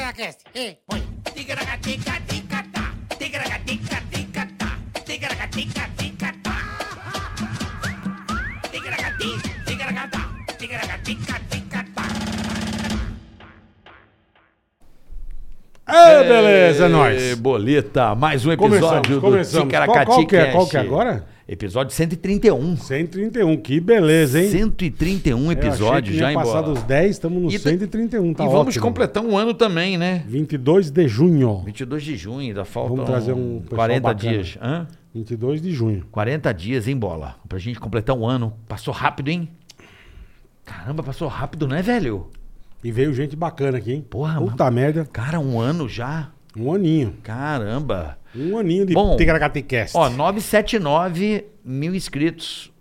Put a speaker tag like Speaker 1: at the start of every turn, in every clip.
Speaker 1: Ticaracast, ei, põe. Ticaracatica-ticatá, ticaracatica-ticatá, ticaracatica-ticatá. Ticaracati, ticaracatá, ticaracatica-ticatá.
Speaker 2: Ah, beleza,
Speaker 3: Ê,
Speaker 2: nós.
Speaker 3: Boleta, mais um
Speaker 2: Começamos,
Speaker 3: episódio
Speaker 2: começamos.
Speaker 3: do Ticaracati
Speaker 2: Qual- qual que é? Qual
Speaker 3: Cast.
Speaker 2: que é agora?
Speaker 3: Episódio 131.
Speaker 2: 131, que beleza, hein? É,
Speaker 3: 131 episódios já
Speaker 2: embora.
Speaker 3: embora.
Speaker 2: passado os 10, estamos no
Speaker 3: E tá-
Speaker 2: 131, tá
Speaker 3: e vamos
Speaker 2: ótimo.
Speaker 3: completar um ano também, né?
Speaker 2: 22 de junho.
Speaker 3: 22 de junho, ainda faltam
Speaker 2: Vamos trazer um pessoal
Speaker 3: 40
Speaker 2: bacana.
Speaker 3: dias. Hã?
Speaker 2: 22 de junho.
Speaker 3: 40 dias em bola. Pra gente completar um ano. Passou rápido, hein? Caramba, passou rápido, né, velho?
Speaker 2: E veio gente bacana aqui, hein?
Speaker 3: Porra,
Speaker 2: Puta merda,
Speaker 3: Cara, um ano já.
Speaker 2: um aninho.
Speaker 3: Caramba.
Speaker 2: Um aninho de
Speaker 3: Bom,
Speaker 2: Ticaracatecast.
Speaker 3: Ó, 979 mil inscritos.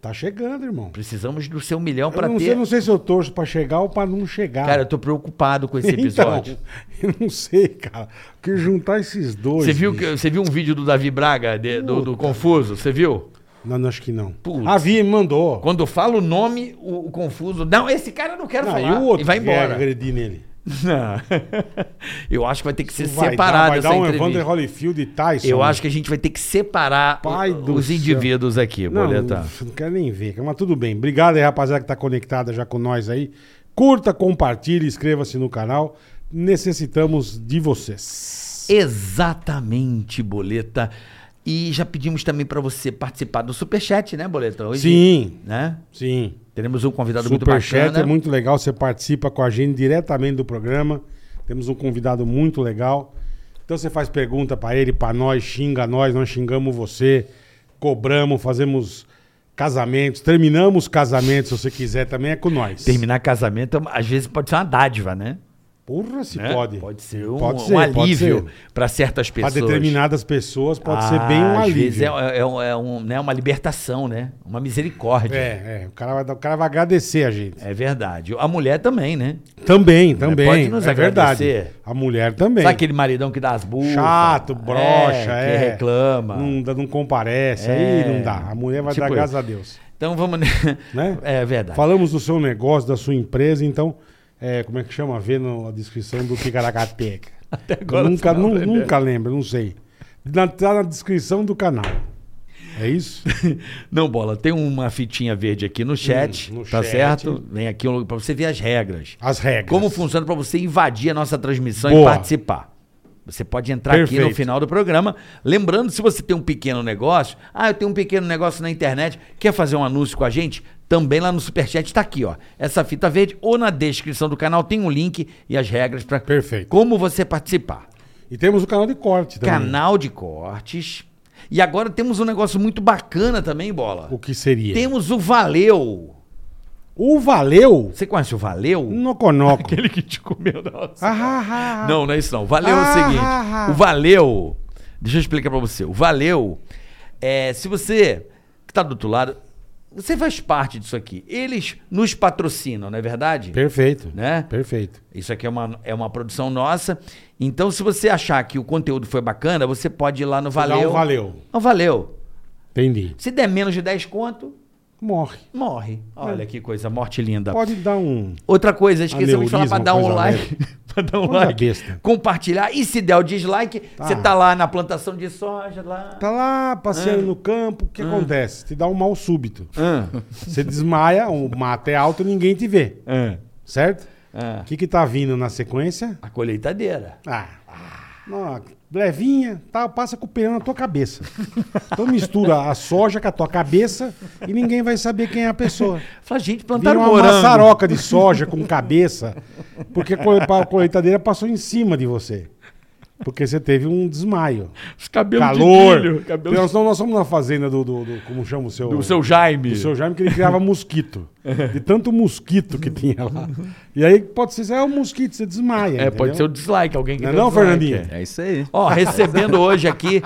Speaker 2: Tá chegando, irmão.
Speaker 3: Precisamos do seu milhão
Speaker 2: Eu
Speaker 3: pra
Speaker 2: não,
Speaker 3: ter.
Speaker 2: sei, não sei se eu torço pra chegar ou pra não chegar.
Speaker 3: Cara, eu tô preocupado com esse episódio.
Speaker 2: Então, eu não sei, cara. Porque juntar esses dois...
Speaker 3: Você viu,
Speaker 2: bicho.
Speaker 3: que- você viu um vídeo do Davi Braga, de- do, do Confuso? Você viu?
Speaker 2: Não, não, acho que não.
Speaker 3: Putz.
Speaker 2: A Via me mandou.
Speaker 3: Quando fala o nome, o, o Confuso. Não, esse cara eu não quero
Speaker 2: Não,
Speaker 3: falar.
Speaker 2: e o outro
Speaker 3: e vai
Speaker 2: que é quer
Speaker 3: embora.
Speaker 2: agredir nele.
Speaker 3: Não. eu acho que vai ter que ser
Speaker 2: Vai
Speaker 3: separado
Speaker 2: dar, vai
Speaker 3: essa
Speaker 2: dar um
Speaker 3: entrevista.
Speaker 2: Evander Holyfield e Tyson. né?
Speaker 3: eu acho que a gente vai ter que separar
Speaker 2: Pai
Speaker 3: o-
Speaker 2: do
Speaker 3: os
Speaker 2: céu.
Speaker 3: indivíduos aqui,
Speaker 2: não,
Speaker 3: Boleta.
Speaker 2: não quero nem ver, cara, mas tudo bem. Obrigado aí, rapaziada, que tá conectada já com nós aí. Curta, compartilhe, inscreva-se no canal. Necessitamos de vocês.
Speaker 3: Exatamente, Boleta. E já pedimos também pra você participar do Superchat, né, Boleta? Hoje,
Speaker 2: Sim,
Speaker 3: Né?
Speaker 2: sim.
Speaker 3: Teremos um convidado muito
Speaker 2: Superchat
Speaker 3: bacana.
Speaker 2: é muito legal, você participa com a gente diretamente do programa. Temos um convidado muito legal. Então você faz pergunta pra ele, pra nós, xinga nós, nós xingamos você, cobramos, fazemos casamentos, terminamos casamentos, se você quiser também é com nós.
Speaker 3: Terminar casamento, às vezes, pode ser uma dádiva, né?
Speaker 2: Porra, se
Speaker 3: né?
Speaker 2: pode.
Speaker 3: Pode ser um,
Speaker 2: Pode
Speaker 3: um
Speaker 2: ser, pode
Speaker 3: alívio
Speaker 2: ser.
Speaker 3: para certas
Speaker 2: Pra
Speaker 3: pessoas.
Speaker 2: determinadas pessoas pode ser
Speaker 3: Ah,
Speaker 2: bem um
Speaker 3: Às vezes é,
Speaker 2: alívio.
Speaker 3: é- é um- é um, né, uma libertação, né? Uma misericórdia. É.
Speaker 2: É, é, o cara, vai, dar- o cara vai agradecer a gente.
Speaker 3: verdade. A mulher também, né?
Speaker 2: Também, também.
Speaker 3: pode nos
Speaker 2: é verdade.
Speaker 3: agradecer.
Speaker 2: A mulher também.
Speaker 3: Sabe aquele maridão que dá as burras?
Speaker 2: Chato, broxa,
Speaker 3: é.
Speaker 2: é. Hum.
Speaker 3: Que reclama.
Speaker 2: Não, dá- não comparece,
Speaker 3: É.
Speaker 2: aí não dá. A mulher vai
Speaker 3: Tipo
Speaker 2: dar graças
Speaker 3: isso.
Speaker 2: a Deus.
Speaker 3: Então vamos. Né?
Speaker 2: Né?
Speaker 3: É verdade.
Speaker 2: Falamos do seu negócio, da sua empresa, então, é, como é que chama? Vê na descrição do Ticaracateca. Até
Speaker 3: agora
Speaker 2: Nunca,
Speaker 3: você não
Speaker 2: nun-
Speaker 3: lembra.
Speaker 2: nunca lembro, não sei. Na- Tá na descrição do canal. É isso?
Speaker 3: Não, bola, tem uma fitinha verde aqui no chat,
Speaker 2: Hum, no
Speaker 3: tá
Speaker 2: chat.
Speaker 3: certo? Vem aqui para você ver as regras.
Speaker 2: As regras.
Speaker 3: Como funciona para você invadir a nossa transmissão e
Speaker 2: Boa.
Speaker 3: participar. Você pode entrar aqui no
Speaker 2: Perfeito.
Speaker 3: final do programa. Lembrando, se você tem um pequeno negócio, ah, eu tenho um pequeno negócio na internet, quer fazer um anúncio com a gente? Também lá no Superchat tá aqui, ó. Essa fita verde ou na descrição do canal tem um link e as regras para
Speaker 2: Perfeito. um
Speaker 3: como você participar.
Speaker 2: E temos o canal de corte também.
Speaker 3: Canal de cortes. E agora temos um negócio muito bacana também, bola.
Speaker 2: O que seria?
Speaker 3: Temos o Valeu.
Speaker 2: O Valeu
Speaker 3: Você conhece o Valeu?
Speaker 2: no Conoco.
Speaker 3: Aquele que te comeu da
Speaker 2: Ah, ah, ah.
Speaker 3: Não, não é isso não. Valeu é o
Speaker 2: Ah,
Speaker 3: seguinte.
Speaker 2: ah, ah.
Speaker 3: O valeu. Deixa eu explicar pra você. O valeu é se você que tá do outro lado, você faz parte disso aqui. Eles nos patrocinam, não é verdade?
Speaker 2: Perfeito.
Speaker 3: Né?
Speaker 2: Perfeito.
Speaker 3: Isso aqui é uma, é uma produção nossa. Então, se você achar que o conteúdo foi bacana, você pode ir lá no Valeu.
Speaker 2: Dá um valeu.
Speaker 3: Não, valeu.
Speaker 2: Entendi.
Speaker 3: Se der menos de 10 conto,
Speaker 2: Morre.
Speaker 3: morre. Olha
Speaker 2: É.
Speaker 3: que coisa, morte linda.
Speaker 2: Pode dar um.
Speaker 3: Outra coisa, esquecemos de falar
Speaker 2: Aneurisma,
Speaker 3: pra dar um
Speaker 2: coisa
Speaker 3: like. pra dar um
Speaker 2: Coisa
Speaker 3: like.
Speaker 2: besta.
Speaker 3: Compartilhar. E se der o dislike, você tá lá na plantação de soja, lá.
Speaker 2: Tá lá passeando no campo, o que acontece? Te dá um mal súbito.
Speaker 3: Ah,
Speaker 2: Você desmaia, o mato é alto e ninguém te vê,
Speaker 3: ah,
Speaker 2: certo? O
Speaker 3: ah.
Speaker 2: que que tá vindo na sequência?
Speaker 3: A colheitadeira.
Speaker 2: Ah, uma levinha, tá, passa com o peão na tua cabeça. Então mistura a soja com a tua cabeça e ninguém vai saber quem é a pessoa.
Speaker 3: Fala, gente,
Speaker 2: Vira
Speaker 3: plantaram
Speaker 2: uma
Speaker 3: morango.
Speaker 2: maçaroca de soja com cabeça, porque a cole- a colheitadeira passou em cima de você. Porque você teve um desmaio.
Speaker 3: Os cabelos
Speaker 2: Calor.
Speaker 3: de milho.
Speaker 2: Então, nós, nós somos na fazenda do, do- do- Como chama o seu.
Speaker 3: O seu Jaime.
Speaker 2: O seu Jaime que ele criava mosquito. De tanto mosquito que tinha lá. E aí pode ser, é o mosquito, você desmaia.
Speaker 3: É, pode ser o
Speaker 2: entendeu?
Speaker 3: dislike, alguém que
Speaker 2: Não é
Speaker 3: deu
Speaker 2: não,
Speaker 3: dislike,
Speaker 2: Fernandinho?
Speaker 3: é.
Speaker 4: É isso aí.
Speaker 3: Ó, recebendo hoje aqui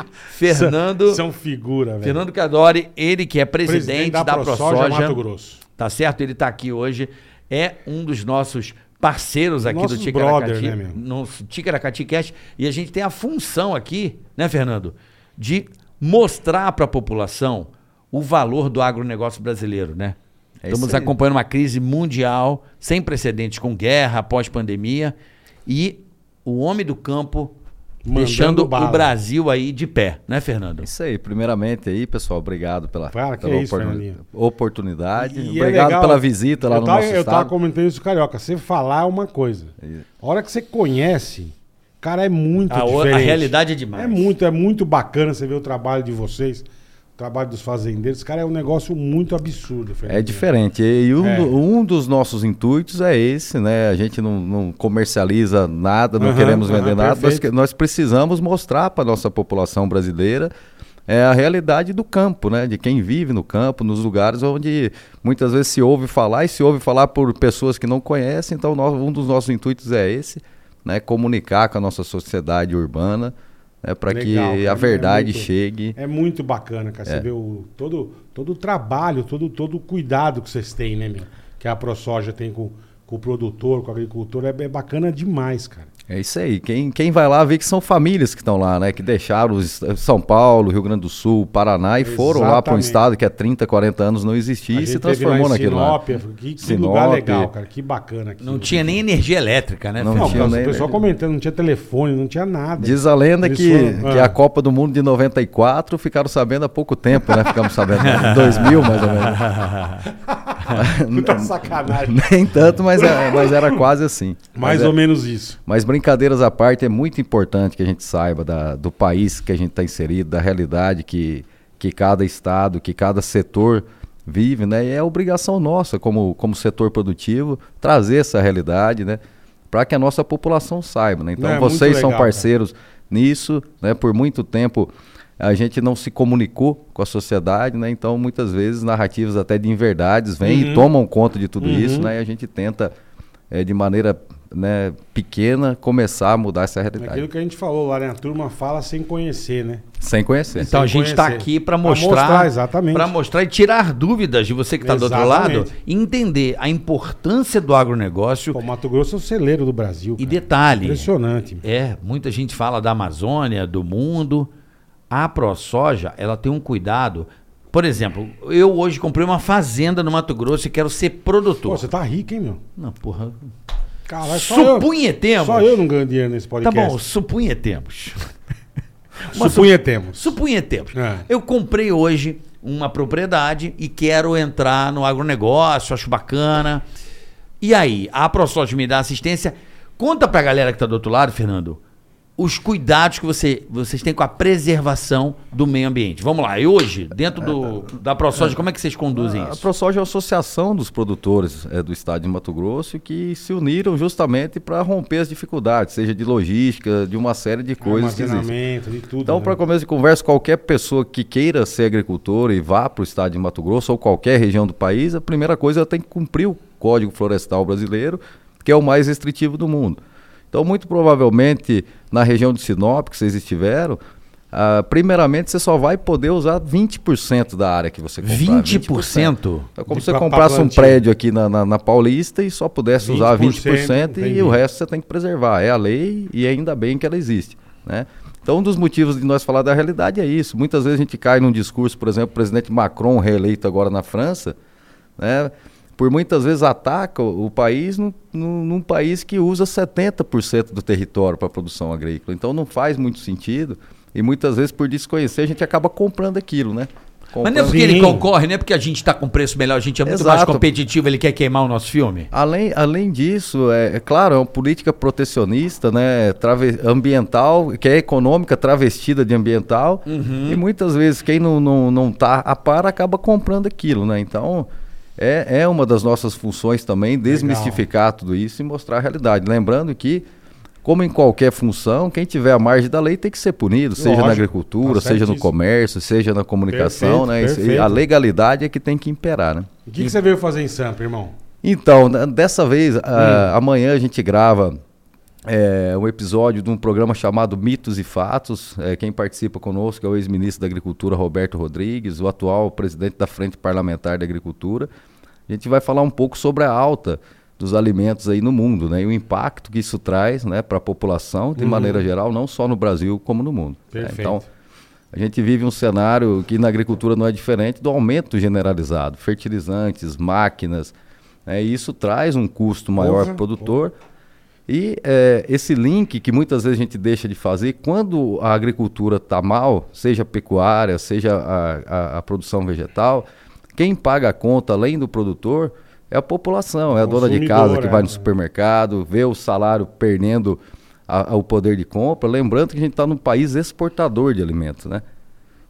Speaker 3: Fernando...
Speaker 2: São figura, velho.
Speaker 3: Fernando Cadori, ele que é presidente, da, ProSoja,
Speaker 2: Mato Grosso.
Speaker 3: tá certo? Ele tá aqui hoje, é um dos nossos parceiros aqui
Speaker 2: Nossos
Speaker 3: do Ticaracati,
Speaker 2: brother, né, meu?
Speaker 3: no Ticaracati Cast, e a gente tem a função aqui, né, Fernando, de mostrar para a população o valor do agronegócio brasileiro, né?
Speaker 4: É
Speaker 3: Estamos
Speaker 4: isso aí.
Speaker 3: acompanhando uma crise mundial sem precedentes com guerra, pós-pandemia, e o homem do campo
Speaker 2: Mandando
Speaker 3: deixando
Speaker 2: bala.
Speaker 3: o Brasil aí de pé, né, Fernando?
Speaker 4: É Isso aí, primeiramente aí, pessoal, obrigado pela,
Speaker 2: Cara, que é
Speaker 4: pela
Speaker 2: isso,
Speaker 4: oportuni-
Speaker 2: Fernandinho.
Speaker 4: oportunidade.
Speaker 2: E é
Speaker 4: obrigado
Speaker 2: legal-
Speaker 4: pela visita lá
Speaker 2: eu
Speaker 4: no
Speaker 2: tava,
Speaker 4: nosso
Speaker 2: Eu tava
Speaker 4: estado.
Speaker 2: comentando isso, Carioca. Você falar é uma coisa. A hora que você conhece, cara, é muito
Speaker 3: A, o- a
Speaker 2: diferente.
Speaker 3: realidade é demais.
Speaker 2: É muito, é muito bacana você ver o trabalho de vocês, o trabalho dos fazendeiros. Cara, é um negócio muito absurdo.
Speaker 4: É
Speaker 2: Fernandinho.
Speaker 4: diferente. E um,
Speaker 2: É.
Speaker 4: do- um dos nossos intuitos é esse, né? A gente não, não comercializa nada, não
Speaker 2: Aham,
Speaker 4: queremos
Speaker 2: aham,
Speaker 4: vender nada. Nós,
Speaker 2: perfeito.
Speaker 4: que- nós precisamos mostrar para a nossa população brasileira é, a realidade do campo, né? De quem vive no campo, nos lugares onde muitas vezes se ouve falar e se ouve falar por pessoas que não conhecem. Então, nós- um dos nossos intuitos é esse, né? Comunicar com a nossa sociedade urbana, né? para que
Speaker 2: Legal, cara,
Speaker 4: a
Speaker 2: é
Speaker 4: verdade
Speaker 2: muito-
Speaker 4: chegue.
Speaker 2: É muito bacana, cara. Você
Speaker 4: É.
Speaker 2: vê o, todo, todo o trabalho, todo, todo o cuidado que vocês têm, né, meu? Que a ProSoja tem com, com o produtor, com o agricultor. É, é bacana demais, cara.
Speaker 4: É isso aí. Quem, quem vai lá vê que são famílias que estão lá, né? Que deixaram os- São Paulo, Rio Grande do Sul, Paraná e foram lá para um
Speaker 2: Exatamente.
Speaker 4: estado que há 30, 40 anos não existia
Speaker 2: A
Speaker 4: e se
Speaker 2: gente teve lá
Speaker 4: transformou
Speaker 2: em
Speaker 4: naquilo lá.
Speaker 2: Sinop, Que, que lugar
Speaker 4: Sinop.
Speaker 2: legal, cara. Que bacana. aquilo. né?
Speaker 3: Não tinha nem energia elétrica, né?
Speaker 4: Não
Speaker 2: Não,
Speaker 3: Fernando?
Speaker 4: tinha
Speaker 2: cara,
Speaker 4: nem-
Speaker 2: o pessoal comentando, não tinha telefone, não tinha nada.
Speaker 4: Diz a lenda
Speaker 2: Eles
Speaker 4: que,
Speaker 2: foram-
Speaker 4: que
Speaker 2: ah.
Speaker 4: a Copa do Mundo de 94 ficaram sabendo há pouco tempo, né? Ficamos sabendo em 2000, mais ou menos.
Speaker 2: Puta Tá sacanagem.
Speaker 4: Nem tanto, mas, é- mas era quase assim.
Speaker 2: Mais
Speaker 4: Mas é-
Speaker 2: ou menos isso.
Speaker 4: Mas brincadeiras à parte, é muito importante que a gente saiba da- do país que a gente está inserido, da realidade que, que cada estado, que cada setor vive, né? E é obrigação nossa, como, como setor produtivo, trazer essa realidade, né? Para que a nossa população saiba, né? Então,
Speaker 2: Não, é muito
Speaker 4: vocês são
Speaker 2: legal, cara.
Speaker 4: parceiros nisso, né? Por muito tempo a gente não se comunicou com a sociedade, né? Então, muitas vezes, narrativas até de inverdades vêm
Speaker 2: Uhum.
Speaker 4: e tomam conta de tudo isso, né? E a gente tenta, eh, de maneira né, pequena, começar a mudar essa
Speaker 2: É
Speaker 4: realidade.
Speaker 2: Aquilo que a gente falou lá, né? A turma fala sem conhecer, né?
Speaker 4: Sem conhecer.
Speaker 3: Então a
Speaker 2: Sem
Speaker 3: gente está
Speaker 2: conhecer.
Speaker 3: aqui para
Speaker 2: Pra
Speaker 3: mostrar,
Speaker 2: mostrar, exatamente.
Speaker 3: para mostrar e tirar dúvidas de você que está do outro
Speaker 2: Exatamente.
Speaker 3: lado, e entender a importância do agronegócio
Speaker 2: Pô, Mato Grosso é o celeiro do Brasil.
Speaker 3: e
Speaker 2: cara.
Speaker 3: detalhe.
Speaker 2: Impressionante. meu.
Speaker 3: É, muita gente fala da Amazônia, do mundo. A ProSoja, ela tem um cuidado. Por exemplo, eu hoje comprei uma fazenda no Mato Grosso e quero ser
Speaker 2: Pô,
Speaker 3: produtor.
Speaker 2: você tá rico, hein, meu?
Speaker 3: Não, porra.
Speaker 2: Caralho,
Speaker 3: Supunhetemos.
Speaker 2: Só eu, só eu não ganho dinheiro nesse
Speaker 3: Tá
Speaker 2: podcast.
Speaker 3: bom, supunhetemos. Mas
Speaker 2: Supunhetemos.
Speaker 3: Supunhetemos.
Speaker 2: É.
Speaker 3: Eu comprei hoje uma propriedade e quero entrar no agronegócio, acho bacana. E aí, a ProSoja me dá assistência. Conta pra galera que tá do outro lado, Fernando, os cuidados que você, vocês têm com a preservação do meio ambiente. Vamos lá, e hoje, dentro do, da ProSoja, como é que vocês conduzem
Speaker 4: A
Speaker 3: isso?
Speaker 4: ProSoja é a associação dos produtores eh, do estado de Mato Grosso que se uniram justamente para romper as dificuldades, seja de logística, de uma série de coisas que existem.
Speaker 2: Armazenamento, de tudo.
Speaker 4: Então,
Speaker 2: né?
Speaker 4: para começo de conversa, qualquer pessoa que queira ser agricultor e vá para o estado de Mato Grosso ou qualquer região do país, a primeira coisa ela tem que cumprir o Código Florestal Brasileiro, que é o mais restritivo do mundo. Então, muito provavelmente, na região de Sinop, que vocês estiveram, ah, primeiramente você só vai poder usar 20% da área que você comprar.
Speaker 3: 20%?
Speaker 4: É como
Speaker 2: De
Speaker 4: se você
Speaker 2: pra- pra
Speaker 4: comprasse um
Speaker 2: plantio.
Speaker 4: prédio aqui na, na, na Paulista e só pudesse usar
Speaker 2: 20%,
Speaker 4: 20% e o
Speaker 2: entendi.
Speaker 4: resto resto você tem que preservar. É a lei e ainda bem que ela existe. Né? Então, um dos motivos de nós falar da realidade é isso. Muitas vezes a gente cai num discurso, por exemplo, o presidente Macron, reeleito agora na França, né? por muitas vezes ataca o o país num, num- num país que usa 70% do território para produção agrícola. Então, não faz muito sentido. E muitas vezes, por desconhecer, a gente acaba comprando aquilo, né?
Speaker 3: Mas não é
Speaker 4: Comprando-
Speaker 3: porque ele
Speaker 2: Sim.
Speaker 3: concorre, não é porque a gente tá com preço melhor, a gente é muito mais
Speaker 4: Exato.
Speaker 3: competitivo, ele quer queimar o nosso filme?
Speaker 4: Além, além disso, é, é claro, é uma política protecionista, né? trave- ambiental, que é econômica, travestida de ambiental.
Speaker 2: Uhum.
Speaker 4: E muitas vezes quem não, não, não tá a par acaba comprando aquilo, né? Então, é, é uma das nossas funções também desmistificar tudo isso e mostrar a realidade. Lembrando que, como em qualquer função, quem tiver a margem da lei tem que ser punido, seja
Speaker 2: Lógico,
Speaker 4: na agricultura,
Speaker 2: tá
Speaker 4: seja no
Speaker 2: certíssimo.
Speaker 4: comércio, seja na comunicação,
Speaker 2: Perfeito,
Speaker 4: né? Isso- e
Speaker 2: perfeito.
Speaker 4: a legalidade é que tem que imperar, né?
Speaker 2: O que, que você veio fazer em Sampa, irmão?
Speaker 4: Então, né, dessa vez, ah, amanhã a gente grava é, um episódio de um programa chamado Mitos e Fatos. É, quem participa conosco é o ex-ministro da Agricultura, Roberto Rodrigues, o atual presidente da Frente Parlamentar da Agricultura. A gente vai falar um pouco sobre a alta dos alimentos aí no mundo, né? E o impacto que isso traz né, para a população, de maneira geral, não só no Brasil, como no mundo. né?
Speaker 2: Perfeito.
Speaker 4: Então, a gente vive um cenário que na agricultura não é diferente do aumento generalizado, fertilizantes, máquinas. né? E isso traz um custo maior
Speaker 2: Porra,
Speaker 4: para o produtor. E é, esse link que muitas vezes a gente deixa de fazer, quando a agricultura está mal, seja pecuária, seja a, a- a produção vegetal, quem paga a conta além do produtor é a população, é a dona de casa
Speaker 2: Consumidor,
Speaker 4: que
Speaker 2: é,
Speaker 4: vai
Speaker 2: é.
Speaker 4: no supermercado, vê o salário perdendo a- a- o poder de compra. Lembrando que a gente está num país exportador de alimentos, né?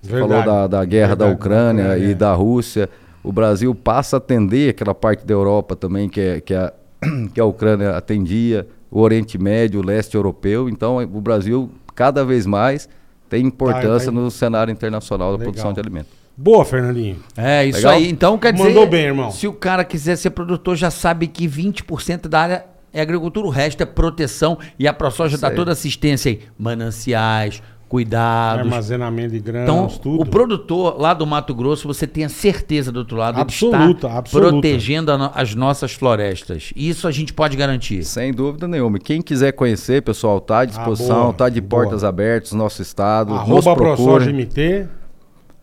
Speaker 4: Você Falou
Speaker 2: Verdade.
Speaker 4: da, da guerra da
Speaker 2: Verdade, É.
Speaker 4: Ucrânia
Speaker 2: da Ucrânia,
Speaker 4: e da Rússia. O Brasil passa a atender aquela parte da Europa também que, é- que, a, que a Ucrânia atendia, o Oriente Médio, o leste europeu. Então, eh, o Brasil, cada vez mais, tem importância
Speaker 2: tá em-
Speaker 4: no cenário internacional da
Speaker 2: Legal.
Speaker 4: produção de alimentos.
Speaker 2: Boa, Fernandinho.
Speaker 3: É, isso
Speaker 4: Legal?
Speaker 3: aí. Então, quer dizer.
Speaker 2: Mandou bem, irmão.
Speaker 3: Se o cara quiser ser produtor, já sabe que 20% da área é agricultura, o resto é proteção. E a ProSoja dá
Speaker 4: aí.
Speaker 3: toda assistência aí. Mananciais, cuidados.
Speaker 2: Armazenamento de grãos,
Speaker 3: Então,
Speaker 2: tudo.
Speaker 3: o produtor lá do Mato Grosso, você tem a certeza do outro lado, ele
Speaker 2: Absoluta,
Speaker 3: está
Speaker 2: absoluta.
Speaker 3: protegendo a no- as nossas florestas. Isso a gente pode garantir.
Speaker 4: Sem dúvida nenhuma. E Quem quiser conhecer, pessoal, está à disposição,
Speaker 2: Ah, boa,
Speaker 4: está de
Speaker 2: boa.
Speaker 4: portas abertas, nosso estado. nos
Speaker 2: Arroba
Speaker 4: procure.
Speaker 2: ProSojaMT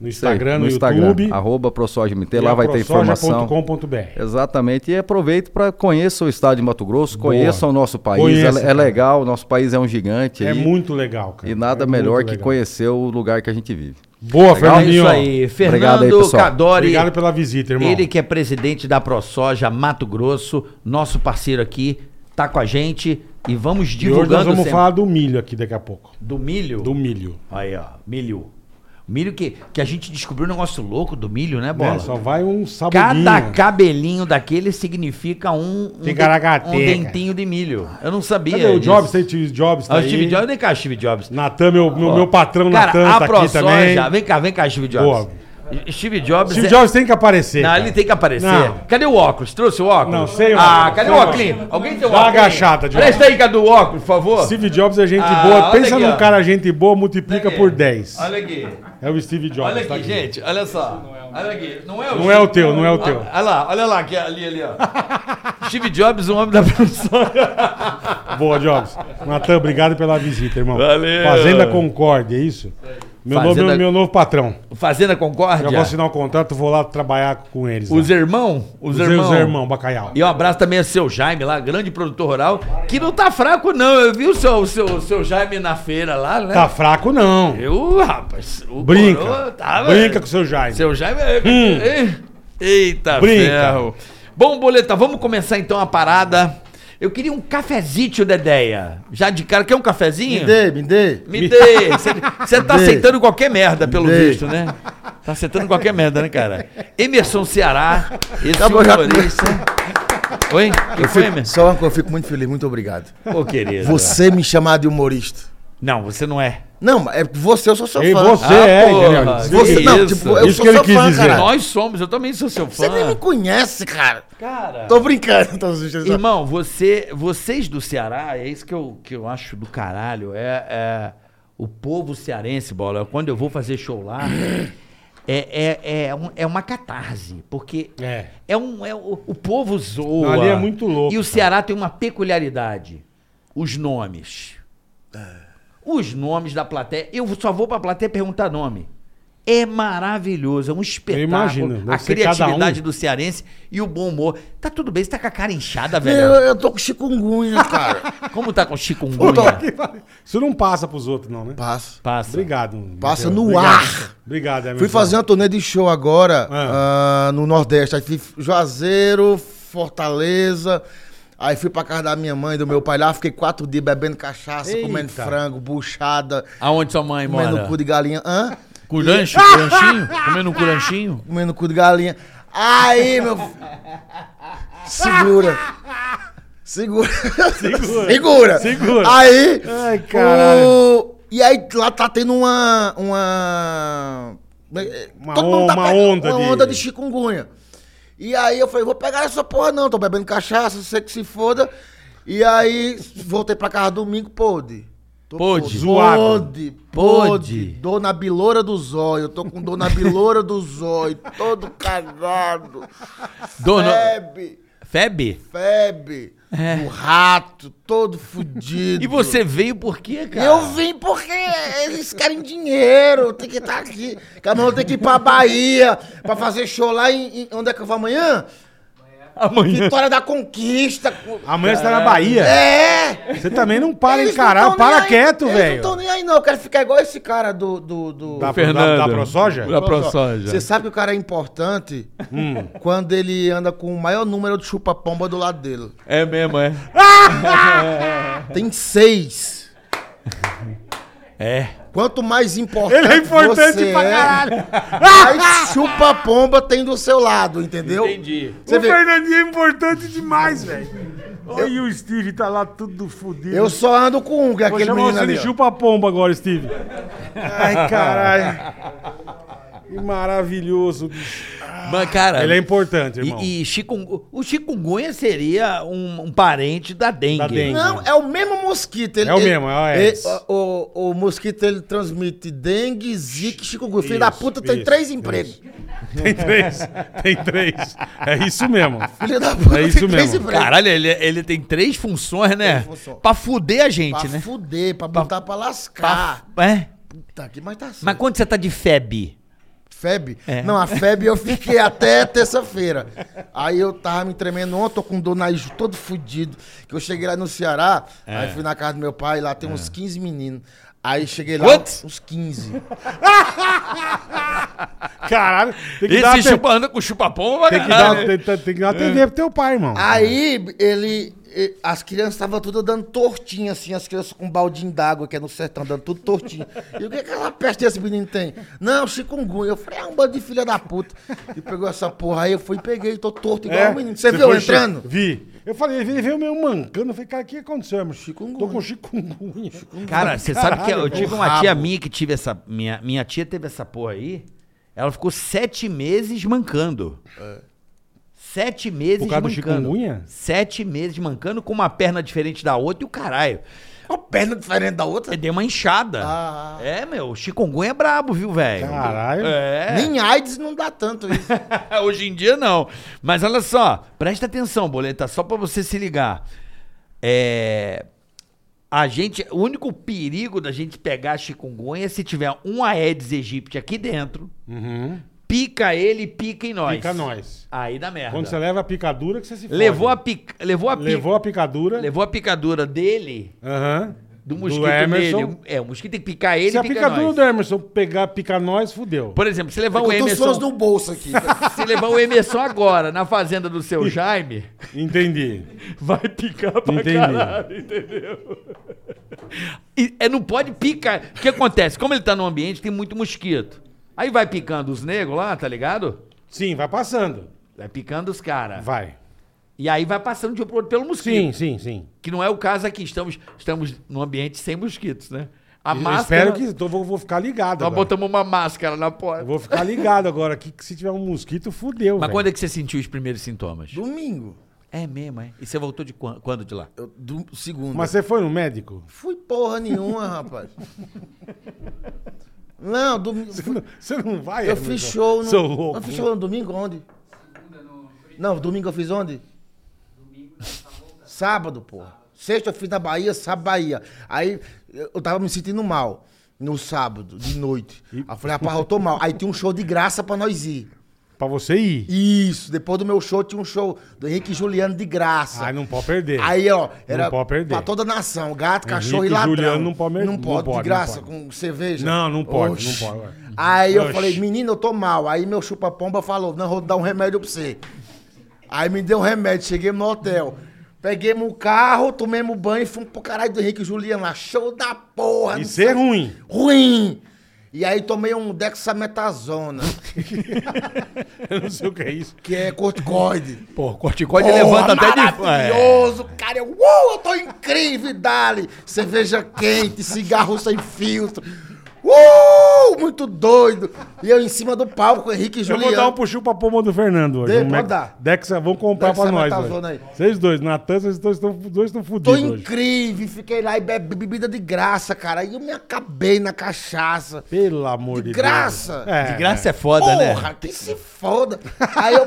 Speaker 2: no Instagram,
Speaker 4: Sim,
Speaker 2: no, YouTube.
Speaker 4: arroba ProSojaMT,
Speaker 2: e
Speaker 4: lá
Speaker 2: a
Speaker 4: vai ter informação.
Speaker 2: ProSoja.com.br.
Speaker 4: Exatamente, e aproveito para conheça o estado de Mato Grosso,
Speaker 2: Boa.
Speaker 4: conheça o nosso país,
Speaker 2: Conheça,
Speaker 4: é, é
Speaker 2: cara.
Speaker 4: legal, o nosso país é um gigante
Speaker 2: É
Speaker 4: aí,
Speaker 2: muito legal, cara.
Speaker 4: e nada
Speaker 2: É
Speaker 4: melhor
Speaker 2: muito
Speaker 4: que
Speaker 2: legal.
Speaker 4: conhecer o lugar que a gente vive.
Speaker 2: Boa,
Speaker 3: É
Speaker 2: Fernandinho.
Speaker 3: isso aí.
Speaker 4: Obrigado aí,
Speaker 3: Fernando
Speaker 4: pessoal.
Speaker 3: Cadori.
Speaker 2: Obrigado pela visita, irmão.
Speaker 3: Ele que é presidente da ProSoja Mato Grosso, nosso parceiro aqui, tá com a gente e vamos
Speaker 2: E hoje
Speaker 3: divulgando
Speaker 2: nós vamos
Speaker 3: sempre.
Speaker 2: falar do milho aqui daqui a pouco.
Speaker 3: do milho.
Speaker 2: Do milho.
Speaker 3: Aí, ó, milho. Milho que, que a gente descobriu um negócio louco do milho, né, Bola?
Speaker 2: Né? Só vai um sabudinho.
Speaker 3: Cada cabelinho daquele significa um, um,
Speaker 2: Ticaracateca.
Speaker 3: um dentinho de milho. Eu não sabia.
Speaker 2: Cadê o
Speaker 3: disso.
Speaker 2: Jobs? Tem Steve Jobs
Speaker 3: Ah,
Speaker 2: tá
Speaker 3: o Steve
Speaker 2: aí.
Speaker 3: Jobs, vem cá, Steve Jobs.
Speaker 2: Natan, meu, meu, meu patrão
Speaker 3: Cara,
Speaker 2: Natan tá
Speaker 3: a
Speaker 2: aqui também.
Speaker 3: ProSoja, vem cá, vem cá, Steve Jobs. Steve Jobs
Speaker 2: Steve
Speaker 3: é-
Speaker 2: Jobs tem que aparecer.
Speaker 3: Não,
Speaker 2: cara.
Speaker 3: ele tem que aparecer.
Speaker 2: Não.
Speaker 3: Cadê o óculos? Trouxe o óculos?
Speaker 2: Não, sem
Speaker 3: Ah,
Speaker 2: óculos,
Speaker 3: cadê
Speaker 2: sem
Speaker 3: o
Speaker 2: óculos.
Speaker 3: óculos? Alguém tem o
Speaker 2: Dá uma
Speaker 3: óculos?
Speaker 2: agachada, Diogo.
Speaker 3: Presta aí, cadê o óculos, por favor?
Speaker 2: Steve Jobs é gente
Speaker 3: Ah,
Speaker 2: boa.
Speaker 3: olha
Speaker 2: Pensa
Speaker 3: aqui,
Speaker 2: num
Speaker 3: ó.
Speaker 2: cara gente boa, multiplica
Speaker 3: Olha aqui.
Speaker 2: por 10.
Speaker 3: Olha aqui.
Speaker 2: É o Steve Jobs.
Speaker 3: Olha
Speaker 2: tá
Speaker 3: aqui, gente. Olha só. Olha aqui. Não é o,
Speaker 2: Não é o teu, não é o teu.
Speaker 3: Olha lá, olha lá, aqui, ali, ali, ó. Steve Jobs, um homem da produção.
Speaker 2: Boa, Jobs. Natan, obrigado pela visita, irmão.
Speaker 3: Valeu.
Speaker 2: Fazenda Concorde, é isso? Meu,
Speaker 3: Fazenda-
Speaker 2: novo, meu, meu novo patrão.
Speaker 3: Fazenda Concórdia.
Speaker 2: Já vou assinar o contrato, vou lá trabalhar com eles.
Speaker 3: Os
Speaker 2: lá.
Speaker 3: irmãos. Os
Speaker 2: Os irmãos.
Speaker 3: irmãos.
Speaker 2: Os irmãos, bacalhau.
Speaker 3: E um abraço também ao seu Jaime lá, grande produtor rural, que não tá fraco não. Eu vi o seu, o seu, o seu Jaime na feira lá, né?
Speaker 2: Tá fraco, não.
Speaker 3: Eu, rapaz, o
Speaker 2: Brinca.
Speaker 3: coroa tava-
Speaker 2: Brinca com o seu Jaime.
Speaker 3: Seu Jaime. é-
Speaker 5: Hum.
Speaker 3: Ei, Eita,
Speaker 2: Brinca.
Speaker 3: ferro. Bom, Boleta, vamos começar então a parada. Eu queria um cafezinho, Dedéia. Já de cara, quer um cafezinho?
Speaker 5: Me dê, me dê.
Speaker 3: Me dê. Você tá
Speaker 5: Me dê.
Speaker 3: aceitando qualquer merda, pelo
Speaker 5: dê.
Speaker 3: visto, né? Tá aceitando qualquer merda, né, cara? Emerson Ceará, esse
Speaker 5: Tá bom, já
Speaker 3: humorista. Oi? Que
Speaker 5: Eu
Speaker 3: foi,
Speaker 5: fico-
Speaker 3: Emerson?
Speaker 5: só uma coisa, eu fico muito feliz, muito obrigado.
Speaker 3: Ô, querido.
Speaker 5: Você me chamar de humorista.
Speaker 3: Não, você não é.
Speaker 5: Não, mas é porque você, eu sou seu
Speaker 2: Ei,
Speaker 5: fã.
Speaker 2: você
Speaker 3: Ah,
Speaker 2: é,
Speaker 3: porra,
Speaker 2: entendeu?
Speaker 3: que
Speaker 5: Você- não,
Speaker 3: isso?
Speaker 5: tipo, eu
Speaker 2: Isso
Speaker 5: sou
Speaker 2: que ele
Speaker 5: seu
Speaker 2: quis
Speaker 5: fã,
Speaker 2: dizer.
Speaker 5: cara.
Speaker 3: Nós somos, eu também sou seu fã.
Speaker 5: Você nem me conhece, cara.
Speaker 3: Cara.
Speaker 5: Tô brincando, tô brincando.
Speaker 3: Irmão, você, vocês do Ceará, é isso que eu, que eu acho do caralho. É, é o povo cearense, bola. Quando eu vou fazer show lá, é, é, é, um- é uma catarse, porque
Speaker 2: É.
Speaker 3: um, é o, o povo zoa.
Speaker 2: Não, ali é muito louco,
Speaker 3: E o
Speaker 2: cara.
Speaker 3: Ceará tem uma peculiaridade: os nomes.
Speaker 2: É.
Speaker 3: Os nomes da plateia. Eu só vou pra plateia perguntar nome. É maravilhoso, é um espetáculo.
Speaker 2: imagino, deve
Speaker 3: a
Speaker 2: ser cada um.
Speaker 3: criatividade do cearense e o bom humor. Tá tudo bem, você tá com a cara inchada,
Speaker 5: Eu,
Speaker 3: velho.
Speaker 5: eu tô com chikungunya, cara.
Speaker 3: Como tá com
Speaker 2: Puta
Speaker 3: chikungunya?
Speaker 2: que pariu. Isso não passa pros outros, não, né?
Speaker 5: Passa.
Speaker 3: Passa.
Speaker 2: Obrigado.
Speaker 5: Passa
Speaker 2: Mateus.
Speaker 5: no
Speaker 2: Obrigado.
Speaker 5: ar.
Speaker 2: Obrigado, Emerson.
Speaker 5: Fui fazer uma turnê de show agora
Speaker 2: Ah.
Speaker 5: ah, no Nordeste. Aí fui Juazeiro, Fortaleza. Aí fui pra casa da minha mãe, e do meu pai lá. Fiquei quatro dias bebendo cachaça,
Speaker 2: Eita.
Speaker 5: comendo frango, buchada,
Speaker 3: Aonde sua mãe
Speaker 5: comendo
Speaker 3: mora?
Speaker 5: cu de galinha. Hã?
Speaker 3: Curancho? Curanchinho? Comendo um curanchinho?
Speaker 5: comendo cu de galinha. Aí, meu. f- Segura. Segura.
Speaker 2: Segura.
Speaker 5: Segura.
Speaker 2: Segura.
Speaker 5: Aí.
Speaker 2: Ai, caralho.
Speaker 5: o- E aí lá tá tendo uma. Uma. é
Speaker 2: Uma
Speaker 5: Todo mundo tá
Speaker 2: on- uma
Speaker 5: pegando-
Speaker 2: onda
Speaker 5: Uma
Speaker 2: de-
Speaker 5: onda de chikungunya. E aí eu falei, vou pegar essa porra não, tô bebendo cachaça, sei que se foda. E aí voltei pra casa domingo, pôde. Tô
Speaker 3: Pôde.
Speaker 5: podre.
Speaker 2: Zoado.
Speaker 5: Pôde,
Speaker 3: Pôde.
Speaker 5: pôde. Dor na biloura do zóio. Tô com dor na biloura do zóio. Todo cagado.
Speaker 3: Dono...
Speaker 5: Febe,
Speaker 3: Febe?
Speaker 5: febe.
Speaker 2: É.
Speaker 5: O rato, todo fudido.
Speaker 3: E você veio por quê, cara?
Speaker 5: Eu vim porque eles querem dinheiro, tem que estar aqui. Camarão tem que ir pra Bahia pra fazer show lá em, em- Onde é que eu vou amanhã?
Speaker 3: Amanhã.
Speaker 5: Vitória da conquista. com-
Speaker 2: Amanhã você tá na Bahia.
Speaker 5: É!
Speaker 2: Você também não para
Speaker 5: Eles
Speaker 2: em
Speaker 5: não tão
Speaker 2: caralho.
Speaker 5: nem
Speaker 2: Para
Speaker 5: aí,
Speaker 2: quieto,
Speaker 5: Eles não
Speaker 2: velho.
Speaker 5: tô nem aí, não. Eu quero ficar igual esse cara do. do, do...
Speaker 2: Dá-
Speaker 3: Fernando.
Speaker 2: da ProSoja?
Speaker 3: Da ProSoja.
Speaker 5: Você sabe que o cara é importante
Speaker 2: Hum.
Speaker 5: quando ele anda com o maior número de chupa-pomba do lado dele.
Speaker 3: É mesmo, é.
Speaker 5: Tem seis.
Speaker 3: É.
Speaker 5: Quanto mais importante.
Speaker 2: Ele é importante
Speaker 5: você
Speaker 2: pra
Speaker 5: é,
Speaker 2: caralho.
Speaker 5: Mais chupa-pomba tem do seu lado, entendeu?
Speaker 3: Entendi.
Speaker 5: Você
Speaker 2: o
Speaker 5: vê,
Speaker 2: Fernandinho é importante demais, velho. Olha e o Steve tá lá tudo fodido.
Speaker 5: eu só ando com um, que é
Speaker 2: Vou
Speaker 5: aquele
Speaker 2: chamar
Speaker 5: menino
Speaker 2: você
Speaker 5: ali.
Speaker 2: de
Speaker 5: ó.
Speaker 2: chupa-pomba agora, Steve. Ai, caralho. Que maravilhoso, bicho.
Speaker 3: Mas, cara.
Speaker 2: Ele é importante, irmão.
Speaker 3: E, e chikungu- o chikungunya seria um, um parente da dengue.
Speaker 2: Da dengue.
Speaker 5: Não, é o mesmo mosquito. Ele,
Speaker 2: É o
Speaker 5: ele-
Speaker 2: mesmo, é o
Speaker 5: ele-
Speaker 2: Aedes.
Speaker 5: o, o- o mosquito ele transmite dengue, zika e chikungunya. Filho da
Speaker 2: Isso,
Speaker 5: puta tem
Speaker 2: isso,
Speaker 5: três empregos.
Speaker 2: Tem três. Tem três. É isso mesmo.
Speaker 5: Filho da puta
Speaker 2: É isso
Speaker 5: tem três
Speaker 2: mesmo.
Speaker 5: empregos.
Speaker 3: Caralho, ele, ele tem três funções, né?
Speaker 5: Três funções.
Speaker 3: Pra fuder a gente,
Speaker 5: pra Ah.
Speaker 3: né?
Speaker 5: fuder, pra botar pra
Speaker 3: Pra-
Speaker 5: lascar.
Speaker 3: é?
Speaker 5: Puta que mas tá certo.
Speaker 3: Mas quando você tá de febre?
Speaker 5: Feb?
Speaker 3: É.
Speaker 5: Não, a Feb eu fiquei até terça-feira. Aí eu tava me tremendo ontem, tô com dor na nariz todo fudido. Que eu cheguei lá no Ceará,
Speaker 3: É.
Speaker 5: aí fui na casa do meu pai, lá tem uns 15 meninos. Aí cheguei lá,
Speaker 3: Quantos?
Speaker 5: uns 15.
Speaker 2: Caralho. Tem que, dar uma,
Speaker 3: Esse
Speaker 2: te-
Speaker 3: chupa, anda com chupa-pomba,
Speaker 2: tem que, dar, uma- tem, tem que dar uma TV pro teu pai, irmão.
Speaker 3: Ah,
Speaker 5: Aí ele. e- As crianças estavam tudo dando tortinha, assim, as crianças com um baldinho d'água, que é no sertão, dando tudo tortinho. E o que é que essa peste desse menino tem? Não, chikungunya. Eu falei, é um bando de filha da puta. E pegou essa porra aí, eu fui e peguei, tô torto
Speaker 3: um
Speaker 5: igual o menino. Você viu eu
Speaker 2: É. foi che-
Speaker 5: entrando?
Speaker 2: Vi. Eu falei, ele veio meio mancando. Eu falei, cara, o que aconteceu, irmão?
Speaker 5: Chikungunya.
Speaker 2: Tô com chikungunya.
Speaker 3: Cara, você sabe que eu
Speaker 2: Caralho,
Speaker 3: tive
Speaker 2: o
Speaker 3: uma
Speaker 2: rabo.
Speaker 3: tia minha que tive essa. Minha, minha tia teve essa porra aí. Ela ficou sete meses mancando. Sete meses
Speaker 2: É. Por causa do
Speaker 3: mancando.
Speaker 2: chikungunya?
Speaker 3: Sete meses mancando com uma perna diferente da outra e o caralho.
Speaker 5: Uma perna diferente da outra.
Speaker 3: Deu uma inchada.
Speaker 5: Ah.
Speaker 3: É, meu, o chikungunya é brabo, viu, velho?
Speaker 2: Caralho.
Speaker 3: É.
Speaker 5: Nem AIDS não dá tanto isso.
Speaker 3: Hoje em dia não. Mas olha só, presta atenção, boleta, só pra você se ligar. É. A gente, o único perigo da gente pegar a chikungunya é se tiver um Aedes aegypti aqui dentro,
Speaker 2: Uhum.
Speaker 3: pica ele e pica em nós.
Speaker 2: Pica nós.
Speaker 3: Aí dá merda.
Speaker 2: Quando você leva a picadura, que você se
Speaker 3: levou, a
Speaker 2: fode.
Speaker 3: pica, levou a pica,
Speaker 2: Levou a picadura.
Speaker 3: levou a picadura dele,
Speaker 2: Aham.
Speaker 3: do mosquito
Speaker 2: Emerson.
Speaker 3: dele. É, o mosquito tem que picar ele
Speaker 2: Se
Speaker 3: e
Speaker 2: a
Speaker 3: pica
Speaker 2: picadura
Speaker 3: nós.
Speaker 2: do Emerson pegar, picar nós, fudeu.
Speaker 3: Por exemplo, se
Speaker 2: É
Speaker 3: levar o
Speaker 5: Eu tô sons
Speaker 3: Emerson,
Speaker 5: no bolso aqui.
Speaker 3: se levar o Emerson agora na fazenda do seu Jaime,
Speaker 2: Entendi.
Speaker 3: Vai picar pra
Speaker 2: Entendi.
Speaker 3: caralho, entendeu? E, é, não pode picar. O que acontece? Como ele tá num ambiente, tem muito mosquito. Aí vai picando os negros lá, tá ligado?
Speaker 2: Sim, vai passando.
Speaker 3: Vai picando os caras.
Speaker 2: Vai.
Speaker 3: E aí vai passando de um pro outro pelo mosquito.
Speaker 2: Sim, sim, sim.
Speaker 3: Que não é o caso aqui. Estamos, estamos num ambiente sem mosquitos, né? A
Speaker 2: Eu
Speaker 3: máscara.
Speaker 2: Espero que. Então vou, vou ficar ligado.
Speaker 3: Nós
Speaker 2: Agora.
Speaker 3: botamos uma máscara na porta.
Speaker 2: Eu vou ficar ligado agora que, que se tiver um mosquito, fudeu.
Speaker 3: Mas
Speaker 2: velho.
Speaker 3: quando é que você sentiu os primeiros sintomas?
Speaker 5: Domingo.
Speaker 3: É mesmo, é? E você voltou de quan- quando, de lá?
Speaker 5: Eu, do, segundo.
Speaker 2: Mas você foi no médico?
Speaker 5: Fui porra nenhuma, rapaz. Não, domingo.
Speaker 2: Você não, você não vai,
Speaker 5: Eu
Speaker 2: Emerson?
Speaker 5: fiz show no.
Speaker 2: Seu louco.
Speaker 5: Eu fiz show no domingo onde? Não, domingo eu fiz onde? Sábado, porra. Sexta eu fiz na Bahia, sábado Bahia. Aí eu eu tava me sentindo mal no sábado, de noite. Aí eu falei, rapaz, eu tô mal. Aí tinha um show de graça pra nós ir.
Speaker 2: Pra você ir.
Speaker 5: Isso, depois do meu show tinha um show do Henrique e Juliano de graça.
Speaker 2: Ai, não pode perder.
Speaker 5: Aí, ó, era
Speaker 2: Não pode perder.
Speaker 5: pra toda a nação, gato, cachorro
Speaker 2: Henrique
Speaker 5: e ladrão.
Speaker 2: Juliano não pode mer-
Speaker 5: Não
Speaker 2: não
Speaker 5: pode,
Speaker 2: pode, não
Speaker 5: de graça,
Speaker 2: pode.
Speaker 5: com cerveja.
Speaker 2: Não, não pode, não
Speaker 5: Oxi.
Speaker 2: pode, ué.
Speaker 5: Aí eu
Speaker 2: Oxi.
Speaker 5: falei, menino, eu tô mal. Aí meu chupa-pomba falou, não, vou dar um remédio pra você. Aí me deu um remédio, cheguei no hotel. Peguemos o carro, tomemos banho e fomos pro caralho do Henrique e Juliano lá. Show da porra. não
Speaker 2: Isso é
Speaker 5: sei-
Speaker 2: ruim.
Speaker 5: Ruim. E aí tomei um dexametasona,
Speaker 2: Eu não sei o que é isso.
Speaker 5: que é corticoide.
Speaker 3: Pô, corticóide
Speaker 5: Porra,
Speaker 3: levanta até de. É.
Speaker 5: Oh, maravilhoso, cara. Eu, uh, eu tô incrível, Dali. Cerveja quente, cigarro sem filtro. Uh, muito doido. E eu em cima do palco, Henrique e
Speaker 2: Eu vou
Speaker 5: Juliano.
Speaker 2: dar um puxu pra pomba do Fernando hoje.
Speaker 5: Dê,
Speaker 2: Um
Speaker 5: pode
Speaker 2: Mex-
Speaker 5: dar.
Speaker 2: Dexa, vão comprar pra nós.
Speaker 5: Dexametasona
Speaker 2: hoje.
Speaker 5: tá aí.
Speaker 2: Vocês dois, Natan, vocês dois estão dois tão
Speaker 5: Tô
Speaker 2: fudidos hoje.
Speaker 5: incrível, fiquei lá e bebi bebida de graça, cara. E eu me acabei na cachaça.
Speaker 2: Pelo amor de,
Speaker 5: De
Speaker 2: Deus.
Speaker 5: graça.
Speaker 2: É.
Speaker 3: De graça é foda, né?
Speaker 5: Porra, que se foda. Aí eu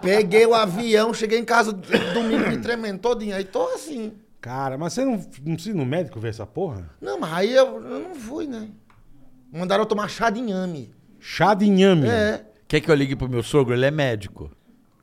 Speaker 5: peguei o avião, cheguei em casa domingo me tremendo todinho. Aí tô assim.
Speaker 2: Cara, mas você não, não precisa ir no médico ver essa porra?
Speaker 5: Não, mas aí eu, eu não fui, né? Mandaram eu tomar chá de inhame.
Speaker 2: Chá de inhame.
Speaker 5: É.
Speaker 3: Quer que eu ligue pro meu sogro? Ele é médico.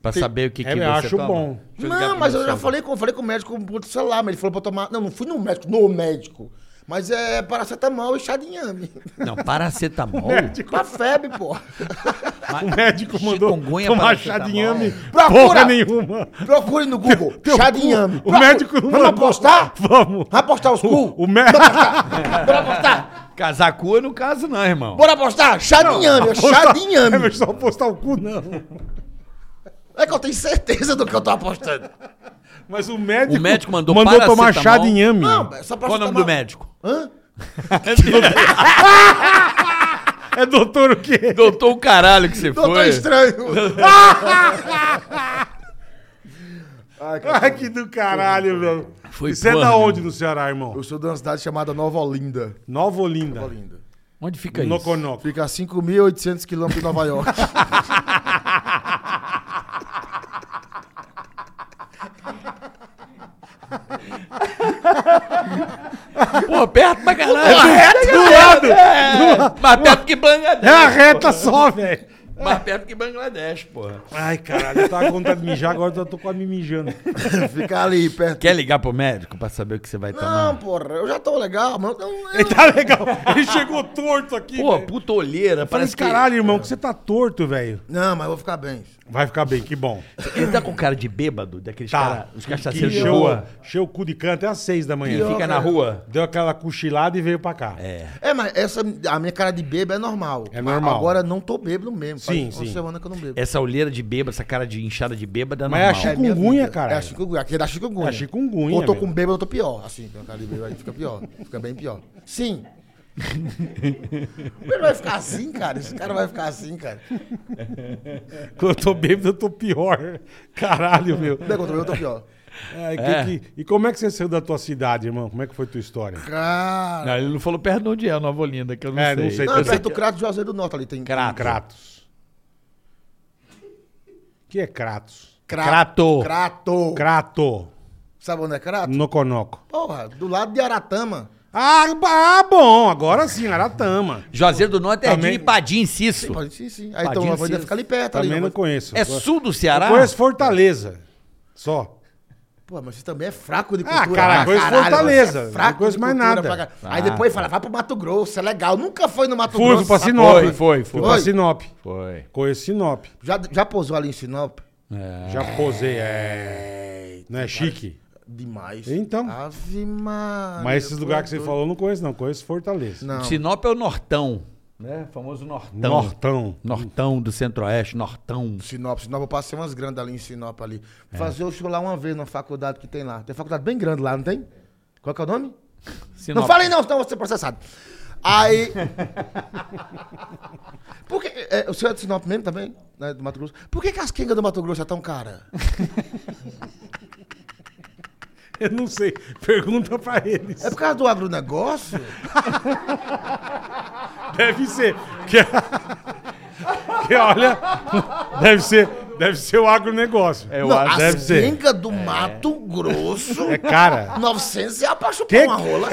Speaker 3: Pra saber o que, que
Speaker 2: É, eu
Speaker 3: você
Speaker 2: acho
Speaker 3: toma?
Speaker 2: bom.
Speaker 3: Deixa ligar
Speaker 5: Não,
Speaker 3: pro
Speaker 5: mas
Speaker 3: meu
Speaker 5: eu já
Speaker 3: sogro.
Speaker 5: falei com, falei com o médico do celular, mas ele falou pra eu tomar. Não, não fui no médico, no médico. Mas é paracetamol e chá de inhame.
Speaker 3: Não, paracetamol.
Speaker 5: pra febre, pô.
Speaker 2: O médico mandou
Speaker 3: Chikungunya,
Speaker 2: tomar chá
Speaker 3: paracetamol.
Speaker 2: de inhame. Porra
Speaker 5: tá Procura!
Speaker 2: nenhuma.
Speaker 5: Procure no Google.
Speaker 2: Teu
Speaker 5: chá
Speaker 2: cu-
Speaker 5: de inhame.
Speaker 2: O médico não
Speaker 5: Vamos
Speaker 2: mandou.
Speaker 5: apostar?
Speaker 2: Vamos.
Speaker 5: Vamos apostar os cu?
Speaker 2: O médico...
Speaker 5: Bora apostar?
Speaker 3: Casar cu eu não caso, não, irmão.
Speaker 5: Bora apostar? Chá de inhame, é chá de
Speaker 2: É,
Speaker 5: inhame.
Speaker 2: mas só postar o cu, não.
Speaker 5: É que eu tenho certeza do que eu tô apostando.
Speaker 2: Mas o médico.
Speaker 3: O médico mandou
Speaker 2: mandou tomar chá
Speaker 3: paracetamol.
Speaker 2: de inhame.
Speaker 5: Não, é só pra
Speaker 3: Qual o nome do médico?
Speaker 5: Hã?
Speaker 2: É doutor o quê?
Speaker 3: Doutor o caralho que você
Speaker 5: Doutor
Speaker 3: foi.
Speaker 5: estranho. Ai, cara,
Speaker 2: Ai, que do caralho, meu.
Speaker 3: Foi
Speaker 2: Isso é
Speaker 3: porra,
Speaker 2: da
Speaker 3: meu.
Speaker 2: onde do Ceará, irmão?
Speaker 5: eu sou de uma cidade chamada Nova Olinda.
Speaker 2: Nova Olinda.
Speaker 5: Nova Olinda.
Speaker 3: Onde fica isso?
Speaker 2: Noconoco.
Speaker 5: Fica a 5.800 quilômetros de Nova York.
Speaker 3: Pô, perto pra caralho.
Speaker 2: Do lado!
Speaker 3: É, mais perto que
Speaker 2: É a
Speaker 3: Bangladesh.
Speaker 2: reta só, velho.
Speaker 3: pô. Mais perto que Bangladesh, porra.
Speaker 2: Ai, caralho, eu tava com vontade de mijar, agora eu tô quase me mijando.
Speaker 5: Fica ali perto.
Speaker 3: Quer ligar pro médico pra saber o que você vai
Speaker 5: Não,
Speaker 3: tomar?
Speaker 5: porra, eu já tô legal, mas eu, eu,
Speaker 2: Ele tá legal. Ele chegou torto aqui.
Speaker 3: Pô,
Speaker 2: velho.
Speaker 3: puta olheira.
Speaker 2: Falei,
Speaker 3: Parece que...
Speaker 2: caralho, irmão, que você tá torto, velho.
Speaker 5: Não, mas eu vou ficar bem.
Speaker 2: Vai ficar bem, que bom.
Speaker 3: Ele tá com cara de bêbado, daqueles
Speaker 2: Tá.
Speaker 3: caras, os
Speaker 2: Que
Speaker 3: cachaceiros de
Speaker 2: encheu,
Speaker 3: rua.
Speaker 2: encheu o cu de canto até às seis da
Speaker 3: Que
Speaker 2: manhã.
Speaker 3: fica na rua.
Speaker 2: Deu aquela cochilada e veio pra cá. É.
Speaker 5: É, mas essa, a minha cara de bebo é normal.
Speaker 2: É normal.
Speaker 5: Agora não tô bêbado mesmo.
Speaker 2: Sim,
Speaker 5: Faz uma
Speaker 2: sim. É
Speaker 5: semana que eu não bebo.
Speaker 3: Essa olheira de bêbado, essa cara de inchada de bêbado é
Speaker 2: Mas é a
Speaker 3: normal.
Speaker 2: chi-
Speaker 5: minha
Speaker 2: chikungunya,
Speaker 5: vida.
Speaker 2: caralho.
Speaker 5: É a chikungunya, aqui é da chikungunya.
Speaker 2: É chikungunya,
Speaker 5: Ou tô
Speaker 2: meu.
Speaker 5: com bêbado, eu tô pior. Assim, com a cara de bêbado, aí fica pior. Fica bem pior. Sim. Ele vai ficar assim, cara? Esse cara vai ficar assim, cara.
Speaker 2: Quando eu tô bêbado, eu tô pior. Caralho, meu.
Speaker 5: Não é que eu tô bêbado, eu tô pior.
Speaker 2: É, que-
Speaker 3: É.
Speaker 2: que- e como é que você saiu da tua cidade, irmão? Como é que foi tua história?
Speaker 5: Cara.
Speaker 3: Não, ele não falou perto de onde é, Nova Olinda, que eu não tá
Speaker 2: É,
Speaker 3: sei.
Speaker 2: não sei.
Speaker 5: Não, é
Speaker 2: Eu sei
Speaker 5: perto do Crato de Juazeiro do Norte ali. Tem
Speaker 3: Crato.
Speaker 2: Kratos. O que é Kratos?
Speaker 3: Crato.
Speaker 5: Crato.
Speaker 2: Crato.
Speaker 5: Sabe onde é Crato?
Speaker 2: Noconoco.
Speaker 5: Porra, do lado de Aratama.
Speaker 2: Ah, ba- ah, bom. Agora sim, Aratama.
Speaker 3: Juazeiro do Norte é
Speaker 2: Também-
Speaker 3: Erdinho e Padim, Cisso.
Speaker 5: Pode sim, sim. Aí
Speaker 3: Padinho
Speaker 5: então vai
Speaker 3: Cis.
Speaker 5: ficar ali perto. ali,
Speaker 2: Também
Speaker 5: não
Speaker 2: não
Speaker 5: vai-
Speaker 2: conheço.
Speaker 3: É
Speaker 2: Eu
Speaker 3: sul do Ceará?
Speaker 2: conheço Fortaleza. Só.
Speaker 5: Pô, mas você também é fraco de
Speaker 2: Ah,
Speaker 5: cultura.
Speaker 2: cara, eu conheço Fortaleza,
Speaker 5: você é
Speaker 2: eu não conheço mais nada.
Speaker 5: pra caralho. Aí depois fala, vai pro Mato Grosso, é legal. Nunca foi no Mato
Speaker 2: Fui,
Speaker 5: Grosso.
Speaker 2: fui pra
Speaker 5: sabe?
Speaker 2: Sinop.
Speaker 3: foi, foi,
Speaker 2: Fui
Speaker 3: foi.
Speaker 2: pra
Speaker 5: Foi.
Speaker 2: Sinop.
Speaker 3: Foi.
Speaker 2: Conheço Sinop.
Speaker 5: Já, já pousou ali em Sinop?
Speaker 2: Já posei. É... Não é chique?
Speaker 5: Demais.
Speaker 2: Então.
Speaker 5: Ave Maria.
Speaker 2: Mas esses
Speaker 5: pô,
Speaker 2: lugares que você
Speaker 5: doido.
Speaker 2: falou, eu não conheço, não. Conheço Fortaleza.
Speaker 5: Não.
Speaker 3: Sinop é o Nortão, né? O famoso Nortão.
Speaker 2: Nortão.
Speaker 3: Nortão do Centro-Oeste, Nortão.
Speaker 5: Sinop, Sinop, eu passei umas grandes ali em Sinop ali. Fazer o show lá uma vez na faculdade que tem lá. Tem faculdade bem grande lá, não tem? Qual que é o nome?
Speaker 3: Sinop.
Speaker 5: Não falei não, senão eu vou ser processado. Aí. Por que. é, o senhor é de Sinop mesmo também? Né, do Mato Grosso? Por que, que as quengas do Mato Grosso é tão cara?
Speaker 2: Eu não sei. Pergunta pra eles.
Speaker 5: É por causa do agronegócio?
Speaker 2: Deve ser. Que, que olha, deve ser, deve ser o agronegócio.
Speaker 3: Eu
Speaker 5: não,
Speaker 3: acho.
Speaker 2: deve
Speaker 5: as
Speaker 2: ser.
Speaker 5: quengas do Mato Grosso.
Speaker 2: É cara.
Speaker 5: 900 é apaixonou
Speaker 2: Que-
Speaker 5: pra uma rola.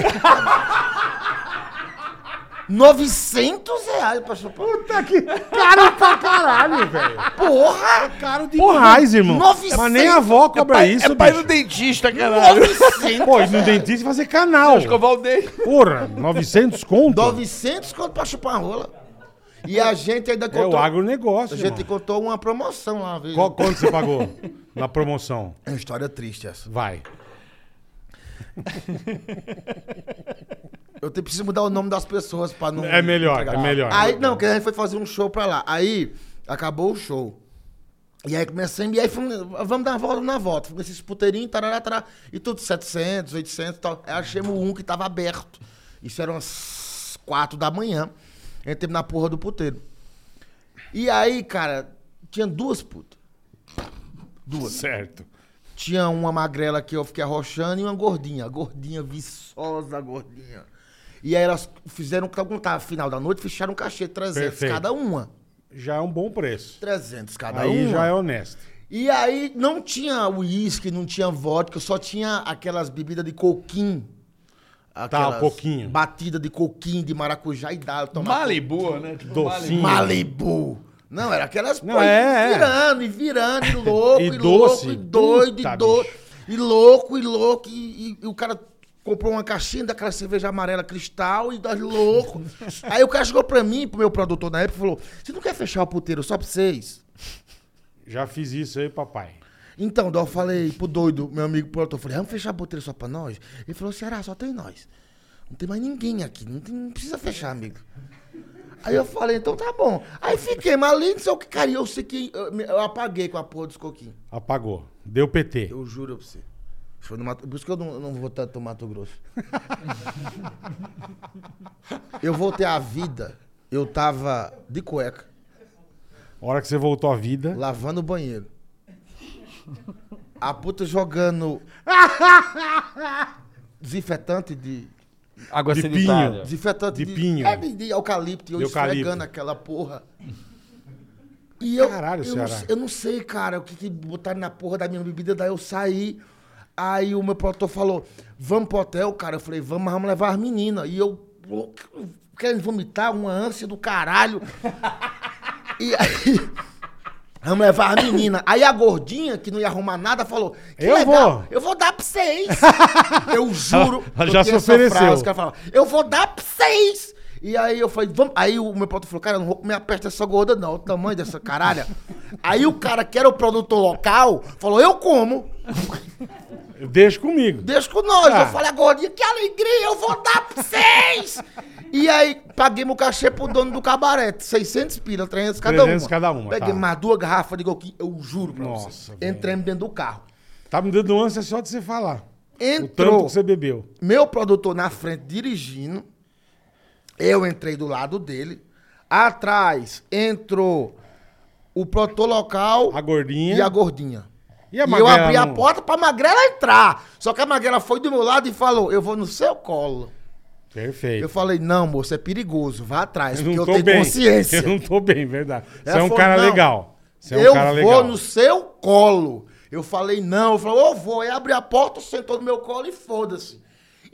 Speaker 5: 900 reais pra chupar.
Speaker 2: Puta que caro pra caralho, velho. É
Speaker 5: Porra!
Speaker 2: Caro de Porrais, irmão.
Speaker 5: 900.
Speaker 2: Mas nem a avó cobra isso,
Speaker 3: é pai do
Speaker 2: bicho.
Speaker 3: dentista, caralho.
Speaker 5: 900!
Speaker 2: Pô, ir no dentista e fazer canal.
Speaker 3: Escovar o dente.
Speaker 2: Porra, 900 conto?
Speaker 5: 900 quanto pra chupar uma rola. E a gente ainda
Speaker 2: É o
Speaker 5: contou. a
Speaker 2: agronegócio,
Speaker 5: gente
Speaker 2: irmão.
Speaker 5: contou uma promoção lá, viu?
Speaker 2: Qual, quanto você pagou na promoção?
Speaker 5: É uma história triste essa.
Speaker 2: Vai.
Speaker 5: Eu te- preciso mudar o nome das pessoas pra não.
Speaker 2: É melhor, é melhor.
Speaker 5: Aí, não, que a gente foi fazer um show pra lá. Aí, acabou o show. E aí começamos, e aí fomos, vamos dar uma volta, vamos dar uma volta. Fomos nesses puteirinhos, tarará, tarará, e tudo, 700, 800 e tal. Aí achamos um que tava aberto. Isso eram as 4 da manhã. Entramos na porra do puteiro. E aí, cara, tinha duas putas.
Speaker 2: Certo.
Speaker 5: Tinha uma magrela que eu fiquei arrochando e uma gordinha. A Gordinha, viçosa, gordinha. E aí elas fizeram, quando tava final da noite, fecharam um cachê, 300
Speaker 2: Perfeito.
Speaker 5: cada uma.
Speaker 2: Já é um bom preço.
Speaker 5: 300 cada
Speaker 2: Aí
Speaker 5: uma.
Speaker 2: já é honesto.
Speaker 5: E aí não tinha uísque, não tinha vodka, só tinha aquelas bebidas de coquim. Aquelas
Speaker 2: Tá, coquinho.
Speaker 5: Batida de coquim, de maracujá e dá. eu tomava
Speaker 3: Malibu, né? Tipo,
Speaker 2: Docinho.
Speaker 5: Malibu. Não, era aquelas
Speaker 2: Não,
Speaker 5: pô, e
Speaker 2: é, é.
Speaker 5: virando, e virando, e louco,
Speaker 2: E
Speaker 5: e,
Speaker 2: doce.
Speaker 5: louco, e doido,
Speaker 2: Puta,
Speaker 5: e doido,
Speaker 2: bicho.
Speaker 5: e louco, e louco, e, e- e o cara comprou uma caixinha daquela cerveja amarela cristal e nós louco. Aí o cara chegou pra mim, pro meu produtor na época, e falou, você não quer fechar o puteiro só pra vocês?
Speaker 2: Já fiz isso aí, papai.
Speaker 5: Então, daí eu falei pro doido, meu amigo produtor, eu falei, vamos fechar a boteira só pra nós? Ele falou, Ceará, só tem nós. Não tem mais ninguém aqui, não, tem- não precisa fechar, amigo. Aí eu falei, então tá bom. Aí fiquei, mas além disso, eu que cara, eu sei que eu, me- eu apaguei com a porra dos coquinhos.
Speaker 2: Apagou. Deu PT.
Speaker 5: Eu juro pra você. Foi no Mato- Por isso que eu não, não vou tanto no Mato Grosso. eu voltei à vida, eu tava de cueca,
Speaker 2: A hora que você voltou à vida.
Speaker 5: lavando o banheiro. A puta jogando desinfetante de.
Speaker 3: Água
Speaker 2: De
Speaker 3: sanitária.
Speaker 2: pinho.
Speaker 5: Desinfetante
Speaker 2: De pinho.
Speaker 5: É, de, de eucalipto. E eu
Speaker 2: De eucalipto.
Speaker 5: esfregando aquela porra. E eu,
Speaker 2: Caralho,
Speaker 5: eu, não,
Speaker 2: Ceará.
Speaker 5: sei- eu não sei, cara, o que, que botaram na porra da minha bebida. Daí eu saí. Aí o meu produtor falou: Vamos pro hotel, cara. Eu falei: Vamos, mas vamos levar as meninas. E eu, pô, querendo vomitar, uma ânsia do caralho. E aí. Vamos levar as meninas. Aí a gordinha, que não ia arrumar nada, falou: "Que
Speaker 2: Eu
Speaker 5: legal,
Speaker 2: vou."
Speaker 5: eu vou dar pra vocês. eu juro.
Speaker 2: Ela
Speaker 5: eu
Speaker 2: já
Speaker 5: tinha
Speaker 2: se ofereceu.
Speaker 5: os caras falavam, eu vou dar pra vocês. E aí eu falei, vamos. Aí o meu patrão falou, cara, eu não vou comer a peste dessa gorda, não. O tamanho dessa caralha. aí o cara que era o produtor local falou, eu como.
Speaker 2: Deixa comigo.
Speaker 5: Deixa com nós.
Speaker 2: Ah.
Speaker 5: Eu falei, a gordinha, que alegria, eu vou dar pra vocês. e aí, paguei meu cachê pro dono do cabaré. 600 pila, 300 cada
Speaker 2: 300
Speaker 5: uma.
Speaker 2: cada uma,
Speaker 5: Peguei
Speaker 2: tá.
Speaker 5: mais duas garrafas de coquinho, eu juro pra
Speaker 2: Nossa,
Speaker 5: vocês.
Speaker 2: velho.
Speaker 5: Entramos dentro do carro.
Speaker 2: Tá me dando ânsia só de você falar. O tanto
Speaker 5: Entrou
Speaker 2: que você bebeu.
Speaker 5: meu produtor na frente dirigindo, eu entrei do lado dele, atrás entrou o produtor local
Speaker 2: A gordinha.
Speaker 5: e a gordinha.
Speaker 2: E
Speaker 5: E,
Speaker 2: a
Speaker 5: eu
Speaker 2: magrela
Speaker 5: abri a
Speaker 2: não-
Speaker 5: porta pra magrela entrar. Só que a magrela foi do meu lado e falou: Eu vou no seu colo.
Speaker 2: Perfeito.
Speaker 5: Eu falei: Não, moço, é perigoso, vá atrás,
Speaker 2: Eu
Speaker 5: porque eu
Speaker 2: tô
Speaker 5: tenho
Speaker 2: bem.
Speaker 5: consciência.
Speaker 2: Eu não tô bem, verdade. Você
Speaker 5: Ela
Speaker 2: é um
Speaker 5: falou,
Speaker 2: cara
Speaker 5: "Não,
Speaker 2: legal. Você é um
Speaker 5: eu
Speaker 2: cara
Speaker 5: vou
Speaker 2: legal.
Speaker 5: no seu colo. Eu falei, não. Eu falei, eu vou. Aí abri a porta, sentou no meu colo e foda-se.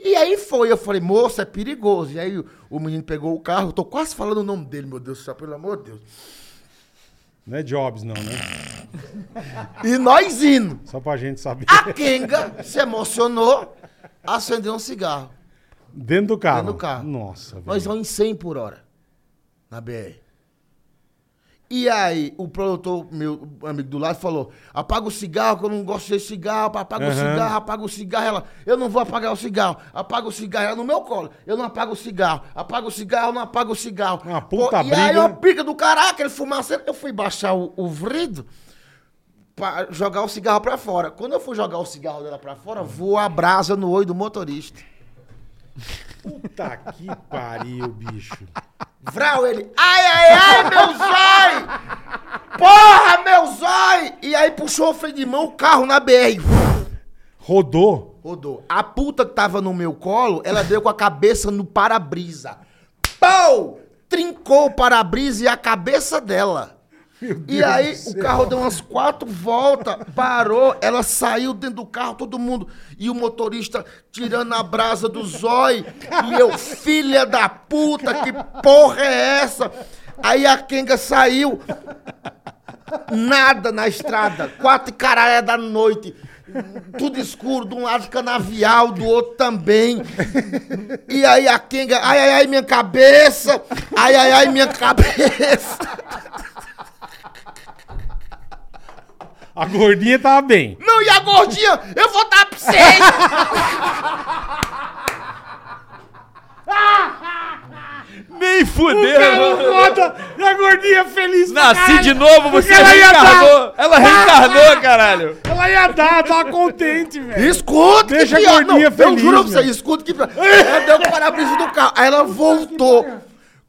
Speaker 5: E aí foi. Eu falei, moça, é perigoso. E aí o- o menino pegou o carro. Eu tô quase falando o nome dele, meu Deus do céu, pelo amor de Deus.
Speaker 2: Não é Jobs, não, né?
Speaker 5: E nós indo.
Speaker 2: Só pra gente saber.
Speaker 5: A Kenga se emocionou, acendeu um cigarro.
Speaker 2: Dentro do carro.
Speaker 5: Dentro do carro.
Speaker 2: Nossa, velho.
Speaker 5: Nós vamos em 100 por hora na BR. E aí, o produtor, meu amigo do lado, falou: apaga o cigarro, que eu não gosto de cigarro, apaga
Speaker 2: Aham.
Speaker 5: o cigarro, apaga o cigarro. Ela, eu não vou apagar o cigarro, apaga o cigarro, ela no meu colo. Eu não apago o cigarro, apaga o cigarro, não apaga o cigarro.
Speaker 2: Uma puta
Speaker 5: E aí,
Speaker 2: briga,
Speaker 5: uma
Speaker 2: né?
Speaker 5: briga do caraca, ele fumaça. Eu fui baixar o, o vrido pra jogar o cigarro pra fora. Quando eu fui jogar o cigarro dela pra fora, voou a brasa no olho do motorista.
Speaker 2: Puta que pariu, bicho.
Speaker 5: Vral, ele. Ai, ai, ai, meu zói! Porra, meu zói! E aí puxou o freio de mão, o carro na BR.
Speaker 2: Rodou.
Speaker 5: Rodou. A puta que tava no meu colo, ela deu com a cabeça no para-brisa. Pau! Trincou o para-brisa e a cabeça dela. E aí o carro deu umas quatro voltas, parou, ela saiu dentro do carro, todo mundo. E o motorista tirando a brasa do zói. E eu, filha da puta, que porra é essa? Aí a Kenga saiu, nada na estrada. Quatro e caralho da noite. Tudo escuro, de um lado canavial, do outro também. E aí a Kenga, ai, ai, ai, minha cabeça! Ai, ai, ai, minha cabeça!
Speaker 2: A gordinha tava bem.
Speaker 5: Não, e a gordinha? Eu vou dar pra vocês!
Speaker 3: Nem fudeu.
Speaker 2: Foda! E
Speaker 5: É
Speaker 2: a gordinha feliz pra
Speaker 3: Nasci
Speaker 2: caralho.
Speaker 3: de novo, você
Speaker 2: Porque ela ia
Speaker 3: reencarnou.
Speaker 2: dar.
Speaker 3: Ela reencarnou, caralho.
Speaker 2: Ela ia dar, tava contente, velho.
Speaker 5: Escuta,
Speaker 2: Deixa a
Speaker 5: pior-
Speaker 2: gordinha feliz,
Speaker 5: Eu juro pra
Speaker 2: meu.
Speaker 5: você, escuta que. pra- Ela deu o para-brisa do carro. Aí ela voltou.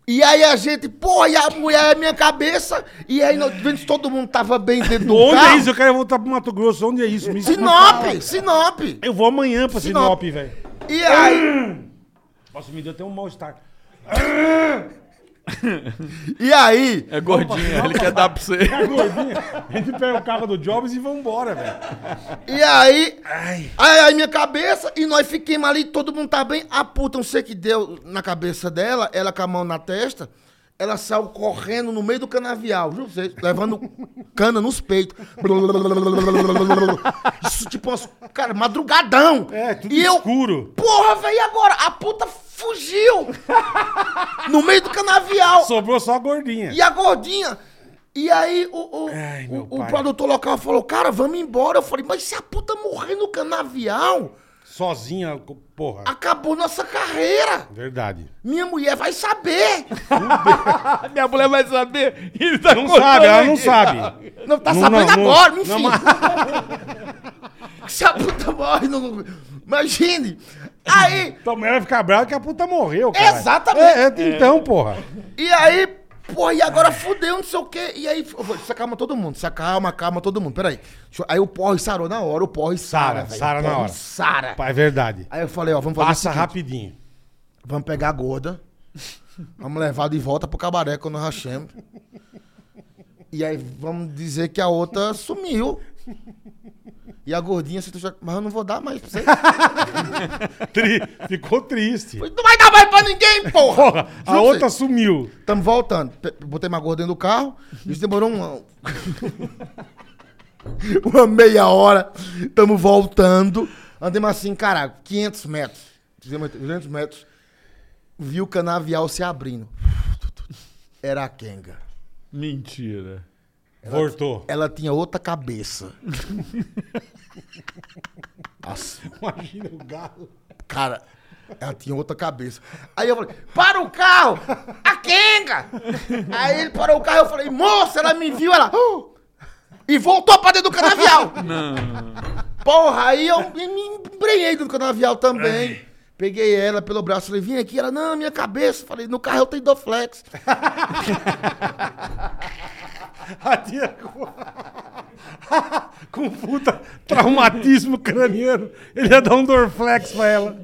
Speaker 5: E aí a gente, pô, e a mulher é minha cabeça. E aí, nós vendo se todo mundo tava bem dentro do
Speaker 2: Onde
Speaker 5: carro.
Speaker 2: é isso? Eu quero voltar pro Mato Grosso. Onde é isso? Me explica.
Speaker 5: Sinop, Sinop.
Speaker 2: Eu vou amanhã pra Sinop,
Speaker 5: Sinop.
Speaker 2: velho.
Speaker 5: E aí,
Speaker 2: Nossa, me deu até um mal-estar.
Speaker 5: e aí,
Speaker 3: É gordinha, ele quer dar pra você.
Speaker 2: A É gordinha, a gente pega o carro do Jobs e vambora, velho.
Speaker 5: e aí, ai. aí minha cabeça, e nós fiquemos ali, todo mundo tá bem. A puta, não sei o que deu na cabeça dela, ela com a mão na testa. Ela saiu correndo no meio do canavial, juro pra vocês, levando cana nos peitos. Isso, tipo, umas- cara, madrugadão.
Speaker 2: É, tudo
Speaker 5: E eu-
Speaker 2: escuro.
Speaker 5: Porra, velho, e agora? A puta fugiu! no meio do canavial.
Speaker 2: Sobrou só a gordinha.
Speaker 5: E a gordinha. E aí o, o,
Speaker 2: Ai,
Speaker 5: o-
Speaker 2: meu
Speaker 5: o
Speaker 2: pai.
Speaker 5: produtor local falou, cara, vamos embora. Eu falei, mas se a puta morrer no canavial,
Speaker 2: Sozinha, co- porra.
Speaker 5: acabou nossa carreira.
Speaker 2: Verdade.
Speaker 5: Minha mulher vai saber.
Speaker 3: Minha mulher vai saber. Ele tá
Speaker 2: Não
Speaker 3: contando
Speaker 2: sabe, ela não
Speaker 3: aqui.
Speaker 2: sabe.
Speaker 5: Não tá
Speaker 2: Não,
Speaker 5: sabendo
Speaker 2: não, não.
Speaker 5: agora,
Speaker 2: Não,
Speaker 5: enfim.
Speaker 2: mas-
Speaker 5: se a puta morre, não- não- imagine. Aí,
Speaker 2: Tua mulher vai ficar brava que a puta morreu, cara.
Speaker 5: Exatamente.
Speaker 2: É, é, então, porra.
Speaker 5: E aí, pô, e agora fudeu, não sei o quê. E aí, eu falei, se acalma todo mundo, se acalma, acalma todo mundo, peraí. Deixa eu- Aí o porre sarou na hora, o porre
Speaker 2: Sara,
Speaker 5: sara, velho.
Speaker 2: sara
Speaker 5: O
Speaker 2: na
Speaker 5: porre
Speaker 2: hora.
Speaker 5: Sara.
Speaker 2: É verdade.
Speaker 5: Aí eu falei, ó, vamos fazer
Speaker 2: Passa
Speaker 5: o seguinte,
Speaker 2: rapidinho.
Speaker 5: Vamos pegar a gorda, vamos levar de volta pro cabaré quando nós rachemos. E aí vamos dizer que a outra sumiu. E a gordinha, se tu já- mas eu não vou dar mais pra você.
Speaker 2: Tri- Ficou triste.
Speaker 5: Não vai dar mais pra ninguém, porra!
Speaker 2: Porra, a
Speaker 5: Juro
Speaker 2: outra
Speaker 5: pra você.
Speaker 2: sumiu.
Speaker 5: Tamo voltando. Pe- Botei uma gorda dentro do carro. Isso demorou uma... uma meia hora. Tamo voltando. Andemos assim, cara, 500 metros. Fizemos 200 metros. Vi o canavial se abrindo. Era a Kenga.
Speaker 3: Mentira.
Speaker 2: Voltou.
Speaker 5: Ela tinha outra cabeça. Nossa,
Speaker 2: Imagina o galo.
Speaker 5: cara, ela tinha outra cabeça. Aí eu falei, para o carro! A Kenga! Aí ele parou o carro eu falei, moça, ela me viu, ela. "Oh!" E voltou pra dentro do canavial! Não. Porra, aí eu me me embrenhei dentro do canavial também. Peguei ela pelo braço, falei, vim aqui, ela, não, minha cabeça. Falei, no carro eu tenho Doflex.
Speaker 2: A tia com... com puta traumatismo craniano. Ele ia dar um Dorflex pra ela.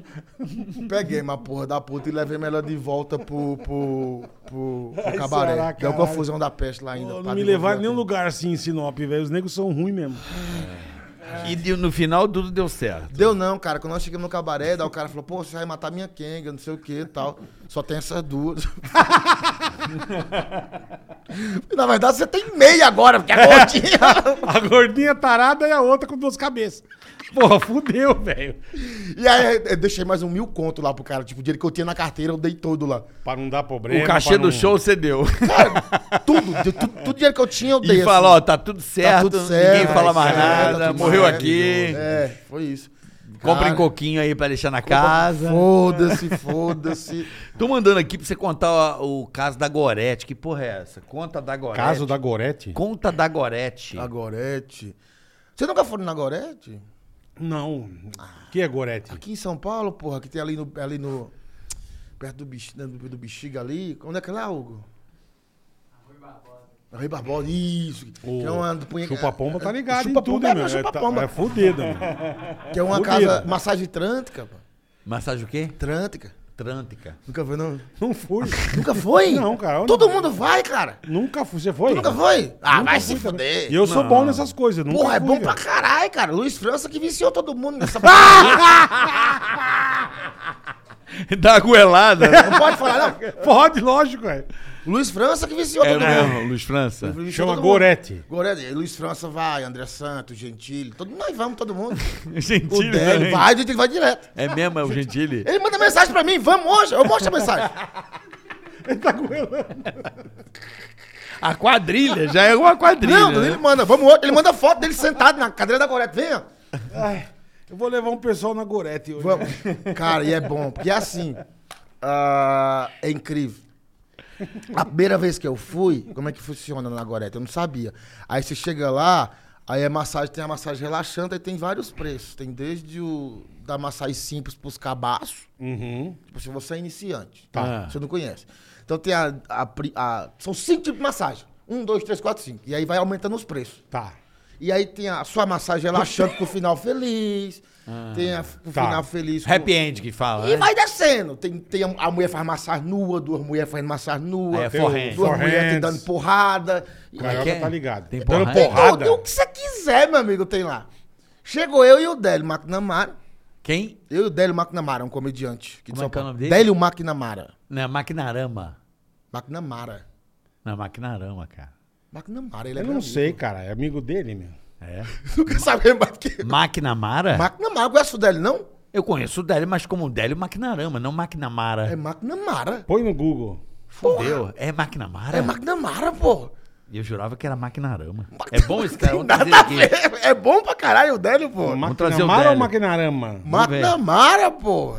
Speaker 5: Peguei uma porra da puta e levei ela de volta pro, pro, pro, pro
Speaker 2: Ai,
Speaker 5: cabaré.
Speaker 2: será,
Speaker 5: Deu
Speaker 2: caralho?
Speaker 5: confusão da peste lá ainda.
Speaker 2: Pô,
Speaker 5: pra
Speaker 2: não me
Speaker 5: devolver
Speaker 2: levaram
Speaker 5: a
Speaker 2: em nenhum
Speaker 5: peste.
Speaker 2: lugar assim em Sinop, velho. Os negros são ruins mesmo.
Speaker 3: E de- no final tudo deu certo.
Speaker 5: Deu não, cara. Quando nós chegamos no cabaré, daí o cara falou, pô, você vai matar minha Kenga, não sei o que e tal. Só tem essas duas. Na verdade, você tem meia agora, porque é gordinha.
Speaker 2: A gordinha tarada e a outra com duas cabeças. Porra, fudeu, velho.
Speaker 5: e aí eu deixei mais um mil conto lá pro cara. Tipo, o dinheiro que eu tinha na carteira, eu dei todo lá.
Speaker 2: Pra não dar problema.
Speaker 3: O cachê
Speaker 2: pra não-
Speaker 3: do show você deu.
Speaker 5: Tudo, de- tu- tudo dinheiro que eu tinha, eu dei. assim.
Speaker 3: E fala, ó, tá tudo certo,
Speaker 5: tudo certo,
Speaker 3: ninguém fala
Speaker 5: tá
Speaker 3: mais
Speaker 5: certo, tá
Speaker 3: nada,
Speaker 5: tudo
Speaker 3: morreu
Speaker 5: certo.
Speaker 3: aqui,
Speaker 5: É, foi isso.
Speaker 3: comprem
Speaker 2: Ah.
Speaker 5: Cara,
Speaker 3: coquinho aí pra deixar na
Speaker 2: um
Speaker 3: casa.
Speaker 5: Foda-se, foda-se.
Speaker 3: Tô mandando aqui pra você contar o, o caso da Gorete, que porra é essa? Conta da Gorete.
Speaker 2: Caso da Gorete?
Speaker 3: Conta da Gorete.
Speaker 5: A Gorete. Você nunca foi na Gorete?
Speaker 2: Não. que é Gorete?
Speaker 5: Aqui em São Paulo, porra, que tem ali no. Ali no perto do, Bex- né, do, do Bexiga ali. Onde é que é lá, Hugo? Arroio Barbosa. Isso. que é uma, punha-
Speaker 2: Chupa-pomba tá ligado em
Speaker 5: Chupa-pomba
Speaker 2: tudo,
Speaker 5: é
Speaker 2: hein,
Speaker 5: meu
Speaker 2: meu? É, tá-
Speaker 5: chupa-pomba.
Speaker 2: é fudido, meu.
Speaker 5: que é uma
Speaker 2: fudido.
Speaker 5: casa. Massagem trântica, pô.
Speaker 3: Massagem o quê?
Speaker 5: Trântica.
Speaker 3: Trântica.
Speaker 5: Nunca foi, não?
Speaker 2: Não fui.
Speaker 5: Nunca foi?
Speaker 2: Não, cara, eu
Speaker 5: Todo
Speaker 2: não-
Speaker 5: mundo vai, cara.
Speaker 2: Nunca fui. Você foi?
Speaker 5: Tu nunca foi? Ah,
Speaker 2: Nunca
Speaker 5: vai
Speaker 2: fui
Speaker 5: se
Speaker 2: também.
Speaker 5: fuder.
Speaker 2: E eu sou bom nessas coisas. Nunca
Speaker 5: Porra, é
Speaker 2: fui,
Speaker 5: bom
Speaker 2: velho.
Speaker 5: pra caralho, cara. Luiz França que viciou todo mundo nessa.
Speaker 3: da goelada.
Speaker 2: Ah!
Speaker 3: né?
Speaker 5: não pode falar, não.
Speaker 2: Pode, lógico, é.
Speaker 5: Luiz França que viciou
Speaker 3: é
Speaker 5: todo mundo.
Speaker 3: mesmo, Luiz França.
Speaker 5: Luiz
Speaker 2: Chama
Speaker 5: todo mundo.
Speaker 2: Gorete.
Speaker 5: Gorete, Luiz França vai, André Santos, Gentili, todo, nós vamos todo mundo. O
Speaker 3: Gentile
Speaker 5: Délio
Speaker 3: também.
Speaker 5: vai, Gentili vai direto.
Speaker 3: É mesmo, é o Gentile?
Speaker 5: Ele manda mensagem pra mim, vamos hoje, eu mostro a mensagem.
Speaker 2: Ele tá goelando.
Speaker 3: A quadrilha, já é uma quadrilha.
Speaker 5: Não,
Speaker 3: né?
Speaker 5: ele manda, vamos hoje, ele manda foto dele sentado na cadeira da Gorete, venha.
Speaker 2: Eu vou levar um pessoal na Gorete hoje.
Speaker 5: Vamos. Cara, e é bom, porque é assim, ah, é incrível. A primeira vez que eu fui, como é que funciona na Gorete? Eu não sabia. Aí você chega lá, aí é massagem, tem a massagem relaxante, aí tem vários preços. Tem desde o da massagem simples pros cabaços,
Speaker 2: Uhum.
Speaker 5: Tipo, se você é iniciante,
Speaker 3: Tá.
Speaker 5: tá? Você não conhece. Então tem a, a pri- a- São cinco tipos de massagem. Um, dois, três, quatro, cinco. E aí vai aumentando os preços.
Speaker 2: Tá.
Speaker 5: E aí tem a sua massagem relaxante com o final feliz. Tem a, o
Speaker 2: Tá.
Speaker 5: final feliz com...
Speaker 3: Ah. Happy End que fala,
Speaker 5: E
Speaker 3: né?
Speaker 5: vai descendo. Tem, tem a, a mulher faz massagem nua, duas mulheres fazendo massagem
Speaker 3: Aí é
Speaker 5: nua. duas
Speaker 3: forehand.
Speaker 2: Forehand.
Speaker 5: mulheres te dando porrada. E
Speaker 3: Como é
Speaker 2: Carioca
Speaker 3: que é?
Speaker 2: tá ligado.
Speaker 3: Tem
Speaker 2: Dando
Speaker 3: porrada?
Speaker 2: porrada.
Speaker 5: tudo, o que você quiser, meu amigo, tem lá. Chegou eu e o Délio McNamara.
Speaker 3: Quem?
Speaker 5: Eu e o Délio McNamara, um comediante. aqui de
Speaker 3: Como é
Speaker 5: São
Speaker 3: que é o
Speaker 5: Paulo.
Speaker 3: nome dele?
Speaker 5: Délio McNamara.
Speaker 3: Na Maquinarama.
Speaker 5: McNamara.
Speaker 3: Na Maquinarama, cara.
Speaker 5: Maquinamara, ele é
Speaker 2: Eu
Speaker 5: meu
Speaker 2: não
Speaker 5: amigo.
Speaker 2: sei, cara. É amigo dele, meu.
Speaker 3: É.
Speaker 5: Nunca sabemos mais que.
Speaker 3: Maquinamara?
Speaker 5: Maquinamara, conhece o dele, não?
Speaker 3: Eu conheço o Délio, mas como Délio Maquinarama, não
Speaker 5: É
Speaker 3: Maquinamara.
Speaker 5: Maquinamara.
Speaker 2: Põe no Google.
Speaker 3: Fudeu. É Maquinamara?
Speaker 5: É Maquinamara, pô.
Speaker 3: E eu jurava que era Maquinarama.
Speaker 5: Maquinamara
Speaker 3: É bom esse cara?
Speaker 5: tem
Speaker 3: Vamos
Speaker 5: nada
Speaker 3: trazer ele
Speaker 5: a
Speaker 3: aqui.
Speaker 5: ver. É bom pra caralho o dele, pô.
Speaker 3: trazer o
Speaker 2: Maquinamara ou
Speaker 3: Délio.
Speaker 2: Maquinarama?
Speaker 5: Maquinamara, pô.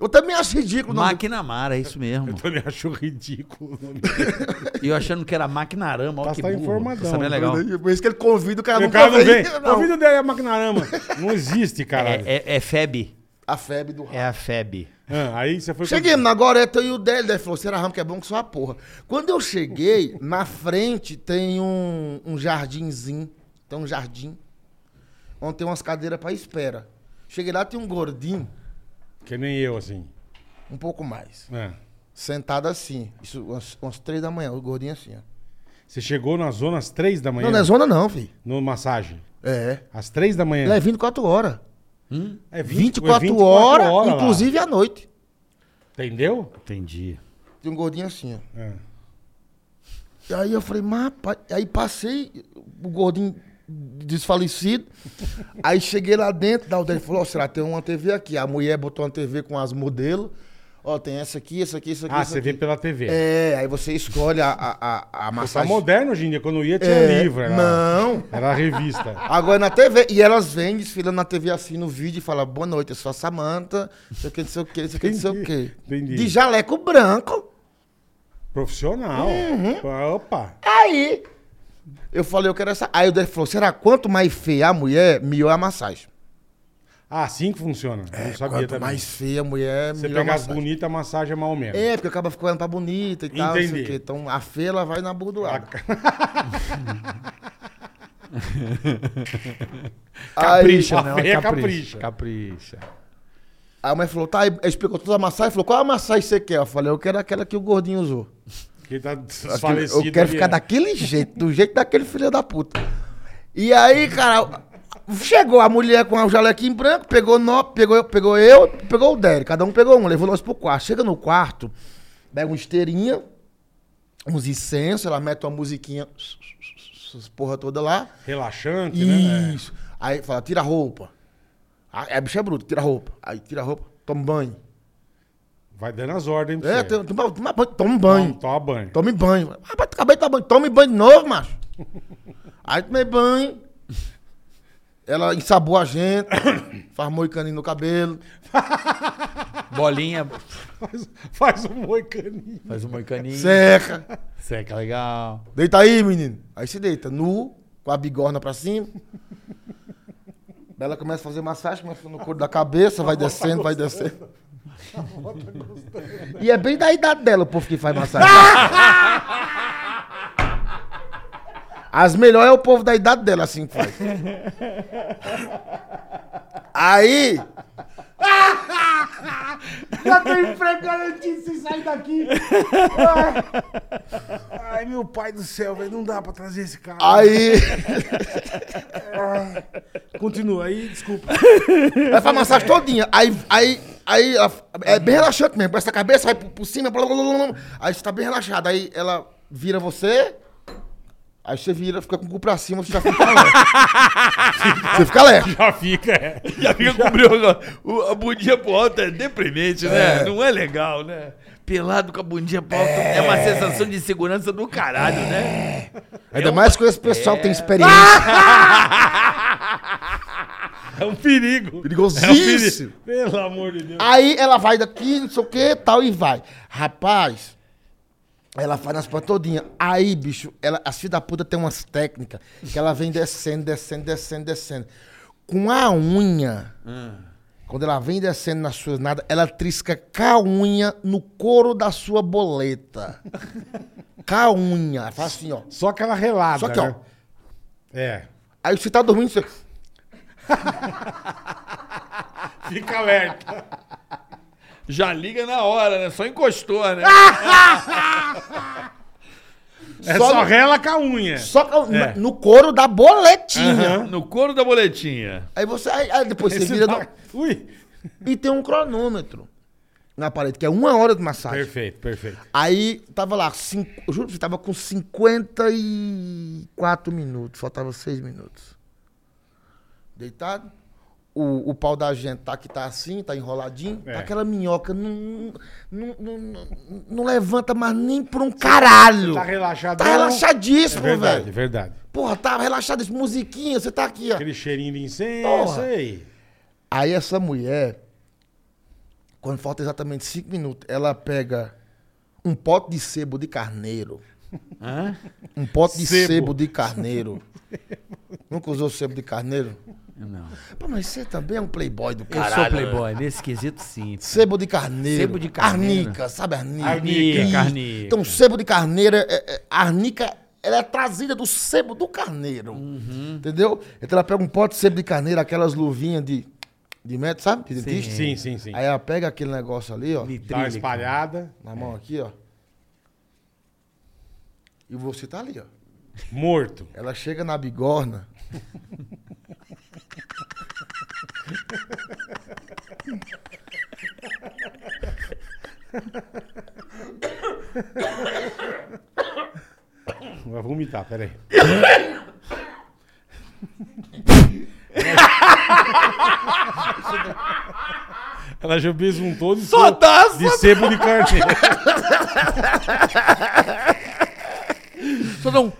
Speaker 5: Eu também acho ridículo o nome.
Speaker 3: Maquinamara, é isso
Speaker 2: Eu
Speaker 3: mesmo.
Speaker 2: também acho ridículo o nome
Speaker 3: E eu achando que era Maquinarama, ó
Speaker 2: Tá-
Speaker 3: que
Speaker 2: tá
Speaker 3: burro.
Speaker 2: informadão.
Speaker 3: Isso é bem
Speaker 5: né?
Speaker 3: legal.
Speaker 5: Por isso que ele convida o cara
Speaker 2: O
Speaker 5: nunca
Speaker 2: cara não vem.
Speaker 5: veio,
Speaker 2: O vídeo dele é Maquinarama. Não existe, caralho.
Speaker 3: É, é, é FEB.
Speaker 5: A febre do
Speaker 3: É a FEB.
Speaker 2: Ah, aí você foi...
Speaker 5: Cheguei na Goreta eu e o Délio. Ele falou: Será ramo que é bom que só a porra. Quando eu cheguei, na frente tem um, um jardinzinho. Tem um jardim. Onde tem umas cadeiras pra espera. Cheguei lá, tem um gordinho,
Speaker 2: Que nem eu, assim.
Speaker 5: um pouco mais.
Speaker 2: É.
Speaker 5: Sentado assim. Isso, umas, umas três da manhã, o gordinho assim, ó.
Speaker 2: Você chegou na zona às três da manhã.
Speaker 5: Não, não é zona, não, filho.
Speaker 2: No massagem.
Speaker 5: É.
Speaker 2: Às três da manhã.
Speaker 5: Ele é 24 horas.
Speaker 2: É 20,
Speaker 5: 24, horas, inclusive à noite.
Speaker 2: Entendeu?
Speaker 3: Entendi.
Speaker 5: Tem um gordinho assim, ó.
Speaker 2: É.
Speaker 5: E Aí eu falei, mas rapaz, aí passei, o gordinho desfalecido. Aí cheguei lá dentro, da ele falou, ó, será que tem uma TV aqui? A mulher botou uma TV com as modelos. Ó, tem essa aqui, essa aqui, essa aqui.
Speaker 2: Ah,
Speaker 5: essa
Speaker 2: você
Speaker 5: aqui.
Speaker 2: vê pela TV.
Speaker 5: É, aí você escolhe a, a, a, a
Speaker 2: Tá
Speaker 5: massagem.
Speaker 2: moderno hoje em dia. Quando eu ia, tinha
Speaker 5: É,
Speaker 2: livro. Era,
Speaker 5: Não.
Speaker 2: era a revista.
Speaker 5: Agora na TV, e elas vêm desfilando na TV assim no vídeo e falam, boa noite, eu sou a Samanta, não sei o que, não sei o que, não sei o que, não sei o que.
Speaker 2: Entendi.
Speaker 5: De jaleco branco.
Speaker 2: Profissional.
Speaker 5: Uhum.
Speaker 2: Opa.
Speaker 5: é Aí eu falei, eu quero essa. Aí o Délio falou: será quanto mais feia a mulher, melhor é a massagem.
Speaker 2: Ah, assim que funciona. Eu não sabia
Speaker 5: É, quanto
Speaker 2: também.
Speaker 5: mais feia a mulher,
Speaker 2: Você
Speaker 5: melhor a
Speaker 2: pegar as
Speaker 5: massagem.
Speaker 2: bonitas, a massagem é mal menos.
Speaker 5: É, porque acaba ficando pra bonita e tal, não sei
Speaker 2: Entendi.
Speaker 5: o quê. Então a feia ela vai na bordoada. aí,
Speaker 3: Capricha,
Speaker 2: a
Speaker 3: né?
Speaker 2: feia
Speaker 3: Capricha. Capricha.
Speaker 5: aí a mulher falou: tá, aí explicou toda a massagem, falou: qual a massagem você quer? Eu falei: eu quero aquela que o gordinho usou.
Speaker 2: Porque tá
Speaker 5: Eu
Speaker 2: desfalecido.
Speaker 5: quero
Speaker 2: ali,
Speaker 5: ficar
Speaker 2: né?
Speaker 5: daquele jeito, do jeito daquele filho da puta. E aí, cara, chegou a mulher com o jalequinho branco, pegou, nó, pegou, pegou eu, pegou o Derek. Cada um pegou um, levou nós pro quarto. Chega no quarto, pega uma esteirinha, uns incensos, ela mete uma musiquinha, essas porra toda lá.
Speaker 2: Relaxante, né?
Speaker 5: Isso. Aí fala, tira a roupa. Aí a bicha é bruta, tira a roupa. Aí tira a roupa, toma banho.
Speaker 2: É. Vai dando as ordens pra
Speaker 5: É,
Speaker 2: você.
Speaker 5: toma, toma, toma banho, toma banho.
Speaker 2: Toma, toma banho.
Speaker 5: Tome banho. Rapaz, tu acabei de tomar banho. Tome banho de novo, macho. Aí tomei banho. Ela ensabou a gente. Faz moicaninho no cabelo.
Speaker 3: Bolinha,
Speaker 2: Faz, faz um moicaninho.
Speaker 3: faz um moicaninho.
Speaker 5: Seca.
Speaker 3: Seca, é legal.
Speaker 5: Deita aí, menino. Aí se deita, nu, com a bigorna pra cima. Daí Ela começa a fazer massagem, começa no couro da cabeça, vai descendo, vai descendo. E é bem da idade dela o povo que faz massagem. As melhores é o povo da idade dela, assim que faz. Aí.
Speaker 2: Já tem emprego garantido se sair daqui. Ai, meu pai do céu, velho, não dá pra trazer esse cara.
Speaker 5: Aí.
Speaker 2: Continua aí, desculpa.
Speaker 5: Ela faz massagem todinha. Aí, aí, aí ela- é bem relaxante mesmo. Essa cabeça vai por, por cima, blá, blá, blá, blá. aí você tá bem relaxado. Aí ela vira você, aí você vira, fica com o cu pra cima, você já fica leve. você fica leve.
Speaker 2: Já fica, é.
Speaker 3: Já fica com o brilho. A bundinha pro alto é deprimente, né? Não é legal, né? Pelado com a bundinha pro alto é, uma sensação de segurança do caralho, né?
Speaker 5: Ainda mais com esse pessoal que tem experiência.
Speaker 2: É um perigo.
Speaker 5: Perigosíssimo.
Speaker 2: Pelo amor de Deus.
Speaker 5: Aí ela vai daqui, não sei o que, tal, e vai. Rapaz, ela faz nas pães todinhas. Aí, bicho, ela, as filhas da puta tem umas técnicas que ela vem descendo, descendo, descendo, descendo. Com a unha, quando ela vem descendo nas suas nada, ela trisca com a unha no couro da sua boleta. com a unha. Ela faz assim, ó.
Speaker 2: Só aquela relada.
Speaker 5: Só que, ó.
Speaker 2: né? É.
Speaker 5: Aí você tá dormindo, você...
Speaker 2: Fica alerta.
Speaker 3: Já liga na hora, né? Só encostou, né?
Speaker 2: É
Speaker 5: Só
Speaker 2: só,
Speaker 5: no-
Speaker 2: rela com a unha.
Speaker 5: só que, ó, na-
Speaker 2: É.
Speaker 5: no couro da boletinha.
Speaker 2: Aham.
Speaker 3: No couro da boletinha.
Speaker 5: Aí você... Aí, aí depois você
Speaker 2: Esse tá
Speaker 5: vira...
Speaker 2: dá-
Speaker 5: no-
Speaker 2: Ui.
Speaker 5: E tem um cronômetro. na parede, que é uma hora de massagem.
Speaker 2: Perfeito, perfeito.
Speaker 5: Aí tava lá, cinco, eu juro que tava com 54 minutos, faltava 6 minutos. Deitado. O, o pau da gente tá que tá assim, tá enroladinho.
Speaker 2: É.
Speaker 5: Tá aquela minhoca não, não, não, não- não levanta mais nem por um caralho.
Speaker 2: Tá relaxadão.
Speaker 5: Tá relaxadíssimo,
Speaker 2: É verdade, é
Speaker 5: velho.
Speaker 2: verdade.
Speaker 5: Porra, tá relaxadíssimo. Musiquinha, você tá aqui, ó.
Speaker 2: Aquele cheirinho de incenso,
Speaker 5: Porra.
Speaker 2: aí.
Speaker 5: Aí essa mulher, quando falta exatamente cinco minutos, ela pega um pote de sebo de carneiro. Um pote de
Speaker 2: Sebo.
Speaker 5: sebo, de carneiro. Nunca usou sebo de carneiro?
Speaker 3: Não.
Speaker 5: Pô, mas você também é um playboy do
Speaker 3: Eu
Speaker 5: caralho.
Speaker 3: sou playboy, nesse quesito sim.
Speaker 5: Sebo de carneiro.
Speaker 3: Sebo de carneiro.
Speaker 5: Arnica, sabe arnica?
Speaker 2: Arnica,
Speaker 5: Isso.
Speaker 3: arnica.
Speaker 5: Então, sebo de carneiro, é- é- arnica, ela é trazida do sebo do carneiro.
Speaker 2: Uhum.
Speaker 5: Entendeu? Então ela pega um pote de sebo de carneiro, aquelas luvinhas de, de metro, sabe? De dentista.
Speaker 2: Sim, sim, sim.
Speaker 5: Aí ela pega aquele negócio ali, ó,
Speaker 2: Dá uma
Speaker 3: Nitrílico.
Speaker 2: espalhada.
Speaker 5: na mão aqui, ó. E você tá ali, ó.
Speaker 2: Morto.
Speaker 5: Ela chega na bigorna.
Speaker 2: Vai vomitar, peraí. Ela já besuntou de,
Speaker 3: Só
Speaker 2: sebo-
Speaker 3: dá, só
Speaker 2: de sebo de carneiro.
Speaker 3: Só dá um.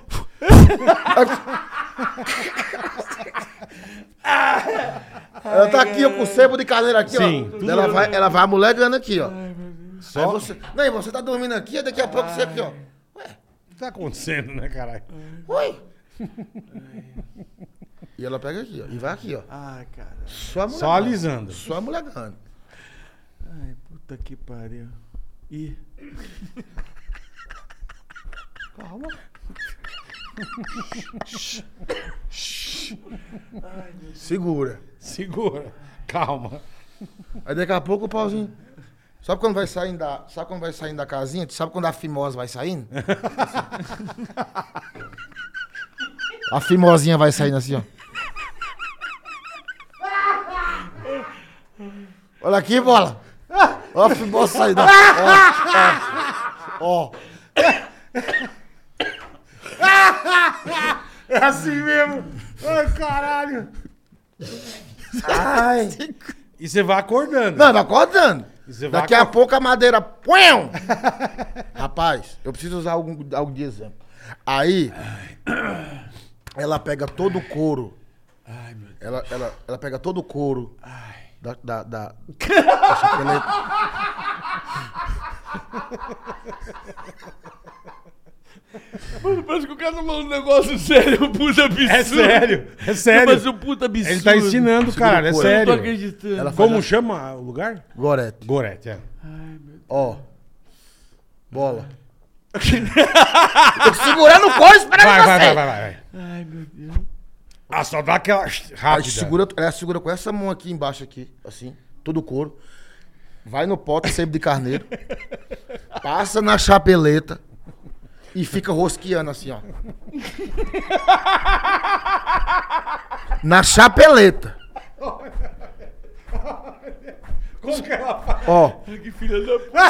Speaker 5: Ela tá aqui, ó, com o sebo de carneiro aqui,
Speaker 2: Sim,
Speaker 5: ó.
Speaker 2: tudo
Speaker 5: Ela vai, ela vai, a mulher grana aqui, ó. Aí
Speaker 2: Só o que
Speaker 5: você, não, e você tá dormindo aqui, daqui a pouco você aqui, ó.
Speaker 2: tá acontecendo, né, caralho?
Speaker 5: Oi! E ela pega aqui, ó. E vai aqui, ó.
Speaker 6: Ah, cara.
Speaker 5: Só a mulher.
Speaker 2: Só alisando.
Speaker 5: Só a mulher grana.
Speaker 6: Ai, puta que pariu. Ih. Calma.
Speaker 5: Segura.
Speaker 2: Segura. Calma.
Speaker 5: Aí daqui a pouco o pauzinho. Sabe quando vai saindo da. Sabe quando vai saindo da casinha? Tu sabe quando a fimosa vai saindo? a fimosinha vai saindo assim, ó. Olha aqui, bola! Olha a fimosa saindo. ó. Ó, ó, ó.
Speaker 2: É assim mesmo. Ai, caralho.
Speaker 5: Ai.
Speaker 2: E você vai acordando.
Speaker 5: Não, vai acordando.
Speaker 2: E você vai
Speaker 5: Daqui a
Speaker 2: acor-
Speaker 5: pouco a madeira. Puiu! Rapaz, eu preciso usar algum, algo de exemplo. Aí, ela pega todo o couro. Ela, ela, ela pega todo o couro. Da. da, da, da chapeleta.
Speaker 3: Mano, parece que o cara tá falando um negócio sério, um puta absurdo.
Speaker 2: É sério. É sério.
Speaker 3: Mas um puta absurdo.
Speaker 2: Ele tá ensinando, cara. É
Speaker 5: couro.
Speaker 3: Eu não tô
Speaker 2: sério.
Speaker 3: acreditando.
Speaker 5: Ela faz
Speaker 2: Como
Speaker 5: assim,
Speaker 2: chama o lugar?
Speaker 5: Gorete.
Speaker 2: Gorete, é.
Speaker 5: Ó. Bola. Tô segurando o couro esperando
Speaker 2: Vai,
Speaker 5: você.
Speaker 2: vai, vai, vai, vai.
Speaker 6: Ai, meu Deus.
Speaker 2: Ah, só dá aquela
Speaker 5: Ela
Speaker 2: rápida.
Speaker 5: segura, ela segura com essa mão aqui embaixo, aqui, assim, todo o couro. Vai no pote sempre de carneiro. passa na chapeleta e fica rosqueando assim, ó. na chapeleta.
Speaker 2: Como que ela faz?
Speaker 5: Ó.
Speaker 3: Que filha da puta.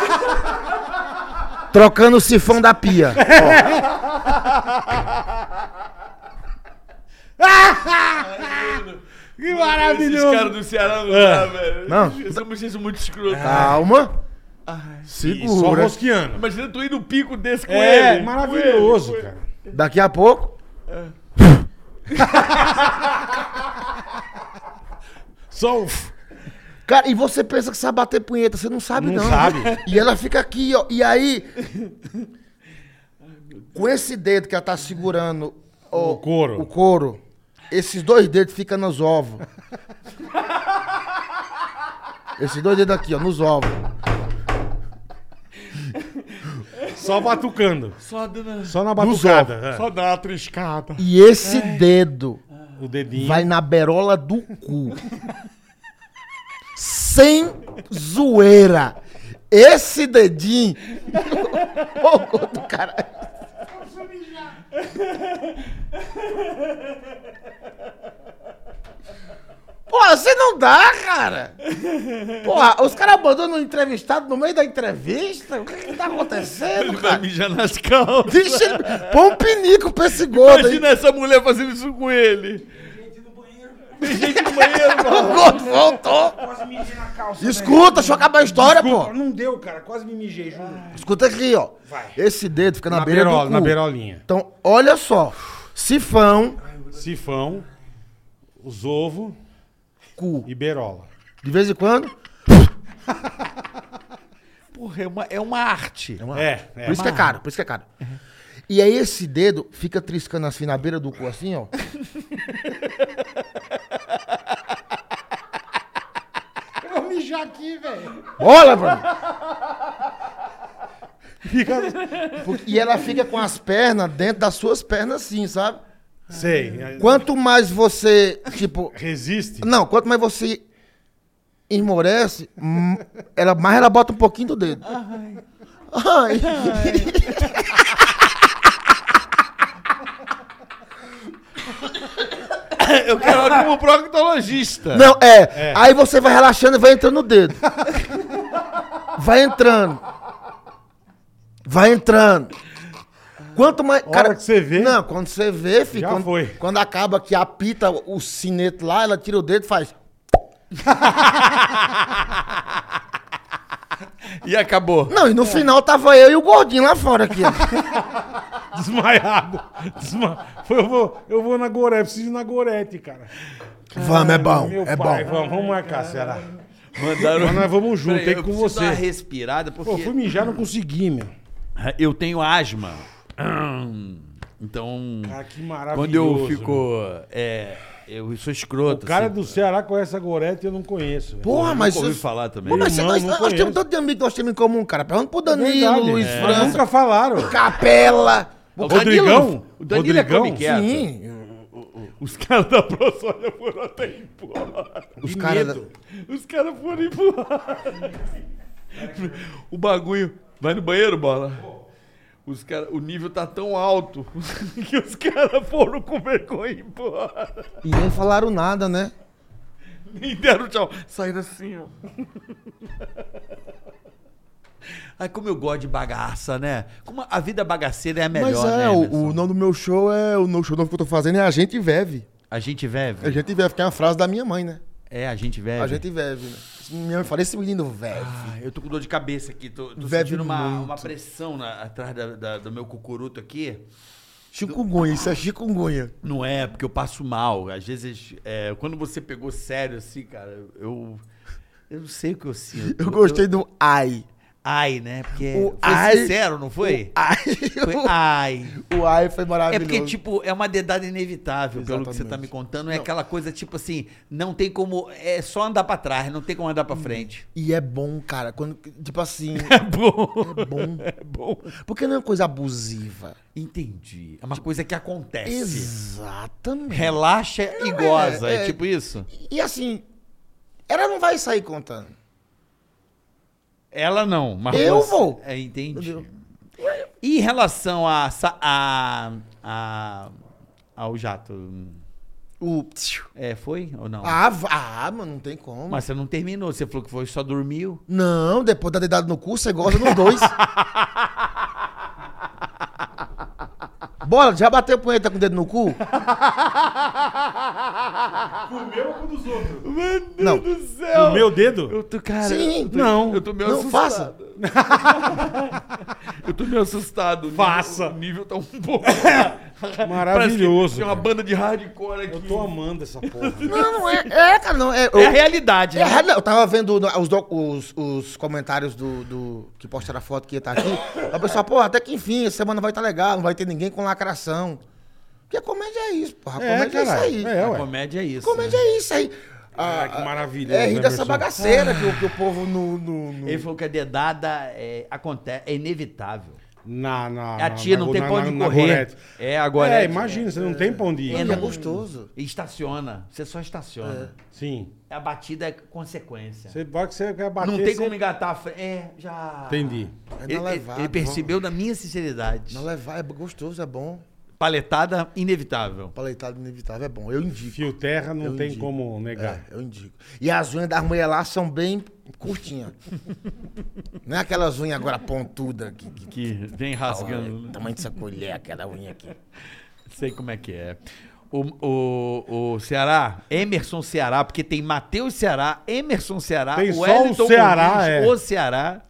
Speaker 5: Trocando o sifão da pia.
Speaker 2: Que
Speaker 3: Esses
Speaker 2: maravilhoso. É.
Speaker 3: caras do Ceará não dá, velho.
Speaker 5: Não.
Speaker 3: Essa bochecha é muito escrota.
Speaker 2: Ah.
Speaker 5: Calma.
Speaker 2: E só
Speaker 5: Segura.
Speaker 2: rosqueando.
Speaker 3: Imagina tu ir no pico desse com
Speaker 2: É,
Speaker 3: ele.
Speaker 2: maravilhoso, cara.
Speaker 5: Daqui a pouco.
Speaker 2: Só o...
Speaker 5: Cara, e você pensa que sabe bater punheta, você não sabe,
Speaker 2: Não
Speaker 5: não.
Speaker 2: sabe.
Speaker 5: E ela fica aqui, ó. E aí. com esse dedo que ela tá segurando ó,
Speaker 2: O couro.
Speaker 5: o couro, esses dois dedos ficam nos ovos. esses dois dedos aqui, ó, nos ovos.
Speaker 2: Só batucando.
Speaker 3: Só dando...
Speaker 2: Só na batucada. é.
Speaker 6: Só dá uma triscada.
Speaker 5: E esse dedo
Speaker 2: O dedinho.
Speaker 5: vai na berola do cu. Sem zoeira. Esse dedinho. Ô, ô, do caralho. Porra, você assim não dá, cara! Porra, os caras abandonam o entrevistado no meio da entrevista? O que, que tá acontecendo,
Speaker 3: Vai
Speaker 5: cara?
Speaker 3: mijar nas calças.
Speaker 5: Deixa ele. Põe um pinico pra esse gordo aí.
Speaker 3: Imagina essa mulher fazendo isso com ele. Tem gente no banheiro, mano.
Speaker 5: O gordo voltou.
Speaker 1: Quase me mijei na calça.
Speaker 5: Escuta, deixa eu acabar a história,
Speaker 2: Desculpa,
Speaker 5: pô.
Speaker 2: Não deu, cara. Quase me mijei, juro.
Speaker 5: Escuta aqui, ó.
Speaker 2: Vai.
Speaker 5: Esse dedo fica na,
Speaker 2: na,
Speaker 5: beira
Speaker 2: berola,
Speaker 5: do cu.
Speaker 2: na beirolinha.
Speaker 5: Então, olha só. Sifão,
Speaker 2: Sifão, os ovos
Speaker 5: cu.
Speaker 2: e berola.
Speaker 5: De vez em quando.
Speaker 3: Porra, é uma, é uma arte.
Speaker 5: uma-
Speaker 2: É, é.
Speaker 5: por isso que é caro, por isso que é caro. E aí esse dedo fica triscando assim na beira do cu, assim, ó.
Speaker 2: Eu vou mijar aqui, velho.
Speaker 5: Olha, Bruno! Porque- E ela fica com as pernas dentro das suas pernas, assim, sabe?
Speaker 2: Sei.
Speaker 5: Quanto mais você, tipo.
Speaker 2: Resiste.
Speaker 5: Não, quanto mais você esmorece, hum, ela, mais ela bota um pouquinho do dedo. Ai.
Speaker 3: Eu quero ela como proctologista.
Speaker 5: Não, é, Aí você vai relaxando e vai entrando no dedo. Vai entrando. Vai entrando. Quanto mais.
Speaker 2: Hora que você vê.
Speaker 5: Não, quando você vê, fica.
Speaker 2: Já
Speaker 5: quando,
Speaker 2: foi.
Speaker 5: quando acaba que apita o sineto lá, ela tira o dedo e faz.
Speaker 3: E acabou.
Speaker 5: Não,
Speaker 2: É.
Speaker 5: e no final tava eu e o gordinho lá fora aqui. ó.
Speaker 2: Desmaiado. Desma... Foi, eu, vou, eu vou na Gorete. Preciso ir na Gorete, cara.
Speaker 5: Vamos, é bom.
Speaker 2: Meu
Speaker 5: É
Speaker 2: pai,
Speaker 5: bom.
Speaker 2: Vamos, vamos marcar, Ceará.
Speaker 3: Mandaram...
Speaker 2: Mas nós vamos junto,
Speaker 3: Peraí,
Speaker 2: tem
Speaker 3: eu
Speaker 2: com
Speaker 3: preciso
Speaker 2: você.
Speaker 3: dar uma respirada,
Speaker 2: Pô,
Speaker 3: porque
Speaker 2: fui mijar, não consegui, meu.
Speaker 3: eu tenho asma. Hum, Então,
Speaker 2: Cara, Ah, que maravilhoso.
Speaker 3: quando eu
Speaker 2: meu.
Speaker 3: fico... É, eu sou escroto.
Speaker 2: O cara
Speaker 3: assim.
Speaker 2: do Ah, Ceará conhece a Gorete e eu não conheço. velho.
Speaker 5: Porra, mas.
Speaker 3: ouvi
Speaker 5: isso-
Speaker 3: falar também.
Speaker 5: Pô, mas você-
Speaker 2: Irmão,
Speaker 5: nós,
Speaker 2: não
Speaker 5: nós
Speaker 2: conheço.
Speaker 5: temos tanto de amigo que nós temos em comum, cara. Pergunta pro Danilo,
Speaker 2: Verdade.
Speaker 5: Luiz
Speaker 2: É.
Speaker 5: França,
Speaker 2: Nunca falaram.
Speaker 5: Capela. O Danilo-
Speaker 2: Rodrigão?
Speaker 3: O Danilo é come
Speaker 2: Rodrigão?
Speaker 3: quieto.
Speaker 5: Sim.
Speaker 3: Os caras da ProSoja foram até embora.
Speaker 5: Os
Speaker 2: De
Speaker 5: caras.
Speaker 2: medo.
Speaker 3: Os caras foram embora. O bagulho. Vai no banheiro, bola. Os cara, o nível tá tão alto que os caras foram com vergonha embora.
Speaker 5: E nem falaram nada, né?
Speaker 3: Nem deram tchau. Saíram assim, ó. Ai, como eu gosto de bagaça, né? Como a vida bagaceira é a melhor,
Speaker 5: Mas é,
Speaker 3: né,
Speaker 5: o,
Speaker 3: Emerson?
Speaker 5: o nome do meu show é. O no- show novo que eu tô fazendo é A Gente Veve.
Speaker 3: A gente
Speaker 5: A
Speaker 3: vive.
Speaker 5: Gente Veve, que é uma frase da minha mãe, né?
Speaker 3: É, a gente vive.
Speaker 5: A Gente Veve, né? Minha mãe fala, esse menino veve.
Speaker 3: Ah, eu tô com dor de cabeça aqui. Tô, tô
Speaker 5: Bebe
Speaker 3: sentindo uma,
Speaker 5: muito.
Speaker 3: uma pressão na- atrás da- da- do meu cucuruto aqui.
Speaker 5: Chikungunya, isso é chikungunya.
Speaker 3: Não é, porque eu passo mal. Às vezes, é, quando você pegou sério assim, cara, eu. Eu não sei o que eu sinto.
Speaker 5: Eu gostei do ai.
Speaker 3: ai, né? Porque.
Speaker 5: O
Speaker 3: foi
Speaker 5: ai-
Speaker 3: sincero, não foi?
Speaker 5: Ai.
Speaker 3: Foi ai.
Speaker 5: O ai foi
Speaker 3: É
Speaker 5: maravilhoso.
Speaker 3: porque, tipo, é uma dedada inevitável, pelo que você tá
Speaker 5: Exatamente.
Speaker 3: me contando. É aquela coisa, tipo assim, não tem como. É só andar pra trás, não tem como andar pra frente.
Speaker 5: E é bom, cara. Quando, tipo assim,
Speaker 3: É bom.
Speaker 5: é bom.
Speaker 3: É bom.
Speaker 5: Porque não é coisa abusiva.
Speaker 3: Entendi. É uma coisa que acontece.
Speaker 5: Exatamente.
Speaker 3: Relaxa e goza.
Speaker 5: é-
Speaker 3: é tipo isso?
Speaker 5: E assim, ela não vai sair contando.
Speaker 3: Ela não, mas
Speaker 5: Eu vou.
Speaker 3: É, entendi.
Speaker 5: Entendeu?
Speaker 3: E em relação a, sa- a, a- ao jato,
Speaker 5: O.
Speaker 3: é, foi ou não?
Speaker 5: Ah, va- ah, mano, não tem como.
Speaker 3: Mas você não terminou, você falou que foi só dormiu.
Speaker 5: Não, depois da dedada no cu, você goza nos dois. Bora, já bateu punheta com o dedo no cu? Não.
Speaker 3: do céu!
Speaker 2: O meu dedo?
Speaker 3: Eu tô, cara,
Speaker 5: Sim.
Speaker 3: eu tô,
Speaker 2: Não.
Speaker 3: eu tô meio
Speaker 5: Não, faça.
Speaker 3: assustado. Eu tô meio assustado. O nível-
Speaker 2: Faça.
Speaker 3: O nível tá um pouco...
Speaker 2: Maravilhoso,
Speaker 3: Parece que Tem uma
Speaker 2: cara.
Speaker 3: banda de hardcore aqui.
Speaker 2: Eu tô amando essa porra.
Speaker 5: Não, não é. É, cara, não. É, eu,
Speaker 3: É a realidade,
Speaker 5: é
Speaker 3: né?
Speaker 5: a real- eu tava vendo no- os, doc- os- os comentários do, do- que postaram a foto que ia estar aqui. A pessoa, pô, até que enfim, essa semana vai estar legal, não vai ter ninguém com lacração. Porque a comédia é isso, porra. A
Speaker 2: É,
Speaker 5: comédia é,
Speaker 2: caralho.
Speaker 5: isso aí.
Speaker 2: É,
Speaker 3: A
Speaker 2: ué.
Speaker 3: comédia é isso.
Speaker 5: Comédia
Speaker 3: né?
Speaker 5: é isso aí.
Speaker 2: Ah, que
Speaker 5: Ah,
Speaker 2: maravilhoso.
Speaker 5: É rir
Speaker 2: né,
Speaker 5: dessa
Speaker 2: Berson?
Speaker 5: bagaceira que, o- que o povo no. no- no-
Speaker 3: Ah. Ele falou que a dedada é, acontece, é inevitável.
Speaker 2: Na, na,
Speaker 3: A tia não
Speaker 2: na-
Speaker 3: tem
Speaker 2: na-
Speaker 3: pra
Speaker 2: na-
Speaker 3: onde
Speaker 2: na
Speaker 3: correr.
Speaker 2: Gorete.
Speaker 3: É, agora.
Speaker 2: É, imagina, você não tem pra onde ir.
Speaker 5: É,
Speaker 3: não-
Speaker 5: gostoso.
Speaker 3: Estaciona. Você só estaciona.
Speaker 2: Sim.
Speaker 3: A batida é consequência.
Speaker 2: Você pode que você quer bater.
Speaker 3: não tem
Speaker 2: você-
Speaker 3: como engatar a frente. É, já.
Speaker 2: Entendi.
Speaker 5: É na
Speaker 3: Ele, ele-
Speaker 5: levada,
Speaker 3: ele percebeu da minha sinceridade.
Speaker 5: Não levar é gostoso, é bom.
Speaker 3: Paletada inevitável.
Speaker 5: Paleitado inevitável é bom, eu indico.
Speaker 2: Fio terra não
Speaker 5: Eu
Speaker 2: tem
Speaker 5: indico.
Speaker 2: como negar.
Speaker 5: É, eu indico. E as unhas das mulheres lá são bem curtinhas. Não é aquelas unhas agora pontudas que. que
Speaker 3: Que vem rasgando. né?
Speaker 5: tamanho dessa colher, aquela unha aqui.
Speaker 3: Sei como é que é. O, o, o Ceará, Emerson Ceará, porque tem Matheus Ceará, Emerson Ceará,
Speaker 2: Tem só o
Speaker 3: Wellington
Speaker 2: Ceará, é.
Speaker 3: o Ceará.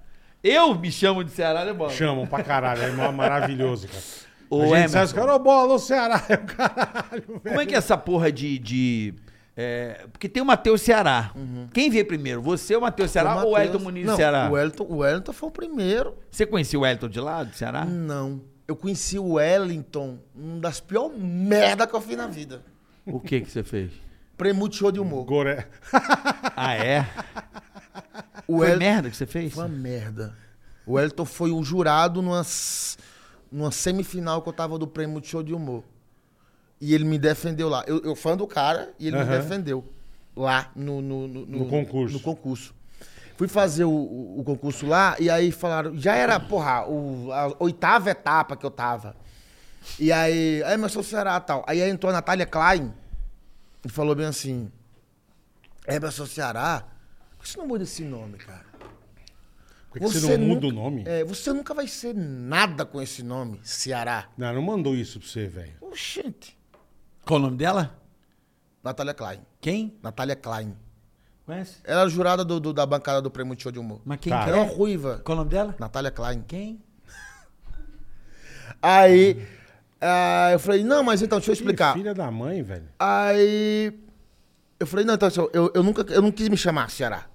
Speaker 3: Eu me chamo de Ceará, né, bola?
Speaker 2: Chamam pra caralho, é mó- maravilhoso, cara.
Speaker 3: Ô,
Speaker 2: a gente
Speaker 3: Emerson.
Speaker 2: sai os caras, ô bola, ô Ceará, é o caralho, velho.
Speaker 3: Como é que é essa porra de. de é, porque tem o Matheus Ceará. Quem veio primeiro? Você, o Matheus Ceará
Speaker 5: Foi
Speaker 3: ou o Wellington
Speaker 5: Matheus.
Speaker 3: Muniz
Speaker 5: Não,
Speaker 3: Ceará?
Speaker 5: O Wellington, o Wellington foi o primeiro.
Speaker 3: Você conhecia o Wellington de lá, do Ceará?
Speaker 5: Não. Eu conheci o Wellington, uma das piores merda que eu fiz na vida.
Speaker 3: O que que você fez?
Speaker 5: Premute show de humor.
Speaker 2: Gore- é-
Speaker 3: Ah, é?
Speaker 5: O
Speaker 3: Foi
Speaker 5: Wellington-
Speaker 3: merda que você fez?
Speaker 5: Foi uma merda. O Wellington foi o jurado numa, s- numa semifinal que eu tava do prêmio de show de humor. E ele me defendeu lá. Eu, eu fã do cara e ele me
Speaker 2: Aham.
Speaker 5: defendeu lá no, no, no,
Speaker 2: No concurso.
Speaker 5: no concurso. Fui fazer o, o- o concurso lá e aí falaram. Já era, porra, o- a oitava etapa que eu tava. E aí, "É, aí Emerson Ceará tal. Aí entrou a Natália Klein e falou bem assim: "É, Emerson Ceará, por que você não muda esse nome, cara?
Speaker 2: Por É que que você, não muda
Speaker 5: nunca-
Speaker 2: o nome?
Speaker 5: É, você nunca vai ser nada com esse nome, Ceará.
Speaker 2: Não, não mandou isso pra você, velho.
Speaker 5: Oxente.
Speaker 3: Qual o nome dela?
Speaker 5: Natália Klein.
Speaker 3: Quem?
Speaker 5: Natália Klein.
Speaker 3: Conhece?
Speaker 5: Ela era jurada do, do- da bancada do Prêmio de Show de Humor.
Speaker 3: Mas quem
Speaker 2: Tá.
Speaker 3: que
Speaker 5: Era uma
Speaker 3: é?
Speaker 5: ruiva.
Speaker 3: Qual o nome dela?
Speaker 5: Natália Klein.
Speaker 3: Quem?
Speaker 5: Aí ah, eu falei, não, mas então, deixa eu explicar.
Speaker 2: Que filha da mãe, velho.
Speaker 5: Aí eu falei, não, então, senhor, eu, eu nunca eu não quis me chamar Ceará.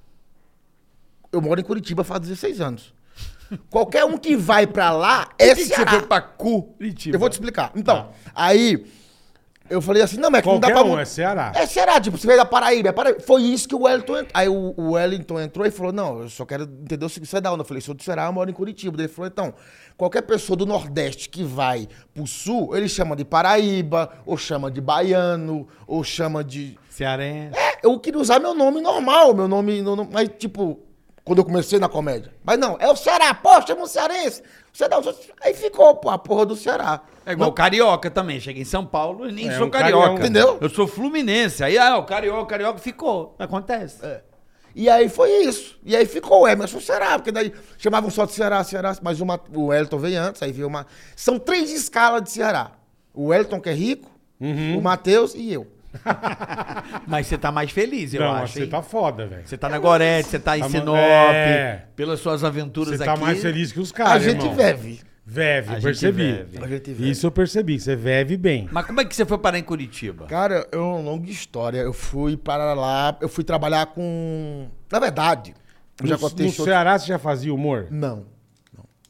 Speaker 5: Eu moro em Curitiba faz 16 anos. Qualquer um que vai pra lá é Ceará.
Speaker 3: pra Curitiba?
Speaker 5: Eu vou te explicar. Então, aí eu falei assim, não, mas que não dá
Speaker 2: Ah. Qualquer
Speaker 5: pra...
Speaker 2: um,
Speaker 5: mu-
Speaker 2: é Ceará.
Speaker 5: É Ceará, tipo, você veio da Paraíba, é Paraíba. Foi isso que o Wellington entrou. Aí o, o Wellington entrou e falou, não, eu só quero entender o seguinte, você é da onde? Eu falei, sou do Ceará, eu moro em Curitiba. Ele falou, então, qualquer pessoa do Nordeste que vai pro Sul, ele chama de Paraíba, ou chama de Baiano, ou chama de...
Speaker 3: Cearense.
Speaker 5: É, eu queria usar meu nome normal, meu nome, no- no- mas tipo, quando eu comecei na comédia. Mas não, é o Ceará, pô, chama o Cearense. Você dá, aí ficou, pô, a porra do Ceará.
Speaker 3: É igual carioca também. Cheguei em São Paulo e nem
Speaker 2: É,
Speaker 3: sou
Speaker 2: um
Speaker 3: carioca.
Speaker 2: carioca.
Speaker 5: Entendeu?
Speaker 3: Eu sou fluminense. Aí, ah, o carioca, o carioca ficou. Acontece.
Speaker 5: E aí foi isso. E aí ficou o Emerson Ceará, porque daí chamavam só de Ceará, Ceará, mas uma, o Elton veio antes, aí veio uma. São três escalas de Ceará. O Elton, que é rico,
Speaker 2: Uhum.
Speaker 5: o Matheus e eu.
Speaker 3: Mas você tá mais feliz, eu
Speaker 2: não,
Speaker 3: acho.
Speaker 2: você
Speaker 3: hein?
Speaker 2: tá foda, velho.
Speaker 3: Você tá na Gorete, você tá em
Speaker 2: Tá, mano,
Speaker 3: Sinop,
Speaker 2: é.
Speaker 3: pelas suas aventuras
Speaker 2: Você
Speaker 3: aqui.
Speaker 2: tá mais feliz que os caras,
Speaker 5: a gente
Speaker 2: irmão.
Speaker 5: vive.
Speaker 2: Veve,
Speaker 3: A
Speaker 2: eu
Speaker 3: gente
Speaker 2: percebi.
Speaker 3: veve.
Speaker 5: A gente veve.
Speaker 2: Isso eu percebi, que você veve bem.
Speaker 3: Mas como é que você foi parar em Curitiba?
Speaker 5: Cara, é uma longa história. Eu fui para lá, eu fui trabalhar com. Na verdade, eu já
Speaker 2: no
Speaker 5: contei
Speaker 2: no
Speaker 5: isso.
Speaker 2: Ceará você já fazia humor?
Speaker 5: Não.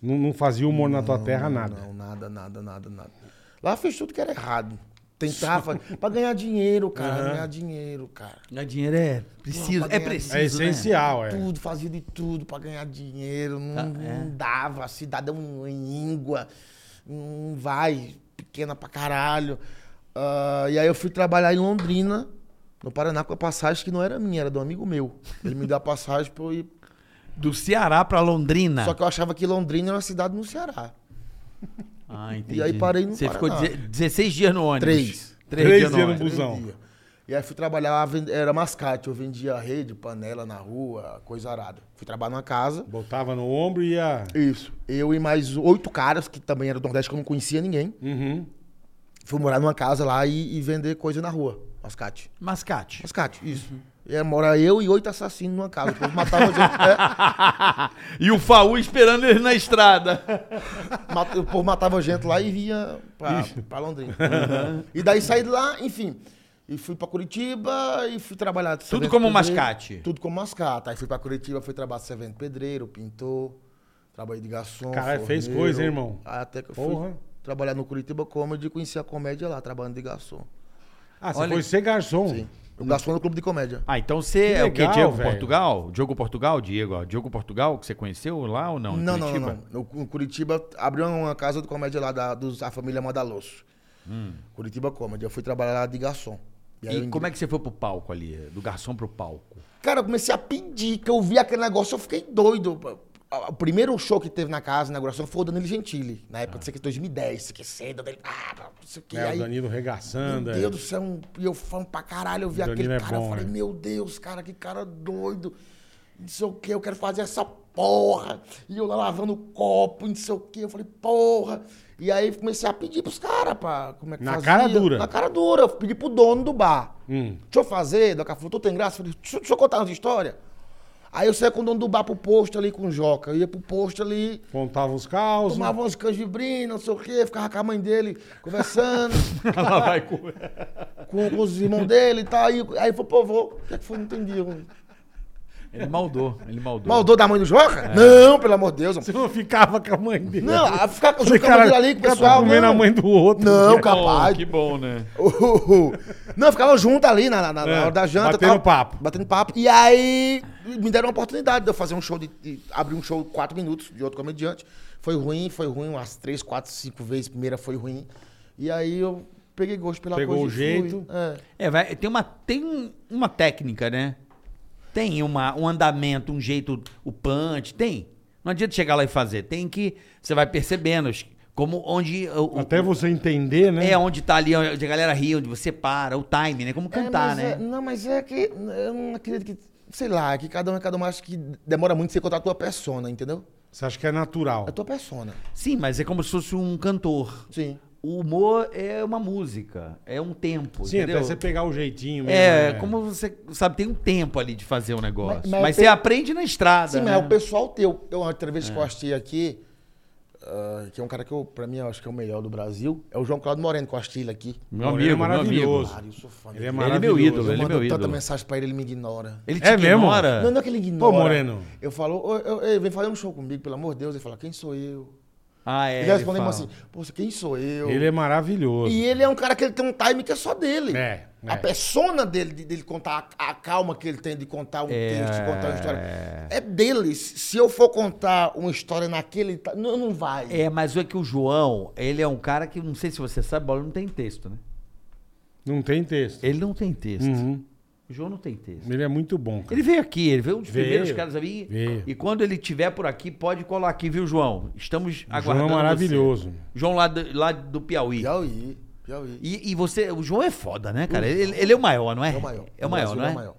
Speaker 2: Não, não fazia humor na tua terra, nada. É
Speaker 5: Não, nada, nada, nada, nada. Lá eu fiz tudo que era errado. Tentava. pra ganhar dinheiro, cara. Ganhar dinheiro, né? cara.
Speaker 3: Ganhar dinheiro é preciso,
Speaker 5: Não, pra
Speaker 3: é
Speaker 5: ganhar-
Speaker 3: preciso,
Speaker 2: É essencial, é.
Speaker 5: tudo, fazia de tudo pra ganhar dinheiro, não, não dava, cidadão um, é em íngua, não vai, pequena pra caralho. Ah, e aí eu fui trabalhar em Londrina, no Paraná, com a passagem que não era minha, era do amigo meu. Ele me deu a passagem pra eu ir.
Speaker 3: né? Do Ceará pra Londrina.
Speaker 5: Só que eu achava que Londrina era uma cidade no Ceará.
Speaker 3: Ah, entendi.
Speaker 5: E aí parei no
Speaker 3: Você ficou
Speaker 5: Paraná.
Speaker 3: deze- 16 dias no ônibus.
Speaker 5: Três.
Speaker 3: Três, dias no ônibus.
Speaker 2: busão.
Speaker 5: Vendia. E aí fui trabalhar, vend- era mascate, eu vendia rede, panela na rua, coisa arada. Fui trabalhar numa casa.
Speaker 2: Botava no ombro e ia.
Speaker 5: Isso. Eu e mais oito caras, que também era do Nordeste, que eu não conhecia ninguém.
Speaker 2: Uhum.
Speaker 5: Fui morar numa casa lá e, e vender coisa na rua. Mascate.
Speaker 3: Mascate.
Speaker 5: Mascate, isso.
Speaker 2: Uhum.
Speaker 5: E aí mora eu e oito assassinos numa casa. Depois matava gente. É,
Speaker 3: E o Faú esperando ele na estrada.
Speaker 5: mata- o povo matava gente lá e vinha pra, pra Londrina.
Speaker 2: Uhum.
Speaker 5: E daí saí de lá, enfim. E fui pra Curitiba e fui trabalhar. de servente
Speaker 3: como
Speaker 5: pedreiro.
Speaker 3: mascate?
Speaker 5: Tudo como mascate. Aí fui pra Curitiba, fui trabalhar de servente pedreiro, pintor, trabalhei de garçom.
Speaker 2: Caralho, fez
Speaker 5: forneiro.
Speaker 2: coisa, hein, irmão?
Speaker 5: Aí até que eu
Speaker 2: Porra.
Speaker 5: fui trabalhar no Curitiba Comedy e conheci a comédia lá, trabalhando de garçom.
Speaker 2: Ah, você
Speaker 3: Olha-
Speaker 2: foi ser garçom.
Speaker 5: Sim. O garçom no clube de comédia.
Speaker 3: Ah, então você é o quê?
Speaker 2: legal,
Speaker 3: Diego
Speaker 2: velho.
Speaker 3: Portugal? Diogo Portugal, Diego, ó. Diogo Portugal, que você conheceu lá ou não? em
Speaker 5: Não, não, não,
Speaker 3: Curitiba?
Speaker 5: não. No, no Curitiba abriu uma casa de comédia lá da dos, a família Madalosso. Curitiba Comedy. Eu fui trabalhar lá de garçom. E aí
Speaker 3: Hum. E
Speaker 5: eu-
Speaker 3: como é que você foi pro palco ali? Do garçom pro palco?
Speaker 5: Cara, eu comecei a pedir, que eu vi aquele negócio, eu fiquei doido. a- O primeiro show que teve na casa, inauguração, foi o Danilo Gentili. Na
Speaker 3: Ah.
Speaker 5: época, é não sei o que, 2010, se esquecendo dele. Ah, não sei o que.
Speaker 2: É,
Speaker 5: aí,
Speaker 2: o Danilo regaçando.
Speaker 5: meu
Speaker 2: é.
Speaker 5: Deus do céu, um- e eu fã pra caralho, eu vi
Speaker 2: Danilo
Speaker 5: aquele
Speaker 2: é
Speaker 5: cara,
Speaker 2: bom,
Speaker 5: eu falei,
Speaker 2: né?
Speaker 5: meu Deus, cara, que cara doido, não sei o que, eu quero fazer essa porra, e eu lá lavando o copo, não sei o que, eu falei, porra, e aí comecei a pedir pros caras pra, como é que
Speaker 2: Na
Speaker 5: fazia?
Speaker 2: cara dura.
Speaker 5: Na cara dura, eu pedi pro dono do bar,
Speaker 2: Hum.
Speaker 5: deixa eu fazer, o cara falou, tu tem graça? Eu falei, deixa, deixa eu contar umas histórias. Aí eu saí com o dono do bar pro posto ali com o Joca, eu ia pro posto ali,
Speaker 2: Contava os caos.
Speaker 5: tomava umas canjibrinas, não sei o quê, ficava com a mãe dele conversando.
Speaker 3: Ela vai com...
Speaker 5: com, com os irmãos dele e tal. Aí, aí falou, pô, vou. O que é que foi? Não entendi. Eu...
Speaker 3: Ele maldou, ele maldou.
Speaker 5: Maldou da mãe do Joca?
Speaker 2: É.
Speaker 5: Não, pelo amor de Deus. mano.
Speaker 2: Você não ficava com a mãe dele.
Speaker 5: Não, a ficar com o Joca
Speaker 2: cara,
Speaker 5: Madeira ali com o
Speaker 2: cara tá
Speaker 5: pessoal.
Speaker 2: comendo
Speaker 5: não.
Speaker 2: a mãe do outro. né?
Speaker 5: Não,
Speaker 3: Que bom,
Speaker 5: capaz.
Speaker 3: Que bom, né?
Speaker 5: Não, ficava junto ali na, na- na
Speaker 2: É,
Speaker 5: hora da janta.
Speaker 2: batendo
Speaker 5: tal,
Speaker 2: papo.
Speaker 5: Batendo papo. E aí me deram uma oportunidade de eu fazer um show, de, de abrir um show de quatro minutos de outro comediante. Foi ruim, foi ruim umas três, quatro, cinco vezes. Primeira foi ruim. E aí eu peguei gosto pela
Speaker 2: Pegou
Speaker 5: coisa.
Speaker 2: o
Speaker 5: e fui.
Speaker 2: jeito.
Speaker 5: É.
Speaker 3: É, vai, tem, uma, tem um- uma técnica, né? Tem uma, um andamento, um jeito, o punch, tem. Não adianta chegar lá e fazer. Tem que. Você vai percebendo os- como onde. o- o-
Speaker 2: Até você entender, né?
Speaker 5: um
Speaker 3: É onde tá ali, onde a galera ri, onde você para, o time, né? Como
Speaker 5: É,
Speaker 3: cantar,
Speaker 5: mas
Speaker 3: né?
Speaker 5: é- não, mas é que eu não acredito que. Sei lá, é que cada um é cada um, acho que demora muito você encontrar a tua persona, entendeu?
Speaker 2: Você acha que é natural.
Speaker 5: A tua persona.
Speaker 3: Sim, mas é como se fosse um cantor.
Speaker 5: Sim.
Speaker 3: O humor é uma música, é um tempo,
Speaker 2: Sim,
Speaker 3: entendeu?
Speaker 2: até você pegar o jeitinho mesmo.
Speaker 3: É,
Speaker 2: né?
Speaker 3: como você, sabe, tem um tempo ali de fazer o negócio. Mas,
Speaker 5: mas
Speaker 3: você
Speaker 5: tem-
Speaker 3: aprende na estrada,
Speaker 5: Sim,
Speaker 3: né?
Speaker 5: mas é o pessoal teu. Eu, uma entrevista que eu assisti aqui, ah, que é um cara que eu, pra mim, eu acho que é o melhor do Brasil, é o João Cláudio Moreno, que eu assisti ele aqui.
Speaker 3: Meu
Speaker 2: Ele
Speaker 3: amigo, meu
Speaker 2: é
Speaker 3: amigo.
Speaker 2: maravilhoso.
Speaker 5: Cara, eu sou fã
Speaker 2: Ele
Speaker 5: dele.
Speaker 2: é
Speaker 3: Ele é
Speaker 2: maravilhoso.
Speaker 3: meu ídolo, ele é
Speaker 5: Eu
Speaker 3: meu
Speaker 5: mando tanta
Speaker 3: ídolo.
Speaker 5: mensagem pra ele, ele me ignora.
Speaker 3: Ele te
Speaker 2: É mesmo?
Speaker 3: ignora?
Speaker 5: Não, não é que ele ignora.
Speaker 2: Moreno.
Speaker 5: Eu falo, ô, ô, ei, vem fazer um show comigo, pelo amor de Deus. Ele fala, quem sou eu?
Speaker 3: Ah, é.
Speaker 5: ele responde
Speaker 3: fala.
Speaker 5: assim, pô, quem sou eu?
Speaker 2: Ele é maravilhoso.
Speaker 5: E ele é um cara que ele tem um time que é só dele.
Speaker 2: É, é.
Speaker 5: A persona dele, de- dele contar a, a calma que ele tem de contar um
Speaker 3: É.
Speaker 5: texto, de contar uma história. É dele. Se se eu for contar uma história naquele. ta- Não, não vai.
Speaker 3: É, mas é que o João, ele é um cara que, não sei se você sabe, bola não tem texto, né?
Speaker 2: Não tem texto.
Speaker 5: é
Speaker 3: Ele não tem texto.
Speaker 2: Uhum.
Speaker 3: O João não tem
Speaker 5: Uhum.
Speaker 3: texto.
Speaker 2: Ele é muito bom, cara.
Speaker 3: Ele veio aqui, ele veio um dos
Speaker 2: Veio.
Speaker 3: primeiros caras a vir.
Speaker 2: Veio.
Speaker 3: E quando ele tiver por aqui, pode colar aqui, viu, João? Estamos
Speaker 5: tá
Speaker 2: O
Speaker 3: aguardando.
Speaker 2: João é
Speaker 3: você.
Speaker 2: maravilhoso.
Speaker 3: João lá do, lá do Piauí.
Speaker 5: Piauí. Piauí.
Speaker 3: E, e você, o João é foda, né, cara? Ele, ele é o maior, não é?
Speaker 5: É o maior.
Speaker 3: É o
Speaker 5: No
Speaker 3: maior,
Speaker 5: Brasil,
Speaker 3: não
Speaker 5: ele
Speaker 3: é?
Speaker 5: o maior.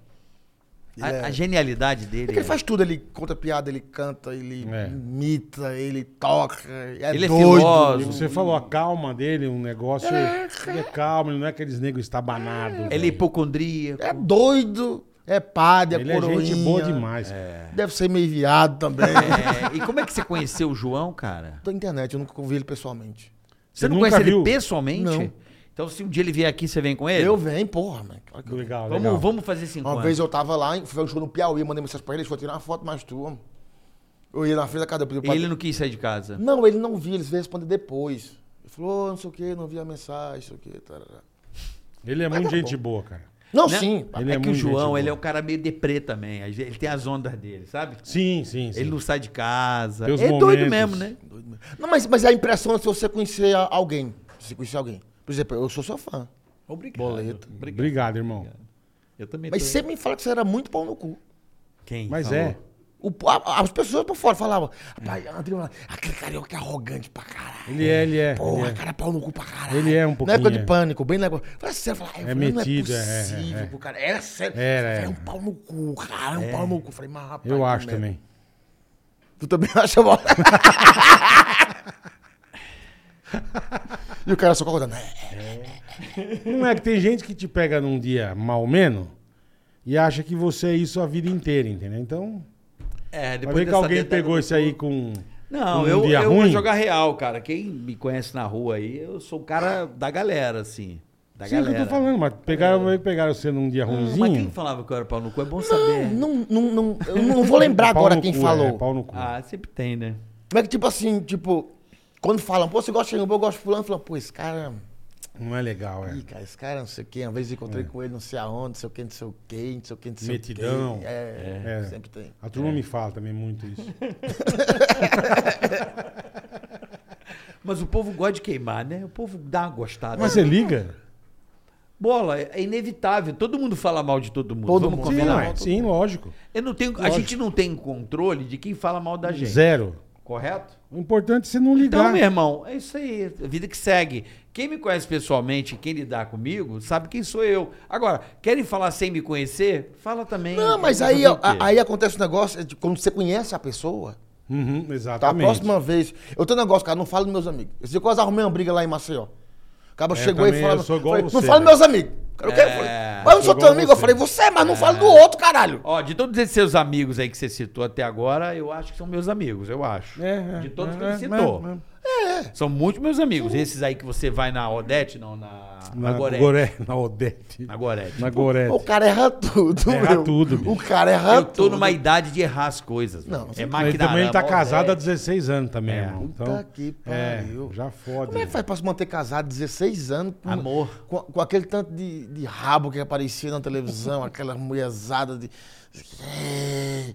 Speaker 5: Ele
Speaker 3: A,
Speaker 5: é-
Speaker 3: a genialidade dele.
Speaker 5: É que ele faz tudo, ele conta piada, ele canta, ele
Speaker 2: É.
Speaker 5: imita, ele toca, é
Speaker 3: Ele é
Speaker 2: E
Speaker 5: doido.
Speaker 3: filósofo.
Speaker 2: você falou a calma dele, um negócio. Ele é calmo, ele não é aqueles negros estabanados.
Speaker 3: Ele é hipocondríaco.
Speaker 5: é doido, é padre, é
Speaker 2: Ele é
Speaker 5: coroinha. É.
Speaker 2: gente boa demais.
Speaker 5: Deve ser meio viado também.
Speaker 3: É, E como é que você conheceu o João, cara?
Speaker 5: Da internet, eu nunca convi ele pessoalmente.
Speaker 3: Você
Speaker 2: Eu
Speaker 3: não
Speaker 2: nunca
Speaker 3: conhece
Speaker 2: vi
Speaker 3: ele
Speaker 2: o-
Speaker 3: pessoalmente?
Speaker 5: Não.
Speaker 3: Então, se um dia ele vier aqui, você vem com ele?
Speaker 5: Eu venho, porra, mano. Claro que eu-
Speaker 2: Legal, legal.
Speaker 3: Vamos, vamos fazer cinco
Speaker 5: Uma
Speaker 3: anos.
Speaker 5: vez eu tava lá, em- foi um show no Piauí, mandei mensagem pra ele, ele foi tirar uma foto mais tua. mano." Eu ia na frente da cadeia, pedi pra...
Speaker 3: Ele não quis sair de casa.
Speaker 5: Não, ele não viu, ele veio responder depois. Ele falou, "Ô, não sei o que, não vi a mensagem, não sei o que, tarará.
Speaker 2: Ele é muito gente boa, cara.
Speaker 5: Não,
Speaker 3: Né?
Speaker 5: sim.
Speaker 2: Ele
Speaker 3: é,
Speaker 2: é
Speaker 3: que o
Speaker 2: muito gente
Speaker 3: João,
Speaker 2: boa.
Speaker 3: ele é um cara meio deprê também. Às vezes Ele tem as ondas dele, sabe?
Speaker 2: Sim, sim, sim.
Speaker 3: Ele não sai de casa.
Speaker 2: Tem os
Speaker 3: é doido
Speaker 2: momentos.
Speaker 3: mesmo, né?
Speaker 5: Doido mesmo. Não, mas, mas a impressão é se você conhecer a- alguém. Se conhecer alguém. Por exemplo, eu sou seu fã.
Speaker 3: Obrigado.
Speaker 5: Boleto.
Speaker 3: Obrigado.
Speaker 2: Obrigado, irmão.
Speaker 3: Eu também
Speaker 5: Mas
Speaker 3: tô-
Speaker 5: sempre me fala que você era muito pau no cu.
Speaker 3: Quem
Speaker 2: Mas
Speaker 3: falou? Tá
Speaker 2: é.
Speaker 5: O- a- as pessoas por fora falavam, rapaz, é, André, aquele carioca é arrogante pra caralho.
Speaker 2: Ele é, ele é.
Speaker 5: Porra,
Speaker 2: ele é.
Speaker 5: cara, pau no cu pra caralho.
Speaker 2: Ele é um
Speaker 5: Na época
Speaker 2: pouquinho,
Speaker 5: de
Speaker 2: é.
Speaker 5: pânico, bem na época. Fala sério, eu falei,
Speaker 2: É
Speaker 5: ah, eu falei,
Speaker 2: metido, é,
Speaker 5: não
Speaker 2: é,
Speaker 5: é
Speaker 2: é,
Speaker 5: possível
Speaker 2: é.
Speaker 5: pro cara. Era sério.
Speaker 2: Era,
Speaker 5: Falei,
Speaker 2: era.
Speaker 5: um pau no cu, cara, é um pau no cu. Falei, mas rapaz.
Speaker 2: Eu
Speaker 5: que
Speaker 2: acho
Speaker 5: merda.
Speaker 2: também.
Speaker 5: Tu também acha bom. e o cara só concordando. É, é.
Speaker 2: Não é que tem gente que te pega num dia mal menos e acha que você é isso a vida inteira, entendeu? Então,
Speaker 3: É,
Speaker 2: vai
Speaker 3: depois
Speaker 2: ver que
Speaker 3: dessa
Speaker 2: alguém
Speaker 3: dentada
Speaker 2: pegou
Speaker 3: no
Speaker 2: esse
Speaker 3: cu.
Speaker 2: aí com
Speaker 3: Não,
Speaker 2: com
Speaker 3: eu,
Speaker 2: um dia
Speaker 3: eu vou
Speaker 2: ruim.
Speaker 3: jogar real, cara. Quem me conhece na rua aí, eu sou o cara da galera, assim. Da
Speaker 2: Sim, é o que
Speaker 3: galera. É.
Speaker 2: eu tô falando, mas pegaram, pegaram você num dia
Speaker 3: Não, mas quem
Speaker 2: ruimzinho.
Speaker 3: falava que eu era pau no cu é bom saber.
Speaker 5: Não, não, não, eu não vou lembrar
Speaker 2: pau
Speaker 5: agora
Speaker 2: no
Speaker 5: quem
Speaker 2: cu,
Speaker 5: falou.
Speaker 2: É, pau no cu.
Speaker 3: Ah, sempre tem, né?
Speaker 5: Como é que, tipo assim, tipo, quando falam, pô, você gosta de Xangô, eu gosto de fulano, falam, pô, esse cara.
Speaker 2: Não é legal, é.
Speaker 5: Ih, cara, esse cara não sei o quê. Uma vez eu encontrei com ele não sei aonde, não sei o quê, não sei o quê, não sei o quê, não sei
Speaker 2: Metidão.
Speaker 5: o quê. É,
Speaker 2: É.
Speaker 5: sempre tem.
Speaker 2: A turma me fala também muito isso.
Speaker 3: Tá Mas o povo gosta de queimar, né? O povo dá uma gostada.
Speaker 2: Mas você liga?
Speaker 3: Bola, é inevitável. Todo mundo fala mal de todo mundo.
Speaker 5: Todo
Speaker 3: Vamos
Speaker 5: mundo.
Speaker 2: Sim,
Speaker 3: combinar.
Speaker 2: ué, sim, lógico.
Speaker 3: Eu não tenho, a
Speaker 2: Lógico. é.
Speaker 3: gente não tem controle de quem fala mal da gente.
Speaker 2: Zero.
Speaker 3: Correto?
Speaker 2: O importante é você não ligar.
Speaker 3: Então, meu irmão, é isso aí. A vida que segue. Quem me conhece pessoalmente, quem lidar comigo, sabe quem sou eu. Agora, querem falar sem me conhecer? Fala também.
Speaker 5: Não, mas aí, ó, a- aí acontece um negócio, é de quando você conhece a pessoa,
Speaker 2: Uhum,
Speaker 5: tá? A
Speaker 2: exatamente.
Speaker 5: próxima vez. Eu tenho um negócio, cara, não falo dos meus amigos. Eu quase arrumei uma briga lá em Maceió. O cara chegou
Speaker 2: É, também,
Speaker 5: e falou:
Speaker 2: eu sou igual
Speaker 5: falei,
Speaker 2: você, né?"
Speaker 5: Não falo dos meus amigos. Cara, o quê? Eu falei, mas eu não
Speaker 2: sou
Speaker 5: sou teu
Speaker 2: igual
Speaker 5: amigo.
Speaker 2: você.
Speaker 5: Eu falei, você,
Speaker 2: É.
Speaker 5: mas não falo do outro, caralho.
Speaker 3: Ó, de todos esses seus amigos aí que você citou até agora, eu acho que são meus amigos, eu acho.
Speaker 2: É, é,
Speaker 3: de todos
Speaker 2: é,
Speaker 3: que ele
Speaker 2: é,
Speaker 3: citou.
Speaker 2: é,
Speaker 3: São muitos meus amigos. Esses aí que você vai na Odete, não, na, na
Speaker 2: Na
Speaker 3: Gorete.
Speaker 2: Goré, na Odete.
Speaker 3: Na Gorete.
Speaker 2: Na Gorete.
Speaker 5: O cara erra tudo,
Speaker 2: É. Erra
Speaker 5: meu.
Speaker 2: tudo, bicho.
Speaker 5: O cara erra
Speaker 3: Eu tô
Speaker 5: tudo.
Speaker 3: numa idade de errar as coisas.
Speaker 5: Não,
Speaker 3: velho.
Speaker 5: você-
Speaker 3: é
Speaker 2: Ele
Speaker 3: máquina.
Speaker 2: também tá casado há 16 anos também,
Speaker 3: É.
Speaker 2: irmão.
Speaker 5: Puta
Speaker 2: Então,
Speaker 5: que
Speaker 2: é,
Speaker 5: pariu.
Speaker 2: já foda.
Speaker 5: Como é que faz pra se manter casado 16 anos? Com,
Speaker 3: Amor.
Speaker 5: Com, com aquele tanto de, de rabo que aparecia na televisão, aquela mulherzada de. É,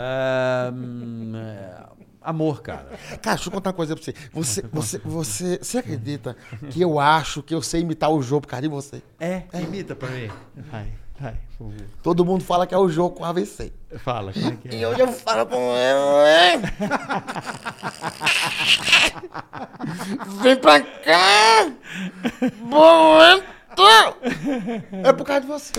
Speaker 3: Ah, hum, é, amor, cara.
Speaker 5: Cara, deixa eu contar uma coisa pra você. Você, você, você, você acredita que eu acho que eu sei imitar o jogo por causa de você?
Speaker 3: É, imita pra mim. Vai, vai.
Speaker 5: Todo mundo fala que é o jogo com AVC.
Speaker 3: Fala, como é que é?
Speaker 5: E eu já falo com ele. Vem pra cá! Bonito! É por causa de você.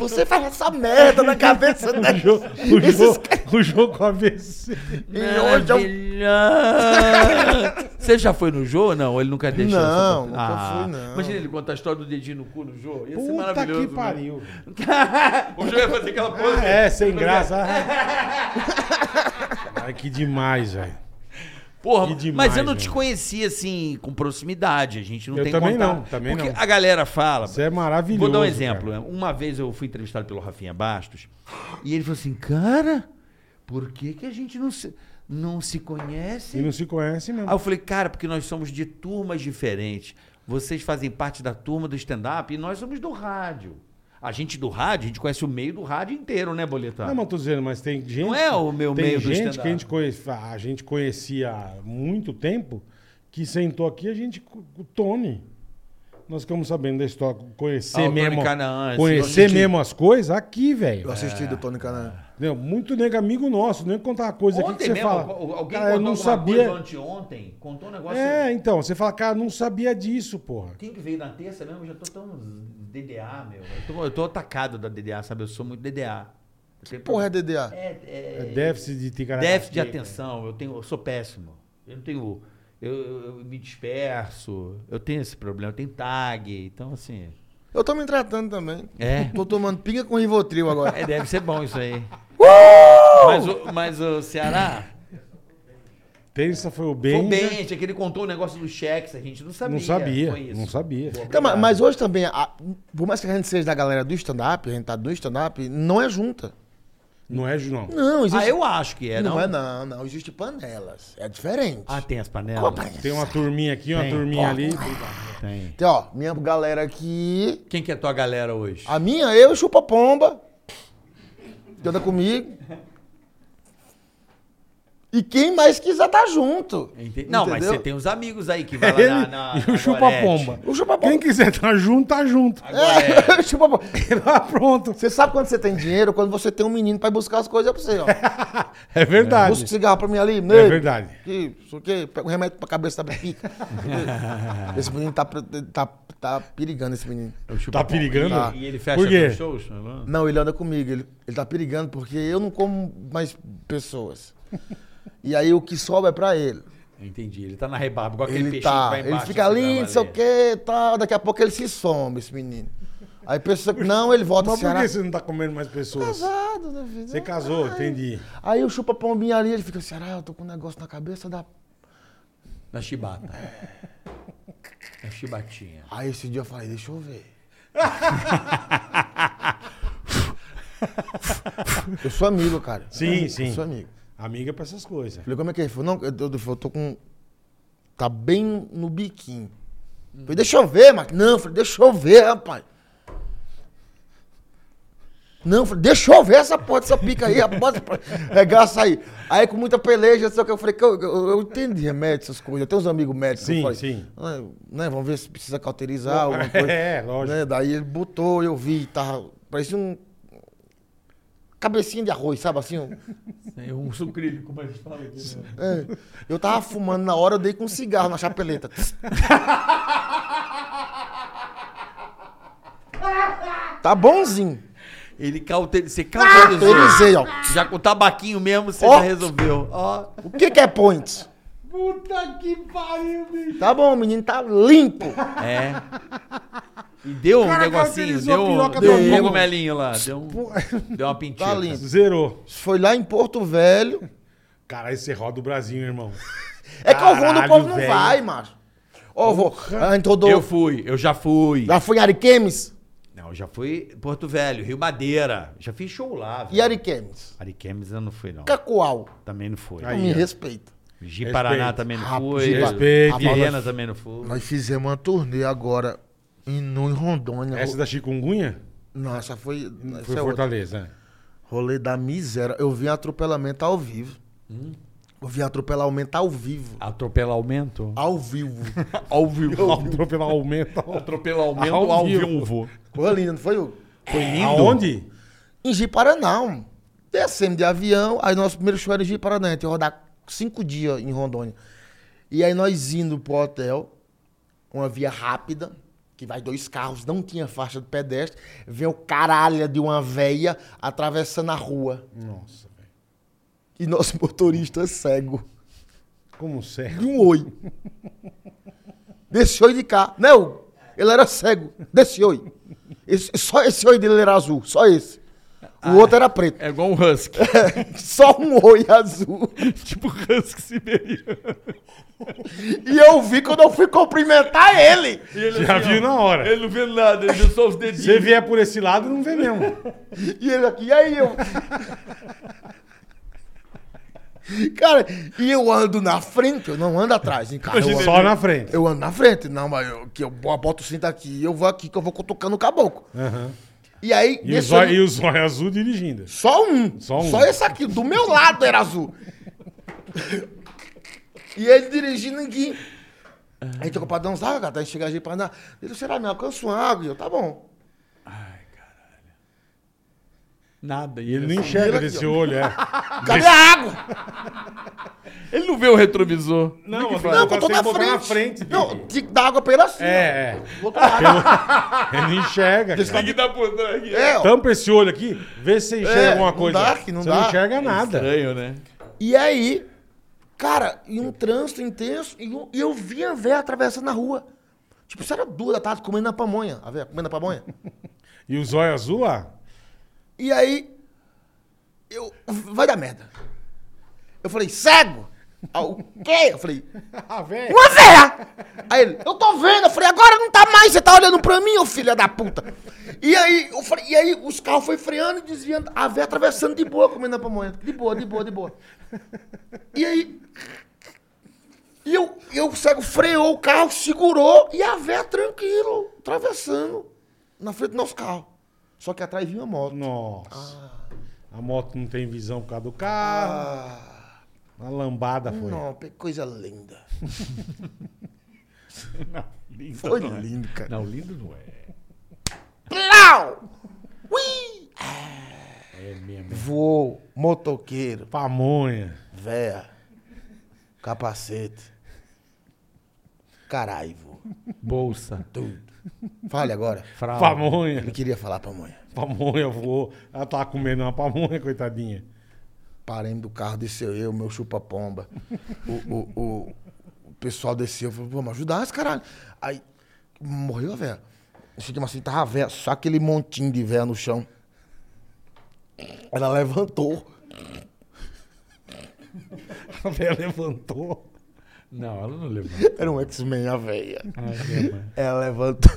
Speaker 5: Você faz essa merda na cabeça da
Speaker 2: O jogo, o
Speaker 5: Esses
Speaker 2: jogo, o jogo AVC.
Speaker 5: E hoje eu
Speaker 3: Maravilhoso. Você já foi no Jô ou não? Ele nunca deixou?
Speaker 5: Não,
Speaker 3: essa- Ah.
Speaker 5: nunca fui, não.
Speaker 3: Imagina ele contar a história do dedinho no cu no Jô. Ia ser
Speaker 2: Puta
Speaker 3: maravilhoso.
Speaker 2: que
Speaker 3: né?
Speaker 2: pariu.
Speaker 3: o Jô ia fazer aquela pose.
Speaker 2: É, sem graça. Ai, que demais, velho.
Speaker 3: Porra,
Speaker 2: Que demais,
Speaker 3: mas eu não te
Speaker 2: velho.
Speaker 3: conheci assim com proximidade. A gente não
Speaker 2: Eu
Speaker 3: tem
Speaker 2: também
Speaker 3: contato.
Speaker 2: não, também
Speaker 3: Porque
Speaker 2: não.
Speaker 3: a galera fala.
Speaker 2: Você é maravilhoso.
Speaker 3: Vou dar um exemplo.
Speaker 2: cara.
Speaker 3: Uma vez eu fui entrevistado pelo Rafinha Bastos e ele falou assim: Cara, por que, que a gente não se, não se conhece?
Speaker 2: E não se conhece mesmo.
Speaker 3: Aí eu falei: Cara, porque nós somos de turmas diferentes. Vocês fazem parte da turma do stand-up e nós somos do rádio. A gente do rádio, a gente conhece o meio do rádio inteiro, né, Boletar?
Speaker 2: Não, mas tô dizendo, mas tem gente.
Speaker 3: Não é o meu
Speaker 2: tem
Speaker 3: meio do
Speaker 2: gente
Speaker 3: stand-up.
Speaker 2: que a gente, conhecia, a gente conhecia há muito tempo, que sentou aqui a gente. com O Tony. Nós ficamos sabendo da história. Conhecer
Speaker 3: Ah, o Tony
Speaker 2: mesmo.
Speaker 3: Canaan, esse
Speaker 2: conhecer
Speaker 3: Tony-
Speaker 2: mesmo as coisas aqui, velho.
Speaker 5: assisti do Tony Canaan.
Speaker 2: Entendeu? Muito nego amigo nosso, nem contar uma coisa aqui que você fala.
Speaker 3: al- alguém
Speaker 2: cara, eu
Speaker 3: contou
Speaker 2: não
Speaker 3: alguma
Speaker 2: sabia.
Speaker 3: coisa anteontem, contou um negócio...
Speaker 2: É, então, você fala, cara, não sabia disso, porra.
Speaker 3: Quem que veio na terça mesmo? Eu já tô tão DDA, meu. Eu tô, eu tô atacado da DDA, sabe? Eu sou muito DDA. Eu tenho
Speaker 5: Porra, é
Speaker 3: problema.
Speaker 5: DDA.
Speaker 3: é, é,
Speaker 2: É déficit de ticaracatica.
Speaker 3: déficit de atenção. Eu, tenho, eu sou péssimo. Eu não tenho. Eu, eu- eu me disperso. Eu tenho esse problema. Eu tenho tag. Então, assim.
Speaker 5: Eu tô me tratando também.
Speaker 3: É.
Speaker 5: Tô tomando pinga com Rivotril agora.
Speaker 3: É, deve ser bom isso aí. Mas, o, mas o Ceará.
Speaker 2: Terça foi o
Speaker 3: Foi
Speaker 2: bem. né?
Speaker 3: o Bench, é que ele contou o negócio dos cheques. A gente não sabia.
Speaker 2: Não sabia.
Speaker 3: Foi isso.
Speaker 2: Não sabia.
Speaker 5: Então, ma- mas hoje também, a- por mais que a gente seja da galera do stand-up, a gente tá do stand-up, não é junta.
Speaker 2: Não é, Junão?
Speaker 5: Não,
Speaker 3: Ah,
Speaker 5: existe.
Speaker 3: eu acho que é,
Speaker 5: não,
Speaker 3: não.
Speaker 5: é, não, não. Existe panelas. É diferente.
Speaker 3: Ah, tem as panelas?
Speaker 5: Companhia.
Speaker 2: Tem uma turminha aqui, uma turminha ali.
Speaker 3: Tem.
Speaker 5: Tem, ó, minha galera aqui.
Speaker 3: Quem que é tua galera hoje?
Speaker 5: A minha, eu e Chupa Pomba. Que anda comigo. E quem mais quiser tá junto.
Speaker 3: Ente- Não, mas
Speaker 5: Entendeu?
Speaker 3: você tem uns amigos aí que vai lá
Speaker 2: Ele
Speaker 3: na, na,
Speaker 2: e
Speaker 3: na
Speaker 2: o chupa-pomba.
Speaker 5: O Chupa Pomba.
Speaker 2: Quem quiser tá junto, tá junto.
Speaker 3: Agora
Speaker 5: É, Chupa Pomba.
Speaker 2: Tá pronto.
Speaker 5: Você sabe quando você tem dinheiro? Quando você tem um menino pra ir buscar as coisas pra você, ó.
Speaker 2: É
Speaker 5: Busca um
Speaker 2: verdade.
Speaker 5: cigarro pra mim ali,
Speaker 2: É
Speaker 5: nego.
Speaker 2: verdade.
Speaker 5: Que, isso aqui, pega um remédio pra cabeça da pica. esse menino tá, pre- tá, tá perigando, esse menino.
Speaker 3: é o chupa-pomba.
Speaker 2: Tá perigando?
Speaker 3: E, e ele fecha
Speaker 2: Por quê?
Speaker 3: teus shows? Alan?
Speaker 5: Não, ele anda comigo, ele, ele tá perigando porque eu não como mais pessoas. E aí o que sobra é pra ele.
Speaker 3: Entendi. Ele tá na rebarba, igual aquele
Speaker 5: Ele
Speaker 3: peixinho que
Speaker 5: tá,
Speaker 3: vai
Speaker 5: ele
Speaker 3: embaixo.
Speaker 5: fica
Speaker 3: assim,
Speaker 5: ali,
Speaker 3: vai
Speaker 5: não sei o
Speaker 3: valer.
Speaker 5: que, tal, daqui a pouco ele se some, esse menino. Aí pensa, não, ele volta,
Speaker 2: Mas por
Speaker 5: Ceará.
Speaker 2: que você não tá comendo mais pessoas?
Speaker 5: Casado, né, filho?
Speaker 2: Você casou, entendi.
Speaker 5: Aí o chupa pombinha ali, ele fica, Ceará, eu tô com um negócio na cabeça da
Speaker 3: Na chibata. Na chibatinha.
Speaker 5: Aí esse dia eu falei, deixa eu ver. eu sou amigo, cara.
Speaker 2: Sim,
Speaker 5: Eu
Speaker 2: sim.
Speaker 5: sou amigo.
Speaker 2: Amiga pra essas coisas.
Speaker 5: Falei, como é que é? Ele falou, não, eu, eu- eu tô com. Tá bem no biquinho.
Speaker 2: Hum.
Speaker 5: Falei, deixa eu ver, Marcos. Não, falei, deixa eu ver, rapaz. Não, eu falei, deixa eu ver essa porra dessa pica aí, rapaz, regaça aí. Aí com muita peleja, só que eu falei, que eu, eu, eu entendi remédio, essas coisas. Eu tenho uns amigos médicos.
Speaker 2: Sim,
Speaker 5: eu falei,
Speaker 2: sim.
Speaker 5: "Ah, Né, vamos ver se precisa cauterizar alguma coisa.
Speaker 2: É, lógico.
Speaker 5: Né, daí ele botou, eu vi, tava, parecia um cabecinha de arroz, sabe assim? um-
Speaker 3: É um sucrilho, como a gente fala aqui. né?
Speaker 5: é. Eu tava fumando na hora, eu dei com um cigarro na chapeleta. tá bonzinho.
Speaker 3: Ele cautel... Você cautelizou.
Speaker 5: Cauterizei, ó.
Speaker 3: Já com o tabaquinho mesmo, você
Speaker 5: Ó.
Speaker 3: já resolveu. Ó.
Speaker 5: O que, que é points?
Speaker 6: Puta que pariu, bicho.
Speaker 5: Tá bom, o menino tá limpo.
Speaker 3: É. E deu um
Speaker 2: Cara,
Speaker 3: negocinho,
Speaker 2: cautelizou a
Speaker 3: deu, um-
Speaker 2: piroca
Speaker 3: deu
Speaker 2: do
Speaker 3: um
Speaker 2: amigo.
Speaker 3: cogumelinho lá. Deu, um, deu uma pintinha.
Speaker 5: Tá limpo.
Speaker 2: Zerou.
Speaker 5: Foi lá em Porto Velho.
Speaker 2: Cara, você roda o Brasil, irmão.
Speaker 5: É que ao fundo o
Speaker 2: Caralho,
Speaker 5: povo não
Speaker 2: velho.
Speaker 5: vai, macho. Ó, vou. Ah, então A gente rodou.
Speaker 3: Eu fui, eu já fui.
Speaker 5: Já fui em Ariquemes
Speaker 3: Não, eu já fui Porto Velho, Rio Madeira. Já fiz show lá.
Speaker 5: e
Speaker 3: velho.
Speaker 5: Ariquemes.
Speaker 3: Ariquemes eu não fui, não.
Speaker 5: Cacoal.
Speaker 3: Também não fui.
Speaker 2: Aí.
Speaker 5: Me
Speaker 2: ó.
Speaker 5: respeita.
Speaker 3: Gi Paraná
Speaker 2: Respeito.
Speaker 3: também não
Speaker 5: Rap-
Speaker 3: fui.
Speaker 5: Gi-
Speaker 2: Respeito.
Speaker 3: Vilhena também não fui.
Speaker 5: Nós fizemos uma turnê agora em, no, em Rondônia.
Speaker 2: Essa da chikungunya
Speaker 5: Nossa, foi.
Speaker 2: foi
Speaker 5: essa é outra.
Speaker 2: Fortaleza. né?
Speaker 5: Rolê da miséria. Eu vi atropelamento ao vivo. Eu vi atropelamento ao vivo.
Speaker 3: Atropelar aumento?
Speaker 5: Ao vivo.
Speaker 3: Ao vivo.
Speaker 5: um-
Speaker 2: Atropelar o metal.
Speaker 3: Atropelar aumento
Speaker 2: Ao
Speaker 3: ao
Speaker 2: vivo.
Speaker 3: vivo. É.
Speaker 5: Coisa linda, não foi, Hugo?
Speaker 3: Foi lindo.
Speaker 2: Aonde?
Speaker 5: Em Jiparaná. um. Descemos de avião. Aí nosso primeiro show era em Jiparaná. A gente ia rodar cinco dias em Rondônia. E aí nós indo pro hotel. Uma via rápida. Que vai dois carros. Não tinha faixa de pedestre. Vem o caralho de uma véia atravessando a rua.
Speaker 2: Nossa, velho.
Speaker 5: E nosso motorista é cego.
Speaker 2: Como serve?
Speaker 5: de um oi. Desse oi de cá. Não, ele era cego. Desse oi. Esse- só esse oi dele era azul, só esse. O outro era preto.
Speaker 3: É igual um husky.
Speaker 5: Só um oi azul.
Speaker 3: tipo husky siberiano.
Speaker 5: E eu vi quando eu fui cumprimentar ele.
Speaker 2: Já viu na hora.
Speaker 3: assim, Ele não vê nada, ele viu só os dedinhos.
Speaker 2: Se vier por esse lado, não vê mesmo.
Speaker 5: E ele aqui, e aí eu. Cara, e eu ando na frente, eu não ando atrás, hein, cara. Eu ando,
Speaker 2: Só É na frente.
Speaker 5: eu ando na frente, não, mas eu, que eu boto o cinto aqui e eu vou aqui que eu vou cutucando o caboclo.
Speaker 2: Aham.
Speaker 5: E aí.
Speaker 2: E o
Speaker 5: nesse
Speaker 2: zóio
Speaker 5: ônibus-
Speaker 2: e o zóio azul dirigindo.
Speaker 5: Só um.
Speaker 2: Só
Speaker 5: Só
Speaker 2: um.
Speaker 5: esse aqui, do meu lado era azul. e ele dirigindo aqui. A gente ocupado uns água, até chegar aqui pra andar. Ele será me alcança uma água? E eu, tá bom.
Speaker 3: Nada.
Speaker 2: E ele não
Speaker 3: nem
Speaker 2: enxerga
Speaker 5: aqui,
Speaker 2: desse olho, é.
Speaker 5: Cadê a água?
Speaker 3: Ele não vê o retrovisor.
Speaker 2: Não,
Speaker 3: Como é que
Speaker 2: eu
Speaker 3: faz?
Speaker 5: Não,
Speaker 2: Agora
Speaker 5: eu
Speaker 2: tem
Speaker 5: tô
Speaker 2: que
Speaker 5: na
Speaker 2: botar
Speaker 5: frente.
Speaker 2: na frente,
Speaker 5: não,
Speaker 2: Bibi.
Speaker 5: tinha que dar água pra ele assim. ó.
Speaker 2: É, é.
Speaker 5: Do outro lado.
Speaker 2: Ele não enxerga.
Speaker 3: Tem
Speaker 2: cara.
Speaker 3: que dar por trás aqui.
Speaker 5: É, ó.
Speaker 2: Tampa esse olho aqui, vê se você enxerga
Speaker 5: É,
Speaker 2: alguma
Speaker 5: não
Speaker 2: coisa.
Speaker 5: dá, que não
Speaker 2: você
Speaker 5: dá.
Speaker 2: não enxerga nada.
Speaker 3: Estranho, né?
Speaker 5: E aí, cara, e um trânsito intenso, e eu, e eu vi a véia atravessando a rua. Tipo, isso era duas da tarde, comendo na pamonha. A véia comendo na pamonha.
Speaker 2: E o zóio azul lá?
Speaker 5: E aí, eu. Vai dar merda. Eu falei, cego? Ah, O quê? Eu falei,
Speaker 2: Ah, velho.
Speaker 5: uma véia! Aí ele, eu tô vendo. Eu falei, agora não tá mais, você tá olhando pra mim, ô filha da puta. E aí, eu falei, e aí os carros foram freando e desviando, a véia atravessando de boa, comendo a pamonha. De boa, de boa, de boa. E aí. E eu, eu cego, freou o carro, segurou, e a véia tranquilo, atravessando na frente do nosso carro. Só que atrás vinha uma moto.
Speaker 2: Nossa. A moto não tem visão por causa do carro. Uma lambada foi.
Speaker 5: Não, pe- coisa linda. Foi lindo, cara.
Speaker 3: Não, lindo não é.
Speaker 5: Plau! Ui! Voou, motoqueiro,
Speaker 2: Pamonha.
Speaker 5: véia, capacete. Caralho, vô.
Speaker 3: Bolsa.
Speaker 5: Fale agora.
Speaker 3: Fralda.
Speaker 2: Pamonha.
Speaker 5: Ele queria falar pra mãe.
Speaker 2: Pamonha voou. Ela tava comendo uma pamonha, coitadinha.
Speaker 5: Paremos do carro, desceu eu, meu chupa-pomba. O, o, o, o pessoal desceu, falou, vamos ajudar esse caralho. Aí morreu a véia. Chegamos assim, tava a véia, só aquele montinho de véia no chão. Ela levantou.
Speaker 2: A velha levantou.
Speaker 3: Não, ela não levanta.
Speaker 5: Era um X-Men a véia.
Speaker 3: Ai, minha mãe.
Speaker 5: Ela levantou.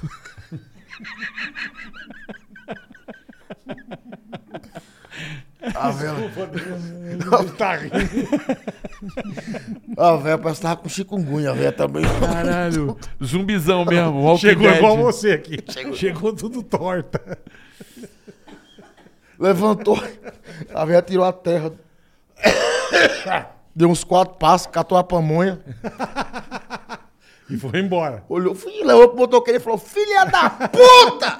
Speaker 5: A véia,
Speaker 2: Tá rindo.
Speaker 5: a véia parece que tava com chikungunya, a véia também.
Speaker 3: Caralho. Zumbizão mesmo. Walking
Speaker 2: Chegou
Speaker 3: Dead.
Speaker 2: igual você aqui. Chegou tudo torta.
Speaker 5: levantou, a velha tirou a terra. Deu uns quatro passos, catou a pamonha.
Speaker 2: E foi embora.
Speaker 5: Olhou, fui, levou pro motoqueiro e falou: Filha da puta!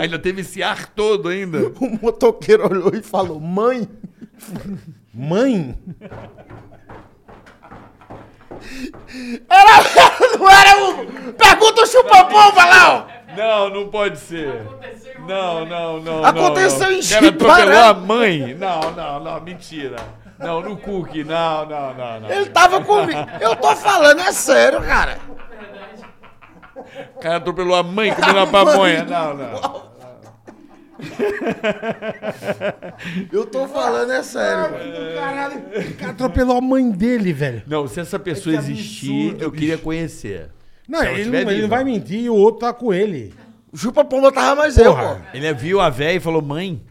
Speaker 3: Ainda teve esse ar todo ainda.
Speaker 5: O motoqueiro olhou e falou: Mãe? Mãe? Era, não era o. Pergunta o chupa-pomba lá,
Speaker 3: Não, não né? pode ser. Não, não, não.
Speaker 5: Aconteceu
Speaker 3: não,
Speaker 5: em
Speaker 3: não. Cara
Speaker 5: Chipará.
Speaker 3: atropelou a mãe. Não, não, não, mentira. Não, no cookie, não, não, não, não.
Speaker 5: ó! Ele tava comigo. Eu tô falando, é sério, cara.
Speaker 3: O cara atropelou a mãe comendo a pamonha. Não, não.
Speaker 5: Eu tô falando, é sério. mano.
Speaker 2: O cara atropelou a mãe dele, velho.
Speaker 3: Não, se essa pessoa existir, eu queria conhecer.
Speaker 2: Não,
Speaker 3: Se ela
Speaker 2: ele, não,
Speaker 3: tiver
Speaker 2: ele
Speaker 3: viva.
Speaker 2: não vai mentir e o outro tá com ele.
Speaker 5: O chupa-pomba tava mais eu,
Speaker 2: Porra.
Speaker 5: pô.
Speaker 3: Ele viu a véia e falou, mãe.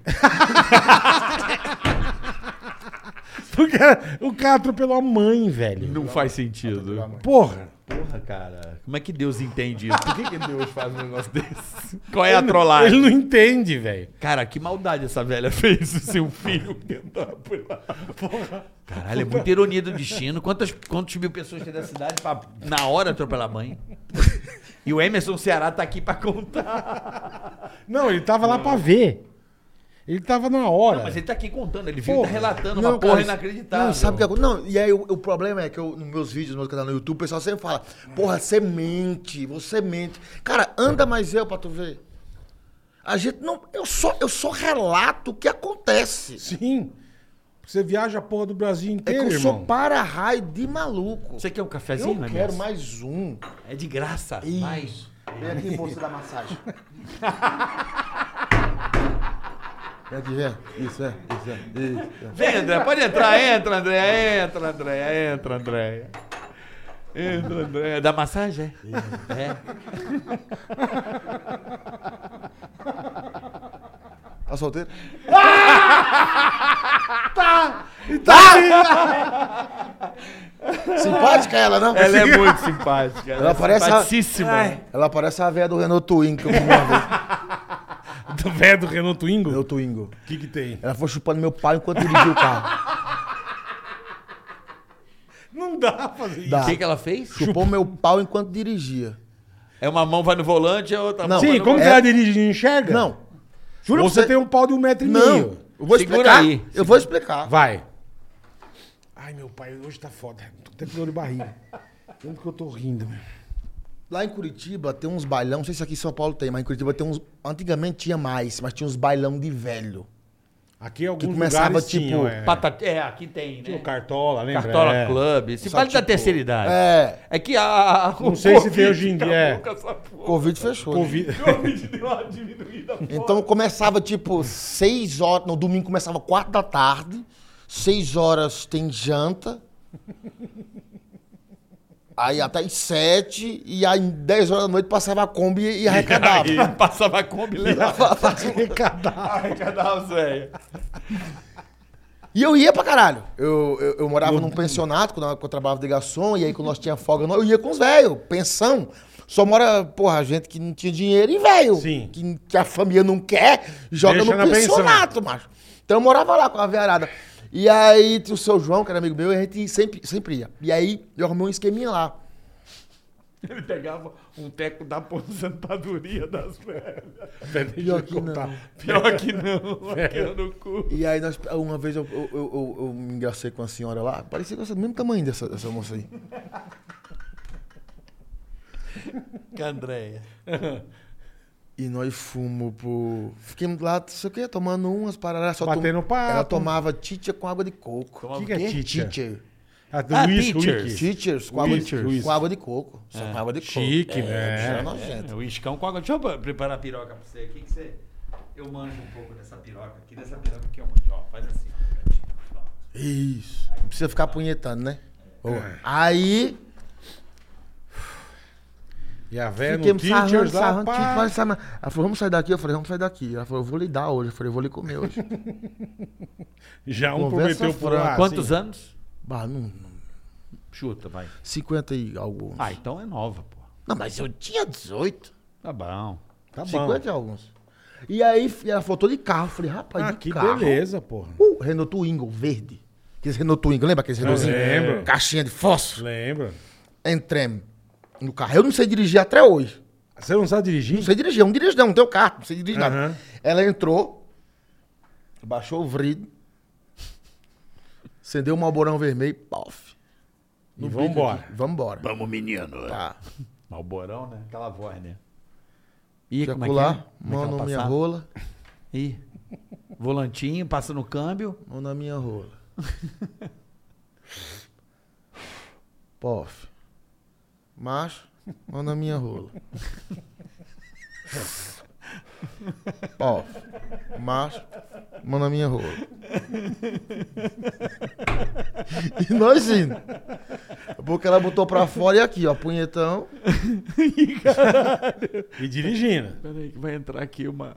Speaker 2: Porque o cara atropelou a mãe, velho.
Speaker 3: Não faz sentido.
Speaker 2: Porra.
Speaker 3: Porra, cara. Como é que Deus entende isso? Por que, que Deus faz um negócio desse? Qual é a trollagem?
Speaker 2: Ele não entende, velho.
Speaker 3: Cara, que maldade essa velha fez o seu filho tentar pular. Caralho, é muita ironia do destino. Quantas, quantos mil pessoas tem da cidade pra, na hora, atropelar a mãe? E o Emerson Ceará tá aqui pra contar.
Speaker 2: Não, ele tava lá pra ver. Ele tava na
Speaker 5: É.
Speaker 2: hora.
Speaker 3: Mas ele tá aqui contando, ele viu, tá
Speaker 2: Porra.
Speaker 3: relatando uma porra inacreditável.
Speaker 5: Não, sabe o que acon- Não, e aí o, o problema é que eu, nos meus vídeos, no meu canal no YouTube, o pessoal sempre fala: Porra, você mente, você mente. Cara, anda mais eu pra tu ver. A gente não. Eu só, eu só relato o que acontece.
Speaker 2: Sim. Você viaja a porra do Brasil
Speaker 5: É que
Speaker 2: inteiro,
Speaker 5: eu sou
Speaker 2: irmão.
Speaker 5: para-raio de maluco.
Speaker 3: Você quer um
Speaker 5: eu
Speaker 3: cafezinho, Emerson?
Speaker 5: quero mais um.
Speaker 3: É de graça. Mais.
Speaker 5: Vem aqui, moça da massagem. Vem aqui, vem. Isso, é, isso, é. Isso,
Speaker 3: Vem, André, pode entrar. Entra, André. Entra, André. Entra, André. Entra, André. Dá massagem? É. é.
Speaker 5: é. Tá solteiro?
Speaker 2: Tá.
Speaker 5: tá! tá! Simpática ela, não?
Speaker 3: Ela é muito simpática. Ela,
Speaker 5: Ela
Speaker 3: é
Speaker 5: parece a-
Speaker 3: simpaticíssima.
Speaker 5: Ela parece a velha do Renault Twingo que eu vi uma vez.
Speaker 2: Do velho do Renan Twingo?
Speaker 5: Renault Twingo.
Speaker 2: O que que tem?
Speaker 5: Ela foi chupando meu pau enquanto dirigia o carro.
Speaker 2: Não dá pra fazer
Speaker 5: Dá.
Speaker 3: O que, que ela fez?
Speaker 5: Chupou meu pau enquanto dirigia.
Speaker 3: É uma mão vai no volante, a outra
Speaker 5: Não.
Speaker 3: mão vai
Speaker 2: Sim,
Speaker 3: no
Speaker 2: como
Speaker 5: é-
Speaker 2: que ela dirige? Não enxerga?
Speaker 5: Não.
Speaker 2: Juro
Speaker 5: Ou
Speaker 2: você
Speaker 5: você-
Speaker 2: tem um pau de um metro É. e
Speaker 5: Não.
Speaker 2: meio.
Speaker 5: Eu vou
Speaker 3: Segura
Speaker 5: explicar.
Speaker 3: aí.
Speaker 5: Eu vou explicar.
Speaker 2: Vai. Ai, meu pai, hoje tá foda. Tô até com dor de barriga. Tanto que eu tô rindo, meu.
Speaker 5: Lá em Curitiba tem uns bailão, não sei se aqui em São Paulo tem, mas em Curitiba tem uns. Antigamente tinha mais, mas tinha uns bailão de velho.
Speaker 2: Aqui alguns
Speaker 5: Que começava,
Speaker 2: lugares
Speaker 5: tipo,
Speaker 2: tinham, é.
Speaker 3: Patati- É, aqui tem,
Speaker 2: Tinha o
Speaker 3: né?
Speaker 2: Cartola, lembra?
Speaker 3: Cartola
Speaker 2: É.
Speaker 3: Club. Se
Speaker 5: Só
Speaker 3: vale da
Speaker 5: tipo-
Speaker 3: terceira idade. É.
Speaker 5: É,
Speaker 3: que a.
Speaker 2: Não sei se tem hoje em dia, é.
Speaker 5: Covid fechou. né?
Speaker 2: Covid.
Speaker 5: Então começava tipo seis horas, no domingo começava quatro da tarde, seis horas tem janta. Aí até às sete, e aí 10 horas da noite passava a Kombi e arrecadava.
Speaker 3: Aí, passava a Kombi lá.
Speaker 2: Arrecadar. um,
Speaker 3: Arrecadava os velhos.
Speaker 5: E eu ia pra caralho. Eu, eu, eu morava num pensionato, quando eu, quando eu trabalhava de garçom, e aí quando nós tinha folga, eu ia com os velhos, pensão. Só mora, porra, gente que não tinha dinheiro e velho.
Speaker 2: Sim.
Speaker 5: Que, que a família não quer, joga
Speaker 2: Deixa na
Speaker 5: no pensionato, macho. Então eu morava lá com a velharada. E aí tinha o seu João, que era amigo meu, e a gente sempre, sempre ia. E aí eu arrumei um esqueminha lá.
Speaker 3: Ele pegava um teco da aposentadoria das velhas.
Speaker 2: Deixa eu
Speaker 5: que não.
Speaker 2: contar.
Speaker 3: Pior que não, aquela no cu.
Speaker 5: E aí nós, uma vez eu, eu, eu- eu- eu me engracei com a senhora lá, parecia que eu era do mesmo tamanho dessa, dessa moça aí.
Speaker 3: Que Andréia.
Speaker 5: E nós fomos pro. Fiquemos lá, não sei o quê, tomando umas paradas. Só
Speaker 2: Batendo papo.
Speaker 5: Ela tomava teacher com água de coco.
Speaker 2: O que, que é teacher?
Speaker 5: Teacher.
Speaker 2: Ah, do
Speaker 3: Ah,
Speaker 2: whisky,
Speaker 3: teachers.
Speaker 2: whisky.
Speaker 5: Teachers com água,
Speaker 2: Teachers.
Speaker 5: De, com água de coco. Só com água de coco.
Speaker 2: Chique,
Speaker 5: é,
Speaker 2: né?
Speaker 5: isso é nojento.
Speaker 3: É, o iscão com água. Deixa eu preparar a piroca pra você. O que, que você. Eu manjo um pouco dessa piroca aqui, dessa piroca que eu manjo. Ó, faz assim. ó, ó.
Speaker 5: Isso. Não precisa ficar punhetando, né?
Speaker 2: É.
Speaker 5: Aí.
Speaker 2: E a velha É, no
Speaker 5: Fiquemos sarrando,
Speaker 2: teachers lá,
Speaker 5: sarrando,
Speaker 2: pá.
Speaker 5: sarrando, sarrando. Ela falou, vamos sair daqui? Eu falei, vamos sair daqui. Ela falou, eu vou lhe dar hoje. Eu falei, eu vou lhe comer hoje.
Speaker 2: Já um
Speaker 5: Conversa
Speaker 2: prometeu assim. por
Speaker 5: franca.
Speaker 2: lá.
Speaker 3: Quantos anos?
Speaker 5: bah, não, não.
Speaker 3: Chuta, vai.
Speaker 5: 50 e alguns.
Speaker 3: Ah, então é nova, pô.
Speaker 5: Não, mas eu tinha 18.
Speaker 3: Tá bom.
Speaker 2: Tá bom.
Speaker 5: 50 e alguns. E aí f- ela falou, tô de carro. Eu falei, rapaz,
Speaker 2: Ah,
Speaker 5: de
Speaker 2: que
Speaker 5: carro.
Speaker 2: beleza, porra.
Speaker 5: Uh, Renault Twingo, verde. Aqueles Renault Twingo, lembra aqueles Renaultzinhos?
Speaker 2: É, lembro.
Speaker 5: Caixinha de fósforo.
Speaker 2: Lembra?
Speaker 5: Entrem no carro. Eu não sei dirigir até hoje.
Speaker 2: Você não sabe dirigir?
Speaker 5: Não sei dirigir, eu não dirijo não, não tenho carro, não sei dirigir
Speaker 2: Aham.
Speaker 5: nada. Ela entrou, baixou o vrido, acendeu um malborão vermelho, pof.
Speaker 2: E vambora.
Speaker 5: Vambora.
Speaker 3: Vamos, menino.
Speaker 5: Tá.
Speaker 3: Malborão, né? Aquela voz, né? Ih, como é que é?
Speaker 5: Circular,
Speaker 3: Como é que
Speaker 5: mão
Speaker 3: ela
Speaker 5: na minha
Speaker 3: passava?
Speaker 5: rola,
Speaker 3: Ih. Volantinho, passa no câmbio.
Speaker 5: mão na minha rola. pof. Macho, mão na minha rola. pof. Macho, mão na minha rola. E nós indo. Daqui a pouco ela botou pra fora e aqui, ó, punhetão.
Speaker 2: E dirigindo.
Speaker 3: Peraí, que vai entrar aqui uma.